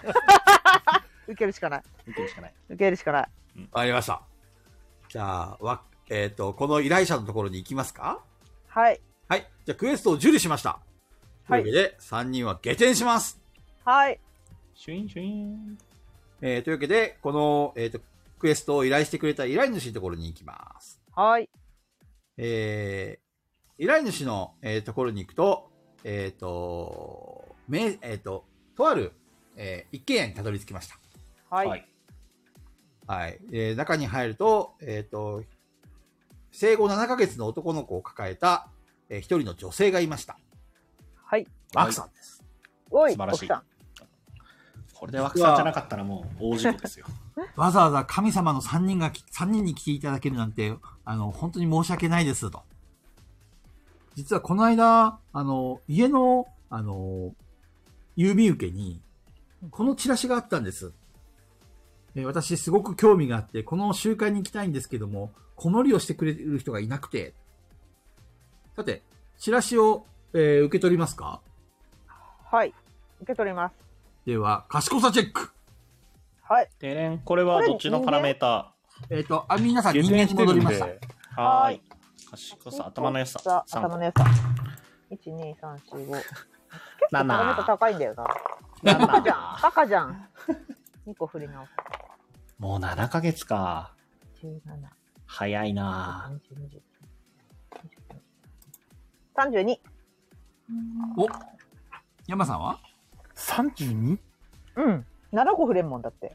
[SPEAKER 4] 受けるしかない。
[SPEAKER 5] 受けるしかない。
[SPEAKER 4] 受けるしかない。
[SPEAKER 2] わかりました。じゃあ、わ、えっ、と、この依頼者のところに行きますか
[SPEAKER 4] はい。
[SPEAKER 2] はい。じゃあ、クエストを受理しました。
[SPEAKER 4] はい
[SPEAKER 2] というわけで、3人は下点します。
[SPEAKER 4] はい。
[SPEAKER 5] シュインシュイン。
[SPEAKER 2] えーというわけで、この、えっ、と、
[SPEAKER 11] クエストを依頼してくれた依頼主のところに行きます。
[SPEAKER 4] はい。
[SPEAKER 11] えー、依頼主の、えーところに行くと、えっ、と、め、えっ、と、とある、えー一軒家にたどり着きました。
[SPEAKER 4] はい。
[SPEAKER 11] はい。えー中に入ると、えっ、と、生後7ヶ月の男の子を抱えた、えー一人の女性がいました。
[SPEAKER 4] はい。
[SPEAKER 11] マクさんです。
[SPEAKER 4] おい、
[SPEAKER 11] 素晴らしい
[SPEAKER 4] 奥さん
[SPEAKER 11] これ
[SPEAKER 5] で枠さんじゃなかったらもう大事故ですよ。
[SPEAKER 2] わざわざ神様の3人がき、3人に来ていただけるなんて、あの、本当に申し訳ないです、と。実はこの間、あの、家の、あの、郵便受けに、このチラシがあったんです。えー私すごく興味があって、この集会に行きたいんですけども、子守りをしてくれる人がいなくて。さて、チラシを、えー受け取りますか
[SPEAKER 4] はい。受け取ります。
[SPEAKER 2] では、賢さチェック
[SPEAKER 4] はい。
[SPEAKER 5] でれん、これはどっちのパラメータ
[SPEAKER 2] えっ、と、あ、皆さん人間に戻りました。
[SPEAKER 5] ーはーい。賢さ、頭の良さ。
[SPEAKER 4] 頭の良さ。一二三四五。結構
[SPEAKER 5] 七
[SPEAKER 4] パラメータ高いんだよな。バカじゃん。バカじゃん。二個振り直す。
[SPEAKER 5] もう7ヶ月か。
[SPEAKER 4] 十七。
[SPEAKER 5] 早いなぁ
[SPEAKER 4] 三十二。
[SPEAKER 2] お山さんは
[SPEAKER 1] ?32?
[SPEAKER 4] うん。七個振れんもんだって。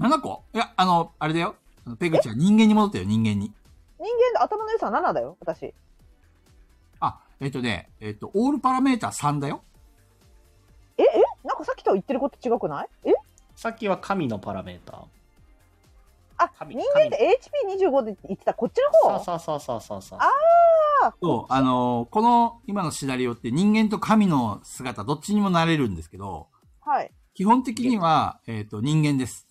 [SPEAKER 2] ?7 個いや、あの、あれだよ。あのペグちゃん、人間に戻ったよ、人間に。
[SPEAKER 4] 人間で頭の良さ七だよ。私。
[SPEAKER 2] あ、えっ、とね、えっ、と、オールパラメーター3だよ。
[SPEAKER 4] ええ？なんかさっきと言ってること違くない？え？
[SPEAKER 5] さっきは神のパラメータ
[SPEAKER 4] あ、人間って HP 二十五で言ってた。こっちの方？
[SPEAKER 5] そうそうそうそうそうそう。
[SPEAKER 4] ああ。
[SPEAKER 2] そう、あのこの、今のシナリオって人間と神の姿、どっちにもなれるんですけど、
[SPEAKER 4] はい。
[SPEAKER 2] 基本的には、えっ、と、人間です。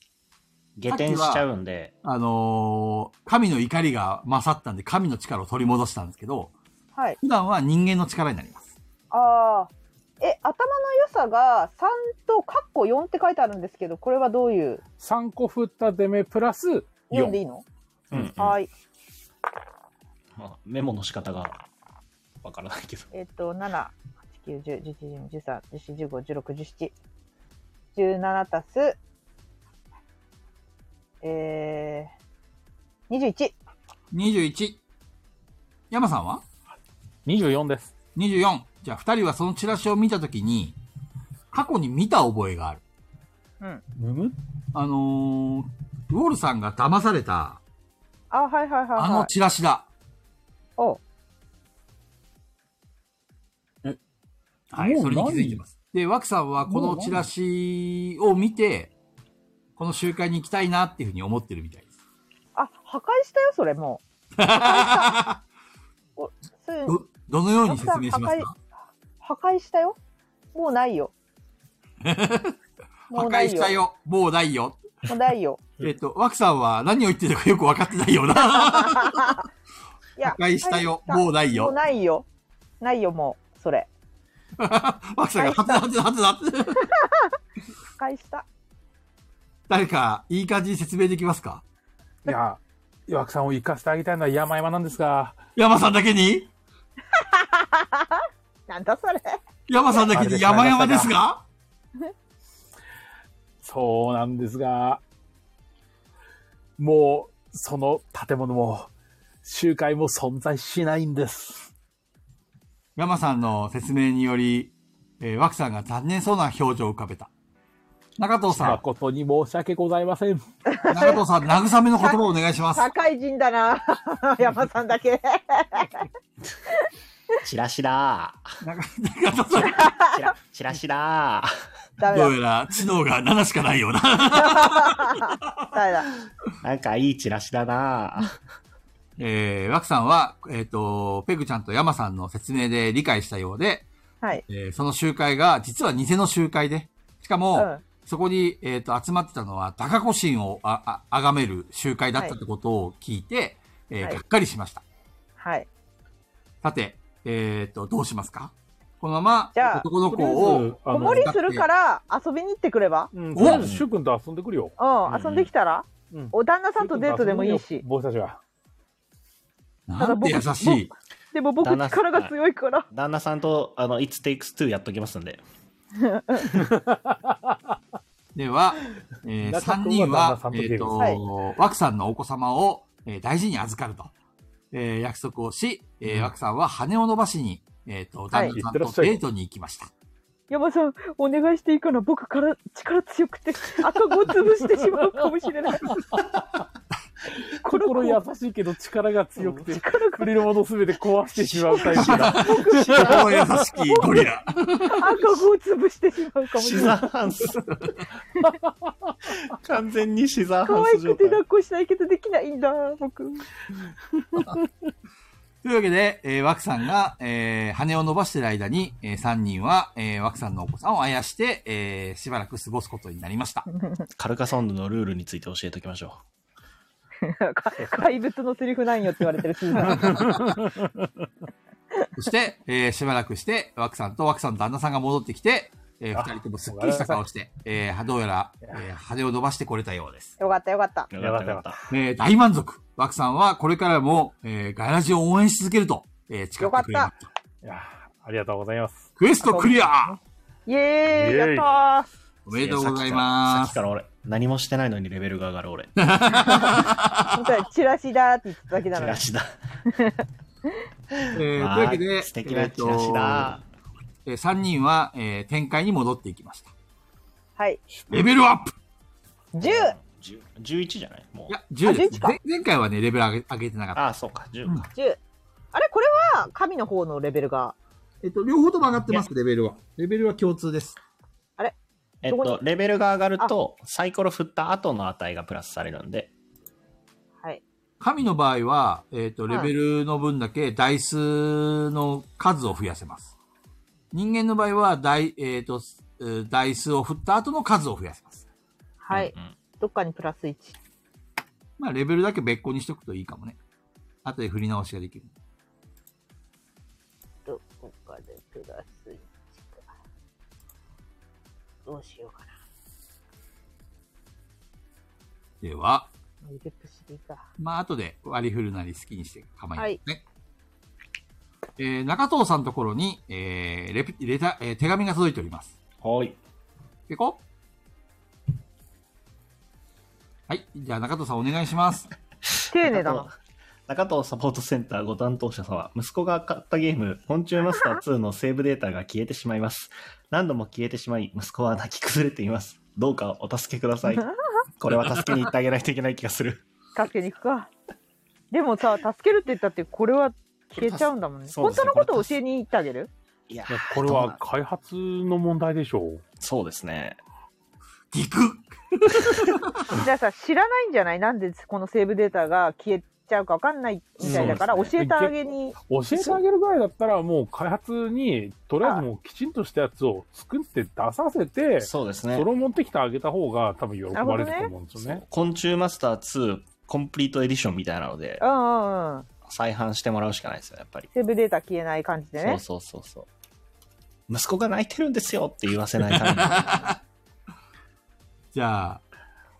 [SPEAKER 5] 下転しちゃうんで。
[SPEAKER 2] あのー神の怒りが勝ったんで、神の力を取り戻したんですけど、
[SPEAKER 4] はい。
[SPEAKER 2] 普段は人間の力になります。
[SPEAKER 4] ああ。え、頭の良さが三とカッコ四って書いてあるんですけど、これはどういう？
[SPEAKER 1] 3個振った出目プラス
[SPEAKER 4] 読んでいい
[SPEAKER 1] 4。
[SPEAKER 4] の？
[SPEAKER 5] うん
[SPEAKER 4] はい。
[SPEAKER 5] まあメモの仕方がわからないけど。
[SPEAKER 4] えっと、7、8、9、10、11、12、13、14、15、16、17。17足す、えー、21。
[SPEAKER 2] 21。山さんは
[SPEAKER 1] 24です。
[SPEAKER 2] 24。じゃあ、二人はそのチラシを見たときに、過去に見た覚えがある。
[SPEAKER 4] うん。
[SPEAKER 1] むむ
[SPEAKER 2] あのー、ウォールさんが騙された、
[SPEAKER 4] あ、はいはいはい、はい。
[SPEAKER 2] あのチラシだ。
[SPEAKER 4] お
[SPEAKER 2] はい、
[SPEAKER 1] もう
[SPEAKER 2] それに気づいてます。で、ワクさんはこのチラシを見て、この集会に行きたいなっていうふうに思ってるみたいです。
[SPEAKER 4] あ、破壊したよ、それも う。おす
[SPEAKER 2] ど、どのように説明しますか
[SPEAKER 4] 破壊したよ。もうないよ。
[SPEAKER 2] 破
[SPEAKER 4] もうな
[SPEAKER 2] 壊
[SPEAKER 4] い
[SPEAKER 2] したよ。もうないよ。
[SPEAKER 4] もうないよ。
[SPEAKER 2] えっと、ワクさんは何を言ってるかよくわかってないよな。 破
[SPEAKER 4] いや、
[SPEAKER 2] 壊したよ。
[SPEAKER 4] 破壊した
[SPEAKER 2] もうない
[SPEAKER 4] もう
[SPEAKER 2] よ。
[SPEAKER 4] ないよ。ないよ、もう、それ。
[SPEAKER 2] ワクさんが、はてなはてなはてなって。
[SPEAKER 4] 破壊した。
[SPEAKER 2] 誰か、いい感じに説明できますか
[SPEAKER 1] いや、岩木さんを生かしてあげたいのは山々なんですが、
[SPEAKER 2] 山さんだけに
[SPEAKER 4] なんだそれ。
[SPEAKER 2] 山さんだけに山々ですが
[SPEAKER 1] そうなんですが、もう、その建物も、集会も存在しないんです。
[SPEAKER 2] 山さんの説明により、えー、枠さんが残念そうな表情を浮かべた。中藤さん、
[SPEAKER 1] 誠に申し訳ございません。
[SPEAKER 2] 中藤さん、慰めの言葉をお願いします。
[SPEAKER 4] 社会人だな。山さんだけ。
[SPEAKER 5] チラシだ
[SPEAKER 2] 中中藤さん、
[SPEAKER 5] ーチラチラシだ
[SPEAKER 4] ダメ
[SPEAKER 2] ど
[SPEAKER 4] だ
[SPEAKER 2] う。やら知能が7しかないような。
[SPEAKER 4] ダメだ。
[SPEAKER 5] ーなんかいいチラシだなー
[SPEAKER 2] えー、枠さんは、えっ、と、ペグちゃんと山さんの説明で理解したようで、
[SPEAKER 4] はい。
[SPEAKER 2] えーその集会が実は偽の集会で、しかも、
[SPEAKER 4] うん
[SPEAKER 2] そこに、えっと集まってたのは、ダカコ神をああ崇める集会だったってことを聞いて、えー
[SPEAKER 4] はい
[SPEAKER 2] がっかりしました。
[SPEAKER 4] はい。
[SPEAKER 2] さて、えっと、どうしますかこのま
[SPEAKER 4] じゃ
[SPEAKER 2] ま、
[SPEAKER 4] あ
[SPEAKER 2] 男の子
[SPEAKER 1] とりあえず
[SPEAKER 2] を、
[SPEAKER 1] あ
[SPEAKER 4] 子
[SPEAKER 1] の
[SPEAKER 4] 守りするから遊びに行ってくれば
[SPEAKER 1] う
[SPEAKER 2] お
[SPEAKER 1] ん、シュウ君と遊んでくるよ。
[SPEAKER 4] うん、遊んできたら、
[SPEAKER 1] うん
[SPEAKER 4] お旦那さんとデートでもいいし。
[SPEAKER 1] 僕たちは。
[SPEAKER 4] た
[SPEAKER 2] な
[SPEAKER 4] だ
[SPEAKER 2] んて
[SPEAKER 4] 僕
[SPEAKER 2] 優しい。
[SPEAKER 4] でも僕
[SPEAKER 5] 旦那さん
[SPEAKER 4] 力が強いから。
[SPEAKER 5] 旦那さんと、あの、It takes two やっときますんで。
[SPEAKER 2] では、えー、3人は、えっ、と、ワクさんのお子様を、えー大事に預かると、えー約束をし、えー、ワクさんは羽を伸ばしに、えっ、と、
[SPEAKER 4] は
[SPEAKER 2] 旦
[SPEAKER 4] い
[SPEAKER 2] 那さんとデートに行きました。
[SPEAKER 4] 山さん、お願いしていいかな僕から力強くて赤子を潰してしまうかもしれない。
[SPEAKER 1] 心優しいけど力が強くて、触れるものすべて壊してしまうタイプだ。
[SPEAKER 12] 心優しきゴリラ。
[SPEAKER 4] 赤子を潰してしまうかも しれ
[SPEAKER 5] シ
[SPEAKER 4] な
[SPEAKER 5] ザー
[SPEAKER 4] い。
[SPEAKER 5] ハンス。完全にシザーハ
[SPEAKER 4] 可
[SPEAKER 5] ン
[SPEAKER 4] 愛
[SPEAKER 5] ス
[SPEAKER 4] く
[SPEAKER 5] 状
[SPEAKER 4] て
[SPEAKER 5] 態。
[SPEAKER 4] 抱っこしたいけどできないんだ、僕。
[SPEAKER 2] というわけで、えー、枠さんが、えー、羽を伸ばしてる間に、えー、3人は、えー、枠さんのお子さんをあやして、えー、しばらく過ごすことになりました。
[SPEAKER 5] カルカソンヌのルールについて教えておきましょ
[SPEAKER 4] か怪物のセリフなんよって言われてるシーザ ー。
[SPEAKER 2] そして、えー、しばらくして、枠さんと枠さんの旦那さんが戻ってきて、えー、二人ともすっきりした顔をして、えー、どうやら、えー、羽を伸ばしてこれたようです。
[SPEAKER 4] よかったよかった。
[SPEAKER 5] う。。
[SPEAKER 1] よかったよかった
[SPEAKER 2] えー、大満足。枠さんはこれからも、えー、ガヤラジを応援し続けると、えー、誓ってくれ
[SPEAKER 4] よ
[SPEAKER 2] ま
[SPEAKER 4] か
[SPEAKER 2] した。
[SPEAKER 1] いやありがとうございます。
[SPEAKER 2] クエストクリア
[SPEAKER 4] イエーイ、やった
[SPEAKER 2] おめでとうございま
[SPEAKER 5] さっき
[SPEAKER 2] す
[SPEAKER 5] か。ら俺、何もしてないのにレベルが上がる俺。
[SPEAKER 4] ー。本当にチラシだーって言ってただけな
[SPEAKER 5] チ
[SPEAKER 4] の
[SPEAKER 5] ラ
[SPEAKER 4] に。
[SPEAKER 5] シだ。
[SPEAKER 2] えーという
[SPEAKER 5] わ
[SPEAKER 2] わけ
[SPEAKER 5] ー
[SPEAKER 2] で、
[SPEAKER 5] 素敵なチラシ
[SPEAKER 2] えー
[SPEAKER 5] だ。
[SPEAKER 2] と。3人は、えー、展開に戻っていきました。
[SPEAKER 4] はい。
[SPEAKER 2] レベルアップ
[SPEAKER 4] 10!
[SPEAKER 5] 10 11じゃない
[SPEAKER 2] い
[SPEAKER 5] も。
[SPEAKER 2] うや、10です、ね
[SPEAKER 4] 11か
[SPEAKER 2] 前。前回はね、レベル上げ上げてなかった。
[SPEAKER 5] ああ、そうか、10か。
[SPEAKER 4] 10あれこれは神の方のレベルが
[SPEAKER 2] えっと、両方とも上がってます、レベルは。レベルは共通です。
[SPEAKER 5] えっ
[SPEAKER 4] ど
[SPEAKER 5] と
[SPEAKER 4] こ、
[SPEAKER 5] レベルが上がると、サイコロ振った後の値がプラスされるんで、
[SPEAKER 2] 神の場合は、えっと、レ
[SPEAKER 4] はい
[SPEAKER 2] ベルの分だけ、ダイスの数を増やせます。人間の場合は、ダイ、えっと、えーダイスを振った後の数を増やせます。
[SPEAKER 4] はい、
[SPEAKER 5] うんうん
[SPEAKER 4] どっかにプラス1
[SPEAKER 2] まあ、レベルだけ別個にしとくといいかもね。後で振り直しができる。
[SPEAKER 4] どこかでプラス1かどうしようかな
[SPEAKER 2] では、
[SPEAKER 4] 腕っぷしでいいか
[SPEAKER 2] まあ、後で割り振るなり好きにして構いません
[SPEAKER 4] はい
[SPEAKER 2] ね。えー中藤さんのところに、えーレピレタ、えー手紙が届いております。
[SPEAKER 5] はい。
[SPEAKER 2] いこはい。じゃあ、中藤さんお願いし ます。
[SPEAKER 4] 丁寧だな
[SPEAKER 5] 中藤サポートセンターご担当者様、息子が買ったゲーム、昆虫マス ター2のセーブデータが消えてしまいます。何度も消えてしまい、息子は泣き崩れています。どうかお助けくだ さい。これは助けに行ってあげないといけない気がする。
[SPEAKER 4] 助けに行くかでもさ助けるって言ったってこれは消えちゃうんだもんね
[SPEAKER 5] そう
[SPEAKER 4] 本
[SPEAKER 5] ですね
[SPEAKER 4] 当のことを教えに行ってあげる
[SPEAKER 5] いや
[SPEAKER 1] いやこれは開発の問題でしょう。
[SPEAKER 5] そうですね。
[SPEAKER 2] ギク
[SPEAKER 4] じゃあさ知らないんじゃないなんでこのセーブデータが消えちゃうかわかんないみたいだから、
[SPEAKER 5] そうです
[SPEAKER 4] 教えてあげに
[SPEAKER 1] 教えてあげるぐらいだったら、もう開発に、とりあえずもうきちんとしたやつを作って出させて、そ
[SPEAKER 5] そうですね
[SPEAKER 1] れ。を持ってきてあげた方が多分喜ばれると思うんですよね。
[SPEAKER 5] 昆虫マスター2コンプリートエディションみたいなので
[SPEAKER 4] う、んうんうん
[SPEAKER 5] 再販してもらうしかないですよ、やっぱり。
[SPEAKER 4] セーブデータ消えない感じでね
[SPEAKER 5] そうそうそうそう。息子が泣いてるんですよって言わせないために。
[SPEAKER 2] じゃあ、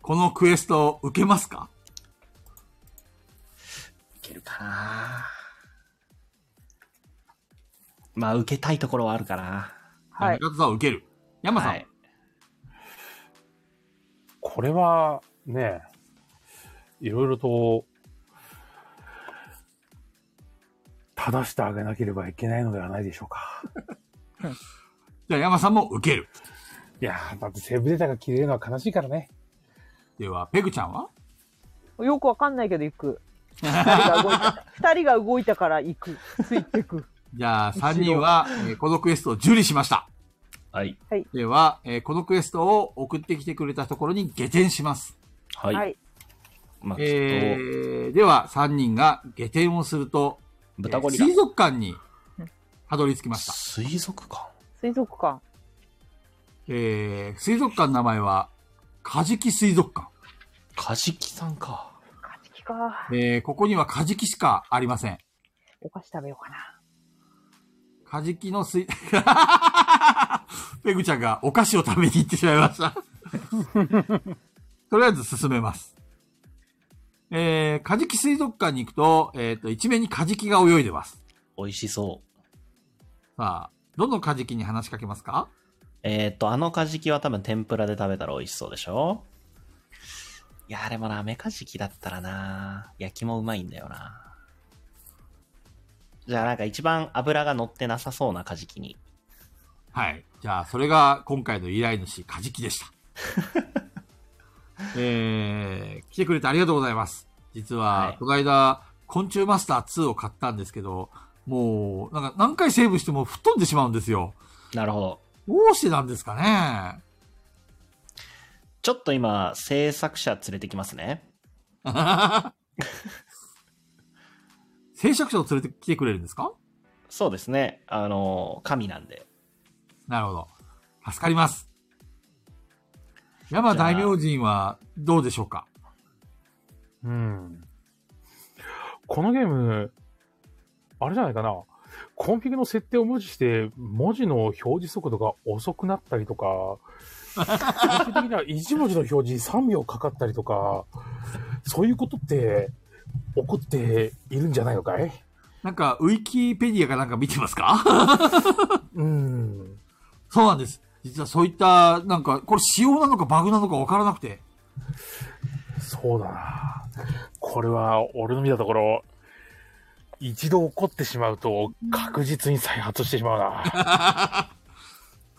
[SPEAKER 2] このクエストを受けますか
[SPEAKER 5] いけるかなまあ、受けたいところはあるかな
[SPEAKER 4] はい
[SPEAKER 2] 中藤さんは受ける。山さん、
[SPEAKER 5] はい。
[SPEAKER 1] これは、ね、いろいろと、正してあげなければいけないのではないでしょうか。
[SPEAKER 2] じゃあ山さんも受ける。
[SPEAKER 1] いやー、だってセーブデータが消えるのは悲しいからね。
[SPEAKER 2] では、ペグちゃんは
[SPEAKER 4] よくわかんないけど行く。二人が動いた二人が動いたから行く。ついてく。
[SPEAKER 2] じゃあ、3人は、えーこのクエストを受理しました。
[SPEAKER 5] はい。
[SPEAKER 2] では、えーこのクエストを送ってきてくれたところに下点します。
[SPEAKER 5] は。
[SPEAKER 4] はいい。
[SPEAKER 5] まあ、きっと、
[SPEAKER 2] えー、では、3人が下点をすると、え
[SPEAKER 5] 豚
[SPEAKER 2] ー
[SPEAKER 5] ゴリラ
[SPEAKER 2] 水。族館にたどり着きました。
[SPEAKER 5] 水族館
[SPEAKER 4] 水族館。
[SPEAKER 2] えー、水族館の名前は、カジキ水族館。
[SPEAKER 5] カジキさんか。
[SPEAKER 4] カジキか。
[SPEAKER 2] えー、ここにはカジキしかありません。
[SPEAKER 4] お菓子食べようかな。
[SPEAKER 2] カジキの水、 ペグちゃんがお菓子を食べに行ってしまいました。とりあえず進めます。えー、カジキ水族館に行くと、えっ、と、一面にカジキが泳いでます。
[SPEAKER 5] 美味しそう。
[SPEAKER 2] さあ、どのカジキに話しかけますか
[SPEAKER 5] ええーっと、あのカジキは多分天ぷらで食べたら美味しそうでしょいやーでもな、メカジキだったらな、焼きもうまいんだよな。じゃあなんか一番油が乗ってなさそうなカジキに。
[SPEAKER 2] はい。じゃあ、それが今回の依頼主、カジキでした。えー、来てくれてありがとうございます。実は、この間、昆虫マスター2を買ったんですけど、もう、なんか何回セーブしても吹っ飛んでしまうんですよ。
[SPEAKER 5] なるほど。
[SPEAKER 2] どうしてなんですかね
[SPEAKER 5] ちょっと今、制作者連れてきますね。
[SPEAKER 2] 制作者を連れてきてくれるんですか
[SPEAKER 5] そうですね。あの、神なんで。
[SPEAKER 2] なるほど。助かります。山大明神はどうでしょうか
[SPEAKER 1] うん。このゲーム、あれじゃないかな。コンフィグの設定を無視して、文字の表示速度が遅くなったりとか、最終的には1文字の表示3秒かかったりとか、そういうことって起こっているんじゃないのかい
[SPEAKER 2] なんか、ウィキペディアかなんか見てますか
[SPEAKER 1] うん。
[SPEAKER 2] そうなんです。実はそういった、なんか、これ仕様なのかバグなのかわからなくて。
[SPEAKER 1] そうだな。これは、俺の見たところ、一度起こってしまうと、確実に再発してしまうな。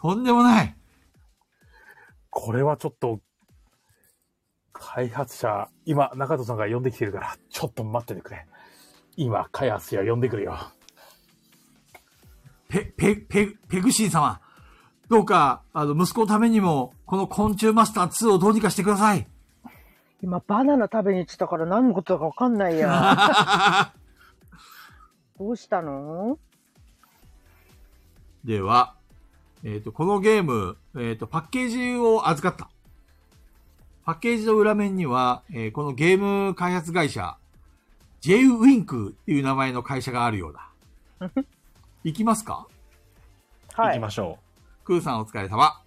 [SPEAKER 2] とんでもない。
[SPEAKER 1] これはちょっと、開発者、今、中戸さんが呼んできてるから、ちょっと待っててくれ。今、開発者呼んでくるよ。
[SPEAKER 2] ペ、ペ、ペ、ペグシン様。どうか、あの、息子のためにも、この昆虫マスター2をどうにかしてください。
[SPEAKER 13] 今バナナ食べに行ってたから何のことだかわかんないや。 どうしたの
[SPEAKER 2] では、えっ、と、このゲーム、えっ、と、パッケージを預かった。パッケージの裏面には、えーこのゲーム開発会社、J-Wink っていう名前の会社があるようだ。行きますか
[SPEAKER 13] は
[SPEAKER 5] 行き
[SPEAKER 13] い。
[SPEAKER 5] ましょ
[SPEAKER 2] クーさんお疲れ様。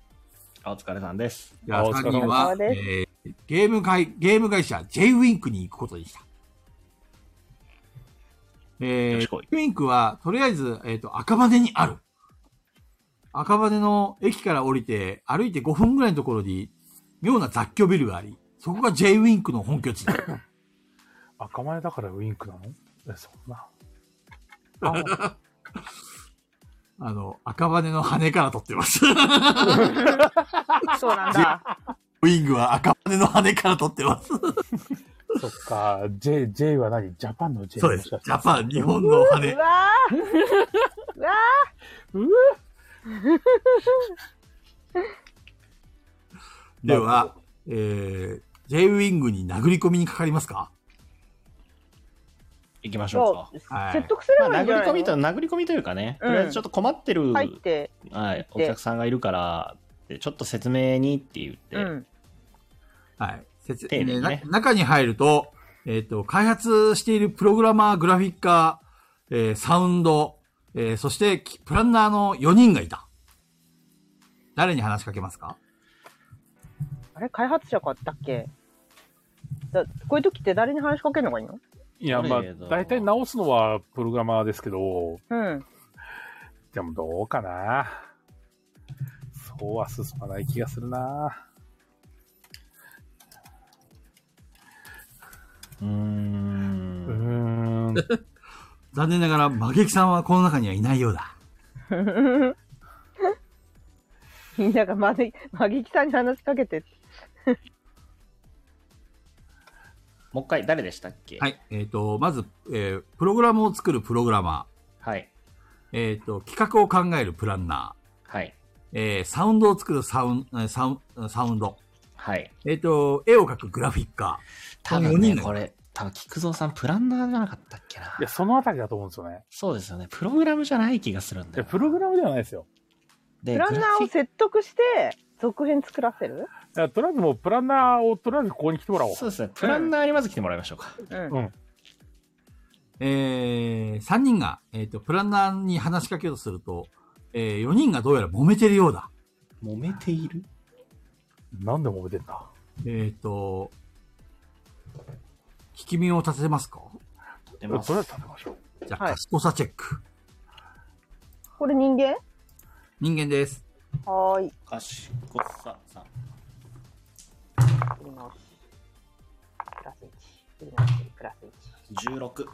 [SPEAKER 5] う。お疲れさんです。
[SPEAKER 2] じゃあ、
[SPEAKER 1] お疲れ
[SPEAKER 2] 3
[SPEAKER 1] 様
[SPEAKER 2] 人は
[SPEAKER 13] お疲、れ様
[SPEAKER 2] えーゲーム会、ゲーム会社 J-Wink に行くことにした。え
[SPEAKER 5] よし
[SPEAKER 2] ー
[SPEAKER 5] こい、
[SPEAKER 2] J-Wink は、とりあえず、えっ、と、赤羽にある。赤羽の駅から降りて、歩いて5分ぐらいのところに、妙な雑居ビルがあり、そこが J-Wink の本拠地だ。
[SPEAKER 1] 赤前だからウィンクなのえ、そんな。あ
[SPEAKER 2] あの、赤羽の羽から撮ってます。
[SPEAKER 13] そうなんだ。
[SPEAKER 2] ウィングは赤羽の羽から撮ってます。
[SPEAKER 1] そっか。J、J は何ジャパンの J?
[SPEAKER 2] そうです。ジ
[SPEAKER 1] もしかして
[SPEAKER 2] ャパン、日本
[SPEAKER 13] う。
[SPEAKER 2] の羽
[SPEAKER 13] わーうわ
[SPEAKER 2] では、えー、J ウィングに殴り込みにかかりますか
[SPEAKER 5] 行きま
[SPEAKER 13] ー
[SPEAKER 5] しょうか
[SPEAKER 13] そ。う、
[SPEAKER 2] はい
[SPEAKER 13] 説得すれ
[SPEAKER 5] ま
[SPEAKER 13] ばい
[SPEAKER 5] あ、
[SPEAKER 13] いんじゃ
[SPEAKER 5] 殴り
[SPEAKER 13] ない
[SPEAKER 5] 込みと、
[SPEAKER 13] の
[SPEAKER 5] 殴り込みというかね、
[SPEAKER 13] うん
[SPEAKER 5] とりあえずちょっと困ってる、
[SPEAKER 13] 入って、
[SPEAKER 5] はい、お
[SPEAKER 13] て
[SPEAKER 5] 客さんがいるから、でちょっと説明にって言って、
[SPEAKER 13] うん。
[SPEAKER 2] はい。説
[SPEAKER 5] 丁寧にね
[SPEAKER 2] えーな中に入ると、えっ、と、開発しているプログラマー、グラフィッカー、えーサウンド、えーそして、きプランナーの4人がいた。誰に話しかけますか
[SPEAKER 13] あれ開発者かったっけだこういう時って誰に話しかけるのがいいの
[SPEAKER 1] いや、まあ
[SPEAKER 5] だけど、
[SPEAKER 1] 大体直すのはプログラマーですけど、
[SPEAKER 13] うん。
[SPEAKER 1] でもどうかな。そうは進まない気がするな。
[SPEAKER 5] うー
[SPEAKER 1] うんーん。
[SPEAKER 2] 残念ながら、マゲキさんはこの中にはいないようだ。
[SPEAKER 13] みんながまぎ、まぎきさんに話しかけて。
[SPEAKER 5] もう一回、誰でしたっけ
[SPEAKER 2] はい。えっ、と、まず、えープログラムを作るプログラマ
[SPEAKER 5] はい。
[SPEAKER 2] ー、えっ、と、企画を考えるプランナ
[SPEAKER 5] はい。
[SPEAKER 2] ー、えーサウンドを作るサウン、えーサウン、サウンド、
[SPEAKER 5] はい。
[SPEAKER 2] えっ、と、絵を描くグラフィッカ
[SPEAKER 5] 多
[SPEAKER 2] こ
[SPEAKER 5] 分
[SPEAKER 2] の四
[SPEAKER 5] ね、
[SPEAKER 2] 人の
[SPEAKER 5] これ、多分菊蔵さん、プランナーじゃなかったっけない
[SPEAKER 1] や、。そのあたりだと思うんですよね。
[SPEAKER 5] そうですよね。プログラムじゃない気がするん
[SPEAKER 1] い
[SPEAKER 5] だ
[SPEAKER 1] や
[SPEAKER 5] よ。
[SPEAKER 1] プログラムではないですよ。
[SPEAKER 5] で
[SPEAKER 13] プランナーを
[SPEAKER 5] グラフィッ
[SPEAKER 13] 説得して、続編作らせる
[SPEAKER 1] いやとりあえずもうプランナーをとりあえずここに来てもらおう。
[SPEAKER 5] そうですね。プランナーにまず来てもらいましょうか。
[SPEAKER 13] うん。
[SPEAKER 1] うん。
[SPEAKER 2] ー、えー、3人が、えっ、と、プランナーに話しかけようとすると、えー、4人がどうやら揉めてるようだ。
[SPEAKER 5] 揉めている
[SPEAKER 1] なんで揉めてんだ
[SPEAKER 2] えっ、と、聞き耳を立てますか
[SPEAKER 1] と
[SPEAKER 5] 出
[SPEAKER 1] り
[SPEAKER 5] ま
[SPEAKER 1] あえ
[SPEAKER 5] す
[SPEAKER 1] ず。食べましょう。
[SPEAKER 2] じゃあ、
[SPEAKER 13] はい
[SPEAKER 2] 賢さチェック。
[SPEAKER 13] これ人間
[SPEAKER 2] 人間です。
[SPEAKER 14] はーい。
[SPEAKER 5] 賢ささん。
[SPEAKER 14] 振ります。プラス1。振り直してプラス
[SPEAKER 5] 16。
[SPEAKER 14] 1。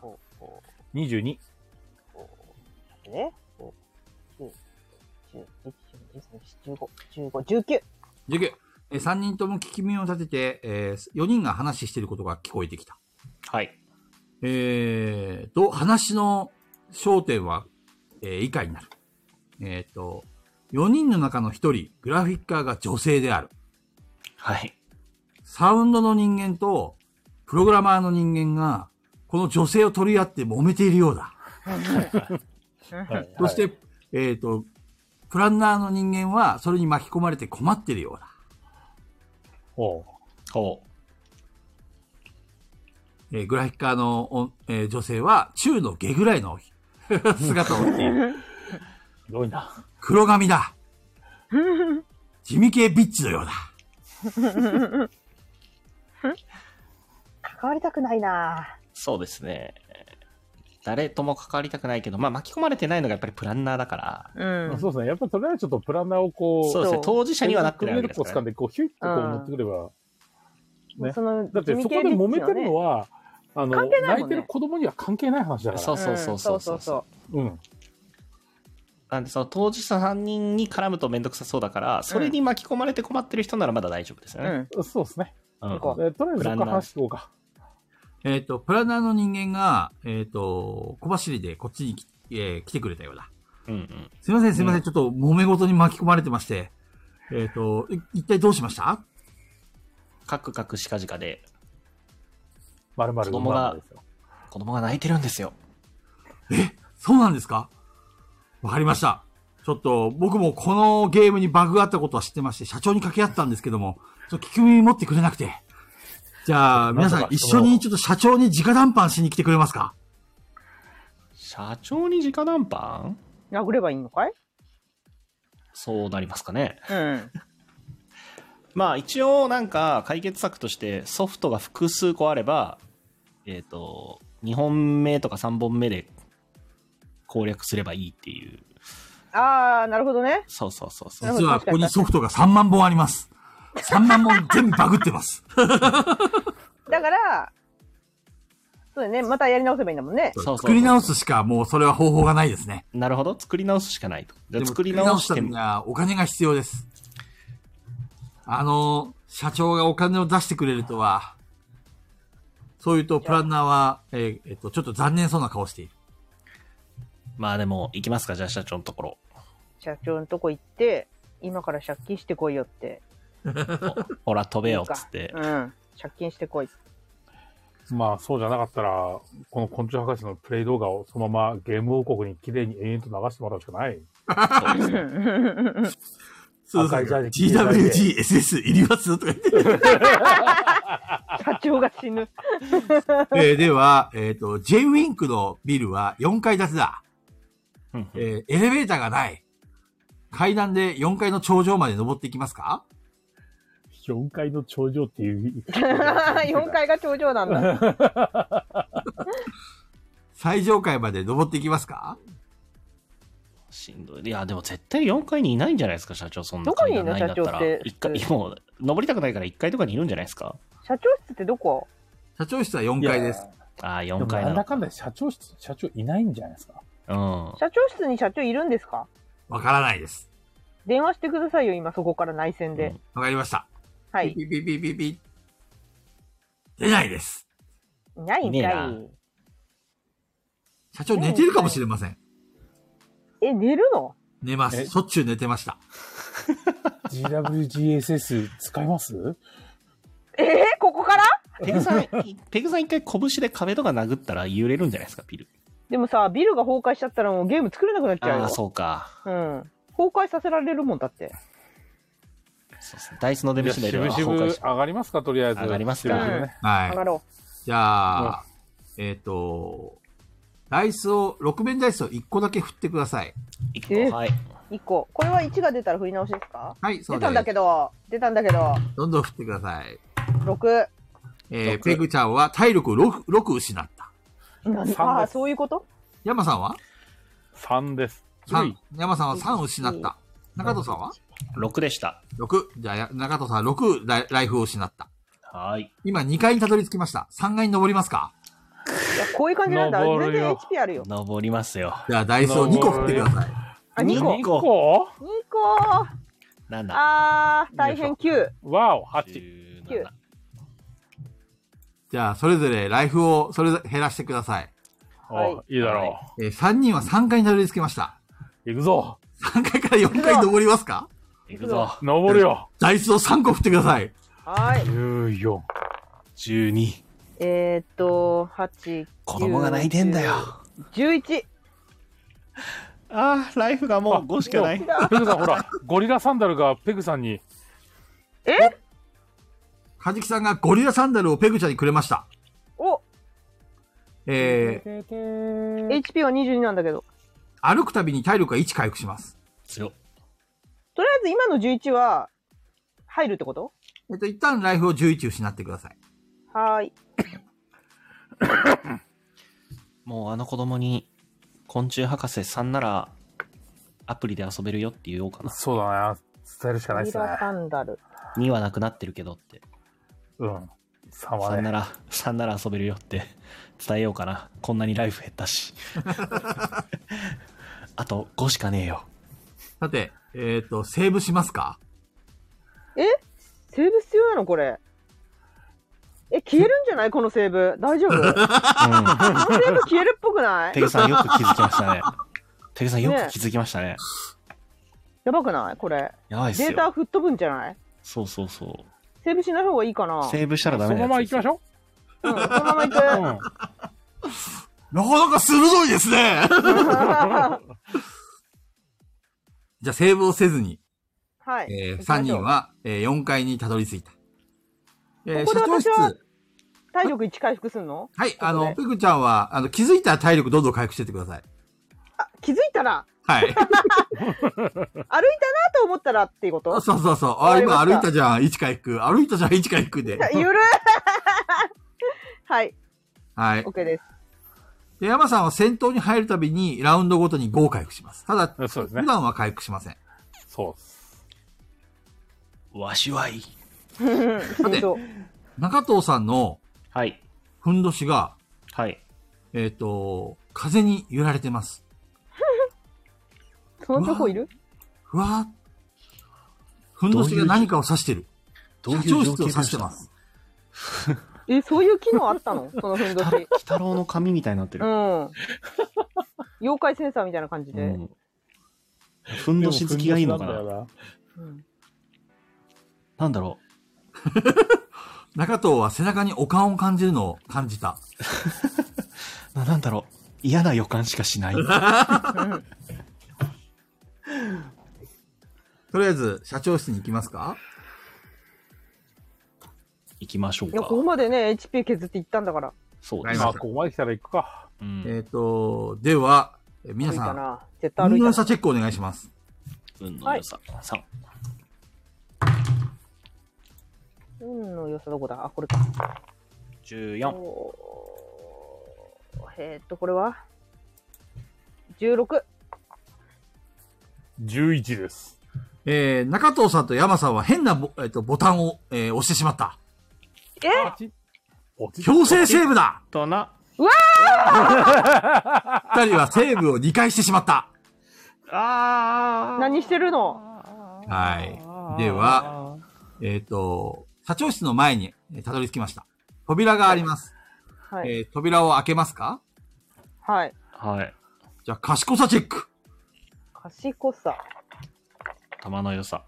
[SPEAKER 14] ほうほ
[SPEAKER 1] 22。
[SPEAKER 14] う。ね。ほう9 10 11 12 13 14 15 19。
[SPEAKER 2] 19。えー、3人とも聞き耳を立てて、え4人が話していることが聞こえてきた。
[SPEAKER 5] はい。
[SPEAKER 2] えー、と、話の焦点は、えー以下になる。えー、と、4人の中の1人、グラフィッカーが女性である。
[SPEAKER 5] はい。
[SPEAKER 2] サウンドの人間と、プログラマーの人間が、この女性を取り合って揉めているようだ。そして、えー、と、プランナーの人間は、それに巻き込まれて困っているようだ。
[SPEAKER 1] ほ
[SPEAKER 5] ほう。
[SPEAKER 2] えーグラフィッカーのお、えー女性は、中の下ぐらいの 姿をしている。
[SPEAKER 1] う。広いな。
[SPEAKER 2] 黒髪だ。地味系ビッチのようだ。
[SPEAKER 14] 関わりたくないな
[SPEAKER 5] そうですね。誰とも関わりたくないけど、まあ巻き込まれてないのがやっぱりプランナーだから。
[SPEAKER 4] うん。
[SPEAKER 1] そうですね。やっぱとりあえずちょっとプランナーをこう、
[SPEAKER 5] そうですね。当事者にはなってないわ
[SPEAKER 1] る
[SPEAKER 5] けです
[SPEAKER 1] こ
[SPEAKER 5] か
[SPEAKER 1] 掴
[SPEAKER 5] ら
[SPEAKER 1] ん
[SPEAKER 5] ね。
[SPEAKER 1] で、こう、ヒュイッとこう持ってくれば。ね
[SPEAKER 14] その、
[SPEAKER 1] だってそこで揉めてるのは、あの、
[SPEAKER 4] 関係な
[SPEAKER 1] 泣
[SPEAKER 4] いも
[SPEAKER 1] い
[SPEAKER 4] ん
[SPEAKER 1] て
[SPEAKER 4] ね
[SPEAKER 1] る子供には関係ない話だから。
[SPEAKER 5] そうそうそうそうそう。
[SPEAKER 4] そ
[SPEAKER 1] うん。
[SPEAKER 5] なんでその当事者3人に絡むとめんどくさそうだから、それに巻き込まれて困ってる人ならまだ大丈夫ですよ
[SPEAKER 4] う。う
[SPEAKER 5] ね。
[SPEAKER 4] ん。
[SPEAKER 1] そうですね。
[SPEAKER 5] うん
[SPEAKER 4] 行こう
[SPEAKER 1] えとりあえずそこから話していこうか。
[SPEAKER 2] えっ、と、プランナーの人間が、えっ、と、小走りでこっちに来,、えー来てくれたようだ。
[SPEAKER 5] うんうん。
[SPEAKER 2] すいません、すいません。ちょっと揉め事に巻き込まれてまして。えっ、と、い一体どうしました
[SPEAKER 5] カクカクしかじかで、
[SPEAKER 1] まるまる
[SPEAKER 5] 子供が
[SPEAKER 1] ですよ。
[SPEAKER 5] 子供が泣いてるんですよ。
[SPEAKER 2] そうなんですかわかりました。ちょっと、僕もこのゲームにバグがあったことは知ってまして、社長に掛け合ったんですけども、ちょっと聞き耳持ってくれなくて。じゃあ、皆さん一緒にちょっと社長に直談判しに来てくれますか
[SPEAKER 5] 社長に直談判
[SPEAKER 4] 殴ればいいのかい
[SPEAKER 5] そうなりますかね。
[SPEAKER 4] うん。
[SPEAKER 5] まあ一応なんか解決策としてソフトが複数個あれば、えっ、と、2本目とか3本目で攻略すればいいっていう。
[SPEAKER 4] ああ、なるほどね。
[SPEAKER 5] そうそうそうそう。
[SPEAKER 2] 実はここにソフトが3万本あります。3万本全部バグってます。
[SPEAKER 4] だから、そうだね。またやり直せばいいんだもんね。
[SPEAKER 5] そうそう
[SPEAKER 2] 作り直すしかもうそれは方法がないですね。
[SPEAKER 5] なるほど。作り直すしかないと。
[SPEAKER 2] で
[SPEAKER 5] じゃあ
[SPEAKER 2] も
[SPEAKER 5] 作り直し
[SPEAKER 2] 作
[SPEAKER 5] て
[SPEAKER 2] りためにはお金が必要です。あの、社長がお金を出してくれるとは、そう言うとプランナーは、えーえっと、ちょっと残念そうな顔している。
[SPEAKER 5] まあでも、行きますか、じゃあ社長のところ。
[SPEAKER 4] 社長のとこ行って、今から借金してこいよって。
[SPEAKER 5] ほら、飛べよ、
[SPEAKER 4] いいか
[SPEAKER 5] つって
[SPEAKER 4] う。ん。借金してこい。
[SPEAKER 1] まあ、そうじゃなかったら、この昆虫博士のプレイ動画をそのままゲーム王国に綺麗に延々と流してもらうしかない。
[SPEAKER 5] そうですね
[SPEAKER 2] そう
[SPEAKER 1] 赤いジャージ着ていただいて
[SPEAKER 2] GWGSS いりますとか言 って。
[SPEAKER 4] 社長が死 ぬ。
[SPEAKER 2] えーでは、えっ、と、J-Wink のビルは4階建てだ。
[SPEAKER 5] うんうん
[SPEAKER 2] えーエレベーターがない。階段で4階の頂上まで登っていきますか
[SPEAKER 1] 4階の頂上っていう。
[SPEAKER 4] 4階が頂上なんだ。
[SPEAKER 2] 最上階まで登っていきますか
[SPEAKER 5] しんどい。いや、でも絶対4階にいないんじゃないですか、社長。そんな
[SPEAKER 4] どこ
[SPEAKER 5] 階
[SPEAKER 4] にい
[SPEAKER 5] が
[SPEAKER 4] る
[SPEAKER 5] な
[SPEAKER 4] の
[SPEAKER 5] いんだったら。
[SPEAKER 4] 社長って
[SPEAKER 5] 一回、もう、登りたくないから1階とかにいるんじゃないですか。
[SPEAKER 4] 社長室ってどこ
[SPEAKER 2] 社長室は4階です。
[SPEAKER 5] ああ、
[SPEAKER 1] で
[SPEAKER 5] 4
[SPEAKER 1] も
[SPEAKER 5] 階
[SPEAKER 1] な
[SPEAKER 5] なんの
[SPEAKER 1] だかんだ社長室、社長いないんじゃないですか。
[SPEAKER 5] うん。
[SPEAKER 4] 社長室に社長いるんですか
[SPEAKER 2] わからないです。
[SPEAKER 4] 電話してくださいよ、今そこから内線で。
[SPEAKER 2] わかりました。
[SPEAKER 4] は
[SPEAKER 2] ピ
[SPEAKER 4] い。
[SPEAKER 2] ピピピピピ。出ないです。
[SPEAKER 4] いないん
[SPEAKER 5] いねえ
[SPEAKER 4] か。
[SPEAKER 5] ない
[SPEAKER 2] 社長寝てるかもしれません。
[SPEAKER 4] え、寝るの
[SPEAKER 2] 寝ま
[SPEAKER 1] え
[SPEAKER 2] す。しょっちゅう寝てました。
[SPEAKER 1] GWGSS 使います
[SPEAKER 4] えー、ここから
[SPEAKER 5] ペグさん、ペグさん一回拳で壁とか殴ったら揺れるんじゃないですか、ビル。
[SPEAKER 4] でもさ、ビルが崩壊しちゃったらもうゲーム作れなくなっちゃう
[SPEAKER 5] あ
[SPEAKER 4] よ。
[SPEAKER 5] あ、そうか。
[SPEAKER 4] うん。崩壊させられるもんだって。
[SPEAKER 5] そうですね。ダイスの出
[SPEAKER 1] じゃあ、
[SPEAKER 5] 目しない
[SPEAKER 1] し
[SPEAKER 5] で
[SPEAKER 1] ぶしぶ
[SPEAKER 5] 崩壊し
[SPEAKER 1] 上がりますか、とりあえず。
[SPEAKER 5] 上がります
[SPEAKER 4] う
[SPEAKER 5] か
[SPEAKER 1] 渋々
[SPEAKER 4] ん
[SPEAKER 1] ね。
[SPEAKER 2] は
[SPEAKER 4] 上
[SPEAKER 2] い
[SPEAKER 4] が。ろ
[SPEAKER 2] じゃあ、えっ、と、ダイスを、6面ダイスを1個だけ振ってください。
[SPEAKER 5] 1個、はい。
[SPEAKER 4] う。1個。これは1が出たら振り直しですか
[SPEAKER 2] はい、そ
[SPEAKER 4] 出
[SPEAKER 2] うで
[SPEAKER 4] たんだ
[SPEAKER 2] す。
[SPEAKER 4] けど、出たんだけど、
[SPEAKER 2] どんどん振ってください。
[SPEAKER 4] 6。
[SPEAKER 2] えー、ペグちゃんは体力を 6, 6失った。
[SPEAKER 4] なん
[SPEAKER 1] です
[SPEAKER 4] ああ、そういうこと
[SPEAKER 2] ヤマさんは
[SPEAKER 1] 3です。
[SPEAKER 2] 3。山さんは3失った。中戸さんは
[SPEAKER 5] ?6 でした。
[SPEAKER 2] ?6。じゃあや、中戸さんは6ライライフを失った。
[SPEAKER 5] はい。
[SPEAKER 2] 今2階にたどり着きました。3階に登りますか
[SPEAKER 4] こういう感じなんだ。
[SPEAKER 5] 登
[SPEAKER 4] 全
[SPEAKER 5] る
[SPEAKER 4] 然
[SPEAKER 5] よ
[SPEAKER 4] HP あるよ。
[SPEAKER 5] 登りますよ。
[SPEAKER 2] じゃあ、ダイソー2個振ってください。
[SPEAKER 4] あ、2個。2
[SPEAKER 5] 2個。
[SPEAKER 1] こ
[SPEAKER 4] 個。
[SPEAKER 5] 7。
[SPEAKER 4] あー、大変9。
[SPEAKER 1] うわお、8。
[SPEAKER 5] 17
[SPEAKER 4] 9。
[SPEAKER 2] じゃあ、それぞれライフをそれぞれ減らしてください。
[SPEAKER 4] はい
[SPEAKER 1] おいいだろう。
[SPEAKER 2] えー、3人は3階にたどり着きました。
[SPEAKER 1] 行くぞ。
[SPEAKER 2] 3階から4階に登りますか
[SPEAKER 5] いくぞ。
[SPEAKER 1] 登るよ。
[SPEAKER 2] ダイスを3個振ってください。
[SPEAKER 4] はい。
[SPEAKER 1] 14。
[SPEAKER 5] 12。
[SPEAKER 4] えー、っと、8。
[SPEAKER 5] 子供が泣いてんだよ。
[SPEAKER 4] 11。
[SPEAKER 5] ああ、ライフがもう5しかない。
[SPEAKER 1] ペグさん、ほら、ゴリラサンダルがペグさんに、
[SPEAKER 4] え
[SPEAKER 2] カジキさんがゴリラサンダルをペグちゃんにくれました。
[SPEAKER 4] お
[SPEAKER 2] えー、
[SPEAKER 4] !HP は22なんだけど。
[SPEAKER 2] 歩くたびに体力が1回復します。
[SPEAKER 5] 強っ。
[SPEAKER 4] とりあえず今の11は、入るってこと
[SPEAKER 2] えっと、一旦ライフを11失ってください。
[SPEAKER 4] はーい。
[SPEAKER 5] もうあの子供に、昆虫博士さんなら、アプリで遊べるよって言おうかな。
[SPEAKER 1] そうだな。伝えるしかないっ
[SPEAKER 4] ミ
[SPEAKER 1] すね。
[SPEAKER 4] ラサンダル。
[SPEAKER 5] 2はなくなってるけどって。
[SPEAKER 1] うん。3は
[SPEAKER 5] 3な
[SPEAKER 1] ね。
[SPEAKER 5] ら、3なら遊べるよって伝えようかな。こんなにライフ減っ たし。あと5しかね えよ。
[SPEAKER 2] さて、えっと、セーブしますか
[SPEAKER 4] えセーブ必要なのこれ。え、消えるんじゃないこのセーブ。大丈夫このセ
[SPEAKER 5] うん。
[SPEAKER 4] ーブ消えるっぽくない
[SPEAKER 5] テグさんよく気づきましたね。テグさんよく気づきましたね。
[SPEAKER 4] やばくないこれ。
[SPEAKER 5] やばいっす
[SPEAKER 4] データ
[SPEAKER 5] よ。
[SPEAKER 4] 吹っ飛ぶんじゃない
[SPEAKER 5] そうそうそう。
[SPEAKER 4] セーブしない方がいいかな。
[SPEAKER 5] セーブしたらダ
[SPEAKER 1] そ
[SPEAKER 5] メな
[SPEAKER 1] のま
[SPEAKER 5] やつ
[SPEAKER 1] ま
[SPEAKER 5] で
[SPEAKER 1] 行
[SPEAKER 5] す
[SPEAKER 1] きましょ。
[SPEAKER 5] よ
[SPEAKER 4] うん、そのままいうく。
[SPEAKER 1] うん。
[SPEAKER 2] なかなか鋭いですね じゃあ、セーブをせずに、
[SPEAKER 4] はい。
[SPEAKER 2] えー、
[SPEAKER 4] 行きましょ
[SPEAKER 2] 3
[SPEAKER 4] う
[SPEAKER 2] 人。は、えー、4階にたどり着いた。えー、
[SPEAKER 4] ここ
[SPEAKER 2] 社
[SPEAKER 4] で
[SPEAKER 2] 長
[SPEAKER 4] 私
[SPEAKER 2] 室。
[SPEAKER 4] は
[SPEAKER 2] は
[SPEAKER 4] 体力1回復すんの
[SPEAKER 2] い、
[SPEAKER 4] こ
[SPEAKER 2] あの、
[SPEAKER 4] で
[SPEAKER 2] ペグちゃんは、あの、気づいたら体力どんどん回復してってください。
[SPEAKER 4] あ、気づいたら、
[SPEAKER 2] はい。
[SPEAKER 4] 歩いたなと思ったらっていうこと
[SPEAKER 2] そうそうそう。あ、今
[SPEAKER 4] わか
[SPEAKER 2] 歩
[SPEAKER 4] り
[SPEAKER 2] い
[SPEAKER 4] ました
[SPEAKER 2] たじゃん。1回復。歩いたじゃん。1回復で。
[SPEAKER 4] ゆる はい、
[SPEAKER 2] はい。
[SPEAKER 4] OK です。
[SPEAKER 2] で、山さんは戦闘に入るたびに、ラウンドごとに5を回復します。ただ、
[SPEAKER 1] そうですね
[SPEAKER 2] 普段は回復しません。
[SPEAKER 1] そうっす。
[SPEAKER 5] わしはいい。
[SPEAKER 4] 本当。
[SPEAKER 2] 中藤さんの
[SPEAKER 5] はい。
[SPEAKER 2] ふんどしが、
[SPEAKER 5] はい。
[SPEAKER 2] えっ、と、風に揺られてます。
[SPEAKER 4] その情報いる
[SPEAKER 2] ふわーっふんどしが何かを指してる。
[SPEAKER 5] どういう
[SPEAKER 2] 社
[SPEAKER 5] 情
[SPEAKER 2] 長
[SPEAKER 5] 景
[SPEAKER 2] 室
[SPEAKER 5] 描
[SPEAKER 2] を
[SPEAKER 5] 写
[SPEAKER 2] 指してます。
[SPEAKER 4] え、そういう機能あったのそのふんどし。
[SPEAKER 5] 鬼太郎の髪みたいになって
[SPEAKER 4] う
[SPEAKER 5] る。
[SPEAKER 4] ん。妖怪センサーみたいな感じ
[SPEAKER 5] う
[SPEAKER 4] で。
[SPEAKER 5] ん。ふんどし好きがいいのか
[SPEAKER 1] で
[SPEAKER 5] な
[SPEAKER 1] も。ふんどしんだよ
[SPEAKER 4] うん
[SPEAKER 5] なんだろ
[SPEAKER 2] 中藤は背中にお感を感じるのを感じた。
[SPEAKER 5] う。ななんだろう。嫌な予感しか しない。
[SPEAKER 2] とりあえず、社長室に行きますか
[SPEAKER 5] 行きましょう
[SPEAKER 4] いや、
[SPEAKER 5] か
[SPEAKER 4] こ。こまでね、HP 削っていったんだから。
[SPEAKER 5] そう
[SPEAKER 2] は
[SPEAKER 5] で
[SPEAKER 2] い
[SPEAKER 5] す。
[SPEAKER 1] まあ、ここまで来たら行くか。
[SPEAKER 5] うん。
[SPEAKER 2] えっ、と、では、え皆
[SPEAKER 4] 歩い
[SPEAKER 2] さ
[SPEAKER 4] た
[SPEAKER 2] ん、
[SPEAKER 4] な。絶対
[SPEAKER 2] 運
[SPEAKER 4] 歩い
[SPEAKER 2] の
[SPEAKER 4] た
[SPEAKER 2] 良
[SPEAKER 4] な。
[SPEAKER 2] さチェックお願いします。
[SPEAKER 5] 運の良さ。3。
[SPEAKER 4] 運の良さどこだあ、これか。
[SPEAKER 5] 14。
[SPEAKER 4] おーえーっと、これは ?16。
[SPEAKER 1] 11です。
[SPEAKER 2] えー、中藤さんと山さんは変なボ,、えっとボタンを、えー押してしまった。
[SPEAKER 4] え
[SPEAKER 1] おち
[SPEAKER 2] 強制セーブだ
[SPEAKER 5] とな。
[SPEAKER 2] 二人はセーブを2回してしまった。
[SPEAKER 5] あ
[SPEAKER 4] 何してるの
[SPEAKER 2] はい。では、えっ、と、社長室の前にえーたどり着きました。扉があります。
[SPEAKER 4] はい。
[SPEAKER 2] えー、扉を開けますか
[SPEAKER 4] はい。
[SPEAKER 5] あ。はい。
[SPEAKER 2] じゃあ、賢さチェック。
[SPEAKER 4] 賢さ、
[SPEAKER 5] 玉の良さ。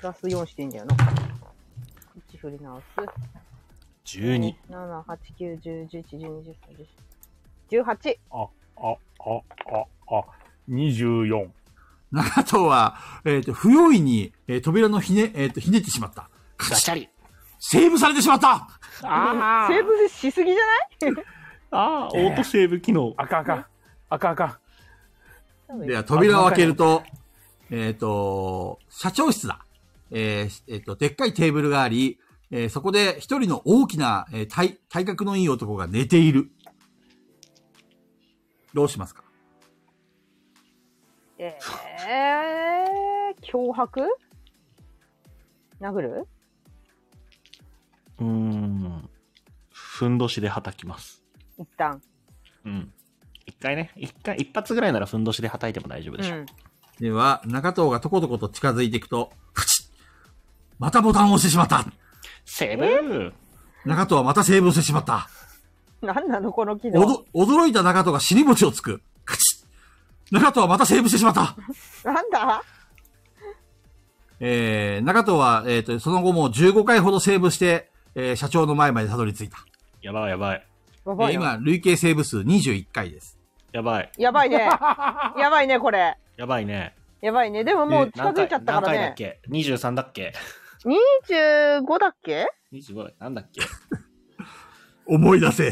[SPEAKER 4] プラス4していいんだよな。1振り直す。
[SPEAKER 5] 12。
[SPEAKER 4] 7、8、9、10、11、12、13、14、18。
[SPEAKER 1] あ、あ、あ、あ、24。
[SPEAKER 2] 中藤は、えっ、と、不用意に、えー扉のひね、えっ、と、ひねってしまった。
[SPEAKER 5] ガシャリ。
[SPEAKER 2] セーブされてしまった
[SPEAKER 1] あ
[SPEAKER 4] セーブしすぎじゃ
[SPEAKER 5] ああ、オートセーブ機能。
[SPEAKER 1] あかんあかん。あかんあかん。
[SPEAKER 4] ない
[SPEAKER 2] では、扉を開けると、えっ、と、社長室だ。えーえっ、と、でっかいテーブルがあり、えーそこで一人の大きな、えー体、体格のいい男が寝ている。どうしますか
[SPEAKER 4] えー、脅迫殴る
[SPEAKER 5] うーん。ふんどしで叩きます。
[SPEAKER 4] 一旦。
[SPEAKER 5] うん。一回ね、一回、一発ぐらいならふんどしで叩いても大丈夫でしょ。
[SPEAKER 2] では、中藤がとことこと近づいていくと、ふちっまたボタンを押してしまった
[SPEAKER 5] セーブ
[SPEAKER 2] 中藤はまたセーブをしてしまった
[SPEAKER 4] 何なのこの機
[SPEAKER 2] お
[SPEAKER 4] 能
[SPEAKER 2] ど驚いた中藤が尻餅をつくカチッ中藤はまたセーブしてしまった
[SPEAKER 4] なんだ
[SPEAKER 2] えー、中藤は、えっ、と、その後も15回ほどセーブして、えー社長の前までたどり着いた。
[SPEAKER 5] やばいやばい。
[SPEAKER 4] や
[SPEAKER 2] え
[SPEAKER 4] ば
[SPEAKER 2] ー
[SPEAKER 4] いな
[SPEAKER 2] 今、累計セーブ数21回です。
[SPEAKER 5] やばい。
[SPEAKER 4] やばいね。やばいね、これ。
[SPEAKER 5] やばいね。
[SPEAKER 4] やばいね。でももう近づいちゃったから
[SPEAKER 5] 何回だっ
[SPEAKER 4] ね。
[SPEAKER 5] け ?23 だっけ
[SPEAKER 4] 25だっけ
[SPEAKER 5] ?25 なんだっけ
[SPEAKER 2] 思い出せ。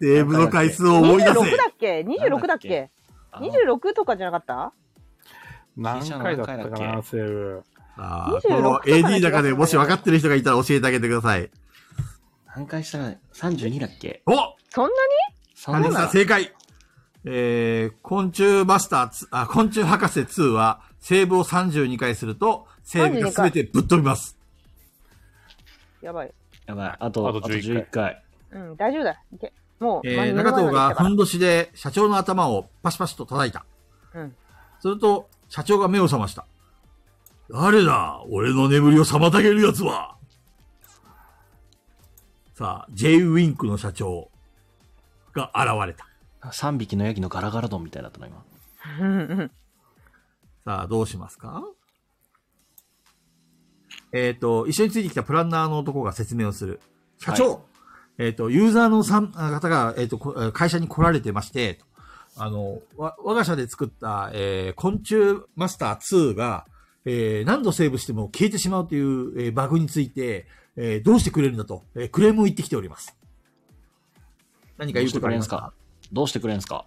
[SPEAKER 2] セーブの回数を思い出せ。
[SPEAKER 4] ?26 だっけ ?26 だっけ
[SPEAKER 5] あの
[SPEAKER 4] ?26 とかじゃなかった
[SPEAKER 1] 何回だったか
[SPEAKER 5] 何回だ
[SPEAKER 1] な、セーブ。
[SPEAKER 2] あー
[SPEAKER 4] 26
[SPEAKER 2] この
[SPEAKER 4] とかな
[SPEAKER 2] AD の中でもし分かってる人がいたら教えてあげてください。
[SPEAKER 5] 何回したら32だっけ
[SPEAKER 2] お
[SPEAKER 4] そんな
[SPEAKER 5] そ
[SPEAKER 2] カ
[SPEAKER 5] んな
[SPEAKER 2] ニ
[SPEAKER 5] の
[SPEAKER 2] さん正解えー、昆虫マスターつ、あ、昆虫博士2は、セーブを32回すると、セーブが全てぶっ飛びます。
[SPEAKER 4] にやばい。
[SPEAKER 5] やばい。あと、あ
[SPEAKER 1] あ
[SPEAKER 5] と
[SPEAKER 1] と
[SPEAKER 5] 11
[SPEAKER 1] 11
[SPEAKER 5] 回。
[SPEAKER 4] うん、大丈夫だ。いけ。もう、
[SPEAKER 2] えー、
[SPEAKER 4] ま
[SPEAKER 2] 中藤がふ
[SPEAKER 4] 目
[SPEAKER 2] ん
[SPEAKER 4] の
[SPEAKER 2] どしで社長の頭をパシパシと叩いた。
[SPEAKER 4] 前まで来たからうん。
[SPEAKER 2] すると、社長が目を覚ました。誰だ俺の眠りを妨げる奴はさあ、J ウィンクの社長が現れた。
[SPEAKER 5] 3匹のヤギのガラガラドンみたいだったな、今。
[SPEAKER 2] さあ、どうしますかえっ、と、一緒についてきたプランナーの男が説明をする。社長、えっ、と、ユーザーのさんあ方が、えっ、とこ、会社に来られてまして、とあの、わ我が社で作った、えー昆虫マスター2が、えー何度セーブしても消えてしまうという、えーバグについて、えーどうしてくれるんだと、えークレームを言ってきております。何か言うことありますか
[SPEAKER 5] どうしてくれんすか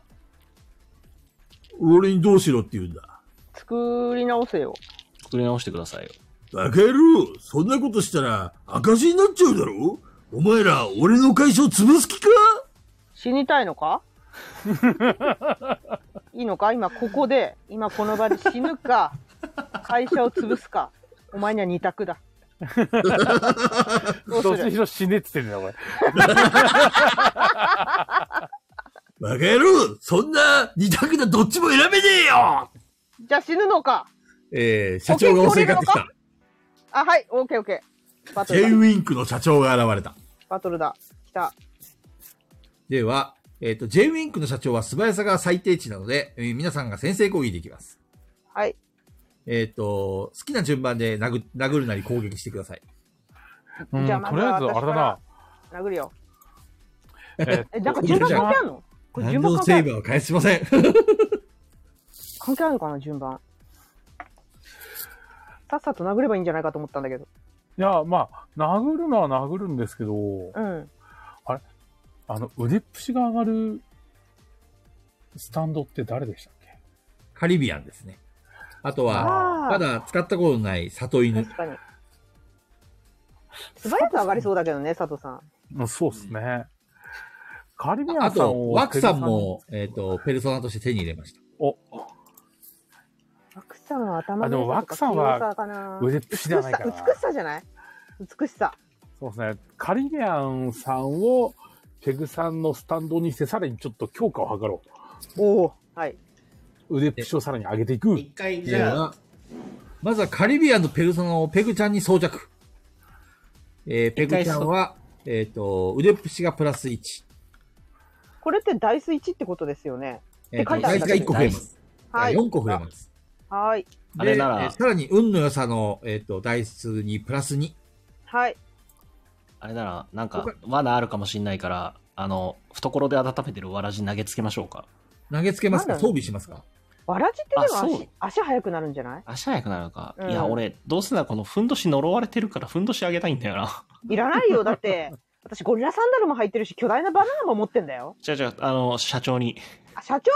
[SPEAKER 2] 俺にどうしろって言うんだ。
[SPEAKER 4] 作り直せよ。
[SPEAKER 5] 作り直してくださいよ。
[SPEAKER 2] バカ野郎、そんなことしたら赤字になっちゃうだろお前ら、俺の会社を潰す気か
[SPEAKER 4] 死にたいの かいいのか今ここで、今この場で死ぬか、会社を潰すか。お前には二択 だ。どう
[SPEAKER 1] どっ
[SPEAKER 4] す
[SPEAKER 1] ちに
[SPEAKER 4] る
[SPEAKER 1] しろ死ねって言ってんだよ、これ。
[SPEAKER 2] バカ野郎、そんな二択だどっちも選べねえよ
[SPEAKER 4] じゃあ死ぬのか
[SPEAKER 2] えー、社長が襲いかかってき
[SPEAKER 4] 保険取れる
[SPEAKER 2] た。
[SPEAKER 4] のあ、はい、オーケーオーケー。バト
[SPEAKER 2] J
[SPEAKER 4] ル
[SPEAKER 2] ウ
[SPEAKER 4] だ。
[SPEAKER 2] ィンクの社長が現れた。
[SPEAKER 4] バトルだ。来た。
[SPEAKER 2] では、えっ、と、J ウィンクの社長は素早さが最低値なので、えー皆さんが先制攻撃できます。
[SPEAKER 4] はい。
[SPEAKER 2] えっ、と、好きな順番で殴殴るなり攻撃してください。
[SPEAKER 1] う
[SPEAKER 4] じゃあ
[SPEAKER 1] ん、
[SPEAKER 4] ま
[SPEAKER 1] と
[SPEAKER 4] ず
[SPEAKER 1] りあ
[SPEAKER 4] は
[SPEAKER 1] えず、あれだな。
[SPEAKER 4] 殴るよ。
[SPEAKER 1] え
[SPEAKER 4] え、なんか順番関係あるのこ れ
[SPEAKER 2] 何
[SPEAKER 4] 順番
[SPEAKER 2] の
[SPEAKER 4] 関係
[SPEAKER 2] セ
[SPEAKER 4] あ
[SPEAKER 2] ー
[SPEAKER 4] る
[SPEAKER 2] ブは返しません。
[SPEAKER 4] 関係あるのかな順番。さっさと殴ればいいんじゃないかと思ったんだけど。
[SPEAKER 1] いや、まあ、殴るのは殴るんですけど、
[SPEAKER 4] うん。
[SPEAKER 1] あの、腕っぷしが上がるスタンドって誰でしたっけ
[SPEAKER 2] カリビアンですね。あとは、
[SPEAKER 4] あー
[SPEAKER 2] まだ使ったことない里犬。
[SPEAKER 4] 確かに。素早く上がりそうだけどね、佐藤さん。
[SPEAKER 1] うん、そうっすね。カリビア
[SPEAKER 2] あ
[SPEAKER 1] ンさん
[SPEAKER 2] と、
[SPEAKER 1] を
[SPEAKER 2] ワクさんも、えっ、と、ペルソナとして手に入れました。
[SPEAKER 1] お、
[SPEAKER 4] ワクさんは頭
[SPEAKER 1] あでも
[SPEAKER 4] の良さ
[SPEAKER 1] ワ
[SPEAKER 4] とか
[SPEAKER 1] クさんは
[SPEAKER 4] 器用さかな
[SPEAKER 1] 腕っぷしじゃないかな
[SPEAKER 4] 美しさ、美しさじゃない美しさ。
[SPEAKER 1] そうですね。カリビアンさんを、ペグさんのスタンドにして、さらにちょっと強化を図ろ
[SPEAKER 4] おお。はい。
[SPEAKER 1] う。腕っぷしをさらに上げていく。
[SPEAKER 5] 一回、
[SPEAKER 2] では、まずはカリビアンのペルソナをペグちゃんに装着。えー、ペグちゃんは、えっ、と、腕っぷしがプラス1。
[SPEAKER 4] これってダイス1ってことですよね。
[SPEAKER 2] えー
[SPEAKER 4] 書
[SPEAKER 2] と、
[SPEAKER 4] いてあ
[SPEAKER 2] ダ
[SPEAKER 4] る
[SPEAKER 2] イスが1個増えます。
[SPEAKER 4] はい。
[SPEAKER 2] 4個増えます。
[SPEAKER 4] はい。
[SPEAKER 5] あれなら
[SPEAKER 2] でえーさらに、運の良さの、えっ、と、ダイスにプラス2。
[SPEAKER 4] はい。
[SPEAKER 5] あれなら、なんか、罠あるかもしんないから、あの、懐で温めてるわらじ投げつけましょうか。
[SPEAKER 2] 投げつけますか
[SPEAKER 4] なんだ
[SPEAKER 2] 装備しますか
[SPEAKER 4] わらじってで
[SPEAKER 5] あ
[SPEAKER 4] も
[SPEAKER 5] そう
[SPEAKER 4] 足、足速くなるんじゃない
[SPEAKER 5] 足早くなるのか。
[SPEAKER 4] うん
[SPEAKER 5] いや、俺、どうせならこのふんどし呪われてるから、ふんどしあげたいんだよな。
[SPEAKER 4] いらないよ。だって、私ゴリラサンダルも履いてるし、巨大なバナナも持ってんだよ。
[SPEAKER 5] じゃあじゃあ、あの、社長に。
[SPEAKER 4] あ、社長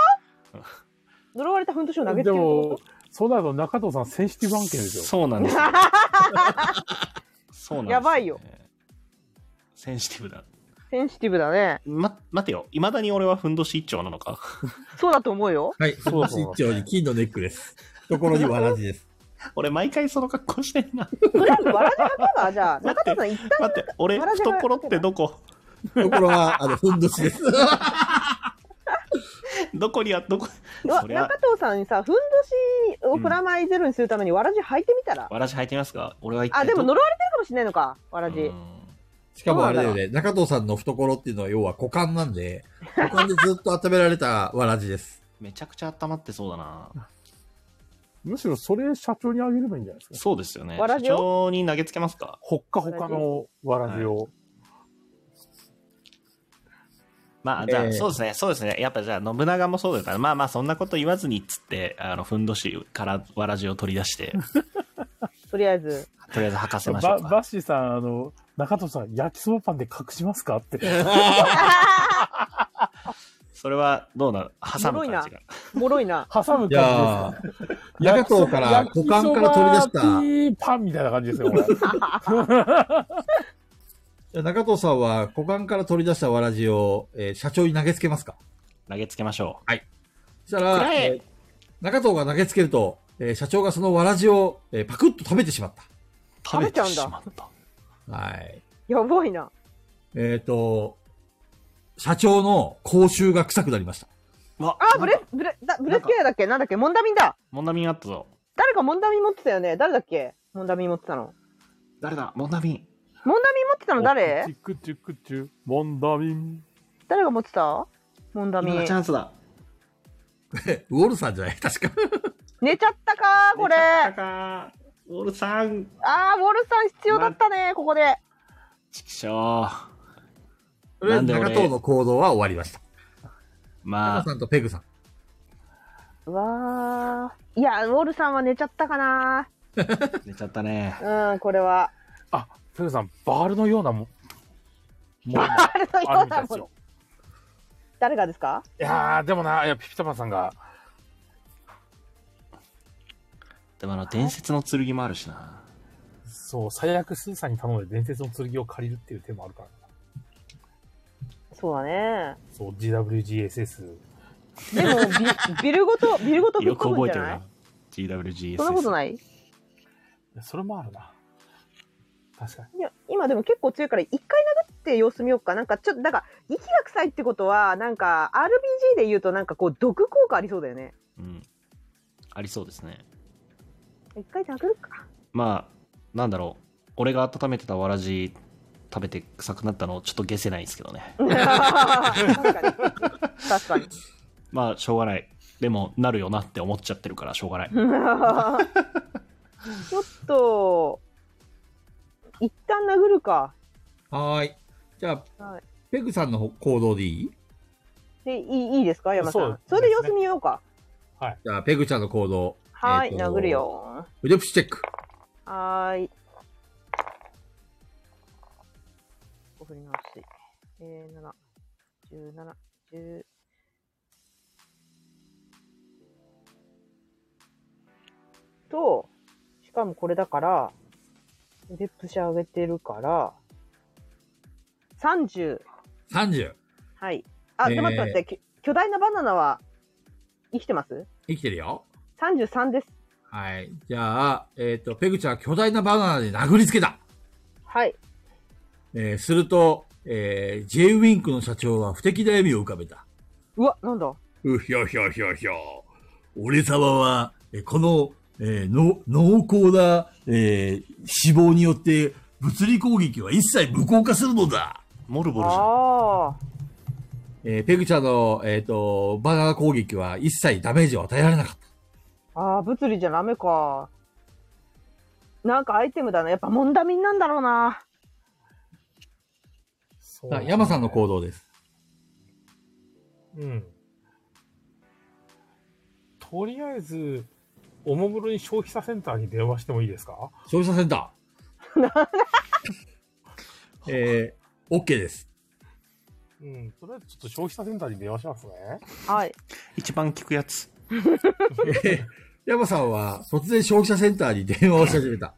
[SPEAKER 4] 呪われたふんどしを投げつけ
[SPEAKER 1] で
[SPEAKER 4] る
[SPEAKER 1] も
[SPEAKER 4] と、
[SPEAKER 1] そうなると中藤さんセンシティブ案件ですよ。
[SPEAKER 5] そうなん ですよ。そうなんです、
[SPEAKER 4] やばいよ。
[SPEAKER 5] センシティブだ。
[SPEAKER 4] センシティブだね。
[SPEAKER 5] ま、待てよ。いまだに俺はふんどし一丁なのか。
[SPEAKER 4] そうだと思うよ。
[SPEAKER 2] はい、 ふんどし一丁に金のネックレス。 ところにわらじです。
[SPEAKER 5] 俺毎回その格好してんな。
[SPEAKER 4] わらじ履けば、じゃあ、中田さん一旦、
[SPEAKER 5] 待って、俺、
[SPEAKER 4] わらじが
[SPEAKER 5] 懐ってどこ、
[SPEAKER 2] ところは、あの、ふんどしです。
[SPEAKER 5] どこにあ、どこ、
[SPEAKER 4] わ
[SPEAKER 5] そりゃ
[SPEAKER 4] 中藤さんにさ、ふんどしをプラマイゼロにするためにわらじ履いてみたら。
[SPEAKER 5] わらし履いてみますか俺は一
[SPEAKER 4] あ、
[SPEAKER 5] 体
[SPEAKER 4] でも
[SPEAKER 5] ど
[SPEAKER 4] 呪われてるかもしれないのか、わら
[SPEAKER 5] う
[SPEAKER 4] じ。
[SPEAKER 5] ん
[SPEAKER 2] しかもあれだよね、中藤さんの懐っていうのは要は股間なん で、股間でずっと温められたわらじです。
[SPEAKER 5] めちゃくちゃ温まってそうだな。
[SPEAKER 1] むしろそれ社長にあげればいいんじゃないですか。
[SPEAKER 5] そうですよね。
[SPEAKER 4] わら
[SPEAKER 5] 社
[SPEAKER 4] じを
[SPEAKER 5] 長に投げつけますか
[SPEAKER 1] ほっかほかのわらじを。
[SPEAKER 5] まあ、じゃあ、
[SPEAKER 2] えー
[SPEAKER 5] そうですね、そうですね。やっぱじゃあ、信長もそうだから、まあまあ、そんなこと言わずにっつって、あの、ふんどしからわらじを取り出 して、
[SPEAKER 4] とりあえず。
[SPEAKER 5] とりあえず履かせましょ
[SPEAKER 1] ば
[SPEAKER 5] う
[SPEAKER 1] バ
[SPEAKER 5] か。
[SPEAKER 1] ッシーさん、あの、中戸さん、焼きそばパンで隠しますかって。
[SPEAKER 5] それは、どうなの挟む感じが。
[SPEAKER 4] もろいな。
[SPEAKER 1] 挟む感
[SPEAKER 2] い
[SPEAKER 1] じです
[SPEAKER 2] や
[SPEAKER 1] か。
[SPEAKER 2] ー、中藤から股間から取り出した
[SPEAKER 1] 焼きそばパンみたいな感じですよ、これ。
[SPEAKER 2] じゃあ中藤さんは股間から取り出したわらじを、えー社長に投げつけますか
[SPEAKER 5] 投げつけましょう。
[SPEAKER 2] そしたら、えー中藤が投げつけると、えー社長がそのわらじを、えーパクッと食べてしまっ
[SPEAKER 5] 食べ
[SPEAKER 4] べち
[SPEAKER 5] て
[SPEAKER 4] ゃうんだ
[SPEAKER 5] しまった。
[SPEAKER 2] た。はい。
[SPEAKER 4] やばいな。
[SPEAKER 2] えっ、と、社長の口臭が臭くなりました。
[SPEAKER 5] うわ、
[SPEAKER 4] あ、ブレ、ブレ、だブレスケアだっけなんだっけモンダミンだ。
[SPEAKER 5] モンダミンあったぞ。
[SPEAKER 4] 誰かモンダミン持ってたよね。誰だっけモンダミン持ってたの。
[SPEAKER 5] 誰だモンダミン。
[SPEAKER 4] モンダミン持ってたの誰
[SPEAKER 1] チクチクチュ、モンダミン。
[SPEAKER 4] 誰が持ってたモンダミ
[SPEAKER 5] 今が
[SPEAKER 4] ン
[SPEAKER 5] チ。ャンスだ。
[SPEAKER 2] ウォルさんじゃない確か。
[SPEAKER 4] 寝ちゃったかこれ。あ
[SPEAKER 5] かオールさん。
[SPEAKER 4] ー、ウォルさん必要だったね、ここで。
[SPEAKER 5] ちくしょう。
[SPEAKER 2] とりあえず
[SPEAKER 5] なんで
[SPEAKER 2] 中
[SPEAKER 5] 俺
[SPEAKER 2] 藤の行動は終わりました。
[SPEAKER 5] ま
[SPEAKER 2] 中藤、
[SPEAKER 5] あ
[SPEAKER 2] さんとペグさん。
[SPEAKER 4] うわー。いや、ウォルさんは寝ちゃったかな
[SPEAKER 5] 寝ちゃったね。
[SPEAKER 4] うん、これは。
[SPEAKER 1] あ、ペグさん、バールのようなもん。もんが
[SPEAKER 4] あれの
[SPEAKER 1] ある
[SPEAKER 4] よ
[SPEAKER 1] み
[SPEAKER 4] う
[SPEAKER 1] たい
[SPEAKER 4] な
[SPEAKER 1] です
[SPEAKER 4] も
[SPEAKER 1] よ
[SPEAKER 4] の。。誰がですか
[SPEAKER 1] いやー、でもな、いや、ピピタパンさんが、
[SPEAKER 5] でもあの、伝説の剣もあるしな。
[SPEAKER 1] そう、最悪スーさんに頼んで伝説の剣を借りるっていう手もあるから。
[SPEAKER 4] そうだね。
[SPEAKER 1] そう、GWGSS。
[SPEAKER 4] でも、ビビルごと、ビルごとぶっ
[SPEAKER 5] よく
[SPEAKER 4] 飛ぶん
[SPEAKER 5] 覚え
[SPEAKER 4] じ
[SPEAKER 5] て
[SPEAKER 4] ゃ
[SPEAKER 5] る
[SPEAKER 4] ない
[SPEAKER 5] な。GWGS。
[SPEAKER 4] そんなことない
[SPEAKER 1] いやそれもあるな。確かに。
[SPEAKER 4] いや今でも結構強いから一回殴って様子見ようかなんかちょっとなんか息が臭いってことはなんか RBG で言うとなんかこう毒効果ありそうだよね
[SPEAKER 5] うん。ありそうですね。
[SPEAKER 4] 一回殴るか
[SPEAKER 5] まあ、なんだろう。俺が温めてたわらじ食べて臭くなったのちょっと下せないですけどね。
[SPEAKER 4] 確かに確かに
[SPEAKER 5] まあ、しょうがない。でも、なるよなって思っちゃってるから、しょうがない。
[SPEAKER 4] ちょっと一旦殴るか
[SPEAKER 2] はーい。じゃあ、
[SPEAKER 4] はい
[SPEAKER 2] ペグさんの行動でいい
[SPEAKER 4] でいいいいですか山さん
[SPEAKER 1] そう
[SPEAKER 4] そ,、
[SPEAKER 1] ですね
[SPEAKER 4] れで様子見ようか
[SPEAKER 2] じゃあ、ペグちゃんの行動。
[SPEAKER 4] はい、
[SPEAKER 2] えーと
[SPEAKER 4] 殴る。よ
[SPEAKER 2] 腕プシチェック。
[SPEAKER 4] はーいお振り直しえー、7 17 10 10としかもこれだから腕プシ上げてるから30
[SPEAKER 2] 30。
[SPEAKER 4] はいあ、
[SPEAKER 2] えー
[SPEAKER 4] で待って待ってき巨大なバナナは生きてます
[SPEAKER 2] 生きてるよ。
[SPEAKER 4] 33です
[SPEAKER 2] はい。じゃあ、えっ、と、ペグちゃんは巨大なバナナで殴りつけた。
[SPEAKER 4] はい
[SPEAKER 2] えーすると、えー、J ウィンクの社長は不敵な笑みを浮かべた。
[SPEAKER 4] うわなんだ
[SPEAKER 2] うひょひょひょひょ。俺様は、えーこの、えーの、濃厚な、えー死亡によって物理攻撃は一切無効化するのだ。
[SPEAKER 5] モルボルじゃん。
[SPEAKER 4] あ
[SPEAKER 2] えーペグちゃんの、えっ、と、バナナ攻撃は一切ダメージを与えられなかった。
[SPEAKER 4] ーあー物理じゃダメかなんかアイテムだねやっぱモンダミンなんだろうな
[SPEAKER 1] そ
[SPEAKER 2] さあ山さんの行動です。
[SPEAKER 1] うん。とりあえず、おもむろに消費者センターに電話してもいいですか
[SPEAKER 2] 消費者セン ター。えー、OK です。
[SPEAKER 1] うん。とりあえずちょっと消費者センターに電話しますね。
[SPEAKER 4] はい
[SPEAKER 5] 一番効くやつ。
[SPEAKER 2] 山さんは突然消費者センターに電話をし始めた。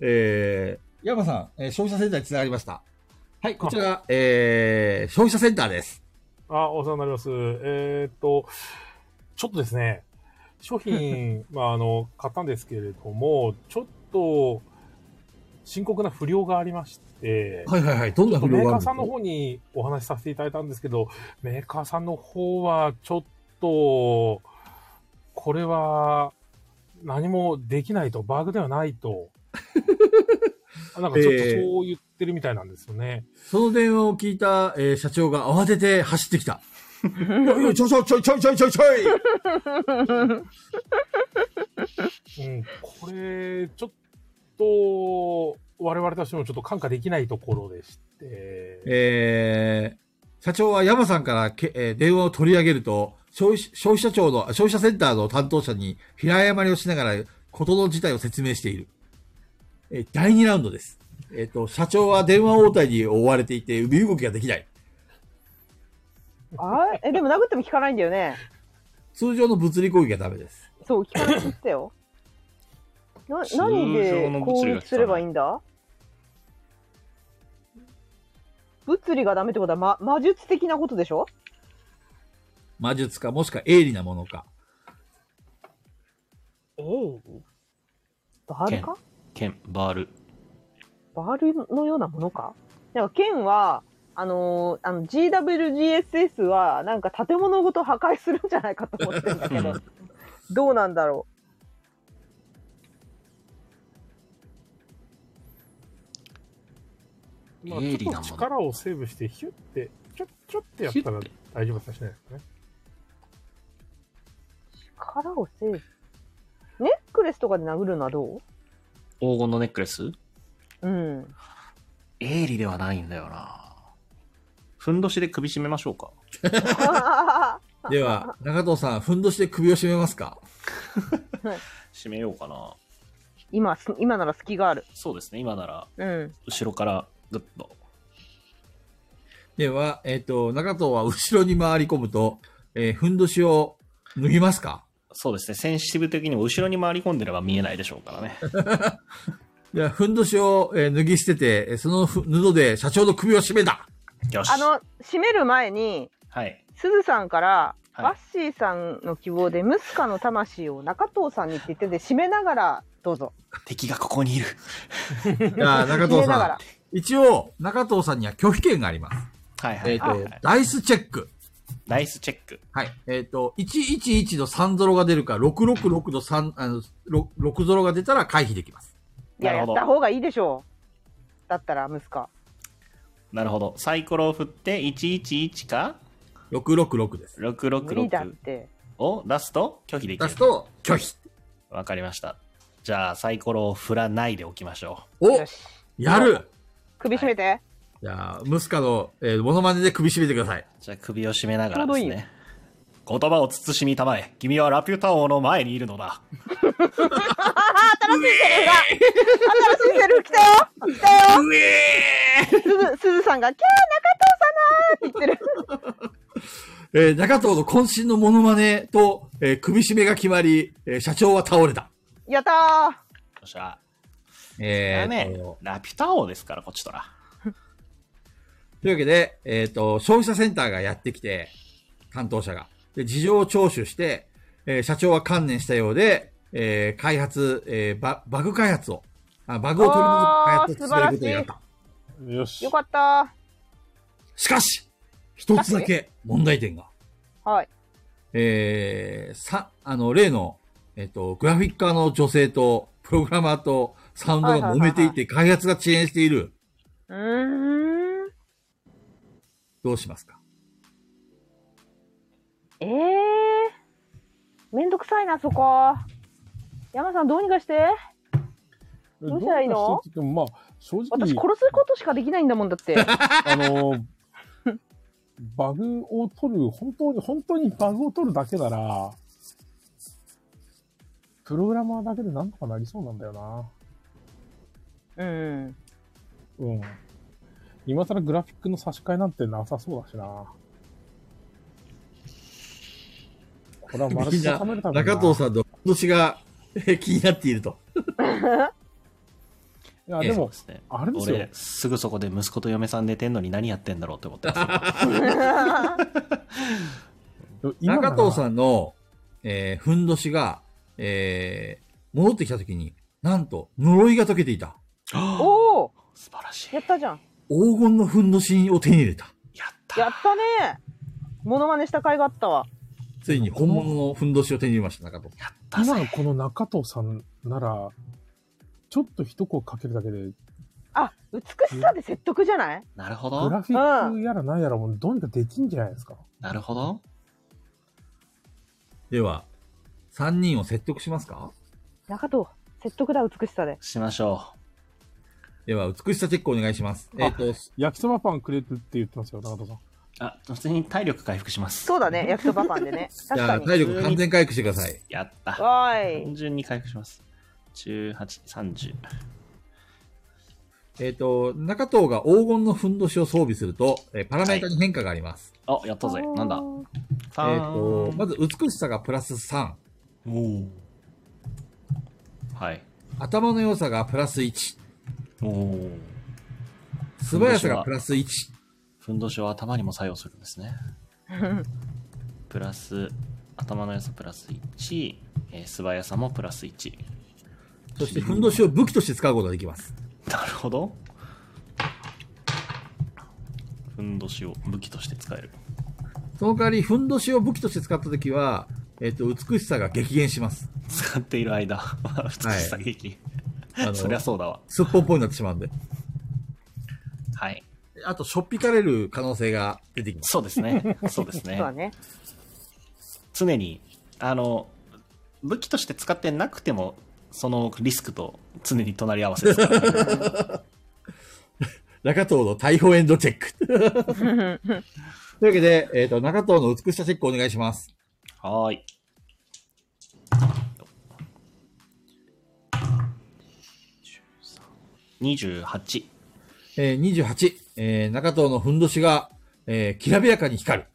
[SPEAKER 2] えー、山さん、えー消費者センターに繋がりました。はい、こちら、えー、消費者センターです。
[SPEAKER 1] あ、お世話になります。えーっと、ちょっとですね、商 品、まあ、あの、買ったんですけれども、ちょっと、深刻な不良がありまして、
[SPEAKER 2] はいはいはいどんな不良がある
[SPEAKER 1] メ
[SPEAKER 2] の
[SPEAKER 1] ーカーさんの方にお話しさせていただいたんですけど、メーカーさんの方は、ちょっと、これは、何もできないと、バグではな いと、なんかちょっとそう言ってるみたいなんですよね。
[SPEAKER 2] その電話を聞いた、えー社長が慌てて走ってきた。 いやいやちょちょちょちょちょちょちょい
[SPEAKER 1] うん、これ、ちょっと、我々としてもちょっと感化できないところでして、
[SPEAKER 2] えー、社長は山さんからけ、えー電話を取り上げると、消費消費者庁の、消費者センターの担当者に平謝りをしながら、ことの事態を説明している。えー第2ラウンドです。えっ、と、社長は電話応対に追われていて、身動きができない。
[SPEAKER 4] あえ、でも殴っても効かないんだよね。
[SPEAKER 2] 通常の物理攻撃がダメです。
[SPEAKER 4] そう、効かないって言ってたよ。な、
[SPEAKER 2] 通常の
[SPEAKER 4] 何で攻
[SPEAKER 2] 物理が効かない
[SPEAKER 4] 撃すればいいんだ物理がダメってことは、ま、魔術的なことでしょ
[SPEAKER 2] 魔術か、もしくは鋭利なものか。
[SPEAKER 4] えい。バールか
[SPEAKER 5] 剣、バール。
[SPEAKER 4] バールのようなものかなんか剣は、あのーあの GWGSS はなんか建物ごと破壊するんじゃないかと思ってるんだけど、どうなんだろ
[SPEAKER 1] まあ、
[SPEAKER 4] 鋭利
[SPEAKER 1] ちょ
[SPEAKER 4] な
[SPEAKER 1] っと
[SPEAKER 4] もの
[SPEAKER 1] 力をセーブして、ヒュッて、ちょ、ちょってやったら大丈夫かもしれないですね。
[SPEAKER 4] う。力をセーブ。ネックレスとかで殴るのはど
[SPEAKER 5] 黄金のネックレス
[SPEAKER 4] ううん。
[SPEAKER 5] 鋭利ではないんだよな。ふんどしで首絞めましょうか。
[SPEAKER 2] では、中藤さん、ふんどしで首を絞めますか
[SPEAKER 5] 締めようかな。
[SPEAKER 4] 今、す今なら隙がある。
[SPEAKER 5] そうですね、今なら、
[SPEAKER 4] うん。
[SPEAKER 5] 後ろからグッと。
[SPEAKER 2] では、えっ、と、中藤は後ろに回り込むと、えーふんどしを脱ぎますか
[SPEAKER 5] そうですね、センシティブ的にも後ろに回り込んでれば見えないでしょうか らね。
[SPEAKER 2] いや、ふんどしを、えー脱ぎ捨てて、えーそのふ布で社長の首を絞め た
[SPEAKER 5] よ
[SPEAKER 4] あの、閉める前に、
[SPEAKER 5] はい。
[SPEAKER 4] すずさんから、
[SPEAKER 5] はい
[SPEAKER 4] バッシーさんの希望で、ムスカの魂を中藤さんにって言ってて、締めながら、どうぞ。
[SPEAKER 5] 敵がここにいる。
[SPEAKER 2] いや、中
[SPEAKER 4] 入
[SPEAKER 2] 藤
[SPEAKER 4] れなが
[SPEAKER 2] さ
[SPEAKER 4] ら
[SPEAKER 2] ん。一応、中藤さんには拒否権があります。
[SPEAKER 5] はい
[SPEAKER 2] はい、
[SPEAKER 5] はい
[SPEAKER 2] えっ、と、ダイスチェック。
[SPEAKER 5] ダイスチェック。
[SPEAKER 2] はい。えっ、と、111の3ゾロが出るか、666の3、あの、ろ6ゾロが出たら回避できます。
[SPEAKER 4] い
[SPEAKER 5] な
[SPEAKER 4] や、
[SPEAKER 5] る
[SPEAKER 4] やっ
[SPEAKER 5] ほど
[SPEAKER 4] た方がいいでしょう。だったら、ムスカ。
[SPEAKER 5] なるほど。サイコロを振って、111か
[SPEAKER 2] ?666 です。
[SPEAKER 4] 無理だっ
[SPEAKER 5] 666
[SPEAKER 4] て。
[SPEAKER 5] を出すと拒否できる。
[SPEAKER 2] 出すと拒否。
[SPEAKER 5] わかりました。じゃあ、サイコロを振らないでおきましょ
[SPEAKER 2] おやる
[SPEAKER 4] 首絞めて。
[SPEAKER 2] じゃあ、ムスカの、えー、モノマネで首絞めてください。
[SPEAKER 5] う。じゃあ、首を絞めながら
[SPEAKER 4] ちょ
[SPEAKER 5] で
[SPEAKER 4] うど
[SPEAKER 5] す
[SPEAKER 4] いいよ
[SPEAKER 5] ね。言葉を慎みたまえ。君はラピュタ王の前にいるのだ。
[SPEAKER 4] ああ、新しいセルフが新しいセルフ来たよ来たよすず、すずさんが、キャー、中藤さんだーって言ってる。
[SPEAKER 2] えー中藤の渾身のモノマネと、えー首絞めが決まり、えー社長は倒れた。
[SPEAKER 4] やったー
[SPEAKER 5] よっしゃ。
[SPEAKER 2] えー
[SPEAKER 5] だね、ラピュタ王ですから、こっちとら。
[SPEAKER 2] というわけで、えっ、と、消費者センターがやってきて、担当者が。で、事情を聴取して、えー社長は観念したようで、えー開発、えーバ、バグ開発を、あバグを取り除く開発を進めることになった。
[SPEAKER 1] よし。
[SPEAKER 4] よかった
[SPEAKER 2] しかし、一つだけ問題点が。
[SPEAKER 4] ーはい。
[SPEAKER 2] えー、さ、あの、例の、えっ、と、グラフィッカーの女性と、プログラマーと、サウンドが揉めていて、開発が遅延している。
[SPEAKER 4] うーん。
[SPEAKER 2] どうしますか
[SPEAKER 4] ええー。めんどくさいな、そこ。山さん、どうにかして。どうしたらいいの
[SPEAKER 1] どうにかしてって言ってもまあ、正直、
[SPEAKER 4] 私、殺すことしかできないんだもんだ って。
[SPEAKER 1] あの、バグを取る、本当に、本当にバグを取るだけなら、プログラマーだけでなんとかなりそうなんだよな。
[SPEAKER 4] うん。
[SPEAKER 1] うん。今更グラフィックの差し替えなんてなさそうだしな。これはマル
[SPEAKER 2] みん
[SPEAKER 1] チ
[SPEAKER 2] な、
[SPEAKER 1] 高めるために
[SPEAKER 2] 中藤さんの今年がえー気になっていると。
[SPEAKER 1] いや、でも、あれですよ
[SPEAKER 5] 俺。すぐそこで息子と嫁さん寝てんのに何やってんだろうって思ってます
[SPEAKER 1] 今なら
[SPEAKER 2] 中藤さんの、えー、ふんどしが、えー、戻ってきたときに、なんと、呪いが解けていた。
[SPEAKER 4] おお
[SPEAKER 5] 素晴らしい
[SPEAKER 4] やったじゃん。
[SPEAKER 2] 黄金のふんどしを手に入れた。
[SPEAKER 4] やったねモノマネした甲斐があったわ。
[SPEAKER 2] ついに本物のふんどしを手に入れました、中藤。
[SPEAKER 1] 今のこの中藤さんなら、ちょっと一声かけるだけで、
[SPEAKER 4] あ、美しさで説得じゃない
[SPEAKER 5] なるほ
[SPEAKER 1] グラフィックやらなんやらもうどんどんできんじゃないですか。
[SPEAKER 5] なるほど。
[SPEAKER 2] では、3人を説得しますか
[SPEAKER 4] 中藤、説得だ、美しさで。
[SPEAKER 5] しましょ
[SPEAKER 2] う。では、美しさチェックお願いします。えっ、と、
[SPEAKER 1] 焼きそばパンくれるって言ってますよ、中藤さん。
[SPEAKER 5] あ、普通に体力回復します。
[SPEAKER 4] そうだね、焼きそばパンでね。
[SPEAKER 2] じ
[SPEAKER 4] 確
[SPEAKER 2] ゃ
[SPEAKER 4] か
[SPEAKER 2] あ、
[SPEAKER 4] に。
[SPEAKER 2] 体力完全回復してください。
[SPEAKER 5] やった。
[SPEAKER 4] わーい。
[SPEAKER 5] 単純に回復します。18、30。
[SPEAKER 2] えっ、と、中藤が黄金のふんどしを装備すると、えーパラメータに変化があります。
[SPEAKER 5] あ、やったぜ。なんだ。
[SPEAKER 2] えっ、と、まず美しさがプラス3。
[SPEAKER 5] おはい。
[SPEAKER 2] 頭の良さがプラス1。
[SPEAKER 5] おお。
[SPEAKER 2] 素早さがプラス1。
[SPEAKER 5] ふんどしは頭にも作用するんですね。 プラス、頭の良さプラス1、えー素早さもプラス1。
[SPEAKER 2] そして、ふんどしを武器として使うことができます。
[SPEAKER 5] なるほど。ふんどしを武器として使える。
[SPEAKER 2] その代わり、ふんどしを武器として使ったときは、えっ、と、美しさが激減します。
[SPEAKER 5] 使っている間、 まあ普通に下劇。
[SPEAKER 2] あの
[SPEAKER 5] そりゃそうだわ。
[SPEAKER 2] すっぽんぽんになってしまうんで。
[SPEAKER 5] はい。
[SPEAKER 2] あと、しょっぴかれる可能性が出てきます。
[SPEAKER 5] そうですね。そうです
[SPEAKER 4] そう
[SPEAKER 5] ね。
[SPEAKER 4] だね。
[SPEAKER 5] 常に、あの、武器として使ってなくても、そのリスクと常に隣り合わせですからね、
[SPEAKER 2] 中藤の逮捕エンドチェック。というわけで、えっ、と、中藤の美しさチェックお願いします。
[SPEAKER 5] はーい。28。
[SPEAKER 2] えー、28、えー、中藤のふんどしが、えー、きらびやかに光る。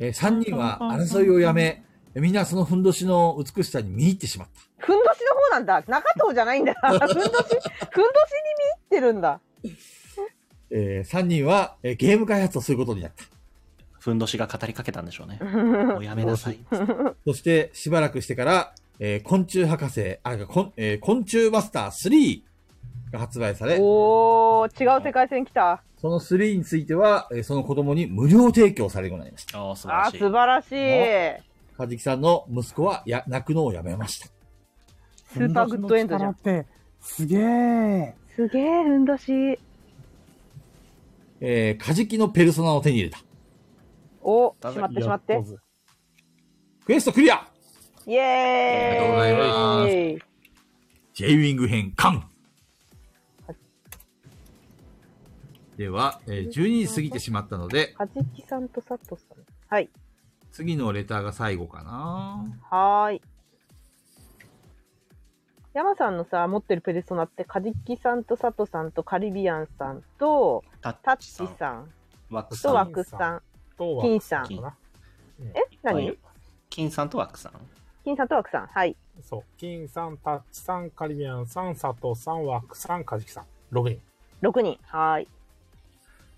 [SPEAKER 2] えー、3人は争いをやめ、みんなそのふんどしの美しさに見入ってしまった。
[SPEAKER 4] ふんどしの方なんだ。中藤じゃないんだ。ふんどし、ふんどしに見入ってるんだ。
[SPEAKER 2] えー、3人は、えーゲーム開発をすることになった。
[SPEAKER 5] ふんどしが語りかけたんでし ょうね。おやめなさい。
[SPEAKER 2] そして、しばらくしてから、えー昆虫博士、あ、こんえー昆虫マスター3が発売され、
[SPEAKER 4] おー、違う世界線来た。
[SPEAKER 2] その3については、えーその子供に無料提供されるようになりました。
[SPEAKER 5] ああ、素晴
[SPEAKER 4] あ
[SPEAKER 5] ら
[SPEAKER 4] ー、
[SPEAKER 5] しい。
[SPEAKER 4] 素晴らしい。
[SPEAKER 2] かじきさんの息子は、や、泣くのをやめました。
[SPEAKER 4] スーパーグッドエンドじゃん
[SPEAKER 1] ふどしの力って、すげえ。
[SPEAKER 4] すげえ、ふんどし。
[SPEAKER 2] えー、カジキのペルソナを手に入れた。
[SPEAKER 4] お、しまってしまって。
[SPEAKER 2] クエストクリア
[SPEAKER 4] イエーイ
[SPEAKER 2] ありがとうございます
[SPEAKER 4] い
[SPEAKER 2] !J ウィング編、カンでは、えー12時過ぎてしまったので、
[SPEAKER 4] はじきさんと佐藤さん。はい。
[SPEAKER 2] 次のレターが最後かな
[SPEAKER 4] はーい。山さんのさ、持ってるペルソナって、カジキさんと佐藤さんとカリビアンさんと、
[SPEAKER 5] タッ
[SPEAKER 4] タッ
[SPEAKER 5] チ
[SPEAKER 4] チ
[SPEAKER 5] さん、
[SPEAKER 4] さん
[SPEAKER 5] ワックさ
[SPEAKER 4] と
[SPEAKER 5] ん、
[SPEAKER 4] ワクさん、
[SPEAKER 1] とは
[SPEAKER 4] 金さん。
[SPEAKER 5] 金
[SPEAKER 4] え何
[SPEAKER 5] 金さんとワックさん。
[SPEAKER 4] 金さんとワクさん。はい。
[SPEAKER 1] そう。金さん、タッチさん、カリビアンさん、佐藤さん、ワークさん、カジキさん。6人。
[SPEAKER 4] 6人。はーい。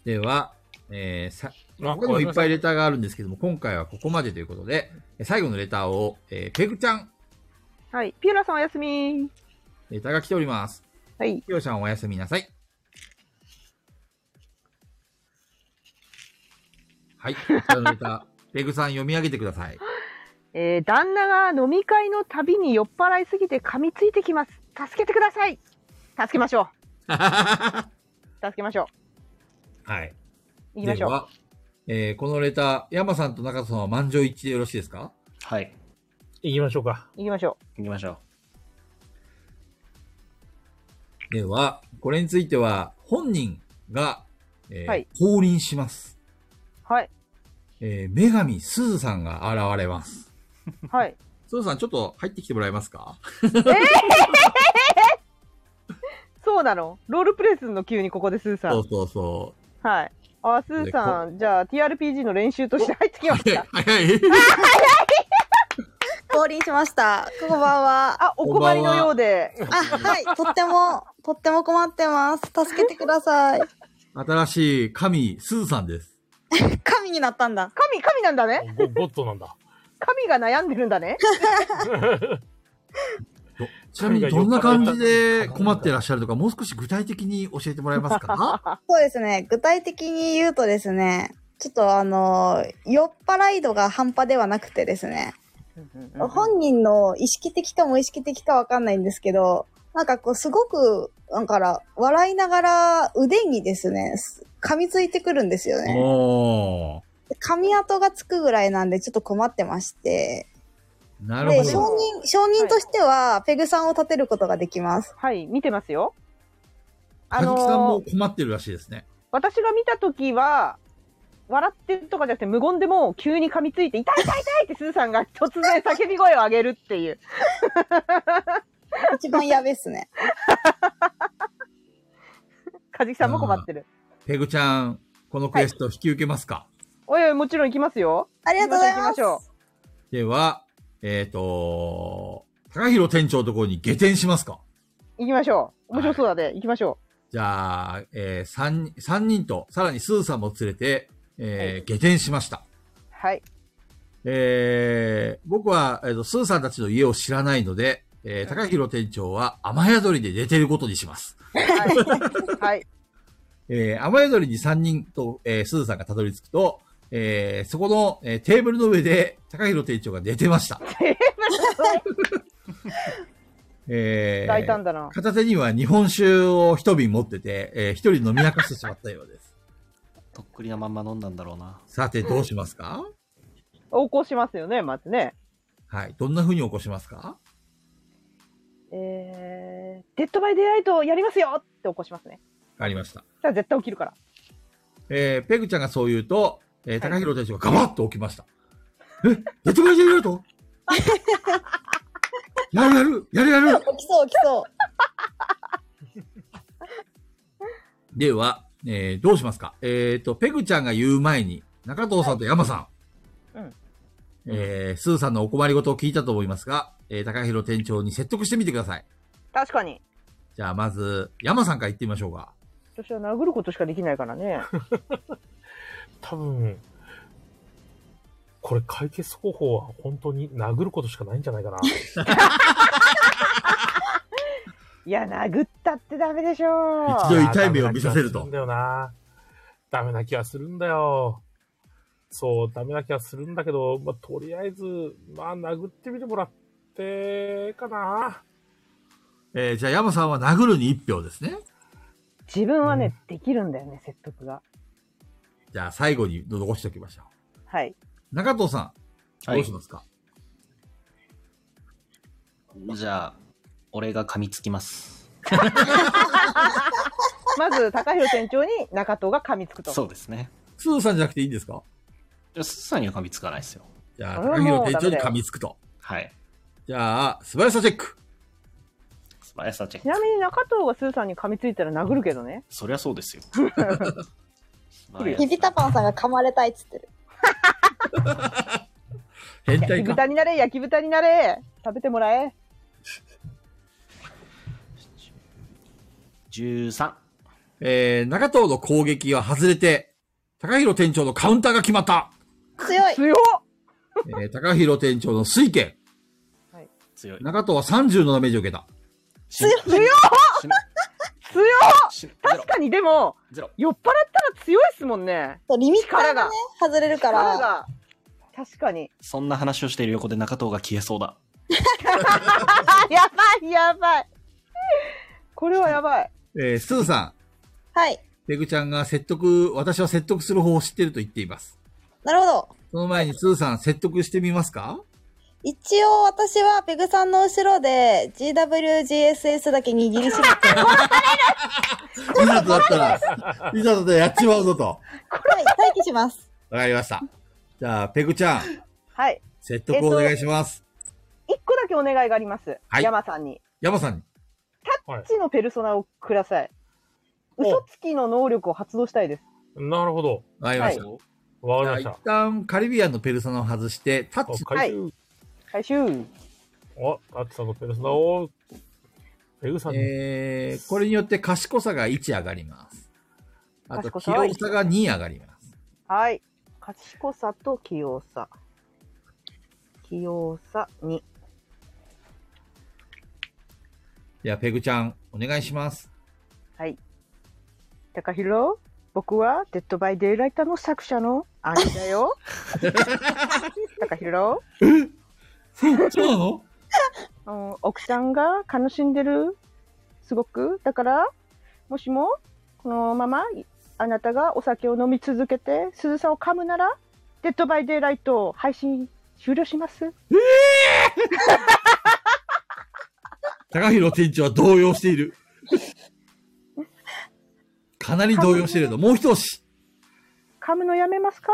[SPEAKER 2] では、えーさ、
[SPEAKER 1] あ
[SPEAKER 2] 他にもいっぱいレターがあるんですけども、今回はここまでということで、えー最後のレターを、えーペグちゃん、
[SPEAKER 4] はい。ピューラさんおやすみ。
[SPEAKER 2] レターが来ております。
[SPEAKER 4] はい。
[SPEAKER 2] きよちゃんおやすみなさい。はい、こちらのレ ター、ペグさん読み上げてください。
[SPEAKER 4] えー旦那が飲み会のたびに酔っ払いすぎて噛みついてきます。助けてください。助けましょう。助けましょ
[SPEAKER 2] はい。
[SPEAKER 4] う。行きまし
[SPEAKER 2] で
[SPEAKER 4] ょう。
[SPEAKER 2] は、えーこのレター、山さんと中田さんは満場一致でよろしいですか
[SPEAKER 5] はい。
[SPEAKER 1] 行きましょうか。
[SPEAKER 4] 行きましょ
[SPEAKER 5] 行きましょ
[SPEAKER 2] では、これについては、本人が、えー
[SPEAKER 4] はい
[SPEAKER 2] 降臨します。
[SPEAKER 4] う。はい。
[SPEAKER 2] えー女神すずさんが現れます。
[SPEAKER 4] はい。
[SPEAKER 2] すずさん、ちょっと入ってきてもらえますか
[SPEAKER 4] そうなのロールプレイするの急にここでスーさ。
[SPEAKER 2] そうんそうそ
[SPEAKER 4] はい。あ、スーさん、じゃあ TRPG の練習として入ってきま
[SPEAKER 2] う。
[SPEAKER 4] した。
[SPEAKER 2] 早い。
[SPEAKER 15] 降臨しました。こんばんは。
[SPEAKER 4] あ、
[SPEAKER 15] お
[SPEAKER 4] 困りのようで。
[SPEAKER 15] あ、はい。とっても、とっても困ってます。助けてください。
[SPEAKER 2] 新しい神、すずさんです。
[SPEAKER 15] 神になったんだ。
[SPEAKER 4] 神、神なんだね。
[SPEAKER 2] ボットなんだ。
[SPEAKER 4] 神が悩んでるんだね。
[SPEAKER 2] ちなみにどんな感じで困ってらっしゃるとか、もう少し具体的に教えてもらえますか
[SPEAKER 15] そうですね。具体的に言うとですね、ちょっとあの、酔っ払い度が半端ではなくてですね、本人の意識的かも意識的かわかんないんですけど、なんかこうすごく、なんか笑いながら腕にですね、す噛みついてくるんですよね。
[SPEAKER 2] おー。
[SPEAKER 15] 噛み跡がつくぐらいなんでちょっと困ってまして。
[SPEAKER 2] な
[SPEAKER 15] で、承認、承認としては、ペグさんを立てることができます。
[SPEAKER 4] はい、見てますよ。あ
[SPEAKER 2] 神木さんも
[SPEAKER 4] のー
[SPEAKER 2] 困ってるらしいですね。
[SPEAKER 4] 私が見たときは、笑ってるとかじゃなくて無言でもう急に噛みついて、痛い痛い痛いってすずさんが突然叫び声を上げるっていう。
[SPEAKER 15] 一番やべっすね。
[SPEAKER 4] かじきさんも困ってる。
[SPEAKER 2] ペグちゃん、このクエスト引き受けますか、
[SPEAKER 4] おいおい、もちろん行きますよ。
[SPEAKER 15] ありがとうございます
[SPEAKER 4] 行きましょう。行きましょ
[SPEAKER 2] では、えっ、と、高弘店長のところに下店しますか
[SPEAKER 4] う。行きましょう。面白そうだね。行きましょ
[SPEAKER 2] じゃあ、えー、三人、三人と、さらにすずさんも連れて、えー、下店しました。
[SPEAKER 4] う。はい。
[SPEAKER 2] えー、僕は、えーと、スーさんたちの家を知らないので、えー、高弘店長は雨宿りで寝てることにします。
[SPEAKER 4] はい。
[SPEAKER 2] えー、雨宿りに3人と、えー、スーさんがたどり着くと、えー、そこの、えーテーブルの上で高弘店長が寝てました。 えー、
[SPEAKER 4] 大胆だな
[SPEAKER 2] 片手には日本酒を一瓶持ってて、えー、一人飲み明かしてしまったようです。
[SPEAKER 5] とっくりなまんま飲んだんだろうな。
[SPEAKER 2] さて、どうしますか
[SPEAKER 4] 横行しますよね、まずね。
[SPEAKER 2] はい。どんな風に起こしますか
[SPEAKER 4] えー、デッドバイデイライトやりますよって起こしますね。
[SPEAKER 2] ありました。
[SPEAKER 4] そしたら絶対起きるから。
[SPEAKER 2] えー、ペグちゃんがそう言うと、えー、高弘店長がガバッと起きました。え、デッドバイデイライト やるやるやるやる
[SPEAKER 15] 起きそう、起きそう。
[SPEAKER 2] では、えー、どうしますかえっ、ー、と、ペグちゃんが言う前に、中藤さんと山さん、
[SPEAKER 4] うん。
[SPEAKER 2] えー、スーさんのお困りごとを聞いたと思いますが、えー、高弘店長に説得してみてください。
[SPEAKER 4] 確かに。
[SPEAKER 2] じゃあ、まず、山さんから言ってみましょうか。
[SPEAKER 4] 私は殴ることしかできないからね。
[SPEAKER 16] 多分、これ解決方法は本当に殴ることしかないんじゃないかな。
[SPEAKER 4] いや、殴ったってダメでしょ。
[SPEAKER 2] 一度 痛い目を見させると
[SPEAKER 16] いやダメな気がすんだよな。ダメな気がするんだよ。そう、ダメな気がするんだけど、まあ、とりあえず、まあ、殴ってみてもらって、かな。
[SPEAKER 2] えー、じゃあ、山さんは殴るに一票ですね。
[SPEAKER 4] 自分はね、できるんだよね、説得が。
[SPEAKER 2] じゃあ、最後に残しておきましょう。
[SPEAKER 4] はい。
[SPEAKER 2] 中藤さん、
[SPEAKER 5] はい
[SPEAKER 2] どうしますか、
[SPEAKER 5] じゃあ、俺が噛みつきます。
[SPEAKER 4] まず、高弘店長に中藤が噛みつくと。
[SPEAKER 5] そうですね。
[SPEAKER 2] スーさんじゃなくていいんですか
[SPEAKER 5] じゃあ、スーさんには噛みつかないですよ。
[SPEAKER 2] じゃあ、
[SPEAKER 4] それは
[SPEAKER 2] 高
[SPEAKER 4] もう
[SPEAKER 2] 弘店長に噛みつくと。
[SPEAKER 5] はい。
[SPEAKER 2] じゃあ、素晴らしさチェック
[SPEAKER 5] 素早さチェ
[SPEAKER 4] ち
[SPEAKER 5] ック。
[SPEAKER 4] なみに中藤がスーさんに噛みついたら殴るけどね。
[SPEAKER 5] そりゃそう ですよ。
[SPEAKER 15] ピピタパンさんが噛まれたいっつってる。
[SPEAKER 2] 変
[SPEAKER 4] 焼き
[SPEAKER 2] 態か。
[SPEAKER 4] 豚になれ、焼き豚になれ。食べてもらえ。
[SPEAKER 5] 13。
[SPEAKER 2] えー、中藤の攻撃が外れて、高弘店長のカウンターが決まった
[SPEAKER 15] 強い。
[SPEAKER 4] 強っ
[SPEAKER 2] えー、高弘店長の水拳。
[SPEAKER 5] 強い。
[SPEAKER 2] 中藤は30のダメージを受けた。
[SPEAKER 5] 強い
[SPEAKER 4] 強っ
[SPEAKER 5] 死ぬ
[SPEAKER 4] 強っ
[SPEAKER 5] 死ぬゼロ
[SPEAKER 4] 確かにでも、
[SPEAKER 5] ゼロ。
[SPEAKER 4] 酔っ払ったら強いっすもんね。
[SPEAKER 15] そうリミッター
[SPEAKER 4] 力
[SPEAKER 15] が
[SPEAKER 4] が
[SPEAKER 15] ね、外れるか
[SPEAKER 4] 力
[SPEAKER 15] ら。
[SPEAKER 4] が。確かに。
[SPEAKER 5] そんな話をしている横で中藤が消えそうだ。
[SPEAKER 4] あ、やばい、やばい。これはやばい。
[SPEAKER 2] えー、スーさ
[SPEAKER 15] はい。
[SPEAKER 2] ん、ペグちゃんが説得、私は説得する方法を知ってると言っています。
[SPEAKER 15] なるほど。
[SPEAKER 2] その前にスーさん、説得してみますか
[SPEAKER 15] 一応私はペグさんの後ろで GWGSS だけ握りしめて、
[SPEAKER 2] いざとだったら、いざとでやっちまうぞと。わ
[SPEAKER 15] はい、待機します。
[SPEAKER 2] かりました。じゃあ、ペグちゃん、
[SPEAKER 4] はい。
[SPEAKER 2] 説得をお願いします。
[SPEAKER 4] 一個だけお願いがあります。
[SPEAKER 2] はい
[SPEAKER 4] 山さんに。
[SPEAKER 2] 山さんに。
[SPEAKER 4] タ
[SPEAKER 16] はい
[SPEAKER 4] ッチのペルソナをください。
[SPEAKER 16] お
[SPEAKER 4] 嘘つきの能力を発動したいです。
[SPEAKER 16] なるほど。
[SPEAKER 2] わかりました。
[SPEAKER 16] わかりまし
[SPEAKER 2] じゃあ
[SPEAKER 16] た
[SPEAKER 2] 一。旦カリビアンのペルソナを外して、タッチ
[SPEAKER 16] あ回収
[SPEAKER 17] 回収
[SPEAKER 1] お、あつさんのペルソナを、ペグさんに。
[SPEAKER 2] えー、これによって賢さが1上がります。あと、
[SPEAKER 4] 賢
[SPEAKER 2] 器
[SPEAKER 4] さは一
[SPEAKER 2] 用さが2上がります。
[SPEAKER 4] はい。賢さと器用さ。器用さ2。
[SPEAKER 2] じゃあ、ペグちゃん、お願いします。
[SPEAKER 4] はい。高弘、僕はデッドバイデイライターの作者の兄だよ。高弘。
[SPEAKER 2] そうな の
[SPEAKER 4] うん、奥さんが悲しんでる。すごく。だから、もしも、このまま、あなたがお酒を飲み続けて、鈴さんを噛むなら、デッドバイデイライト配信終了します。
[SPEAKER 2] 高弘店長は動揺している。 かなり動揺しているの。もう一押し。
[SPEAKER 4] 噛むのやめますか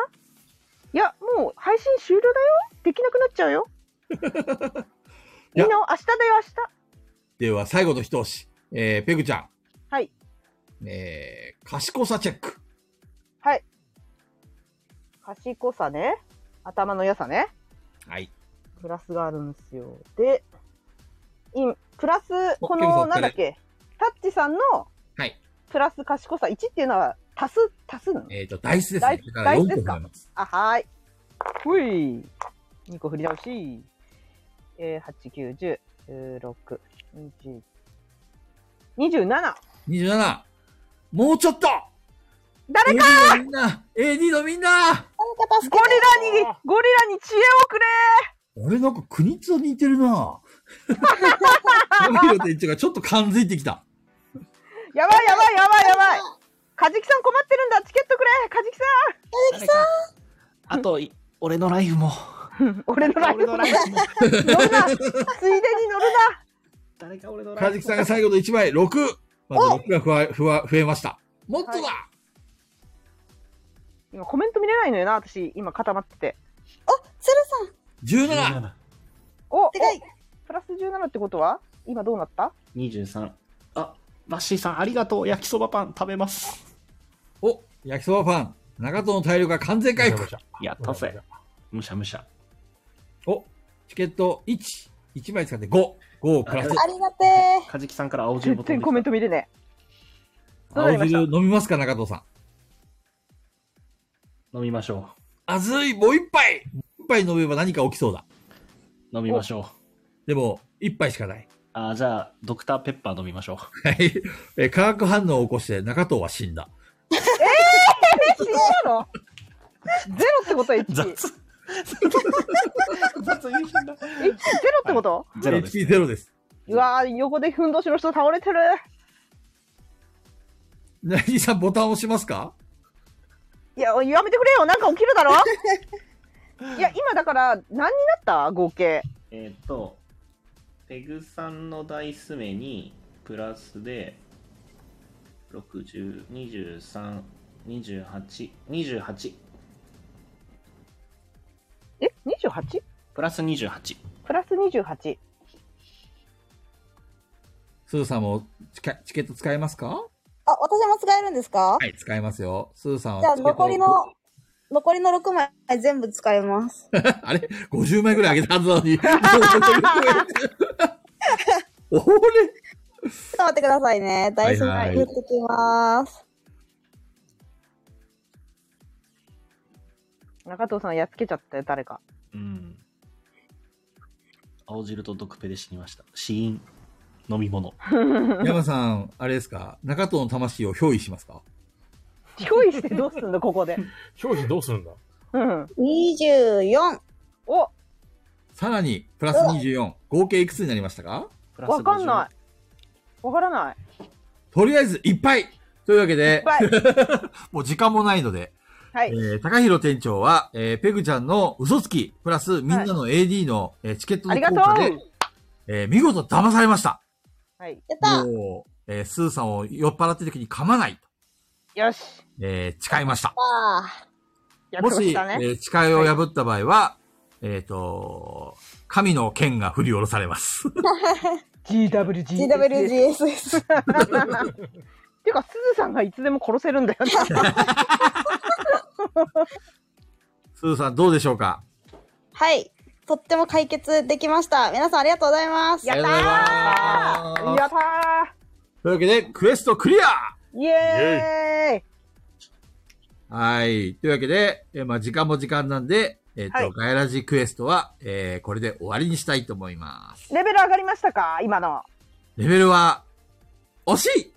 [SPEAKER 4] いや、もう配信終了だよ。できなくなっちゃうよ。みんな、明日だよ、明日。
[SPEAKER 2] では、最後の一押し。えー、ペグちゃ
[SPEAKER 4] はい。
[SPEAKER 2] ん、えー、賢さチェック。
[SPEAKER 4] はい。賢さね。頭の良さね。
[SPEAKER 2] はい。
[SPEAKER 4] プラスがあるんですよ。で、今、プラス、
[SPEAKER 2] お
[SPEAKER 4] こ
[SPEAKER 2] ケムさ
[SPEAKER 4] の、
[SPEAKER 2] ん
[SPEAKER 4] なんだっけ、タッチさんの
[SPEAKER 2] はい。
[SPEAKER 4] プラス賢さ1っていうのは、足す、足すの
[SPEAKER 2] えっ、と、ダイスです
[SPEAKER 4] ダ
[SPEAKER 2] ね
[SPEAKER 4] イ。
[SPEAKER 2] だから4個
[SPEAKER 4] ダイスです
[SPEAKER 2] 増
[SPEAKER 4] か
[SPEAKER 2] えます。
[SPEAKER 4] あ、はーい。ほい。2個振り直し。えー、8、9、10、16、20、27。
[SPEAKER 2] 27。もうちょっと
[SPEAKER 4] 誰か
[SPEAKER 2] !AD のみんな !AD のみんな
[SPEAKER 4] ゴリラに、ゴリラに知恵をくれ
[SPEAKER 2] 俺なんか国津と似てるなぁ。高弘店長がちょっと感づいてきた。
[SPEAKER 4] やばいやばいやばいやばいカジキさん困ってるんだチケットくれカジキさんカジキさん
[SPEAKER 5] あと、い俺のライフも。
[SPEAKER 4] 俺のライブ乗るなついでに乗るな
[SPEAKER 5] 誰か俺の
[SPEAKER 2] カジキさんが最後の1枚、6。まず6がふわふわ増えました。もっとだ、
[SPEAKER 4] 今コメント見れないのよな私今固まってて
[SPEAKER 15] セルさん
[SPEAKER 2] 17!
[SPEAKER 4] おでかいプラス17ってことは今どうなった
[SPEAKER 5] 23。あ、バッシーさん、ありがとう。焼きそばパン食べます。
[SPEAKER 2] お焼きそばパン、中戸の体力が完全回復。
[SPEAKER 5] やったぜ。むしゃむしゃ。
[SPEAKER 2] おチケット1。1枚使って5。5プラス。
[SPEAKER 15] ありがてえ。
[SPEAKER 5] カジキさんから青汁ボ
[SPEAKER 4] 全
[SPEAKER 5] トルで
[SPEAKER 4] 然コ
[SPEAKER 5] す。
[SPEAKER 4] メント見れねどうなり
[SPEAKER 2] 青
[SPEAKER 4] ました
[SPEAKER 2] 汁飲みますか、中戸さん。
[SPEAKER 5] 飲みましょ
[SPEAKER 2] 熱い、もう一杯もう一杯飲めば何か起きそうだ。
[SPEAKER 5] う。飲みましょう。
[SPEAKER 2] でも、一杯しかない。
[SPEAKER 5] あーじゃあ、ドクターペッパー飲みましょう。
[SPEAKER 2] はい。えー化学反応を起こして中藤は死んだ。
[SPEAKER 4] え死んだ のゼロってことは1ゼロ
[SPEAKER 5] 雑に死んだ
[SPEAKER 4] ってこと、
[SPEAKER 5] ゼロです
[SPEAKER 2] HP ゼロです。
[SPEAKER 4] うわー横でふんどしの人倒れてる
[SPEAKER 2] なぎさんボタン押しますか
[SPEAKER 4] いややめてくれよなんか起きるだ ろいや今だから何になった合計
[SPEAKER 5] えーっと、ペグさんのダイス目に、プラスで、60、23、28、28。
[SPEAKER 4] え 28?
[SPEAKER 5] プラス28。
[SPEAKER 4] プラス28
[SPEAKER 2] すーさんもチケチケット使えますか
[SPEAKER 15] あ、私も使えるんですか
[SPEAKER 2] はい、使えますよ。すーさんは
[SPEAKER 15] じゃあ
[SPEAKER 2] チケット
[SPEAKER 15] 残りの、残りの6枚全部使います。
[SPEAKER 2] あれ ?50 枚ぐらいあげたはずなのに。 おれ
[SPEAKER 15] ちょっと待ってくださいね。ダイス
[SPEAKER 2] はいはい
[SPEAKER 15] 振ってきます。
[SPEAKER 4] 中藤さんやっつけちゃったよ誰か
[SPEAKER 5] うん。青汁と毒ペで死にました。死因、飲み物。
[SPEAKER 2] 山さん、あれですか中藤の魂を憑依しますか
[SPEAKER 4] 憑依してどうすんのここで
[SPEAKER 1] 表示どうするんだ
[SPEAKER 4] うん
[SPEAKER 15] 24。
[SPEAKER 4] お
[SPEAKER 2] さらに、プラス24。合計いくつになりましたか
[SPEAKER 5] プ
[SPEAKER 4] わかんないわから ない
[SPEAKER 2] とりあえず、いっぱいというわけで、
[SPEAKER 4] い
[SPEAKER 2] もう時間もないので、
[SPEAKER 4] はい、
[SPEAKER 2] えー、高弘店長は、えーペグちゃんの嘘つき、プラスみんなの AD の、えーチケット
[SPEAKER 4] あ
[SPEAKER 2] の
[SPEAKER 4] りが
[SPEAKER 2] 効
[SPEAKER 4] とう
[SPEAKER 2] 果で、えー見事騙されました。
[SPEAKER 4] はい
[SPEAKER 15] やった
[SPEAKER 2] もう、えースーさんを酔っ払ってる時に噛まないと、
[SPEAKER 4] よし
[SPEAKER 2] えー誓いました。
[SPEAKER 15] あ
[SPEAKER 4] や
[SPEAKER 2] も
[SPEAKER 4] ま
[SPEAKER 2] し、
[SPEAKER 4] したね、
[SPEAKER 2] えー誓いを破った場合は、えっ、と、神の剣が振り下ろされます。
[SPEAKER 15] ー
[SPEAKER 4] GWG
[SPEAKER 15] GWGS です。
[SPEAKER 4] てかすずさんがいつでも殺せるんだよな
[SPEAKER 2] スーさんどうでしょうか
[SPEAKER 15] はい。とっても解決できました。皆さんありがとうございます。
[SPEAKER 2] やったーありがとうございますやったというわけで、クエストクリア
[SPEAKER 15] イエ
[SPEAKER 4] ーイ
[SPEAKER 2] はい。というわけで、えーまあ、時間も時間なんで、えっ、と、
[SPEAKER 4] はい
[SPEAKER 2] ガイラジクエストは、えーこれで終わりにしたいと思います。
[SPEAKER 4] レベル上がりましたか今の。
[SPEAKER 2] レベルは、惜しい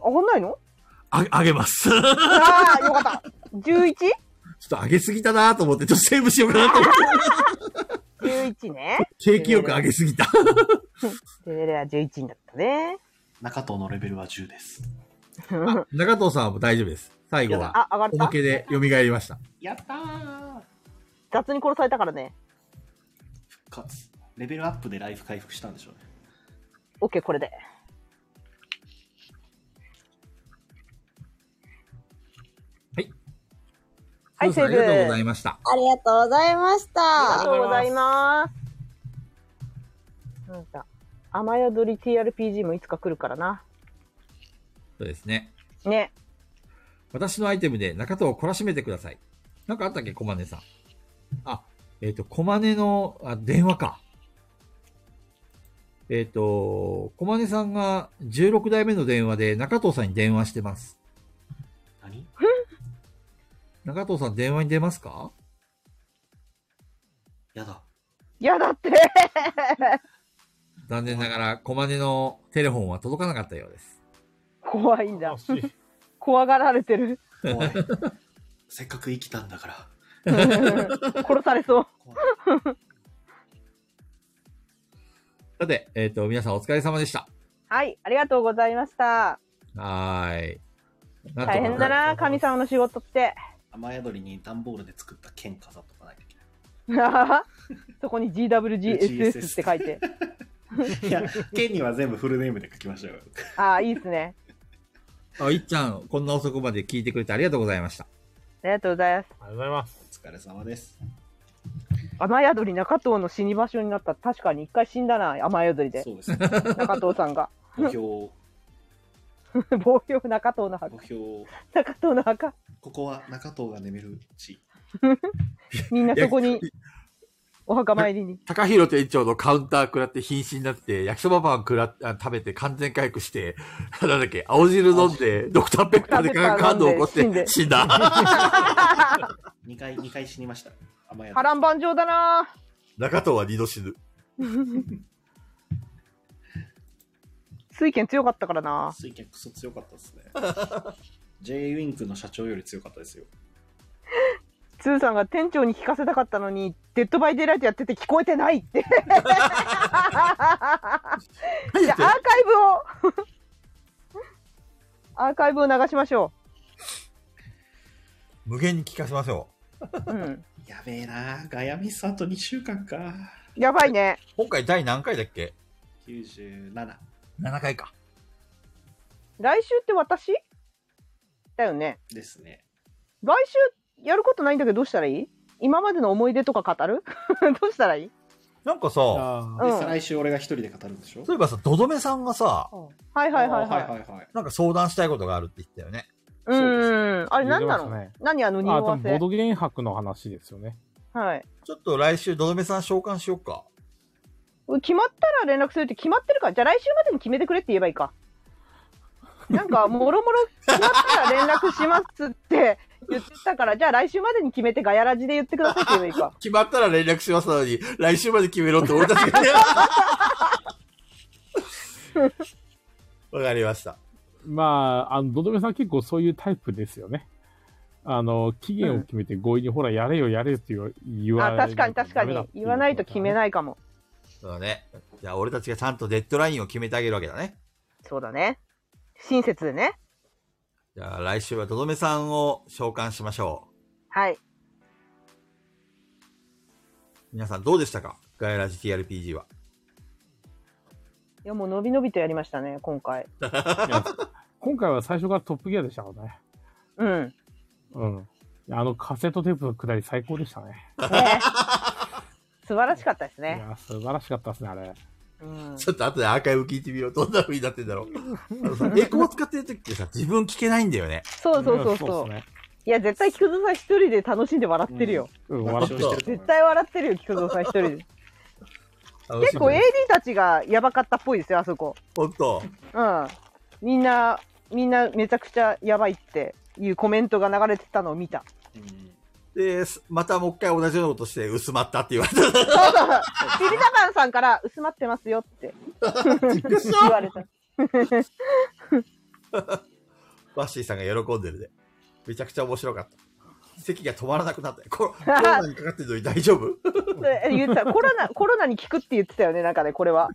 [SPEAKER 4] 上が んないの
[SPEAKER 2] あ、あげます。ち ょ
[SPEAKER 4] ああ、よかった。11?11
[SPEAKER 2] っと上げすぎたなと思って、ちょっとセーブしようかなと思って、
[SPEAKER 4] ね。
[SPEAKER 2] 景気よく上げすぎた。
[SPEAKER 4] レベルは11だったね。
[SPEAKER 5] 中藤のレベルは10です。
[SPEAKER 2] 中藤さんはもう大丈夫です。最後
[SPEAKER 4] あ
[SPEAKER 2] は、
[SPEAKER 4] 上がっ
[SPEAKER 2] お
[SPEAKER 4] た
[SPEAKER 2] まけで蘇りました。
[SPEAKER 5] やったー
[SPEAKER 4] 雑に殺されたからね。
[SPEAKER 5] かつレベルアップでライフ回復したんでしょうね。
[SPEAKER 4] OK、これで。
[SPEAKER 15] はい
[SPEAKER 2] スーさんありがとうございました。
[SPEAKER 15] ありがとうございました。
[SPEAKER 4] ありがとうございます。なんか、雨宿り TRPG もいつか来るからな。
[SPEAKER 2] そうですね。
[SPEAKER 4] ね。
[SPEAKER 2] 私のアイテムで中藤を懲らしめてください。なんかあったっけ、コマネさん。あ、えっ、と、コマネの、あ、電話か。えっ、と、コマネさんが16代目の電話で中藤さんに電話してます。
[SPEAKER 5] 何
[SPEAKER 2] 中藤さん電話に出ますか
[SPEAKER 5] やだ。
[SPEAKER 4] やだって。
[SPEAKER 2] 残念ながら、コマネのテレフォンは届かなかったようです。
[SPEAKER 4] 怖いんだ。怖がられて る。
[SPEAKER 5] せっかく生きたんだから。
[SPEAKER 4] 殺されそう。
[SPEAKER 2] さて、えっ、と、皆さんお疲れ様でした。
[SPEAKER 4] はい、ありがとうございました。
[SPEAKER 2] はーい。なんとか
[SPEAKER 4] 大変だな、神様の仕事って。
[SPEAKER 5] 雨宿りに段ボールで作った剣飾っとかないといけ
[SPEAKER 4] そこに GWGSS って書いて。
[SPEAKER 5] ない。い や、剣には全部フルネームで書きましょうよ。
[SPEAKER 4] ああ、いいですね。
[SPEAKER 2] あ、いっちゃん、こんな遅くまで聞いてくれてありがとうございました。
[SPEAKER 4] ありがとうございます。
[SPEAKER 1] ありがとうございます。
[SPEAKER 5] お疲れ様です。
[SPEAKER 4] 雨宿り中藤の死に場所になった。確かに一回死んだな、雨宿りで。
[SPEAKER 5] そう ですね。
[SPEAKER 4] 中藤さんが。
[SPEAKER 5] 目標、
[SPEAKER 4] 棒標中藤の墓
[SPEAKER 5] 目。標、
[SPEAKER 4] 中藤の墓。
[SPEAKER 5] ここは中藤が眠る地。
[SPEAKER 4] みんなそこに、お墓参りに。
[SPEAKER 2] 高弘店長のカウンター食らって瀕死になって、焼きそばパン食らっあ食べて完全回復して、 なんだっけ、青汁飲んで、ドクターペッパーで
[SPEAKER 4] ドクターペッパー
[SPEAKER 2] 感動を起こ
[SPEAKER 4] 飲ん
[SPEAKER 2] し
[SPEAKER 4] で
[SPEAKER 2] て死んだ。
[SPEAKER 5] 2回、二回死にました。雨宿
[SPEAKER 4] 波乱万丈だな
[SPEAKER 2] 中藤は二度死ぬ。
[SPEAKER 4] 水拳強かったからな
[SPEAKER 5] り。水拳クソ強かったですね。J ウィンクの社長より強かったですよ。
[SPEAKER 4] ツーさんが店長に聞かせたかったのに、デッドバイデイライトやってて聞こえてないって。じゃあアーカイブを、 アーカイブを流しましょ
[SPEAKER 2] 無限に聞かせましょ
[SPEAKER 4] う。うん。
[SPEAKER 5] やべえなガヤミスあと2週間か。
[SPEAKER 4] やばいね。
[SPEAKER 2] う。今回第何回だっけ
[SPEAKER 5] 97。
[SPEAKER 2] ?7 回か。
[SPEAKER 4] 来週って私だよね。
[SPEAKER 5] ですね。
[SPEAKER 4] 来週やることないんだけどどうしたらいい今までの思い出とか語る どうしたらいい
[SPEAKER 2] なんかさ、
[SPEAKER 5] で、
[SPEAKER 4] うん
[SPEAKER 5] 来週俺が一人で語るんでしょ
[SPEAKER 2] そういえばさ、どどめさんがさ、
[SPEAKER 4] はいはいはい
[SPEAKER 5] あー
[SPEAKER 4] はい。
[SPEAKER 5] はいはい。
[SPEAKER 2] なんか相談したいことがあるって言ったよね。
[SPEAKER 4] うーん。あれ何な
[SPEAKER 1] 言
[SPEAKER 4] の、
[SPEAKER 1] ってましたね
[SPEAKER 4] 何あの匂
[SPEAKER 1] あ、多
[SPEAKER 4] わ
[SPEAKER 1] 分ボ
[SPEAKER 4] せ
[SPEAKER 1] ー。ドゲーム博の話ですよね。
[SPEAKER 4] はい。
[SPEAKER 2] ちょっと来週、どどめさん召喚しようか。
[SPEAKER 4] 決まったら連絡するって決まってるから、じゃあ来週までに決めてくれって言えばいいか。なんか、もろもろ決まったら連絡しますって言ってたから、じゃあ来週までに決めてガヤラジで言ってくださいって言えばいいか。
[SPEAKER 2] 決まったら連絡しますのに、来週まで決めろって俺たちがね。 わかりました。
[SPEAKER 1] まあ、あの、ドドメさん結構そういうタイプですよね。あの、期限を決めて強引に、ほら、やれよ、やれよって言わ言わ
[SPEAKER 4] あ、確かに確かに。言わないと決め
[SPEAKER 1] い。
[SPEAKER 4] ないかも。
[SPEAKER 2] そうだね。じゃあ俺たちがちゃんとデッドラインを決めてあげるわけだね。
[SPEAKER 4] そうだね。親切でね。
[SPEAKER 2] じゃあ来週はとどめさんを召喚しましょ
[SPEAKER 4] はい。
[SPEAKER 2] う。皆さんどうでしたかガイラジ TRPG は。
[SPEAKER 4] いや、もう伸び伸びとやりましたね、今回。
[SPEAKER 1] 今回は最初からトップギアでしたからね。
[SPEAKER 4] うん。
[SPEAKER 1] うん。あの、カセットテープのくだり最高でしたね。
[SPEAKER 4] ね素晴らしかったです
[SPEAKER 1] い
[SPEAKER 4] ね。
[SPEAKER 1] や、素晴らしかったですね、あれ。
[SPEAKER 4] うん。
[SPEAKER 2] ちょっと後でアーカイブ聞いてみよう。どんな風になってんだろう。あのさ、エコー使ってる時ってさ、自分聞けないんだよね。
[SPEAKER 4] そうそうそう
[SPEAKER 1] いや
[SPEAKER 4] そ
[SPEAKER 1] っす
[SPEAKER 4] う。
[SPEAKER 1] ね。
[SPEAKER 4] いや、絶対菊蔵さん一人で楽しんで笑ってるよ。
[SPEAKER 16] うん、笑ってる。
[SPEAKER 4] 絶対笑ってるよ、菊蔵さん一人で。
[SPEAKER 18] 楽し
[SPEAKER 4] 結
[SPEAKER 18] み
[SPEAKER 4] 構 AD たちがやばかったっぽいですよ、あそこ。
[SPEAKER 18] おっと。
[SPEAKER 4] うん。みんな、みんなめちゃくちゃやばいっていうコメントが流れてたのを 見た。
[SPEAKER 18] で、すまたもう一回同じようなことして薄まったって言われた。
[SPEAKER 4] そうそうそう。ビビタバンさんから薄まってますよって言われた。
[SPEAKER 18] バッシーさんが喜んでるで。めちゃくちゃ面白かった。席が止まらなくなったよ。コロコロナにかかってるのに大丈夫
[SPEAKER 4] それえ言ってたコロナ、コロナに効くって言ってたよね、なんかね、こ れは。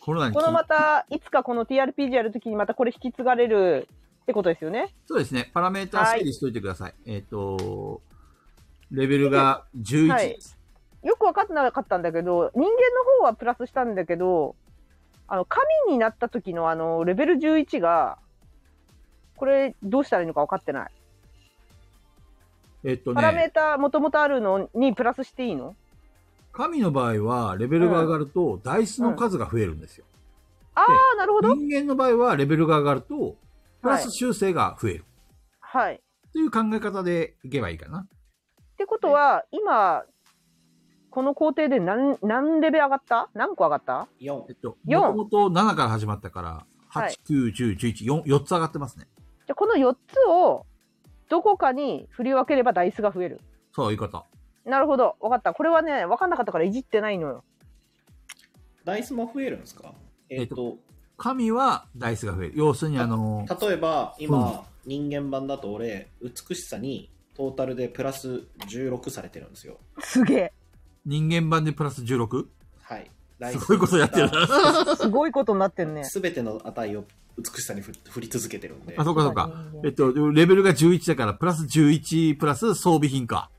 [SPEAKER 2] コロナに
[SPEAKER 4] このまた、いつかこの TRPG やるときにまたこれ引き継がれるってことですよね。
[SPEAKER 2] そうですね。パラメータ整理しといてください。えっ、と、レベルが11。
[SPEAKER 4] はい。よく分かってなかったんだけど、人間の方はプラスしたんだけど、あの、神になった時のあの、レベル11が、これどうしたらいいのか分かってない。
[SPEAKER 2] えっ、と
[SPEAKER 4] パラメ
[SPEAKER 2] ね、
[SPEAKER 4] ータもともとあるのにプラスしていいの
[SPEAKER 2] 神の場合は、レベルが上がると、ダイスの数が増えるんですよ。
[SPEAKER 4] ああ、なるほど。
[SPEAKER 2] 人間の場合は、レベルが上がると、プラス修正が増える。
[SPEAKER 4] はい。っ
[SPEAKER 2] という考え方でいけばいいかな。
[SPEAKER 4] てことは、今、この工程で何、何レベル上がった何個上がった
[SPEAKER 2] えっと、
[SPEAKER 4] 四
[SPEAKER 2] もともと7から始まったから、
[SPEAKER 4] はい
[SPEAKER 2] 8、9、10、11、4、4つ上がってますね。
[SPEAKER 4] じゃあこの4つを、どこかに振り分ければダイスが増える。
[SPEAKER 2] そういうこと。
[SPEAKER 4] なるほど。分かった。これはね、分かんなかったからいじってないのよ。
[SPEAKER 5] ダイスも増えるんですかえっ、と、
[SPEAKER 2] 神はダイスが増える。要するに、あの、
[SPEAKER 5] 例えば今、人間版だと俺、美しさにトータルでプラス16されてるんですよ。
[SPEAKER 4] すげえ。
[SPEAKER 2] 人間版でプラス 16?
[SPEAKER 5] はい。
[SPEAKER 2] すごいことやってるな。
[SPEAKER 4] すごいことになってんね。
[SPEAKER 5] すべての値を美しさに振振り続けてるんで。
[SPEAKER 2] あ、そうかそうか。えっと、レベルが11だから、プラス11、プラス装備品か。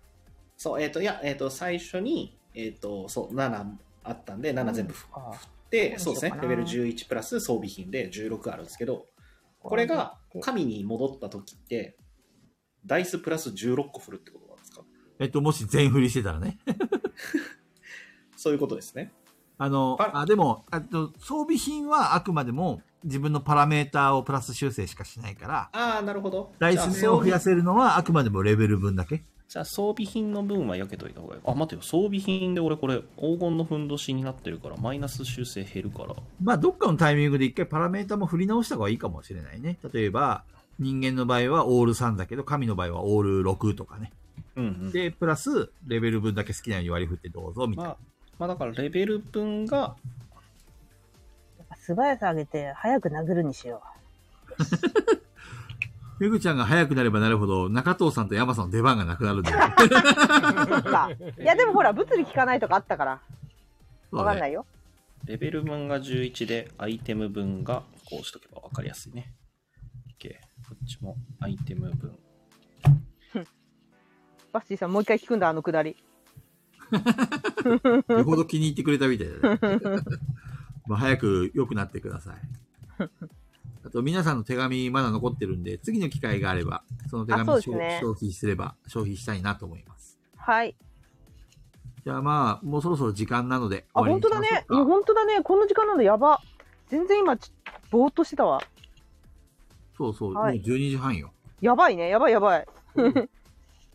[SPEAKER 5] そう、えっ、と、いや、えっ、と、最初に、えっ、と、そう、7あったんで、7全部振って、そうですね、レベル11プラス装備品で16あるんですけど、これが神に戻った時って、ダイスプラス16個振るってことなんですか
[SPEAKER 2] えっと、もし全振りしてたらね。
[SPEAKER 5] そういうことですね。
[SPEAKER 2] あの、あ、でも、あと、装備品はあくまでも自分のパラメーターをプラス修正しかしないから、
[SPEAKER 5] ああ、なるほど。
[SPEAKER 2] ダイス目を増やせるのはあくまでもレベル分だけ。
[SPEAKER 5] じゃあ装備品の分は避けといた方がいい。あ、待てよ、装備品で俺これ黄金のふんどしになってるから、マイナス修正減るから。
[SPEAKER 2] まあ、どっかのタイミングで一回パラメータも振り直した方がいいかもしれないね。例えば、人間の場合はオール3だけど、神の場合はオール6とかね。で、プラス、レベル分だけ好きなように割り振ってどうぞ、みたいな。
[SPEAKER 5] まあだからレベル分が、
[SPEAKER 4] 素早く上げて、早く殴るにしよ
[SPEAKER 2] ペグちゃんが早くなればなるほど、中藤さんと山さんの出番がなくなるんだよ。
[SPEAKER 4] う。そ っか。いや、でもほら、物理効かないとかあったから。
[SPEAKER 5] そうね
[SPEAKER 4] わかんないよ。
[SPEAKER 5] レベル分が11で、アイテム分がこうしとけば分かりやすいね。OK。こっちもアイテム分。
[SPEAKER 4] バッシーさん、もう一回聞くんだ、あのくだり。
[SPEAKER 2] よほど気に入ってくれたみたいだね。 まあ早く良くなってください。あと、皆さんの手紙まだ残ってるんで、次の機会があれば、その手紙
[SPEAKER 4] あそ
[SPEAKER 2] を
[SPEAKER 4] うですね
[SPEAKER 2] 消費すれば、消費したいなと思います。
[SPEAKER 4] はい。
[SPEAKER 2] じゃあまあ、もうそろそろ時間なので、
[SPEAKER 4] あ、
[SPEAKER 2] 終わり
[SPEAKER 4] 本
[SPEAKER 2] にし
[SPEAKER 4] 当
[SPEAKER 2] ま
[SPEAKER 4] だね。
[SPEAKER 2] しょう
[SPEAKER 4] いや、本当だね。こんな時間なんだ、やば。全然今、ちぼーっとしてたわ。
[SPEAKER 2] そうそう、
[SPEAKER 4] はい
[SPEAKER 2] もう12時半よ。
[SPEAKER 4] やばいね、やばいやばい。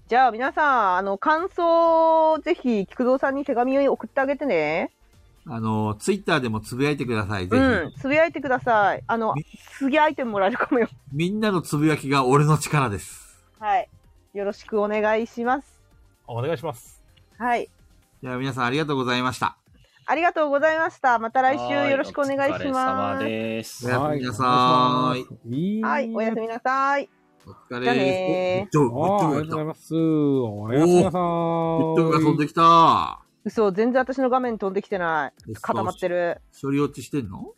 [SPEAKER 4] じゃあ皆さん、あの、感想をぜひ、菊蔵さんに手紙を送ってあげてね。
[SPEAKER 2] あの、ツイッターでもつぶやいてください、ぜ
[SPEAKER 4] う
[SPEAKER 2] ひ。
[SPEAKER 4] ん、つぶやいてください。あの、すげえアイテムもらえるかもよ。
[SPEAKER 2] みんなのつぶやきが俺の力です。
[SPEAKER 4] はい。よろしくお願いします。
[SPEAKER 2] お願いします。
[SPEAKER 4] はい。
[SPEAKER 2] じゃあ皆さんありがとうございました。
[SPEAKER 4] ありがとうございました。また来週
[SPEAKER 2] はい
[SPEAKER 4] よろしくお願いします。
[SPEAKER 2] おやすみなさーい。
[SPEAKER 4] はい、おやすみなさい。
[SPEAKER 2] お疲
[SPEAKER 4] じゃあ
[SPEAKER 2] れ
[SPEAKER 4] ね
[SPEAKER 2] ー。お
[SPEAKER 16] あーあ
[SPEAKER 2] めっ
[SPEAKER 16] りが
[SPEAKER 2] ち
[SPEAKER 16] と
[SPEAKER 2] ゃ上が
[SPEAKER 16] うござい
[SPEAKER 2] っ
[SPEAKER 16] ます。おやすみなさ
[SPEAKER 2] た。
[SPEAKER 16] ー
[SPEAKER 2] ヘ
[SPEAKER 16] い。
[SPEAKER 2] ッドが飛んできた。
[SPEAKER 4] 嘘、全然私の画面飛んできてない。固まってる。
[SPEAKER 2] 処理落ちしてんの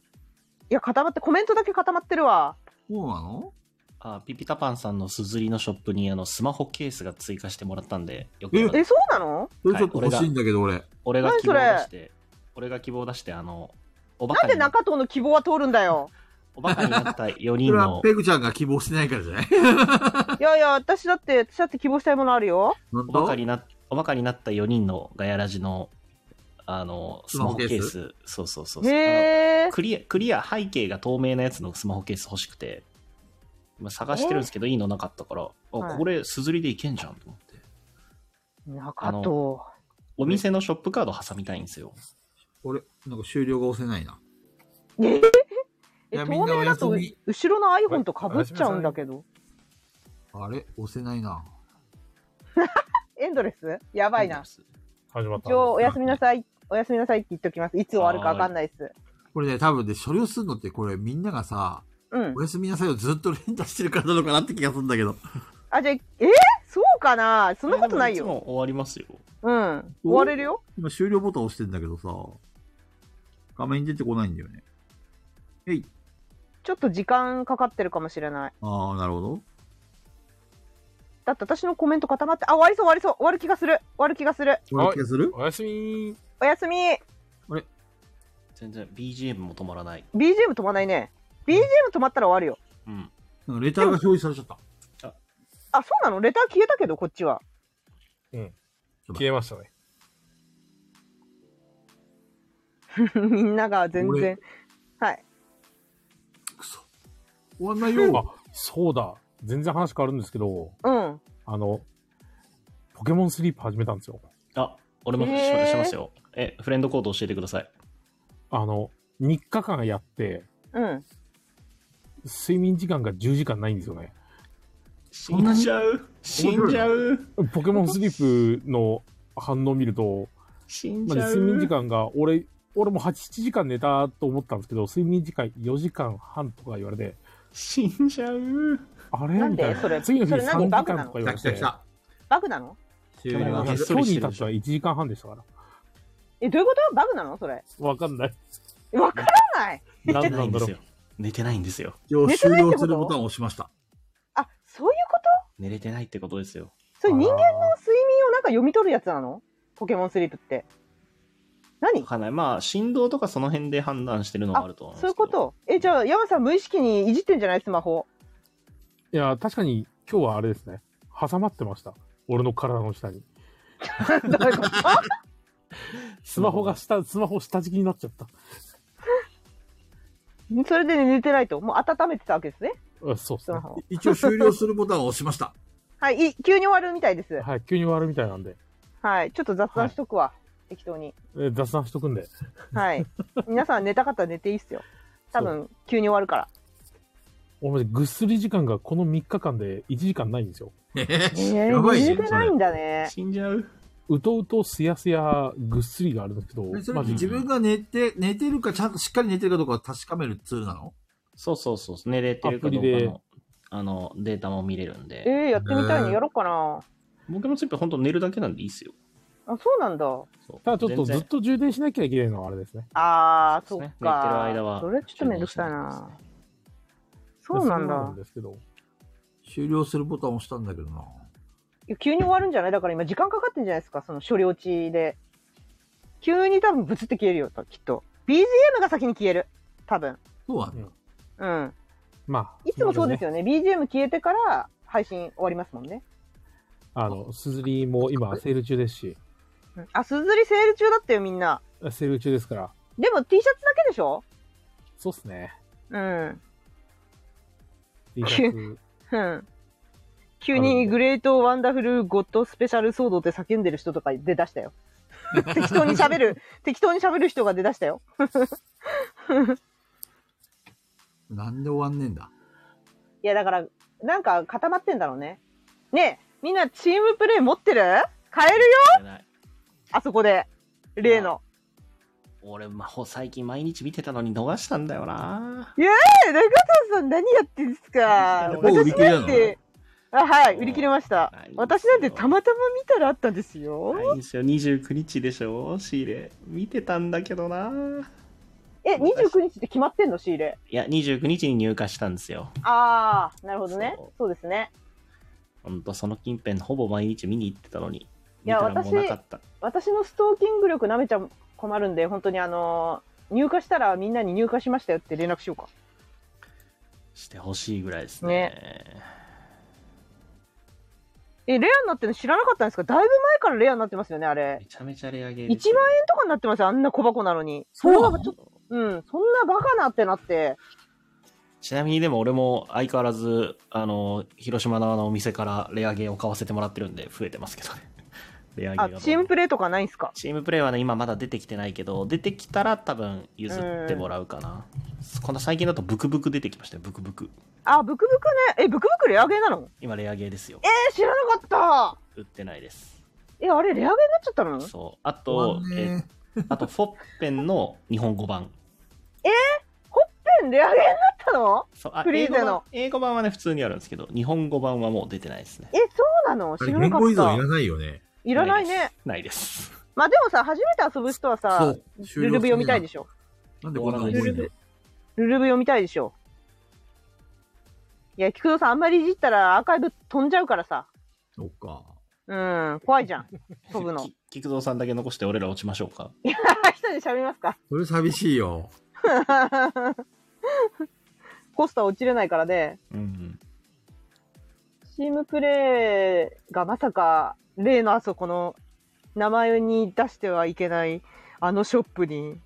[SPEAKER 4] いや、固まって、コメントだけ固まってるわ。
[SPEAKER 2] そうなの
[SPEAKER 5] あ、ピピタパンさんのすずりのショップにあのスマホケースが追加してもらったんで、よ
[SPEAKER 4] え、
[SPEAKER 5] よかった
[SPEAKER 4] そうなの
[SPEAKER 2] それちょっと欲しいんだけど、俺。
[SPEAKER 5] 俺が
[SPEAKER 4] 何
[SPEAKER 5] 希望
[SPEAKER 4] それ
[SPEAKER 5] 出して、俺が希望出して、あの、おバ
[SPEAKER 4] な
[SPEAKER 5] カ
[SPEAKER 4] んで
[SPEAKER 5] にな
[SPEAKER 4] 中藤の希望は通るんだよ。
[SPEAKER 5] おバカになった4
[SPEAKER 2] そ
[SPEAKER 5] 人
[SPEAKER 2] れは
[SPEAKER 5] の、
[SPEAKER 2] ペグちゃんが希望してないからじゃ ない
[SPEAKER 4] いやいや、私だって、私だって希望したいものあるよ。
[SPEAKER 5] おバカになおバカになった4人のガヤラジのあの、ス
[SPEAKER 19] ス
[SPEAKER 5] マ
[SPEAKER 19] マ
[SPEAKER 5] ホ
[SPEAKER 19] ホ
[SPEAKER 5] ケ
[SPEAKER 19] ケース
[SPEAKER 5] ース、そうそうそうそう。
[SPEAKER 19] へー
[SPEAKER 5] あのクリア、クリア背景が透明なやつのスマホケース欲しくて、今探してるんですけど、いいのなかったから、あ、
[SPEAKER 4] はい
[SPEAKER 5] これ、すずりでいけんじゃんと思って。
[SPEAKER 4] 中
[SPEAKER 5] あ
[SPEAKER 4] と、
[SPEAKER 5] の、お店のショップカード挟みたいんですよ。
[SPEAKER 2] 俺、なんか終了が押せ ないな。
[SPEAKER 4] え
[SPEAKER 2] いや
[SPEAKER 4] 透
[SPEAKER 2] みんな
[SPEAKER 4] 明だ
[SPEAKER 2] お
[SPEAKER 4] と
[SPEAKER 2] やすみ
[SPEAKER 4] 後ろの iPhone とかぶっちゃうんだけど。
[SPEAKER 2] あれ押せないな。
[SPEAKER 4] エンドレスやばいな。
[SPEAKER 1] 始まっ
[SPEAKER 4] 一応、おやすみなさい、おやすみなさいって言っておきます。いつ終わるかわかんないです。
[SPEAKER 2] これね、多分ね、処理をするのって、これみんながさ、
[SPEAKER 4] うん
[SPEAKER 2] おやすみなさいをずっと連打してるからなのかなって気がするんだけど。
[SPEAKER 4] あ、じゃあ、えーそうかなそんなことないよ。
[SPEAKER 5] 終わりますよ。
[SPEAKER 4] うん。終われるよ。
[SPEAKER 2] 今終了ボタン押してんだけどさ、画面に出てこないんだよね。
[SPEAKER 4] ちょっと時間かかってるかもしれない。
[SPEAKER 2] ああ、なるほど。
[SPEAKER 4] だって私のコメント固まって、あ、終わりそう終わりそう。終わる気がする。終わる気がする。
[SPEAKER 2] 終わる気がする
[SPEAKER 1] おやすみ
[SPEAKER 4] おやすみ。
[SPEAKER 5] 全然 BGM も止まらない。
[SPEAKER 4] BGM 止まないね。BGM 止まったら終わるよ。
[SPEAKER 5] うん。
[SPEAKER 2] なんかレターが表示されちゃった。
[SPEAKER 4] あ、そうなのレター消えたけど、こっちは。
[SPEAKER 1] うん。消えましたね。
[SPEAKER 4] みんなが全然。はい。
[SPEAKER 2] 終わんないよ。
[SPEAKER 1] あ、そうだ。全然話変わるんですけど、
[SPEAKER 4] うん。
[SPEAKER 1] あの、ポケモンスリープ始めたんですよ。
[SPEAKER 5] あ、俺もし
[SPEAKER 1] へー
[SPEAKER 5] しますよ。え、フレンドコード教えてください。
[SPEAKER 1] あの、3日間やって、
[SPEAKER 4] うん。
[SPEAKER 1] 睡眠時間が10時間ないんですよね。
[SPEAKER 5] 死んじゃう死んじゃう
[SPEAKER 1] ポケモンスリープの反応を見ると、
[SPEAKER 5] 死ん
[SPEAKER 1] まあね睡眠時間が、俺、俺も8、7時間寝たと思ったんですけど、睡眠時間4時間半とか言われて、
[SPEAKER 5] 死んじゃう
[SPEAKER 1] あれ
[SPEAKER 4] なん
[SPEAKER 1] みたい
[SPEAKER 4] でそれ、
[SPEAKER 1] な。
[SPEAKER 4] そ
[SPEAKER 1] 次の
[SPEAKER 4] れ
[SPEAKER 1] 日3時
[SPEAKER 4] 何
[SPEAKER 1] 間
[SPEAKER 4] バグな
[SPEAKER 1] とか言
[SPEAKER 4] の
[SPEAKER 1] われて。
[SPEAKER 4] バグなの
[SPEAKER 1] でもなんか
[SPEAKER 5] げっそ
[SPEAKER 1] 今
[SPEAKER 5] り
[SPEAKER 1] 日
[SPEAKER 5] し
[SPEAKER 1] に
[SPEAKER 5] て
[SPEAKER 1] 至
[SPEAKER 5] る
[SPEAKER 1] っては1時間半でしたから。
[SPEAKER 4] え、どういうことバグなのそれ。
[SPEAKER 1] わかんない。
[SPEAKER 4] わからない。
[SPEAKER 5] 寝てないんですよ。寝てないんですよ。
[SPEAKER 2] 今日
[SPEAKER 4] 寝て
[SPEAKER 2] 終
[SPEAKER 4] ないっ
[SPEAKER 2] 了
[SPEAKER 4] てこと
[SPEAKER 2] するボタンを押しました。
[SPEAKER 4] そういうこと
[SPEAKER 5] 寝れてないってことですよ。
[SPEAKER 4] それ人間の睡眠をなんか読み取るやつなのポケモンスリープって。何
[SPEAKER 5] わかんない。まあ、振動とかその辺で判断してるのはあると思う。
[SPEAKER 4] そういうことえ、じゃあ、山さん無意識にいじってんじゃないスマ ホ。
[SPEAKER 1] いや、確かに今日はあれですね。挟まってました。俺の体の下に。スマホが下、スマホ下敷きになっちゃった。
[SPEAKER 4] それで寝てないと。もう温めてたわけですね。
[SPEAKER 1] そうです
[SPEAKER 4] ね。
[SPEAKER 2] 一応終了するボタンを押しました。
[SPEAKER 4] はい、い急に終わるみたいです。
[SPEAKER 1] はい、急に終わるみたいなんで。
[SPEAKER 4] はい、ちょっと雑談しとくわ。適当に。
[SPEAKER 1] えー雑談しとくんで。
[SPEAKER 4] はい。皆さん寝たかったら寝ていいっすよ。多分、急に終わるから。
[SPEAKER 1] 俺、ぐっすり時間がこの3日間で1時間ないんですよ。
[SPEAKER 4] え
[SPEAKER 1] やばいね
[SPEAKER 4] 寝れてないんだね。
[SPEAKER 5] 死んじゃう。
[SPEAKER 1] うとうとすやすやぐっすりがあるんですけど、
[SPEAKER 2] それ
[SPEAKER 1] マ
[SPEAKER 2] って
[SPEAKER 1] ジ
[SPEAKER 2] 自分が寝て、寝てるか、ちゃんとしっかり寝てるかどうかを確かめるツールなの
[SPEAKER 5] そうそうそう。寝れてるかど
[SPEAKER 2] ア
[SPEAKER 5] うか
[SPEAKER 2] プリで
[SPEAKER 5] の、あの、データも見れるんで。
[SPEAKER 4] えー、やってみたいのやろうかな。
[SPEAKER 5] 僕のスリップ本当寝るだけなんでいいっすよ。
[SPEAKER 4] あ、そうなんだ。
[SPEAKER 1] ただちょっと
[SPEAKER 5] 全然
[SPEAKER 1] ずっと充電しなきゃいけないのはあれですね。
[SPEAKER 4] あー、そっか。
[SPEAKER 5] 寝てる間は
[SPEAKER 4] それちょっとめんどくさいな。そうなんだ。
[SPEAKER 1] ですけど。
[SPEAKER 2] 終了するボタンを押したんだけどな。
[SPEAKER 4] いや急に終わるんじゃないだから今時間かかってんじゃないですかその処理落ちで。急に多分ブツって消えるよ、きっと。BGM が先に消える。多分。
[SPEAKER 2] そうなんだ。
[SPEAKER 4] うん。
[SPEAKER 1] まあ。
[SPEAKER 4] いつもそうですよね。BGM 消えてから配信終わりますもんね。
[SPEAKER 1] あの、すずりも今、セール中ですし、
[SPEAKER 4] うんあ、すずりセール中だったよ、みんな。
[SPEAKER 1] セール中ですから、
[SPEAKER 4] でも T シャツだけでしょ
[SPEAKER 1] そうっすね。
[SPEAKER 4] うん。
[SPEAKER 1] T シャツ。
[SPEAKER 4] うん。急にグレートワンダフルゴッドスペシャル騒動って叫んでる人とか出だしたよ。適当に喋る、適当に喋る人が出だしたよ。
[SPEAKER 2] なんで終わんねえんだ。
[SPEAKER 4] いや、だから、なんか固まってんだろうね。ねえ、みんなチームプレイ持ってる買えるよあそこで、例の。
[SPEAKER 5] 俺、魔法最近毎日見てたのに逃したんだよな。
[SPEAKER 4] いやー、中田さん何やってんですか
[SPEAKER 5] もう売り
[SPEAKER 4] 私
[SPEAKER 5] 切れな
[SPEAKER 4] なん
[SPEAKER 5] の
[SPEAKER 4] て、あはい、売り切れました。私なんてたまたま見たらあったんですよ。
[SPEAKER 5] ないんですよ。29日でしょ仕入れ。見てたんだけどな。
[SPEAKER 4] え、29日って決まってんの仕入れ。
[SPEAKER 5] いや、29日に入荷したんですよ。
[SPEAKER 4] あー、なるほどね。そうですね。
[SPEAKER 5] ほんと、その近辺ほぼ毎日見に行ってたのに。
[SPEAKER 4] いや
[SPEAKER 5] 見たらもうなかった。
[SPEAKER 4] 私のストーキング力なめちゃ困るんで、本当にあのー入荷したらみんなに入荷しましたよって連絡しようか。
[SPEAKER 5] してほしいぐらいですね。
[SPEAKER 4] ね。え、レアになってるの知らなかったんですかだいぶ前からレアになってますよね、あれ。
[SPEAKER 20] めちゃめちゃレアゲーム
[SPEAKER 4] 1万円
[SPEAKER 20] ですよ。
[SPEAKER 4] とかになってますよ、あんな小箱なのに。
[SPEAKER 20] そうなの
[SPEAKER 4] れがちょっとうん、そんなバカなってなって。
[SPEAKER 5] ちなみにでも俺も相変わらず、あの、広島のあのお店からレアゲーを買わせてもらってるんで増えてますけどね。 レアゲ
[SPEAKER 4] あ、
[SPEAKER 5] ーが。
[SPEAKER 4] チームプレイとかないんすか
[SPEAKER 5] チームプレイはね、今まだ出てきてないけど、出てきたら多分譲ってもらうかな。この最近だとブクブク出てきましたよ、ブクブク。
[SPEAKER 4] あ、ブクブクね。え、ブクブクレアゲーなの
[SPEAKER 5] 今レアゲーですよ
[SPEAKER 4] え。ー、知らなかっ
[SPEAKER 5] 売ってないです。
[SPEAKER 4] たえ、あれ、レアゲーになっちゃったの
[SPEAKER 5] そう。あと、えあと、フォッペンの日本語版。
[SPEAKER 4] えー、ほっぺんレアゲーになったの
[SPEAKER 5] そうあ
[SPEAKER 4] フリーゼ
[SPEAKER 5] 英語
[SPEAKER 4] の。
[SPEAKER 5] 版英語版はね、普通にあるんですけど、日本語版はもう出てないですね。
[SPEAKER 4] え、そうなの知らなかった。
[SPEAKER 5] ないよね。
[SPEAKER 4] いらないね。
[SPEAKER 5] ないです。
[SPEAKER 4] まあでもさ、初めて遊ぶ人はさ、
[SPEAKER 5] そう
[SPEAKER 4] ルルブ読みたいでしょ。
[SPEAKER 2] なんでこんな重いんだ
[SPEAKER 4] ルルブ読みたいでしょ。いや、菊蔵さん、あんまりいじったらアーカイブ飛んじゃうからさ。
[SPEAKER 5] そっか。
[SPEAKER 4] うん、怖いじゃん。飛ぶの。
[SPEAKER 5] 菊蔵さんだけ残して俺ら落ちましょうか。
[SPEAKER 4] 一人で喋りますか
[SPEAKER 5] それ寂しいよ。
[SPEAKER 4] コスタ落ちれないからね。
[SPEAKER 5] うん。
[SPEAKER 4] チームプレイがまさか、例のあそこの名前に出してはいけない、あのショップに